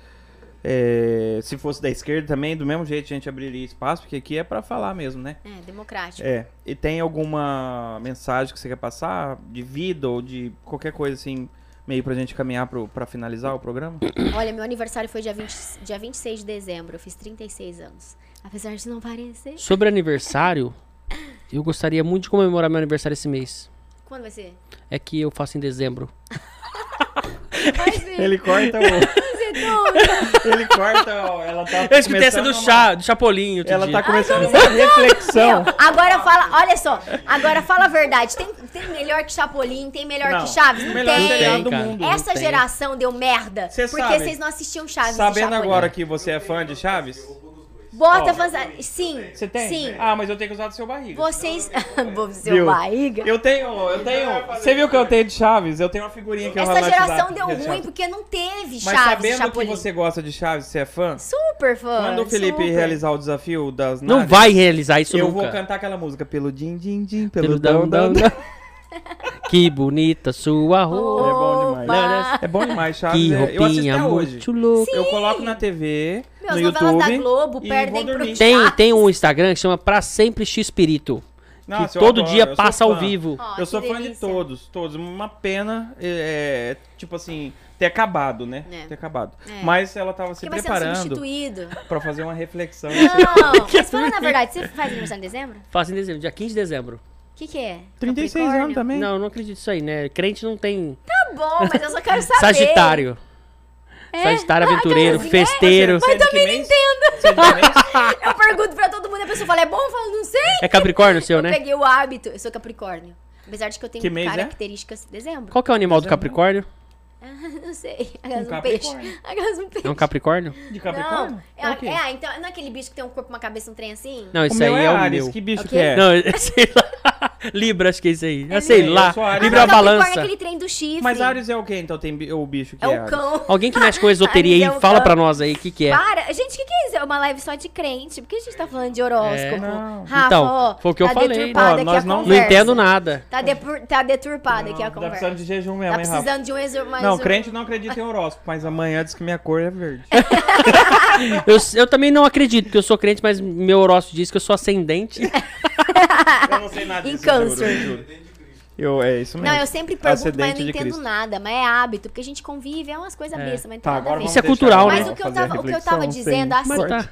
Speaker 1: é, se fosse da esquerda também, do mesmo jeito a gente abriria espaço, porque aqui é pra falar mesmo, né?
Speaker 3: É, democrático.
Speaker 1: É. E tem alguma mensagem que você quer passar de vida ou de qualquer coisa assim, meio pra gente caminhar pro, pra finalizar o programa?
Speaker 3: Olha, meu aniversário foi dia, 20, dia 26 de dezembro. Eu fiz 36 anos. Apesar de não parecer.
Speaker 2: Sobre aniversário, eu gostaria muito de comemorar meu aniversário esse mês.
Speaker 3: Quando vai
Speaker 1: *laughs*
Speaker 3: ser?
Speaker 2: É que eu faço em dezembro.
Speaker 3: Vai ser.
Speaker 1: Ele corta o.
Speaker 3: Vai ser
Speaker 1: *laughs*
Speaker 3: tudo.
Speaker 1: Ele corta o. Ela tá.
Speaker 2: Eu escutei essa
Speaker 1: começando
Speaker 2: do
Speaker 1: uma-
Speaker 2: chá, do Chapolin. Outro
Speaker 1: Ela
Speaker 2: dia.
Speaker 1: tá começando uma reflexão.
Speaker 3: Meu, agora fala, olha só, agora fala a verdade. Tem, tem melhor que Chapolin, tem melhor
Speaker 1: Não,
Speaker 3: que Chaves? Não
Speaker 1: melhor
Speaker 3: tem.
Speaker 1: seriado do
Speaker 2: Tem, cara.
Speaker 1: mundo.
Speaker 3: Essa
Speaker 2: tem.
Speaker 3: geração deu merda.
Speaker 1: Cê
Speaker 3: porque
Speaker 1: sabe.
Speaker 3: vocês não assistiam Chaves. e
Speaker 1: Sabendo
Speaker 3: Chapolin.
Speaker 1: agora que você é fã de Chaves,
Speaker 3: Bota
Speaker 1: Ó.
Speaker 3: fansa- Sim.
Speaker 1: você tem?
Speaker 3: Sim.
Speaker 1: Ah, mas eu tenho que usar do seu barriga.
Speaker 3: Vocês. *laughs* Vou dizer
Speaker 1: Viu?
Speaker 3: o barriga.
Speaker 1: Eu tenho, eu tenho. Você viu que eu tenho de Chaves? Eu tenho uma figurinha que eu
Speaker 3: Essa
Speaker 1: ralei de
Speaker 3: geração
Speaker 1: Chaves.
Speaker 3: deu
Speaker 1: Chaves.
Speaker 3: ruim porque não teve
Speaker 1: Mas
Speaker 3: Chaves e
Speaker 1: sabendo que
Speaker 3: Chapolin.
Speaker 1: você gosta de Chaves, você é fã,
Speaker 3: Super fã.
Speaker 1: quando o Felipe
Speaker 3: super.
Speaker 1: realizar o desafio das
Speaker 2: Não
Speaker 1: naves,
Speaker 2: vai realizar isso
Speaker 1: eu
Speaker 2: nunca.
Speaker 1: vou cantar aquela música pelo din din din,
Speaker 2: Pelo
Speaker 1: pelo, dão dão dão.
Speaker 2: *laughs* que bonita sua roupa.
Speaker 1: É bom demais.
Speaker 3: Opa!
Speaker 1: É bom *laughs* demais, Chaves.
Speaker 2: Que
Speaker 1: é- eu assisto
Speaker 2: roupinha
Speaker 1: até hoje.
Speaker 2: muito louca.
Speaker 1: Eu coloco na TV,
Speaker 3: Meu, as
Speaker 1: no
Speaker 3: novelas
Speaker 1: YouTube
Speaker 3: da Globo
Speaker 1: e
Speaker 3: perdem
Speaker 1: vou
Speaker 3: pro
Speaker 1: dormir.
Speaker 3: Chaves.
Speaker 2: Tem, tem um Instagram que chama Pra Sempre X Espírito.
Speaker 1: Nossa,
Speaker 2: que
Speaker 1: eu
Speaker 2: todo
Speaker 1: adoro, eu
Speaker 2: dia
Speaker 1: sou
Speaker 2: passa ao
Speaker 1: fã.
Speaker 2: vivo.
Speaker 3: Ó,
Speaker 1: eu
Speaker 3: que
Speaker 1: sou fã de
Speaker 3: delícia.
Speaker 1: todos, todos. Uma pena, é, é, tipo assim, ter acabado, né?
Speaker 3: É.
Speaker 1: Ter acabado.
Speaker 3: É.
Speaker 1: Mas ela tava se
Speaker 3: Porque vai sendo
Speaker 1: preparando *laughs*
Speaker 3: substituído.
Speaker 1: pra fazer uma *laughs*
Speaker 3: *laughs*
Speaker 1: reflexão.
Speaker 3: Não, mas falando a verdade, você faz aniversário em dezembro?
Speaker 2: Faz em dezembro, dia 15 de dezembro.
Speaker 3: O que, que é?
Speaker 1: 36
Speaker 3: Capricórnio?
Speaker 1: anos também.
Speaker 2: Não, eu não acredito nisso aí, né? Crente não tem
Speaker 3: Tá bom, mas eu só quero saber. É.
Speaker 2: Sagitário. Sagitário, é aventureiro,
Speaker 3: aquelas-
Speaker 2: festeiro.
Speaker 1: Mas também não entendo.
Speaker 3: Eu pergunto pra todo mundo, a pessoa fala, é bom? Eu falo, não sei.
Speaker 2: É Capricórnio o seu, né?
Speaker 3: Peguei o hábito. Eu sou Capricórnio. Apesar de que eu tenho
Speaker 1: Que mês é?
Speaker 3: características dezembro.
Speaker 1: um
Speaker 2: Qual que é o animal do Capricórnio?
Speaker 3: Não sei. *laughs* Aquelas um, peixe.
Speaker 1: capricórnio.
Speaker 3: Aquelas um peixe.
Speaker 2: É um Capricórnio?
Speaker 1: De
Speaker 3: Não,
Speaker 1: Capricórnio?
Speaker 3: é,
Speaker 1: o quê?
Speaker 3: é, então, não é aquele bicho que tem um corpo, uma cabeça, um trem assim?
Speaker 2: Não,
Speaker 1: O
Speaker 2: isso aí
Speaker 1: meu
Speaker 2: é,
Speaker 1: é
Speaker 2: o
Speaker 1: Ares,
Speaker 2: meu.
Speaker 1: que bicho
Speaker 3: Ok.
Speaker 1: que é?
Speaker 2: Não, *laughs* eu- sei lá. Libra, acho que é isso aí. Eu sei
Speaker 1: Eu
Speaker 2: lá.
Speaker 1: sou Ares.
Speaker 2: Libra é a
Speaker 1: Mas
Speaker 3: Capricórnio
Speaker 2: balança.
Speaker 3: É aquele trem do chifre.
Speaker 1: Mas Ares é o quê, então, tem bi- o bicho que
Speaker 3: é
Speaker 1: é,
Speaker 3: o
Speaker 1: Ares?
Speaker 3: cão.
Speaker 2: Alguém que mexe com esoteria
Speaker 3: Ares é
Speaker 2: aí,
Speaker 3: um
Speaker 2: fala
Speaker 3: cão.
Speaker 2: pra nós aí o que, que é.
Speaker 3: Para! Gente, o que, que é isso? É uma live só de crente? Por que a gente tá falando de horóscopo?
Speaker 2: É,
Speaker 1: não.
Speaker 3: Rafa,
Speaker 2: Então,
Speaker 3: ó,
Speaker 2: foi o que eu
Speaker 3: tá
Speaker 2: falei,
Speaker 3: deturpada
Speaker 1: ó,
Speaker 3: aqui
Speaker 1: nós
Speaker 3: a
Speaker 1: não-
Speaker 2: Não
Speaker 3: conversa.
Speaker 2: entendo nada.
Speaker 3: Tá, depur- tá deturpada aqui a
Speaker 1: Não, tá
Speaker 3: conversa.
Speaker 1: precisando de jejum mesmo,
Speaker 3: Tá
Speaker 1: hein, Rafa?
Speaker 3: precisando de um exor... mais
Speaker 1: Não,
Speaker 3: um-
Speaker 1: crente não acredita em horóscopo, mas amanhã diz que minha cor é
Speaker 3: *laughs*
Speaker 1: verde.
Speaker 2: Eu, eu também não acredito, porque eu sou crente, mas meu horóscopo diz que eu sou ascendente.
Speaker 1: Eu não sei nada
Speaker 3: Em
Speaker 1: disso,
Speaker 3: câncer.
Speaker 1: eu juro, eu juro. Eu, é isso mesmo.
Speaker 3: Não, eu sempre pergunto, mas eu
Speaker 1: Acidente
Speaker 3: não
Speaker 1: de
Speaker 3: entendo
Speaker 1: Cristo.
Speaker 3: nada. Mas é hábito, porque a gente convive, é umas coisas bestas, mas não tem
Speaker 1: Tá,
Speaker 3: nada
Speaker 1: agora
Speaker 3: a ver.
Speaker 1: vamos
Speaker 2: Isso é
Speaker 1: deixar
Speaker 2: cultural,
Speaker 1: ela
Speaker 2: né?
Speaker 3: Mas o que, eu
Speaker 1: fazer a
Speaker 3: tava, o que eu
Speaker 1: reflexão
Speaker 3: tava
Speaker 1: sem-
Speaker 3: dizendo é assim.
Speaker 2: Mas tá.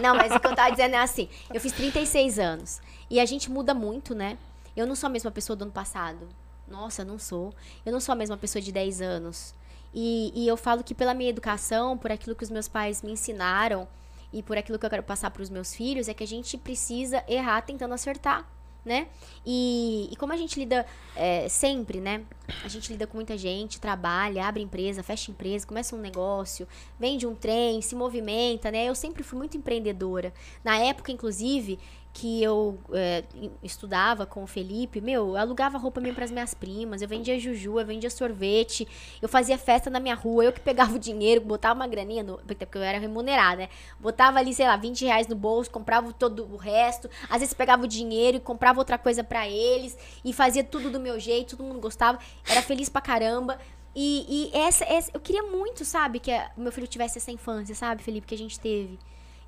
Speaker 3: Não, mas o que eu tava dizendo é assim. Eu fiz 36 anos. E a gente muda muito, né? Eu não sou a mesma pessoa do ano passado. Nossa, não sou. Eu não sou a mesma pessoa de 10 anos. E, e eu falo que pela minha educação, por aquilo que os meus pais me ensinaram e por aquilo que eu quero passar para os meus filhos, é que a gente precisa errar tentando acertar, né? E, e como a gente lida é, sempre, né? A gente lida com muita gente, trabalha, abre empresa, fecha empresa, começa um negócio, vende um trem, se movimenta, né? Eu sempre fui muito empreendedora. Na época, inclusive, que eu é, em- estudava com o Felipe, meu, eu alugava roupa minha para as minhas primas, eu vendia juju, eu vendia sorvete, eu fazia festa na minha rua, eu que pegava o dinheiro, botava uma graninha, no, até porque eu era remunerada, né? Botava ali, sei lá, 20 reais no bolso, comprava todo o resto, às vezes pegava o dinheiro e comprava outra coisa para eles, e fazia tudo do meu jeito, todo mundo gostava, era feliz pra caramba. E, e essa, essa- eu queria muito, sabe, que a- o meu filho tivesse essa infância, sabe, Felipe, que a gente teve.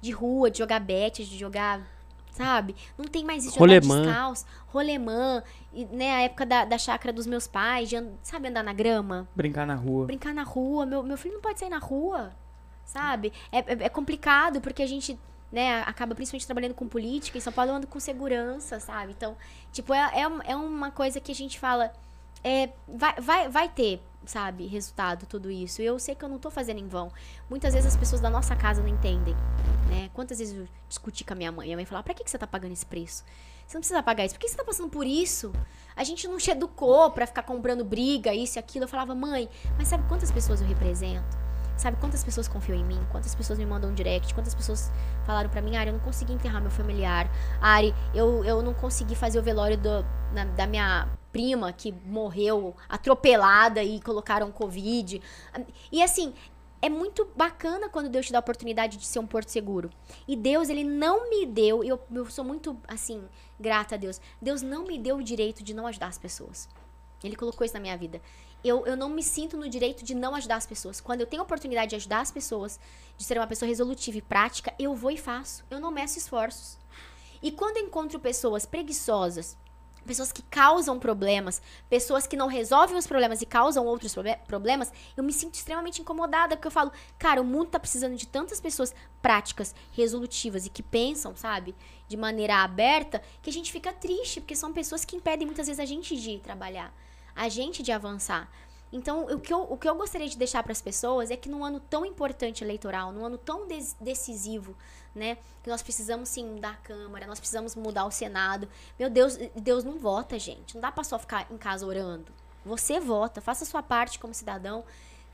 Speaker 3: De rua, de jogar bet, de jogar, sabe? Não tem mais isso, de
Speaker 2: Rolemã.
Speaker 3: andar descalço, rolemã, e, né, a época da, da chácara dos meus pais, de an- sabe, andar na grama?
Speaker 1: Brincar na rua.
Speaker 3: brincar na rua. Meu, meu filho não pode sair na rua, sabe? É, é- é complicado, porque a gente, né, acaba principalmente trabalhando com política, em São Paulo eu ando com segurança, sabe? Então, tipo, é, é, um- é uma coisa que a gente fala, é, vai, vai, vai ter, sabe, resultado tudo isso. Eu sei que eu não tô fazendo em vão. Muitas vezes as pessoas da nossa casa não entendem, né? Quantas vezes eu discuti com a minha mãe, minha mãe falava, pra que, que você tá pagando esse preço? Você não precisa pagar isso. Por que você tá passando por isso? A gente não te educou pra ficar comprando briga, isso e aquilo. Eu falava, mãe, mas sabe quantas pessoas eu represento? Sabe quantas pessoas confiam em mim? Quantas pessoas me mandam um direct? Quantas pessoas falaram pra mim, Ari, eu não consegui enterrar meu familiar. Ari, eu, eu não consegui fazer o velório do- na- da minha prima que morreu atropelada e colocaram Covid. E assim, é muito bacana quando Deus te dá a oportunidade de ser um porto seguro. E Deus, ele não me deu, e eu, eu sou muito, assim, grata a Deus. Deus não me deu o direito de não ajudar as pessoas. Ele colocou isso na minha vida. Eu, eu não me sinto no direito de não ajudar as pessoas. Quando eu tenho a oportunidade de ajudar as pessoas, de ser uma pessoa resolutiva e prática, eu vou e faço. Eu não meço esforços. E quando eu encontro pessoas preguiçosas, pessoas que causam problemas, pessoas que não resolvem os problemas e causam outros proble- problemas, eu me sinto extremamente incomodada, porque eu falo, cara, o mundo tá precisando de tantas pessoas práticas, resolutivas e que pensam, sabe, de maneira aberta, que a gente fica triste, porque são pessoas que impedem muitas vezes a gente de trabalhar, a gente de avançar. Então, o que eu, o que eu gostaria de deixar para as pessoas é que num ano tão importante eleitoral, num ano tão des- decisivo, né, que nós precisamos sim mudar a Câmara, nós precisamos mudar o Senado. Meu Deus, Deus não vota, gente. Não dá pra só ficar em casa orando. Você vota, faça a sua parte como cidadão,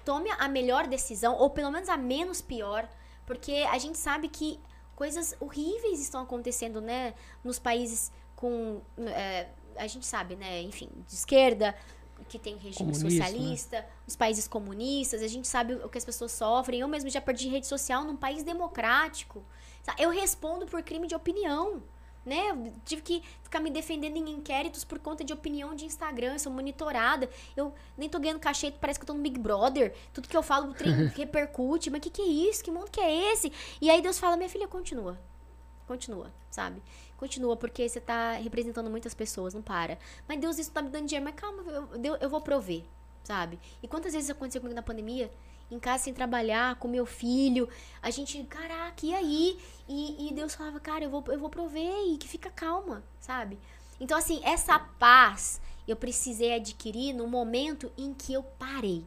Speaker 3: tome a melhor decisão, ou pelo menos a menos pior, porque a gente sabe que coisas horríveis estão acontecendo, né? Nos países com. é, a gente sabe, né? Enfim, de esquerda, que tem um regime
Speaker 2: Comunista,
Speaker 3: socialista, os países comunistas, a gente sabe o que as pessoas sofrem. Eu mesmo já perdi rede social num país democrático. Sa- Eu respondo por crime de opinião. Né? Eu tive que ficar me defendendo em inquéritos por conta de opinião de Instagram, eu sou monitorada. Eu nem tô ganhando cachê, parece que eu tô no Big Brother. Tudo que eu falo, o trem repercute. Mas que que é isso? Que mundo que é esse? E aí Deus fala: "Minha filha, continua. Continua, sabe? Continua, porque você tá representando muitas pessoas, não para. Mas Deus, isso tá me dando dinheiro. Mas calma, eu, eu, eu vou prover, sabe? E quantas vezes aconteceu comigo na pandemia? Em casa sem trabalhar, com meu filho. A gente, caraca, e aí? E, e Deus falava, cara, eu vou, eu vou prover e que fica calma, sabe? Então, assim, essa paz eu precisei adquirir no momento em que eu parei,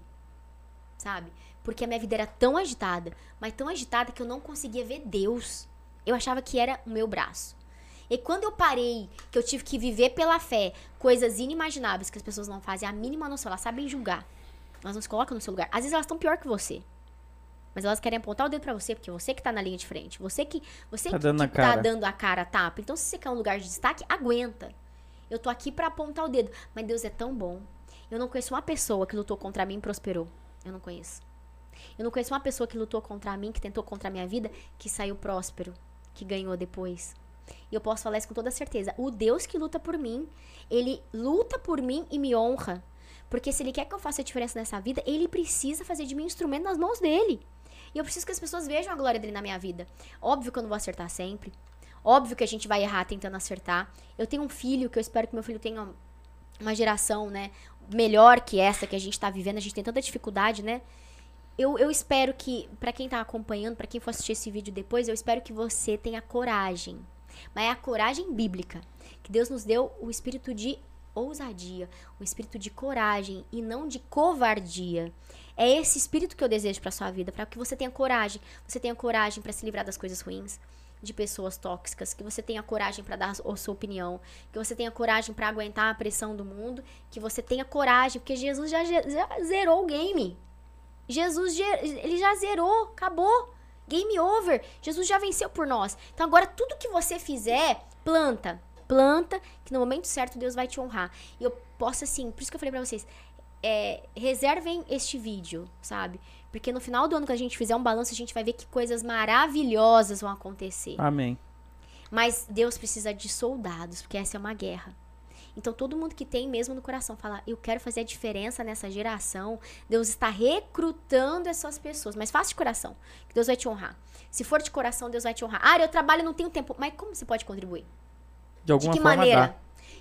Speaker 3: sabe? Porque a minha vida era tão agitada, mas tão agitada que eu não conseguia ver Deus. Eu achava que era o meu braço. E quando eu parei, que eu tive que viver pela fé coisas inimagináveis que as pessoas não fazem a mínima noção, elas sabem julgar. Elas não se colocam no seu lugar. Às vezes elas estão pior que você. Mas elas querem apontar o dedo pra você, porque você que tá na linha de frente. Você que, você
Speaker 1: Tá
Speaker 3: que,
Speaker 1: dando
Speaker 3: que
Speaker 1: a cara.
Speaker 3: tá dando a cara a tapa. Então, se você quer um lugar de destaque, aguenta. Eu tô aqui pra apontar o dedo. Mas Deus é tão bom. Eu não conheço uma pessoa que lutou contra mim e prosperou. Eu não conheço. Eu não conheço uma pessoa que lutou contra mim, que tentou contra a minha vida, que saiu próspero, que ganhou depois. E eu posso falar isso com toda certeza. O Deus que luta por mim, ele luta por mim e me honra. Porque se ele quer que eu faça a diferença nessa vida, ele precisa fazer de mim um instrumento nas mãos dele. E eu preciso que as pessoas vejam a glória dele na minha vida. Óbvio que eu não vou acertar sempre. Óbvio que a gente vai errar tentando acertar. Eu tenho um filho que eu espero que meu filho tenha uma geração, né, melhor que essa que a gente tá vivendo. A gente tem tanta dificuldade, né? Eu, eu espero que, pra quem tá acompanhando, pra quem for assistir esse vídeo depois, eu espero que você tenha coragem. Mas é a coragem bíblica. Que Deus nos deu o espírito de ousadia, o espírito de coragem e não de covardia. É esse espírito que eu desejo pra sua vida, pra que você tenha coragem. Você tenha coragem pra se livrar das coisas ruins, de pessoas tóxicas, que você tenha coragem pra dar a sua opinião, que você tenha coragem pra aguentar a pressão do mundo, que você tenha coragem, porque Jesus já, ge- já zerou o game. Jesus, ge- ele já zerou, acabou. Game over. Jesus já venceu por nós. Então agora tudo que você fizer, planta. Planta, que no momento certo Deus vai te honrar. E eu posso assim, por isso que eu falei pra vocês, é, reservem este vídeo, sabe? Porque no final do ano que a gente fizer um balanço, a gente vai ver que coisas maravilhosas vão acontecer.
Speaker 1: Amém.
Speaker 3: Mas Deus precisa de soldados, porque essa é uma guerra. Então todo mundo que tem mesmo no coração fala, eu quero fazer a diferença nessa geração. Deus está recrutando essas pessoas, mas faça de coração, que Deus vai te honrar. Se for de coração, Deus vai te honrar. Ah, eu trabalho e não tenho tempo. Mas como você pode contribuir?
Speaker 1: De alguma
Speaker 3: de que
Speaker 1: forma
Speaker 3: maneira?
Speaker 1: dá.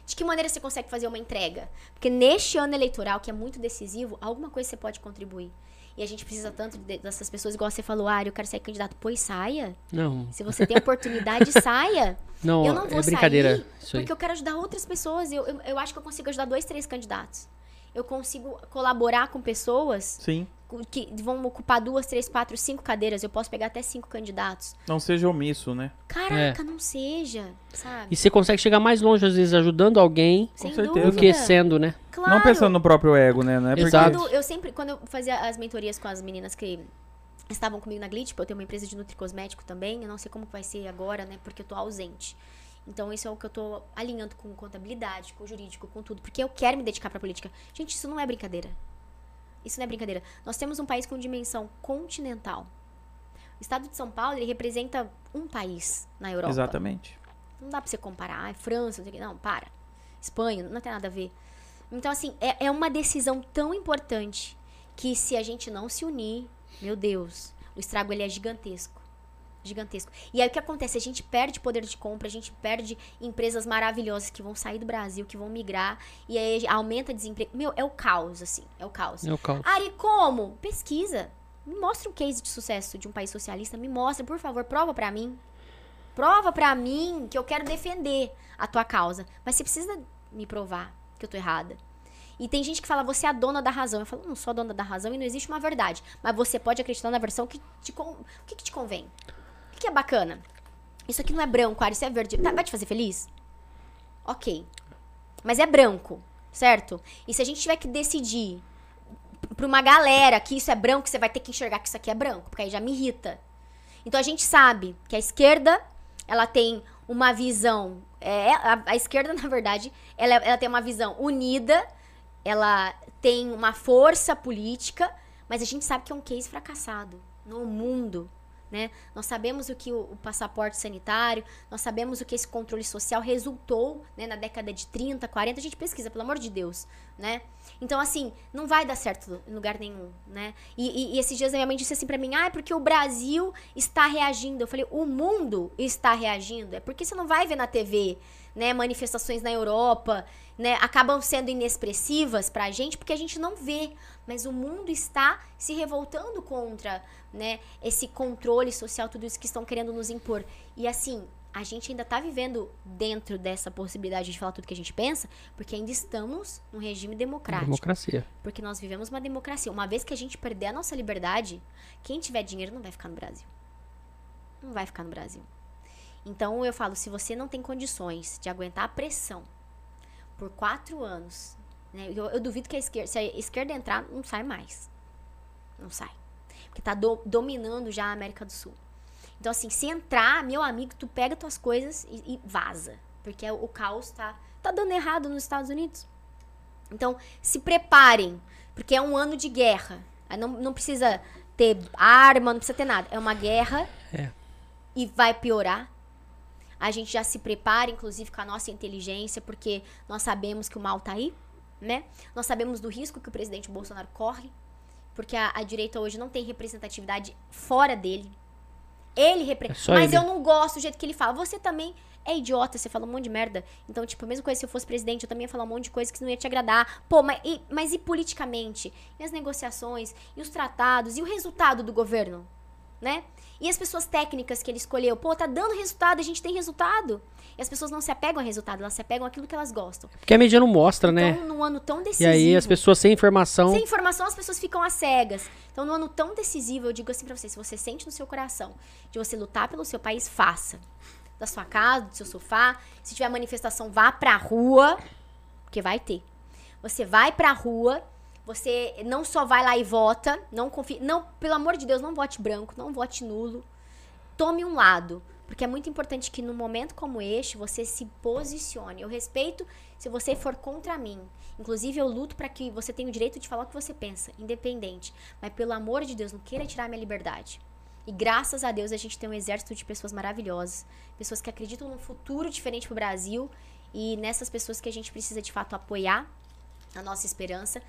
Speaker 3: De que maneira você consegue fazer uma entrega? Porque neste ano eleitoral, que é muito decisivo, alguma coisa você pode contribuir. E a gente precisa tanto de- dessas pessoas, igual você falou, ah, eu quero sair candidato. Pois saia.
Speaker 2: Não,
Speaker 3: Se você tem oportunidade, *laughs* saia.
Speaker 2: não,
Speaker 3: Eu não vou
Speaker 2: é brincadeira.
Speaker 3: sair
Speaker 2: isso aí.
Speaker 3: Porque eu quero ajudar outras pessoas. Eu, eu, eu acho que eu consigo ajudar dois, três candidatos. Eu consigo colaborar com pessoas
Speaker 1: Sim.
Speaker 3: cu- que vão ocupar duas, três, quatro, cinco cadeiras. Eu posso pegar até cinco candidatos.
Speaker 1: Não seja omisso, né?
Speaker 2: É.
Speaker 3: Caraca, não seja, sabe?
Speaker 2: E você consegue chegar mais longe, às vezes, ajudando alguém
Speaker 1: com
Speaker 3: Sem
Speaker 1: certeza.
Speaker 2: do
Speaker 3: dúvida.
Speaker 2: que sendo, né?
Speaker 3: Claro.
Speaker 1: Não pensando no próprio ego, né? Não é porque-
Speaker 2: Exato.
Speaker 3: Quando eu sempre, quando eu fazia as mentorias com as meninas que estavam comigo na Glitch, tipo, eu tenho uma empresa de nutricosmético também, eu não sei como que vai ser agora, né, porque eu tô ausente. Então isso é o que eu tô alinhando com contabilidade, com jurídico, com tudo, porque eu quero me dedicar pra política. Gente, isso não é brincadeira. Isso não é brincadeira. Nós temos um país com dimensão continental. O estado de São Paulo, ele representa um país na Europa.
Speaker 1: Exatamente.
Speaker 3: Não dá pra você comparar. Ah, é França, não sei o quê. Não, para. Espanha, não tem nada a ver. Então, assim, é, é uma decisão tão importante que se a gente não se unir, meu Deus, o estrago ele é gigantesco. Gigantesco. E aí o que acontece? A gente perde poder de compra, a gente perde empresas maravilhosas que vão sair do Brasil, que vão migrar, e aí aumenta desemprego. Meu, é o caos, assim. É o caos.
Speaker 2: É o caos.
Speaker 3: Ari, como? Pesquisa. Me mostra um case de sucesso de um país socialista. Me mostra, por favor, prova pra mim. Prova pra mim que eu quero defender a tua causa. Mas você precisa me provar que eu tô errada. E tem gente que fala, você é a dona da razão. Eu falo, não sou a dona da razão e não existe uma verdade. Mas você pode acreditar na versão que te, con... o que, que te convém. O que, que é bacana? Isso aqui não é branco, Ari, isso é verde. Tá, vai te fazer feliz? Ok. Mas é branco, certo? E se a gente tiver que decidir pra uma galera que isso é branco, você vai ter que enxergar que isso aqui é branco, porque aí já me irrita. Então a gente sabe que a esquerda, ela tem uma visão. é, a, a esquerda, *laughs* na verdade, ela, ela tem uma visão unida, ela tem uma força política, mas a gente sabe que é um case fracassado no mundo. Né? Nós sabemos o que o, o passaporte sanitário, nós sabemos o que esse controle social resultou né, na década de 30, 40. A gente pesquisa, pelo amor de Deus. Né? Então, assim, não vai dar certo em lugar nenhum, né? E, e- e esses dias a minha mãe disse assim pra mim, ah, é porque o Brasil está reagindo. Eu falei, o mundo está reagindo. É porque você não vai ver na TV, né, manifestações na Europa, né, acabam sendo inexpressivas pra gente, porque a gente não vê. Mas o mundo está se revoltando contra, né, esse controle social, tudo isso que estão querendo nos impor. E assim... A gente ainda tá vivendo dentro dessa possibilidade de falar tudo que a gente pensa, porque ainda estamos num regime democrático.
Speaker 2: Democracia.
Speaker 3: Porque nós vivemos uma democracia. Uma vez que a gente perder a nossa liberdade, quem tiver dinheiro não vai ficar no Brasil. Não vai ficar no Brasil. Então eu falo, se você não tem condições de aguentar a pressão por quatro anos né? Eu, eu duvido que a esquerda, se a esquerda entrar, não sai mais. Não sai. Porque tá do- dominando já a América do Sul. Então, assim, se entrar, meu amigo, tu pega tuas coisas e, e vaza. Porque o, o caos tá, tá dando errado nos Estados Unidos. Então, se preparem, porque é um ano de guerra. Aí Não, não precisa ter arma, não precisa ter nada. É uma guerra
Speaker 2: É.
Speaker 3: e vai piorar. A gente já se prepara, inclusive, com a nossa inteligência, porque nós sabemos que o mal tá aí, né? Nós sabemos do risco que o presidente Bolsonaro corre, porque a, a direita hoje não tem representatividade fora dele. Ele
Speaker 2: É
Speaker 3: representa.
Speaker 2: só
Speaker 3: mas
Speaker 2: ele.
Speaker 3: eu não gosto do jeito que ele fala. Você também é idiota, você fala um monte de merda. Então, tipo, a mesma coisa se eu fosse presidente, eu também ia falar um monte de coisa que não ia te agradar. Pô, mas e, mas e politicamente? E as negociações? E os tratados? E o resultado do governo? Né? E as pessoas técnicas que ele escolheu? Pô, tá dando resultado, a gente tem resultado. E as pessoas não se apegam a resultado, elas se apegam àquilo que elas gostam.
Speaker 2: Porque a mídia não mostra, né?
Speaker 3: Então, num ano tão
Speaker 2: E
Speaker 3: decisivo.
Speaker 2: aí as pessoas sem informação.
Speaker 3: Sem informação, as pessoas ficam às cegas. Então, num ano tão decisivo, eu digo assim pra você: se você sente no seu coração de você lutar pelo seu país, faça. Da sua casa, do seu sofá. Se tiver manifestação, vá pra rua, porque vai ter. Você vai pra rua, você não só vai lá e vota, não confia. Não, pelo amor de Deus, não vote branco, não vote nulo. Tome um lado. Porque é muito importante que num momento como este você se posicione. Eu respeito se você for contra mim. Inclusive, eu luto para que você tenha o direito de falar o que você pensa, independente. Mas pelo amor de Deus, não queira tirar minha liberdade. E graças a Deus a gente tem um exército de pessoas maravilhosas, pessoas que acreditam num futuro diferente pro Brasil e nessas pessoas que a gente precisa de fato apoiar a nossa esperança,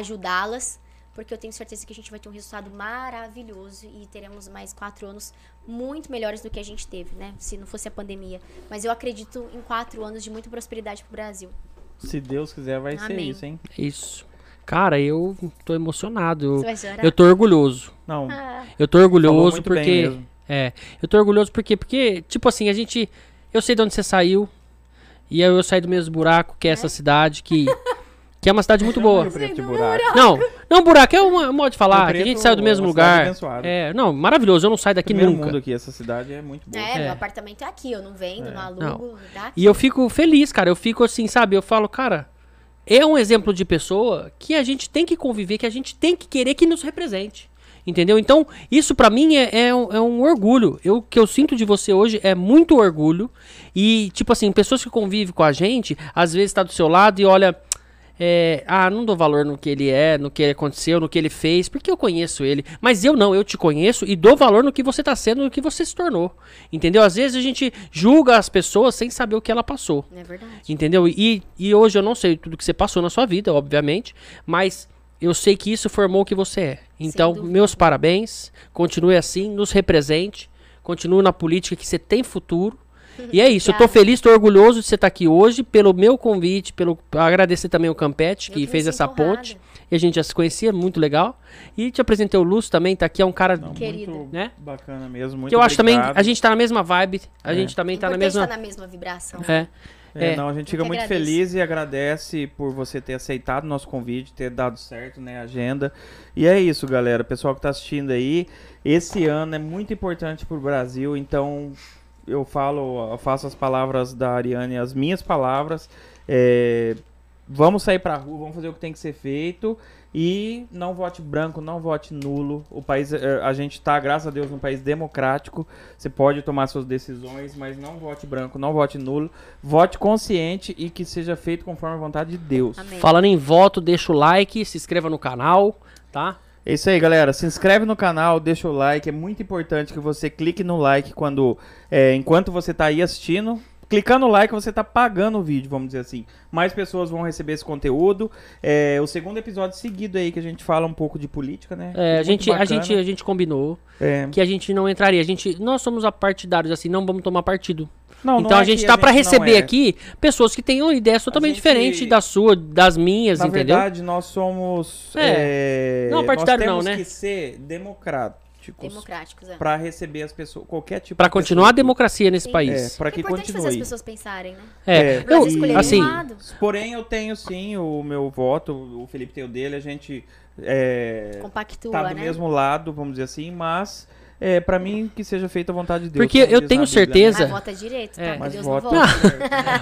Speaker 3: ajudá-las, porque eu tenho certeza que a gente vai ter um resultado maravilhoso e teremos mais quatro anos muito melhores do que a gente teve, né? Se não fosse a pandemia. Mas eu acredito em quatro anos de muita prosperidade pro Brasil.
Speaker 1: Se Deus quiser, vai ser
Speaker 3: Amém.
Speaker 1: isso, hein?
Speaker 2: é Isso. Cara, eu tô emocionado.
Speaker 3: Você
Speaker 2: Eu,
Speaker 3: vai chorar?
Speaker 2: eu tô orgulhoso.
Speaker 1: Não.
Speaker 3: Ah,
Speaker 2: Eu tô
Speaker 1: Falou
Speaker 2: orgulhoso
Speaker 1: muito bem
Speaker 2: porque.
Speaker 1: mesmo.
Speaker 2: É, eu tô orgulhoso porque, porque, tipo assim, a gente. Eu sei de onde você saiu. E eu, eu saí do mesmo buraco, que é essa cidade, que. Que é uma
Speaker 1: *laughs*
Speaker 2: cidade muito boa.
Speaker 1: Rio Preto de buraco.
Speaker 2: Não, não, buraco é um um modo de falar,
Speaker 1: Rio
Speaker 2: que a gente
Speaker 1: Preto
Speaker 2: saiu do mesmo
Speaker 1: é uma cidade
Speaker 2: lugar.
Speaker 1: abençoada.
Speaker 2: É, não, maravilhoso, eu não saio daqui
Speaker 1: Primeiro
Speaker 2: nunca.
Speaker 1: mundo aqui, essa cidade é muito boa.
Speaker 3: é,
Speaker 2: É.
Speaker 3: meu apartamento é aqui, eu não vendo, não alugo. Tá?
Speaker 2: E eu fico feliz, cara. Eu fico assim, sabe? Eu falo, cara, é um exemplo de pessoa que a gente tem que conviver, que a gente tem que querer que nos represente. Entendeu? Então, isso pra mim é, é um, é um orgulho. Eu- O que eu sinto de você hoje é muito orgulho. E, tipo assim, pessoas que convivem com a gente, às vezes tá do seu lado e olha. é, ah, não dou valor no que ele é, no que aconteceu, no que ele fez, porque eu conheço ele. Mas eu não, eu te conheço e dou valor no que você tá sendo, no que você se tornou. Entendeu? Às vezes a gente julga as pessoas sem saber o que ela passou.
Speaker 3: Não é verdade.
Speaker 2: Entendeu? E, e hoje eu não sei tudo que você passou na sua vida, obviamente, mas eu sei que isso formou o que você é. Então,
Speaker 3: dúvida.
Speaker 2: meus parabéns, continue assim, nos represente, continue na política que você tem futuro. E é isso, eu tô
Speaker 3: Obrigada.
Speaker 2: feliz, tô orgulhoso de você estar aqui hoje, pelo meu convite, pelo agradecer também o Campete,
Speaker 3: Eu
Speaker 2: que
Speaker 3: que me
Speaker 2: fez
Speaker 3: sinto
Speaker 2: essa ponte.
Speaker 3: honrada.
Speaker 2: E a gente já se conhecia, muito legal. E te apresentei o Lúcio também, tá aqui, é um cara
Speaker 1: Não,
Speaker 3: Querido.
Speaker 1: Muito
Speaker 2: Né?
Speaker 1: bacana mesmo. Muito
Speaker 2: que eu acho também,
Speaker 1: obrigado.
Speaker 2: a gente tá na mesma vibe, a gente também tá na
Speaker 3: Importante é
Speaker 2: mesma...
Speaker 3: estar na mesma vibração.
Speaker 2: É,
Speaker 1: É,
Speaker 2: É.
Speaker 1: não, a gente fica
Speaker 3: que
Speaker 1: muito
Speaker 3: agradeço.
Speaker 1: feliz e agradece por você ter aceitado o nosso convite, ter dado certo, né, a agenda. E é isso, galera. Pessoal que tá assistindo aí, esse ano é muito importante pro Brasil, então eu falo, eu faço as palavras da Ariane, as minhas palavras. É, vamos sair pra rua, vamos fazer o que tem que ser feito. E não vote branco, não vote nulo. O país, é, a gente tá, graças a Deus, num país democrático. Você pode tomar suas decisões, mas não vote branco, não vote nulo. Vote consciente e que seja feito conforme a vontade de Deus.
Speaker 3: Amém.
Speaker 2: Falando em voto, deixa o like, se inscreva no canal, tá?
Speaker 1: É isso aí, galera. Se inscreve no canal, deixa o like. É muito importante que você clique no like quando, é, enquanto você tá aí assistindo. Clicando no like, você tá pagando o vídeo, vamos dizer assim. Mais pessoas vão receber esse conteúdo. É o segundo episódio seguido aí que a gente fala um pouco de política, né?
Speaker 2: É, a,
Speaker 1: Muito
Speaker 2: gente, a,
Speaker 1: bacana.
Speaker 2: gente, a gente combinou
Speaker 1: É.
Speaker 2: que a gente não entraria. A gente, nós somos apartidários, assim, não vamos tomar partido.
Speaker 1: Não,
Speaker 2: então
Speaker 1: não
Speaker 2: a
Speaker 1: é
Speaker 2: gente
Speaker 1: que
Speaker 2: tá pra
Speaker 1: não
Speaker 2: receber
Speaker 1: é.
Speaker 2: aqui pessoas que tenham ideias totalmente
Speaker 1: gente-
Speaker 2: diferentes da sua, das minhas,
Speaker 1: Na
Speaker 2: entendeu?
Speaker 1: verdade, nós somos.
Speaker 2: É.
Speaker 1: é,
Speaker 2: Não, partidário
Speaker 1: nós temos
Speaker 2: não, né?
Speaker 1: que ser democráticos
Speaker 3: Democráticos, é.
Speaker 1: pra receber as pessoas, qualquer tipo
Speaker 2: Pra
Speaker 1: de
Speaker 2: continuar a
Speaker 1: pessoa.
Speaker 2: democracia nesse
Speaker 3: Sim.
Speaker 1: É,
Speaker 2: país.
Speaker 1: pra
Speaker 3: é
Speaker 1: que
Speaker 3: importante fazer as
Speaker 1: continue.
Speaker 3: pessoas pensarem, né?
Speaker 2: É,
Speaker 1: É,
Speaker 3: Nós
Speaker 1: e-
Speaker 2: eu,
Speaker 3: escolhemos
Speaker 2: assim,
Speaker 3: um lado.
Speaker 1: Porém, eu tenho sim o meu voto, o Felipe tem o dele, a gente é,
Speaker 3: Compactua,
Speaker 1: tá do
Speaker 3: né?
Speaker 1: mesmo lado, vamos dizer assim, mas é, para mim que seja feita a vontade de Deus.
Speaker 2: Porque
Speaker 1: como
Speaker 2: eu
Speaker 1: diz
Speaker 2: tenho
Speaker 1: a Bíblia,
Speaker 2: certeza-
Speaker 1: né?
Speaker 3: Mas vota direito, tá?
Speaker 2: É.
Speaker 3: Que
Speaker 1: Mas
Speaker 3: Deus
Speaker 1: vota.
Speaker 2: *laughs*
Speaker 3: não vota.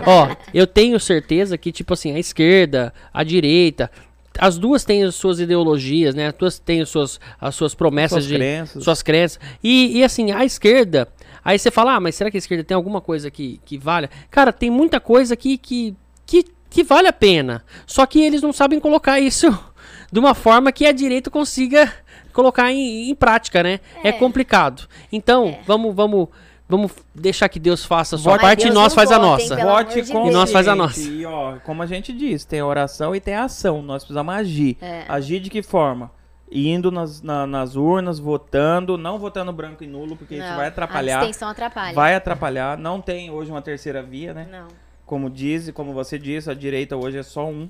Speaker 2: Ó, eu tenho certeza que, tipo assim, a esquerda, a direita, as duas têm as suas ideologias, né? As duas têm as suas, as suas promessas
Speaker 1: Suas
Speaker 2: de.
Speaker 1: crenças.
Speaker 2: Suas crenças. E, e assim, a esquerda. Aí você fala, ah, mas será que a esquerda tem alguma coisa que, que valha? Cara, tem muita coisa que, que, que, que vale a pena. Só que eles não sabem colocar isso *laughs* de uma forma que a direita consiga colocar em, em prática, né? É,
Speaker 3: É.
Speaker 2: complicado. Então, vamos, vamos, vamos deixar que Deus faça a sua
Speaker 3: Mas
Speaker 2: parte e
Speaker 3: Deus
Speaker 2: nós
Speaker 3: não então.
Speaker 2: faz a
Speaker 3: vota, hein,
Speaker 2: nossa.
Speaker 3: pelo amor
Speaker 1: Vote
Speaker 3: de
Speaker 1: com
Speaker 2: E nós faz a
Speaker 1: gente.
Speaker 2: nossa.
Speaker 1: E, ó, como a gente diz, tem a oração e tem a ação. Nós precisamos agir.
Speaker 3: É.
Speaker 1: Agir de que forma? Indo nas, na- nas urnas, votando, não votando branco e nulo, porque isso
Speaker 3: Não,
Speaker 1: vai
Speaker 3: A
Speaker 1: atrapalhar.
Speaker 3: abstenção atrapalha.
Speaker 1: Vai atrapalhar. Não tem hoje uma terceira via, né?
Speaker 3: Não.
Speaker 1: Como diz, e como você disse, a direita hoje é só um.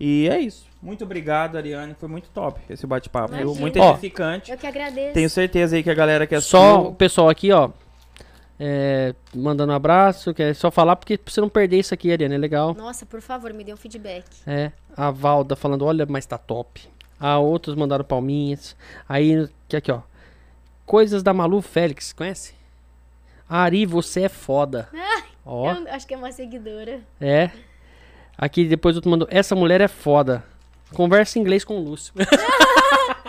Speaker 1: E é isso. Muito obrigado, Ariane. Foi muito top esse bate-papo. viu?
Speaker 3: Imagina.
Speaker 1: Muito
Speaker 2: Ó.
Speaker 1: edificante.
Speaker 3: Eu que agradeço.
Speaker 1: Tenho certeza aí que a galera que assistiu...
Speaker 2: Só o pessoal aqui, ó. é, mandando um abraço, quer só falar porque pra você não perder isso aqui, Ariane, é legal.
Speaker 3: Nossa, por favor, me dê um feedback.
Speaker 2: É, a Valda falando, olha, mas tá top. Ah, outros mandaram palminhas. Aí, que aqui, ó. Coisas da Malu Félix, conhece? Ari, você é foda. Ó,
Speaker 3: Eu acho que é uma seguidora.
Speaker 2: é. Aqui depois outro mandou, essa mulher é foda. Conversa em inglês com o Lúcio.
Speaker 3: Oh,
Speaker 2: *laughs*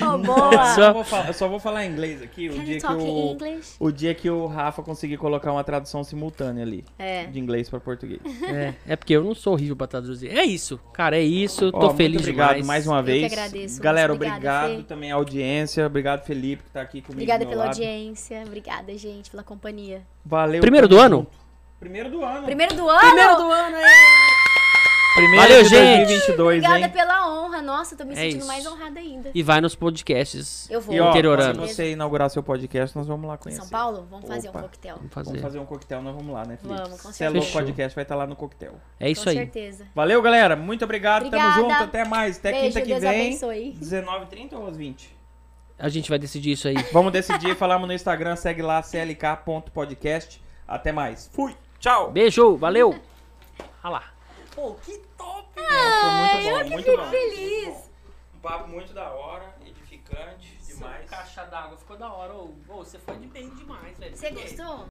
Speaker 1: Eu
Speaker 3: boa!
Speaker 1: só vou falar, eu só vou falar inglês aqui. *laughs* O
Speaker 3: Can
Speaker 1: um dia
Speaker 3: you
Speaker 1: que
Speaker 3: talk
Speaker 1: o,
Speaker 3: English?
Speaker 1: o dia que o Rafa conseguir colocar uma tradução simultânea ali.
Speaker 3: É.
Speaker 1: De inglês pra português.
Speaker 2: é, é porque eu não sou horrível pra traduzir. É isso, cara, é isso. eu
Speaker 1: Ó,
Speaker 2: Tô feliz
Speaker 1: muito obrigado
Speaker 2: demais.
Speaker 1: mais uma
Speaker 3: Eu que
Speaker 1: vez.
Speaker 3: agradeço.
Speaker 1: Galera,
Speaker 3: Obrigada,
Speaker 1: obrigado
Speaker 3: Fê.
Speaker 1: também à audiência. Obrigado, Felipe, que tá aqui comigo.
Speaker 3: Obrigada
Speaker 1: do meu
Speaker 3: pela
Speaker 1: lado.
Speaker 3: audiência. Obrigada, gente, pela companhia.
Speaker 1: Valeu.
Speaker 2: Primeiro
Speaker 1: tamo
Speaker 2: do ano?
Speaker 1: junto. Primeiro do ano.
Speaker 3: Primeiro do ano!
Speaker 2: Primeiro do ano, é.
Speaker 1: Primeiro
Speaker 2: Valeu,
Speaker 1: de
Speaker 2: gente.
Speaker 1: 2022,
Speaker 3: Obrigada
Speaker 1: hein?
Speaker 3: pela honra. Nossa, tô me
Speaker 2: É
Speaker 3: sentindo
Speaker 2: isso.
Speaker 3: mais honrada ainda.
Speaker 2: E vai nos podcasts.
Speaker 3: Eu vou.
Speaker 1: E ó,
Speaker 2: Interiorano.
Speaker 1: quando você inaugurar seu podcast, nós vamos lá
Speaker 3: Em
Speaker 1: conhecer.
Speaker 3: São Paulo? Vamos fazer
Speaker 1: Opa.
Speaker 3: um coquetel.
Speaker 2: Vamos
Speaker 1: Vamos
Speaker 2: fazer.
Speaker 1: fazer um coquetel, nós vamos lá, né, Felipe?
Speaker 3: Vamos, com
Speaker 1: Se é louco, o
Speaker 2: certeza.
Speaker 1: podcast vai estar lá no coquetel.
Speaker 2: É isso
Speaker 3: Com
Speaker 2: aí.
Speaker 3: certeza.
Speaker 1: Valeu, galera. Muito obrigado.
Speaker 3: Obrigada.
Speaker 1: Tamo junto. Até mais. Até
Speaker 3: Beijo,
Speaker 1: quinta que
Speaker 3: Deus
Speaker 1: vem.
Speaker 3: abençoe.
Speaker 1: 19h30 ou às 20?
Speaker 2: A gente vai decidir isso aí.
Speaker 1: Vamos decidir. Falamos no Instagram. Segue lá, clk.podcast. Até mais. Fui. Tchau.
Speaker 2: Beijo, valeu. Olha lá.
Speaker 1: Pô, que top. Ai, muito bom, muito bom.
Speaker 3: Feliz!
Speaker 1: Um papo muito da hora, edificante demais.
Speaker 2: d'água ficou da hora. Ô, você foi de bem demais, velho.
Speaker 3: Você gostou?